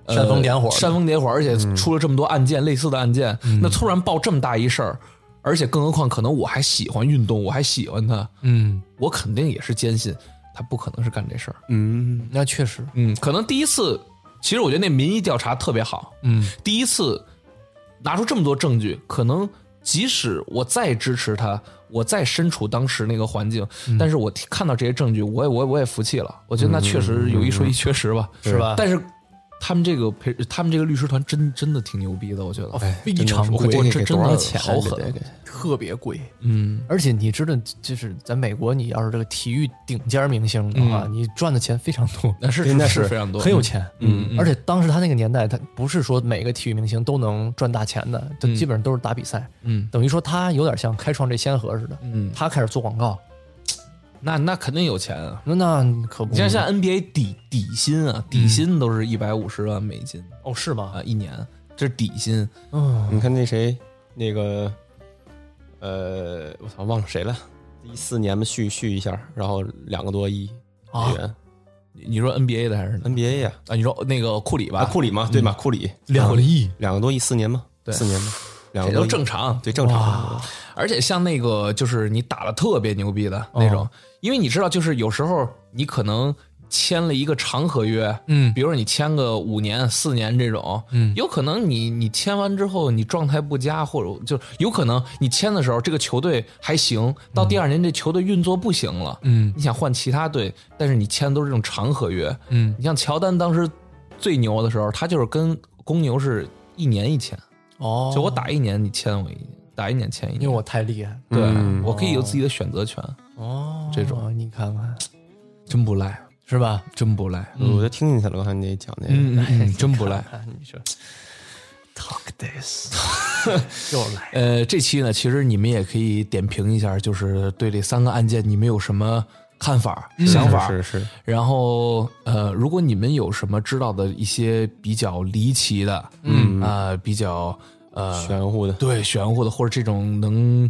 C: 呃
D: 煽风点火的嗯
C: 煽风点火，而且出了这么多案件，类似的案件，那突然爆这么大一事儿，而且更何况，可能我还喜欢运动，我还喜欢他，
D: 嗯，
C: 我肯定也是坚信他不可能是干这事儿。
B: 嗯，
D: 那确实，
C: 嗯，可能第一次，其实我觉得那民意调查特别好，
D: 嗯
C: 第一次拿出这么多证据，可能即使我再支持他，我再身处当时那个环境，
D: 嗯
C: 但是我看到这些证据，我也我也我也服气了。我觉得那确
D: 嗯
C: 实有一说一，确实吧，
D: 是吧
C: 但是他们这个陪他们这个律师团真真的挺牛逼的，我觉得。
B: 哦
D: 非常
B: 我
D: 贵
B: 这
C: 我
B: 个
C: 这
B: 给
C: 真
B: 多少
C: 的
B: 钱啊？
C: 好
B: 这得
C: 狠
B: 给，
D: 特别贵。
C: 嗯，
D: 而且你知道，就是在美国，你要是这个体育顶尖明星的话，你赚的钱非常多，
C: 嗯那是
B: 真的是
C: 非常多，
D: 很有钱。
C: 嗯，嗯，
D: 而且当时他那个年代，他不是说每个体育明星都能赚大钱的，他基本上都是打比赛，
C: 嗯
D: 等于说他有点像开创这先河似的。
C: 嗯，
D: 他开始做广告，
C: 那那肯定有钱啊。
D: 那那可不
C: 你，像像 NBA 底底薪
D: 嗯
C: 啊，底薪都是一百五十万美金
D: 哦是吗
C: 啊，？一年，这是底薪。
D: 嗯，
B: 你看那谁，那个，呃，我操，忘了谁了。一四年嘛，续续一下，然后两个多亿
C: 啊
B: 美元
C: 你你说 NBA 的还是
B: NBA 呀，
C: 啊？你说那个库里吧，
B: 啊，库里嘛，对吧？库里
D: 两个亿，
B: 两个多亿，四年嘛，
C: 嗯对
B: 四年嘛，两
C: 这
B: 个多
C: 都
B: 亿
C: 正常。
B: 对正常，
C: 而且像那
D: 哦
C: 个就是你打的特别牛逼的那种，因为你知道，就是有时候你可能签了一个长合约，
D: 嗯
C: 比如说你签个五年、四年这种，
D: 嗯
C: 有可能你你签完之后你状态不佳，或者就有可能你签的时候这个球队还行，到第二年这球队运作不行了，
D: 嗯
C: 你想换其他队，但是你签的都是这种长合约。
D: 嗯，
C: 你像乔丹当时最牛的时候，他就是跟公牛是一年一签，
D: 哦
C: 就我打一年你签我一年，打一年签一
D: 因为
C: 年，
D: 我太厉害
C: 对、
B: 嗯
C: 我可以有自己的选择权，
D: 哦
C: 这种
D: 你看看
C: 真不赖，
D: 是吧？
C: 真不赖，
B: 嗯我都听进去了，刚才你讲那个，
C: 嗯嗯嗯嗯，真不赖。
D: 看哎你说，talk this，又来
C: 呃，这期呢，其实你们也可以点评一下，就是对这三个案件你们有什么看法、想法。
B: 是是是，
C: 然后，呃，如果你们有什么知道的一些比较离奇的，嗯啊、比较呃
B: 玄乎的，
C: 对玄乎的，或者这种能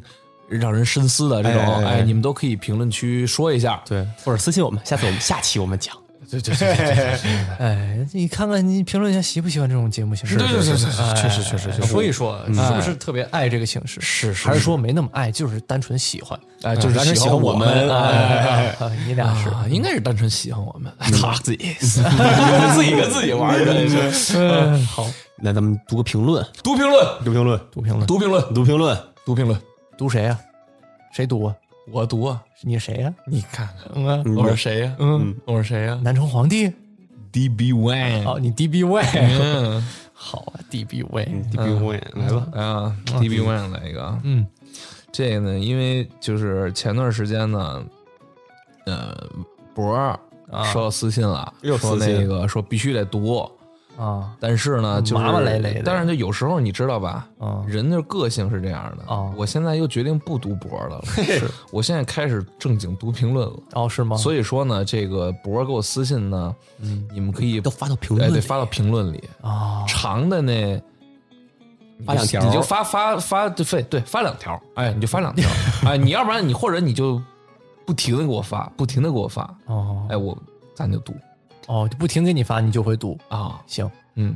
C: 让人深思的这种，
B: 哎哎哎
C: 你们都可以评论区说一下。
B: 对，或者私信我们，下次 我们下期我们讲。
C: 对对对对
D: 哎，你看看你评论一下喜不喜欢这种节目形式？
C: 对对对对
D: 哎
C: 确实确实确实
D: 说一说是不是特别爱这个形式？
C: 是是
D: 还嗯是说没那么爱，就是单纯喜欢？
C: 哎，就是
B: 单纯喜
C: 喜
B: 欢
C: 我
B: 我们
D: 哎，你俩是
C: 啊，应该是单纯喜欢我们，他自 己自己跟自己玩儿的，
D: 嗯好，
B: 来，咱们读个评论，
C: 读评论，
B: 读评论，
D: 读评论，
C: 读评论，
B: 读评论，
C: 读评论，
D: 读谁呀？谁读啊？
C: 我读啊，
D: 你谁呀？
C: 你看看，
D: 嗯啊，
C: 我是谁呀？
D: 嗯，
C: 我是谁呀
D: 南城皇帝。
C: ？DB One，
D: 哦，你 DB 位，
C: 嗯
D: 好啊，DB 位，
B: 你评论来吧。
C: 啊，DB One 来一个啊，
D: 嗯
C: 这个呢，因为就是前段时间呢，呃，博儿收到啊私信了，
B: 又
C: 说
B: 私信
C: 那个说必须得读，
D: 啊
C: 但是
B: 嗯
C: 呢，就是
D: 麻麻累累的
C: 但是就有时候你知道吧，
D: 啊
C: 人的个性是这样的。
B: 啊
D: 哦
C: 我现在又决定不读博 了，是我现在开始正经读评论了。
D: 哦，是吗？
B: 啊
C: 所以说呢，这个博给我私信呢，你们可以
B: 嗯都发到评
C: 哎，
B: 论
C: 对，
B: 里
C: 发到评论里。
D: 啊，
C: 长的呢，
B: 发两条
C: 你就发发发，对对对，发两条，哎，你就发两 条，哎，你要不然你或者你就不停的给我发，不停的给我发，
D: 哦
C: 哎，我咱就读
D: 哦，就不停给你发，你就会读。
C: 啊，
D: 行，
C: 嗯，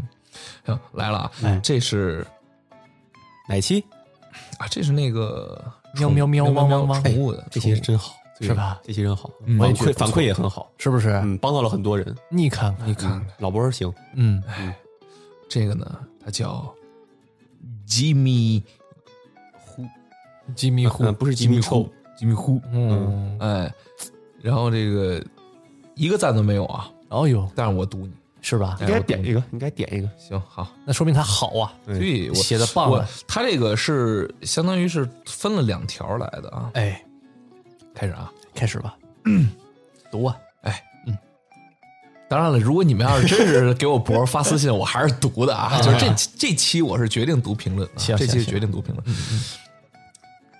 C: 行，来了啊，
B: 哎
C: 这是
B: 哪期？
C: 啊，这是那个
D: 喵喵喵
C: 宠
D: 汪汪汪
C: 宠物的，
B: 这期
C: 宠物
B: 真好，
D: 是吧
B: 这期真好，
C: 嗯我
B: 反
C: 也
D: 觉得
B: 馈
D: 不错
B: 反馈也很好，
D: 是不是？
B: 嗯，帮到了很多人。
D: 你看看，
C: 你看看
B: 老博儿行，
D: 嗯，
C: 哎这个呢，它叫 Jimmy
D: 吉米
B: 嗯，
D: 虎，
B: 不是吉米臭，
C: Jimmy Hu，
D: 嗯，
C: 哎，然后这个一个赞都没有啊，
D: 哦呦，
C: 但是我读你，
D: 是吧？
B: 你该点一个，你该点一个。
C: 行好。
D: 那说明他好啊，
B: 对
C: 所以我
D: 写的棒
C: 我
D: 啊，
C: 他这个是相当于是分了两条来的啊。
D: 哎，
C: 开始啊，
D: 开始吧，读啊，
C: 当然了，如果你们要是真是给我博儿发私信，我还是读的啊。就是这这期我是决定读评论、啊，
D: 行
C: 这期
D: 行
C: 是决定读评论。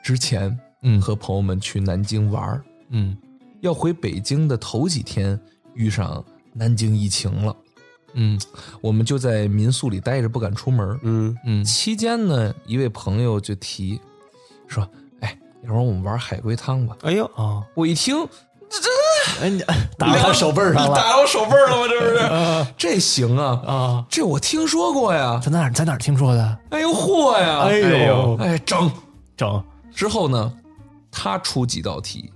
C: 之前
D: 嗯
C: 和朋友们去南京玩儿，
D: 嗯
C: 要回北京的头几天遇上南京疫情了，
D: 嗯
C: 我们就在民宿里待着，不敢出门儿。
B: 嗯，
D: 嗯
C: 期间呢，一位朋友就提说：“哎，要不然我们玩海龟汤吧。”
B: 哎呦，
D: 啊，
C: 我一听，
D: 哎，你打到他手背上了
C: 打到我手背儿了吗？这 不是？这行啊，
D: 啊，
C: 这我听说过呀。
D: 在哪儿在哪儿听说的？
C: 哎呦嚯呀！
D: 哎呦
C: 哎整！
D: 整
C: 之后呢，他出几道题，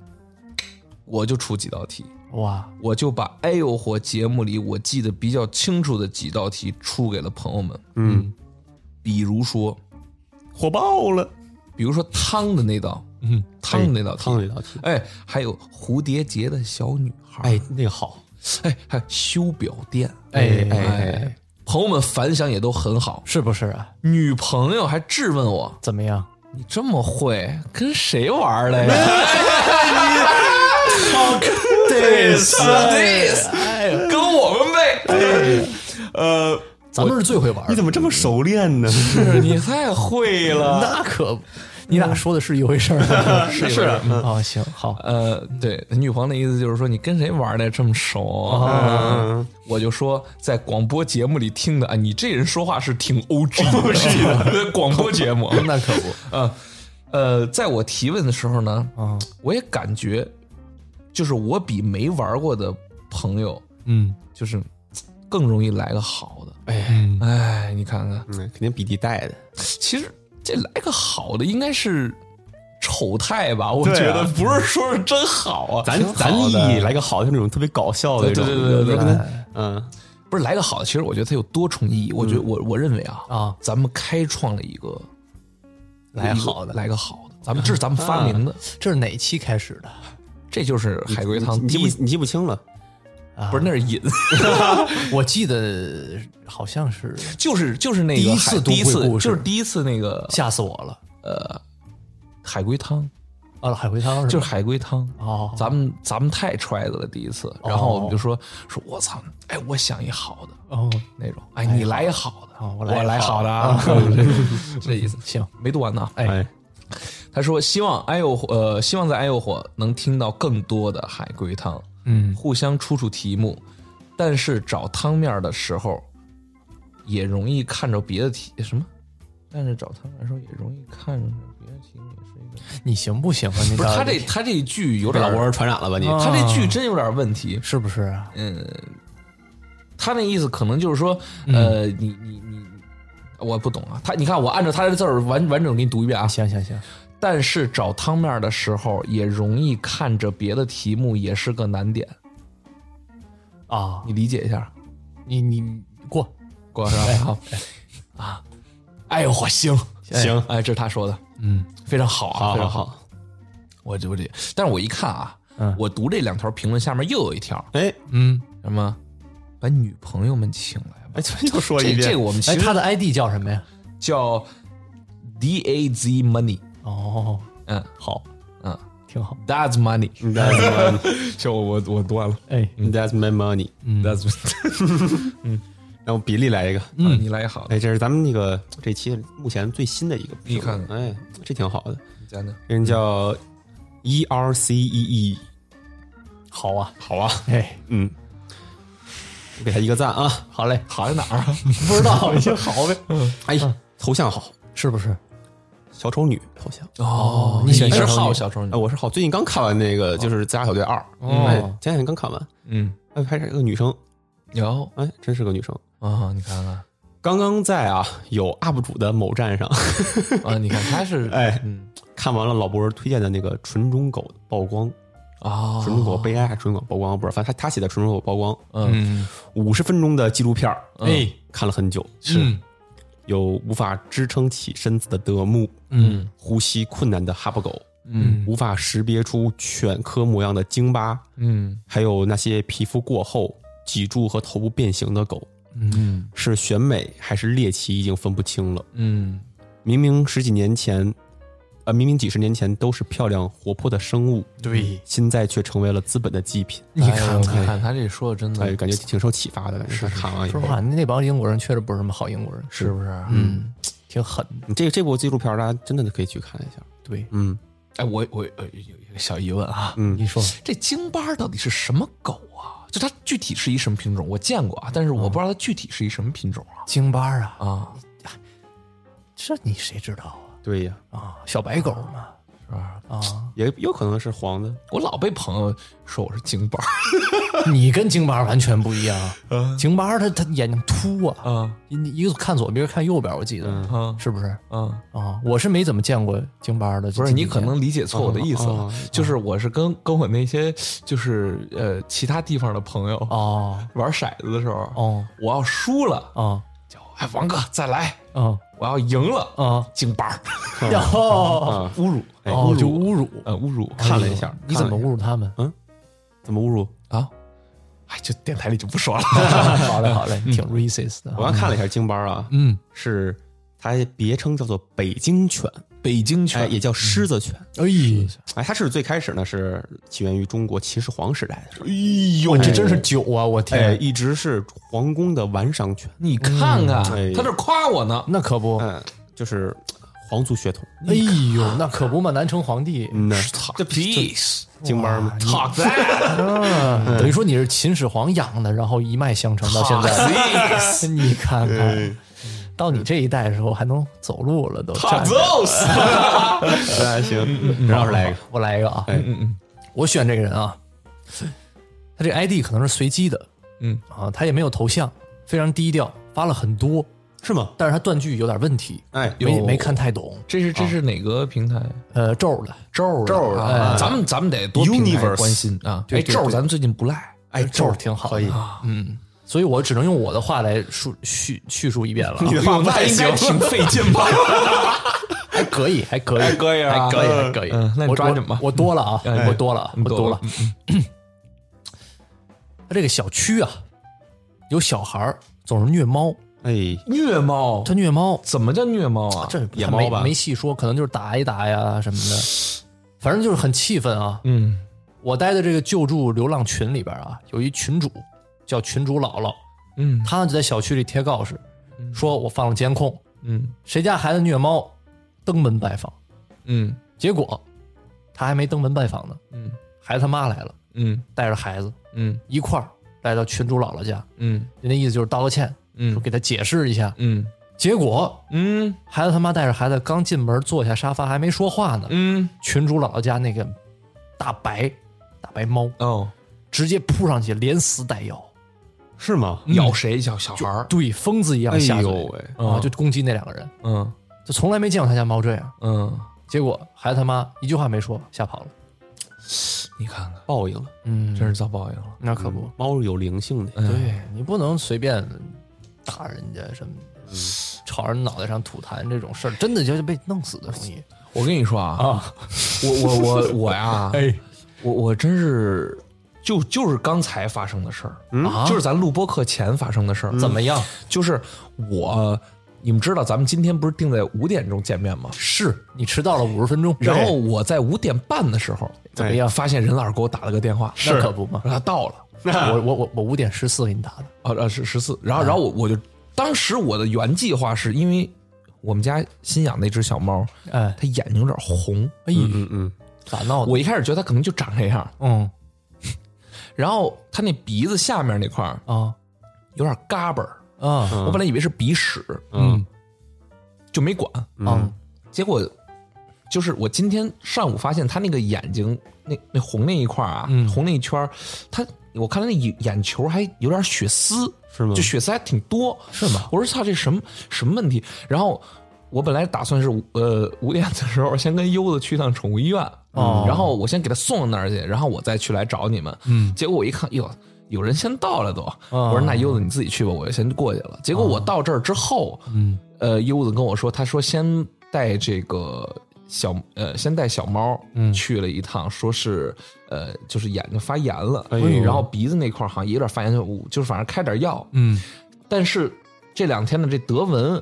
C: 我就出几道题，
D: 哇，
C: 我就把哎呦嚯节目里我记得比较清楚的几道题出给了朋友们。
B: 嗯，
C: 比如说，
B: 火爆了，
C: 比如说汤的那道，
D: 嗯，
C: 汤的那道
B: 汤
C: 题，
B: 这道题，
C: 哎，还有蝴蝶结的小女孩，
B: 哎， 那个好，
C: 哎，还有修表店，
D: 哎
B: 哎
C: 哎，朋友们反响也都很好。
D: 是不是啊？
C: 女朋友还质问我
D: 怎么样？：“
C: 你这么会，跟谁玩 了呀
D: this，
C: ？”This，跟哎我们呗。呃，
D: 咱们是最会玩的，
B: 你怎么这么熟练呢？
C: 是你太会了。
D: 那可不，你俩说的是一回事儿，啊 是是啊，哦行好，
C: 呃，对，女朋友的意思就是说你跟谁玩的这么熟、
B: 嗯
C: 我就说在广播节目里听的啊，你这人说话是挺 O G 的，广播节目 那可不。呃呃，在我提问的时候呢，
D: 嗯
C: 我也感觉，就是我比没玩过的朋友，
D: 嗯
C: 就是更容易来个好的。
D: 嗯
C: 哎，你看看，
B: 嗯，肯定比你带的，
C: 其实这来个好的应该是抽丑态吧，我
B: 对啊
C: 觉得不是说是真好啊，
B: 咱咱
C: 立
B: 立来个好，就那种特别搞笑的那
C: 对对
B: 种，
C: 对对对
B: 对
C: 对，
B: 嗯
C: 不是来个好的，其实我觉得它有多重意义。我觉得我我认为啊
D: 啊
C: 咱们开创了一个
D: 来好的
C: 一个
D: 啊
C: 来个好的，咱们这是咱们发明的，
D: 这是哪期开始的？
C: 这就是海龟汤第
B: 你记
C: 一
B: 不，你记不清了，
C: 不是那是瘾，
D: 我记得好像是
C: 就是就是那个
D: 第一
C: 海
D: 次读
C: 第一次
D: 鬼故事
C: 就是第一次那个
D: 吓死我了
C: 呃海龟汤，
D: 啊！海龟汤
C: 就是是
D: 吧
C: 海龟汤。
D: 哦，
C: 咱们咱们太揣子了第一次，然后我们就说说，我操，哎，我想一好的，
D: 哦
C: 那种，哎，你来一好的，
D: 哦
C: 我
D: 我来一
C: 来
D: 好
C: 好的啊， 这意思。
D: 哦行，
C: 没读完呢，哎，
B: 哎，
C: 他说希望爱又火呃，希望在爱又火能听到更多的海龟汤，
D: 嗯
C: 互相出出题目，但是找汤面的时候也容易看着别的题什么，但是找汤面的时候也容易看着别的题目，也是一个。
D: 你行不行啊？你
C: 不是
D: 到
C: 他
D: 底
C: 这他这一句有点
B: 老
C: 儿，啊
B: 是传染了吧你？
C: 他这句真有点问题，
D: 是不是啊？
C: 嗯，他那意思可能就是说，呃，你你你，我不懂啊。他你看，我按照他的字儿完完整给你读一遍啊。
D: 行行行，
C: 但是找汤面的时候，也容易看着别的题目，也是个难点。
D: 啊，
C: 你理解一下，
D: 你你过，
C: 郭老师啊，好啊，哎呦我行
B: 行
C: 哎，这是他说的，
D: 嗯
C: 非常好啊，
B: 好
C: 非常
B: 好
C: 好。我就这，但是我一看啊，
D: 嗯
C: 我读这两条评论下面又有一条
B: 哎
D: 嗯，
C: 什么，把女朋友们请来吧。
B: 哎，怎么又说
C: 这
B: 一
C: 这
B: 遍
C: 个？我们其
D: 哎，
C: 实
D: 他的 ID 叫什么呀？
C: 叫 D A Z Money，
D: 哦，
C: 嗯
D: 好，
C: 嗯
D: 挺好，
C: ，That's Money。
B: That's my
C: 就我我读完了
D: 哎，
B: that's my money。
C: 嗯，That's
B: 然后比利来一个，
C: 嗯，你来一好的，
B: 哎，这是咱们那个这期目前最新的一个评论，
C: 你看
B: 哎，这挺好的，
C: 你讲讲。
B: 人叫 E R C E E，
D: 好啊，
B: 好啊，
D: 哎，
B: 嗯，我给他一个赞啊，
D: 好嘞，
C: 好在哪儿啊？
D: 不知道已经好呗，
B: 哎，头像好，
D: 是不是？
B: 小丑女头像，
C: 哦
D: 你喜欢
C: 是
D: 小丑
C: 好
D: 女
C: 小丑女
B: 哎，，我是好，最近刚看完那个就是《自杀小队二》，
D: 哦
B: 哎，前两天刚看完，
C: 嗯，
B: 哎，还是个女生，
C: 有
B: 哎，真是个女生。
C: 啊，你看看
B: 刚刚在啊有 UP 主的某站上，
C: 啊，你看他是
B: 哎
C: 嗯
B: 看完了老博推荐的那个《纯种狗曝光》，
C: 啊，
B: 纯种
D: 哦
B: 狗悲哀还是纯种狗曝光，不知道，反正他他写的《纯种狗曝光》
C: 嗯
B: 五十分钟的纪录片儿，
D: 哎，
B: 看了很久，
D: 嗯
B: 有无法支撑起身子的德牧，
D: 嗯
B: 呼吸困难的哈巴狗，
C: 嗯
B: 无法识别出犬科模样的京巴，
C: 嗯
B: 还有那些皮肤过厚、脊柱和头部变形的狗，
C: 嗯
B: 是选美还是猎奇已经分不清了。
C: 嗯
B: 明明十几年前，呃，明明几十年前都是漂亮活泼的生物，
D: 对，
B: 现在却成为了资本的祭品。
D: 你看
C: 哎呦
D: 看
C: 你看他这说的真
D: 嗯
B: 哎，
C: 的
B: 感觉挺受启发的。感觉看完以
D: 说
B: 后
D: 实，话，那帮英国人确实不是什么好英国人，
C: 是不是？
D: 嗯，挺狠的，
B: 你这个这部纪录片儿大家真的可以去看一下。
D: 对，
B: 嗯
C: 哎，我我呃有一个小疑问啊，
B: 嗯
D: 你说
C: 这京巴到底是什么狗啊？就它具体是一什么品种？我见过啊，但是我不知道它具体是一什么品种啊。
D: 京巴啊，
C: 啊，
D: 这你谁知道
B: 对呀，
D: 啊？啊，小白狗嘛，
C: 是吧？
D: 啊，
B: 也有可能是黄的。
C: 我老被朋友说我是京巴
D: 你跟京巴完全不一样，京巴它它眼睛凸啊，
C: 啊
D: 你一个看左边看右边，我记得
C: 啊
D: 是不是？
C: 啊！
D: 啊，我是没怎么见过京巴的，
C: 不是
D: 这几
C: 你可
D: 年
C: 能理解错我的意思了，
B: 啊
C: 就是我是跟跟我那些就是呃其他地方的朋友、
D: 哦
C: 玩骰子的时候，
D: 哦
C: 我要输了，
D: 哦
C: 叫我哎王哥再来；
D: 哦
C: 我要赢了，
D: 哦，
C: 京巴儿
D: 然后
B: 啊，
C: 侮辱，
B: 哎
D: 哦就
B: 侮辱
D: 侮辱，
C: 呃侮辱
B: 看了一下
D: 你
B: 看
D: 怎
B: 了
D: 么
B: 一
D: 侮辱他们？
B: 怎么侮辱？
C: 啊！哎，这电台里就不说了。
D: 好嘞好嘞，挺 racist 的
B: 嗯我
D: 啊，
B: 刚看了一下京巴儿啊，
D: 嗯，
B: 是它别称叫做北京犬，
C: 北京
B: 哎，
C: 犬
B: 也叫狮子犬。
D: 哎，
B: 哎，它是最开始呢是起源于中国秦始皇时代的时候，
D: 哎呦，这真是酒啊！我
B: 哎，
D: 天，
B: 一直是皇宫的玩赏犬，
C: 你看看
B: 哎，
C: 他这夸我呢。
D: 那可不，
B: 嗯，就是皇族血统。
D: 哎呦，那可不嘛，南城皇帝，
B: 嗯呐，
C: The peace，
B: 京巴儿吗？
C: 好在
D: 嗯，等于说你是秦始皇养的，然后一脉相承到现在。 你看
B: 哎
D: 看，到你这一代的时候还能走路了，都站着。
B: 哎，
D: 嗯
B: 行，然后来一个，
D: 我来一个啊，
B: 哎
D: 我选这个人啊，他这个 ID 可能是随机的，
C: 嗯
D: 啊，他也没有头像，非常低调，发了很多，
B: 是吗？
D: 但是它断句有点问题，
B: 哎，
D: 没
C: 有
D: 没看太懂。
C: 这是这是哪个平台？
D: 呃，咒的
C: 咒
E: 咒儿
C: 啊，咱们咱们得多平台
B: Universe
C: 关心啊。
B: 对
C: 哎，
B: 对
C: 咒儿
B: 对
C: 咱们最近不赖，
B: 哎，
D: 咒挺好
B: 可以，
D: 嗯，所以我只能用我的话来述叙叙述一遍
C: 哎
D: 了啊。
B: 话那应该挺费劲吧？
D: 还可以，还可以，
B: 还可以啊
D: 还可以，还可以。
C: 嗯那你
D: 我
C: 抓紧吧
D: 我我多了啊，
C: 哎
D: 我多了，
C: 你
D: 我
C: 多
D: 多
C: 了
D: 了。他 这个小区啊，有小孩儿总是虐猫，
B: 哎，
C: 虐猫
D: 他虐猫，
C: 怎么叫虐猫啊？
D: 这
B: 野
D: 他
B: 猫
D: 没
B: 吧
D: 没细说，可能就是打一打呀什么的，反正就是很气愤啊。
C: 嗯，
D: 我待的这个救助流浪群里边啊，有一群主叫群主姥姥，
C: 嗯
D: 他就在小区里贴告示，说我放了监控，
C: 嗯
D: 谁家孩子虐猫，登门拜访。
C: 嗯
D: 结果他还没登门拜访呢，
C: 嗯
D: 孩子他妈来了，
C: 嗯
D: 带着孩子
C: 嗯
D: 一块儿来到群主姥姥家，
C: 嗯
D: 那意思就是道个歉，说
C: 嗯
D: 给他解释一下。
C: 嗯
D: 结果
C: 嗯
D: 孩子他妈带着孩子刚进门坐下沙发还没说话呢，
C: 嗯
D: 群主姥姥家那个大白大白猫
C: 哦，
D: 直接扑上去，连撕带咬，
B: 是吗？
D: 嗯
C: 咬谁？小小孩儿？
D: 对，疯子一样
B: 哎
D: 下
B: 呦
D: 嘴、
B: 喂，
D: 啊，就攻击那两个人，
C: 嗯
D: 就从来没见过他家猫这样。
C: 嗯，
D: 结果孩子他妈一句话没说，吓跑了。
C: 你看看，
B: 报应了，
D: 嗯
C: 真是遭报应了。
D: 那可不，
B: 猫是有灵性的，
D: 嗯对你不能随便打人家什么的，
C: 嗯
D: 朝人脑袋上吐痰这种事儿，真的就是被弄死的容易
C: 我跟你说啊，
D: 啊！哎
C: 我我我我 呀，我我真是就就是刚才发生的事儿，
D: 啊
C: 就是咱录播课前发生的事儿。
D: 怎么样？
C: 就是我，你们知道咱们今天不是定在五点钟见面吗？
D: 是你迟到了五十分钟，
C: 然后我在五点半的时候
D: 怎么样？
C: 发现任老师给我打了个电话，
D: 那可不嘛！
C: 说他到了，
D: 我我我我五点十四给你打的，
C: 啊啊是十四，然后然后我我就当时我的原计划是因为我们家新养那只小猫，
D: 哎
C: 它眼睛有点红，
D: 哎，
B: 嗯嗯，
D: 咋闹的？
C: 我一开始觉得它可能就长这样，
D: 嗯
C: 然后它那鼻子下面那块儿
D: 啊
C: 有点嘎巴儿，
D: 啊
B: 嗯
C: 我本来以为是鼻屎，
B: 嗯
C: 就没管，
D: 嗯
C: 结果就是我今天上午发现他那个眼睛那那红那一块儿啊，
D: 嗯
C: 红那一圈儿，他我看他那眼眼球还有点血丝，
B: 是吗
C: 就血丝还挺多，
D: 是吗？
C: 我说操，这什么什么问题？然后我本来打算是五呃五点的时候先跟优子去一趟宠物医院，
D: 哦
C: 然后我先给他送到那儿去，然后我再去来找你们。嗯，结果我一看，哟。有人先到了都，
D: 哦
C: 我说那优子你自己去吧，我就先过去了。结果我到这儿之后，
D: 嗯
C: 呃，优子跟我说，他说先带这个小呃，先带小猫
B: 嗯
C: 去了一趟，说是呃，就是眼睛发炎了，
B: 哎呦
C: 然后鼻子那块儿好像也有点发炎，就就是反正开点药，
D: 嗯
C: 但是这两天的这德文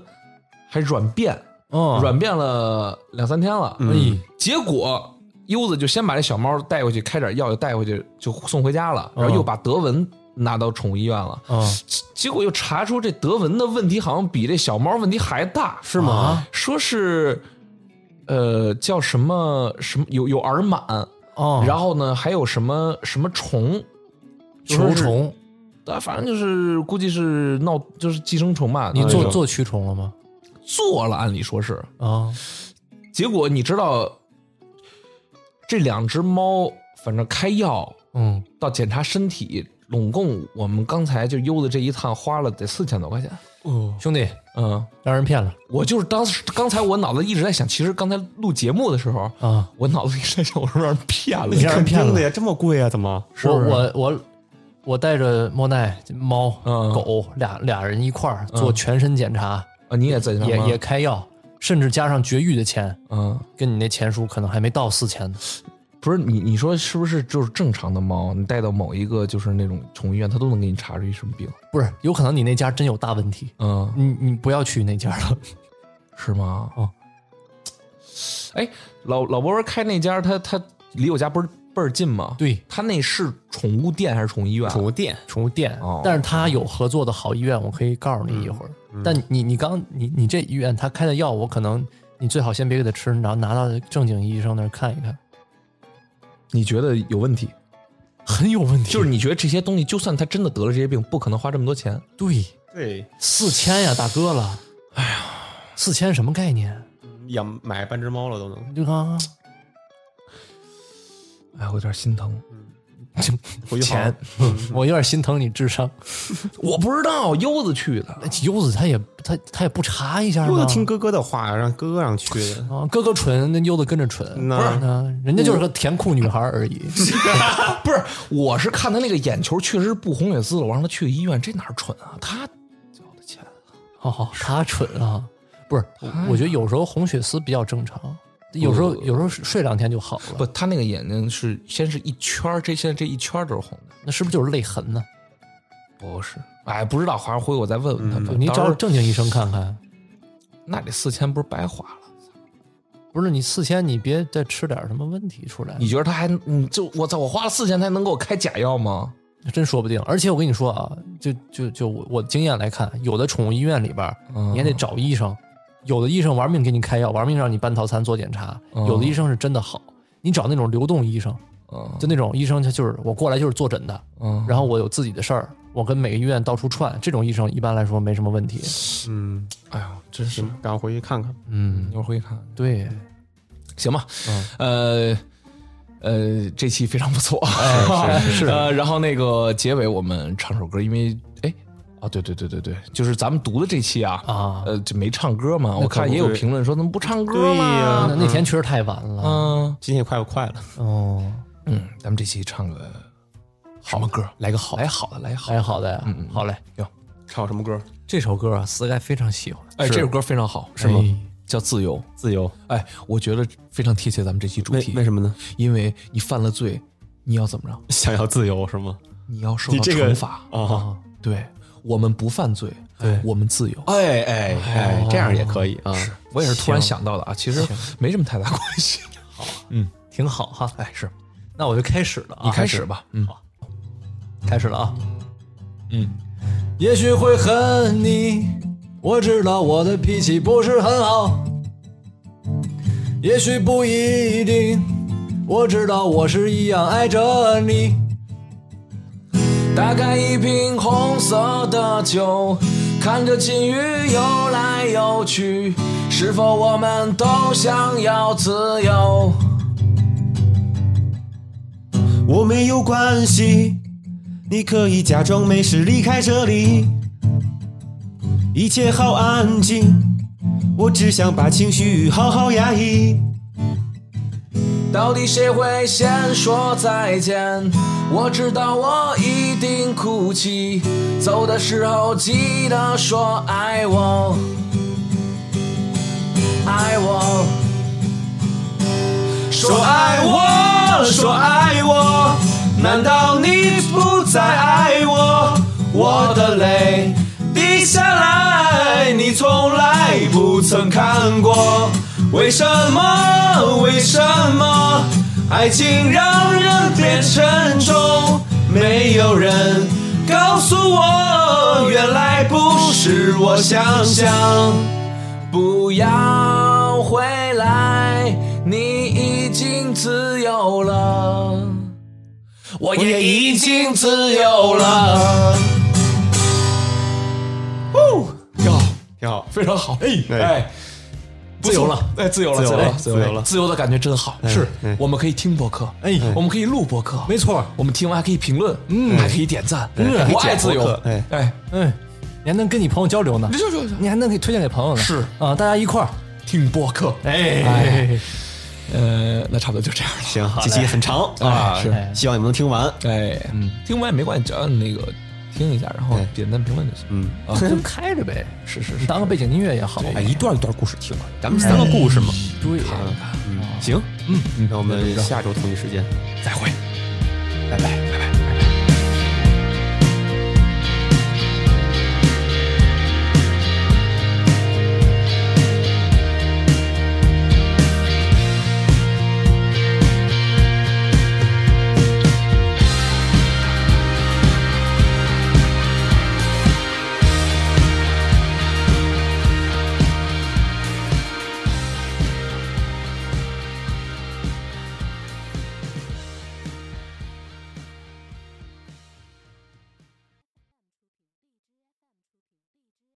C: 还软便，
D: 哦
C: 软便了两三天了，哎
B: 嗯，
C: 结果。优子就先把这小猫带回去，开点药就带回去，就送回家了。
D: 嗯
C: 然后又把德文拿到宠物医院了，
D: 啊
C: 结果又查出这德文的问题好像比这小猫问题还大，是
D: 吗啊
C: 说是，呃，叫什么什么有有耳螨，
D: 哦，
C: 然后呢还有什么什么虫，
D: 球虫，
C: 啊，反正就是估计是闹就是寄生虫吧。
D: 你
C: 哎
D: 做
C: 呦
D: 做驱虫了吗？
C: 做了，按理说是，
D: 啊
C: 结果你知道，这两只猫反正开药
D: 嗯
C: 到检查身体，拢共我们刚才就悠的这一趟花了得四千多块钱，
B: 哦
D: 兄弟
C: 嗯。
D: 让人骗了
C: 我就是当时刚才我脑子一直在想，其实刚才录节目的时候，
D: 啊！
C: 我脑子一直在想，我说让人骗了
D: 你。让人骗
B: 肯定
D: 了
B: 的。呀，这么贵啊？怎么？
D: 我我我我带着莫奈猫、
C: 嗯
D: 狗俩俩人一块儿做全身检查，
C: 啊，你也在那
D: 也
C: 吗
D: 也开药，甚至加上绝育的钱，
C: 嗯，
D: 跟你那钱数可能还没到四千呢。
C: 不是你你说是不是就是正常的猫，你带到某一个就是那种宠物医院，它都能给你查出一什么病？
D: 不是，有可能你那家真有大问题，
C: 嗯，
D: 你你不要去那家了。
C: 是吗？
D: 哦，
C: 哎，老老伯开那家，他他离我家不是倍儿近吗？，
D: 对，
C: 他那是宠物店还是宠物医院？啊
B: 物店
D: 宠物店，
C: 哦嗯
D: 但是他有合作的好医院，我可以告诉你一会儿。但你你刚你你这医院他开的药，我可能你最好先别给他吃，然后拿到正经医生那儿看一看，
C: 你觉得有问题？
D: 很有问题。
C: 就是你觉得这些东西，就算他真的得了这些病，不可能花这么多钱。
D: 对
B: 对，
D: 四千呀，大哥了，哎呀，四千什么概念？
B: 养买半只猫了都能。
D: 你看啊，
C: 哎，我有点心疼。
B: 回去好
D: 钱，我有点心疼你智商。
C: 我不知道，优子去的，
D: 那优子他也他他也不查一下
B: 如
D: 吗？
B: 果听哥哥的话，让哥哥让去的。
D: 啊，哥哥蠢，那优子跟着蠢，
B: 那
D: 啊，人家就是个甜酷女孩而已。
C: 不是，我是看他那个眼球确实不红也滋了，我让他去医院，这哪儿蠢啊？他交的钱，
D: 好哦好，他蠢啊，不是？我觉得有时候红血丝比较正常，有时候有时候睡两天就好
C: 不，
D: 了。
C: 他那个眼睛是先是一圈儿，这现在这一圈儿都是红的，
D: 那是不是就是泪痕呢？
C: 不是？嗯哎，不知道，回头回我再问问他吧。
D: 你
C: 到时候
D: 找正经医生看看。
C: 那这四千不是白花了？
D: 不是你四千，你别再吃点什么问题出来，
C: 你觉得他还嗯，就我操，我花了四千才能给我开假药吗？
D: 真说不定。而且我跟你说啊，就就就我我经验来看，有的宠物医院里边，
C: 嗯
D: 你还得找医生，有的医生玩命给你开药，玩命让你办套餐做检查，
C: 嗯
D: 有的医生是真的好。你找那种流动医生，
C: 嗯
D: 就那种医生，他就是我过来就是坐诊的，
C: 嗯，
D: 然后我有自己的事儿，我跟每个医院到处串，这种医生一般来说没什么问题。
B: 嗯，
C: 哎呦，真是，
B: 行，然后回去看看。
D: 嗯
C: 一，会儿回去看看。
D: 对，
C: 行吧，呃呃，这期非常不错，
D: 是是
C: 呃，然后那个结尾我们唱首歌，因为哎，哦，对对对对对，就是咱们读的这期啊，
D: 啊
C: 呃，就没唱歌嘛，我
D: 可
C: 看
D: 不
C: 也有
B: 对
C: 评论说怎么不唱歌
B: 对
C: 嘛，
B: 呀
D: 那那天确实太晚了。
C: 嗯
B: 今天也快不快了，
D: 哦，
C: 嗯，咱们这期唱个什么歌？来个好，来好的，来好的
D: 还，好的呀，好嘞。
B: 唱什么歌？
D: 这首歌啊，Sky 非常喜欢。
C: 哎，
B: 是
C: 这首歌非常好，是吗？叫自由，
B: 自由。
C: 哎，我觉得非常贴切咱们这期主
B: 为
C: 题
B: 为，什么呢？
C: 因为你犯了罪，你要怎么着？
B: 想要自由是吗？
C: 你要受
B: 你
C: 到
B: 这个
C: 惩罚
B: 啊，
C: 对我们不犯罪，
D: 对
C: 我们自由。
B: 哎哎哎，这样也可以啊。
C: 我也是突然想到的啊，其实没什么太大关 系。
D: 挺好哈。
C: 哎，是
D: 那我就开始了啊，
C: 你开始吧，嗯，
D: 开始了啊。
C: 嗯，
D: 也许会恨你，我知道我的脾气不是很好，也许不一定，我知道我是一样爱着你。
C: 打开一瓶红色的酒，看着金鱼游来游去，是否我们都想要自由？
E: 我没有关系，你可以假装没事离开这里，一切好安静，我只想把情绪好好压抑。
C: 到底谁会先说再见？我知道我一定哭泣，走的时候记得说爱我，爱我，说
E: 说爱我，说爱我，难道你不再爱我？我的泪滴下来，你从来不曾看过。为什么？为什么？爱情让人变沉重，嗯没有人告诉我，原来不是我想象。
C: 不要回来，你已经自由了，我也已经自由了。
B: 挺好，
C: 非常好，哎
B: 哎
C: 哎，自由了，哎，自由了，
B: 自由了
C: 自由
B: 自由
C: 了，
B: 了
C: 自由的感觉真好。是
B: 哎
C: 我们可以听播客，哎，我们可以录播客，
D: 没错，
C: 我们听完还可以评论，嗯，还可以点赞，嗯，我爱自由
B: 播客，哎
C: 哎，
D: 嗯，你还能跟你朋友交流呢，
C: 就就就
D: 你还能给推荐给朋友呢。
C: 是
D: 啊，大家一块儿。
C: 听播客，哎，呃，那差不多就这样了。哎
B: 行，这期很长啊，
C: 是
B: 是希望你们能听完。
C: 哎，嗯，听完也没关系，只要那个听一下，然后
B: 哎
C: 点赞评论就行。
B: 嗯，
D: 就开着呗，
C: 是是
D: 你
C: 是，
D: 当个背景音乐也好。
B: 哎，一段一段故事听吧，咱们三个故事嘛。
D: 对，
B: 行，嗯，那我们下周同一时间
C: 再会。
B: 拜拜，拜拜。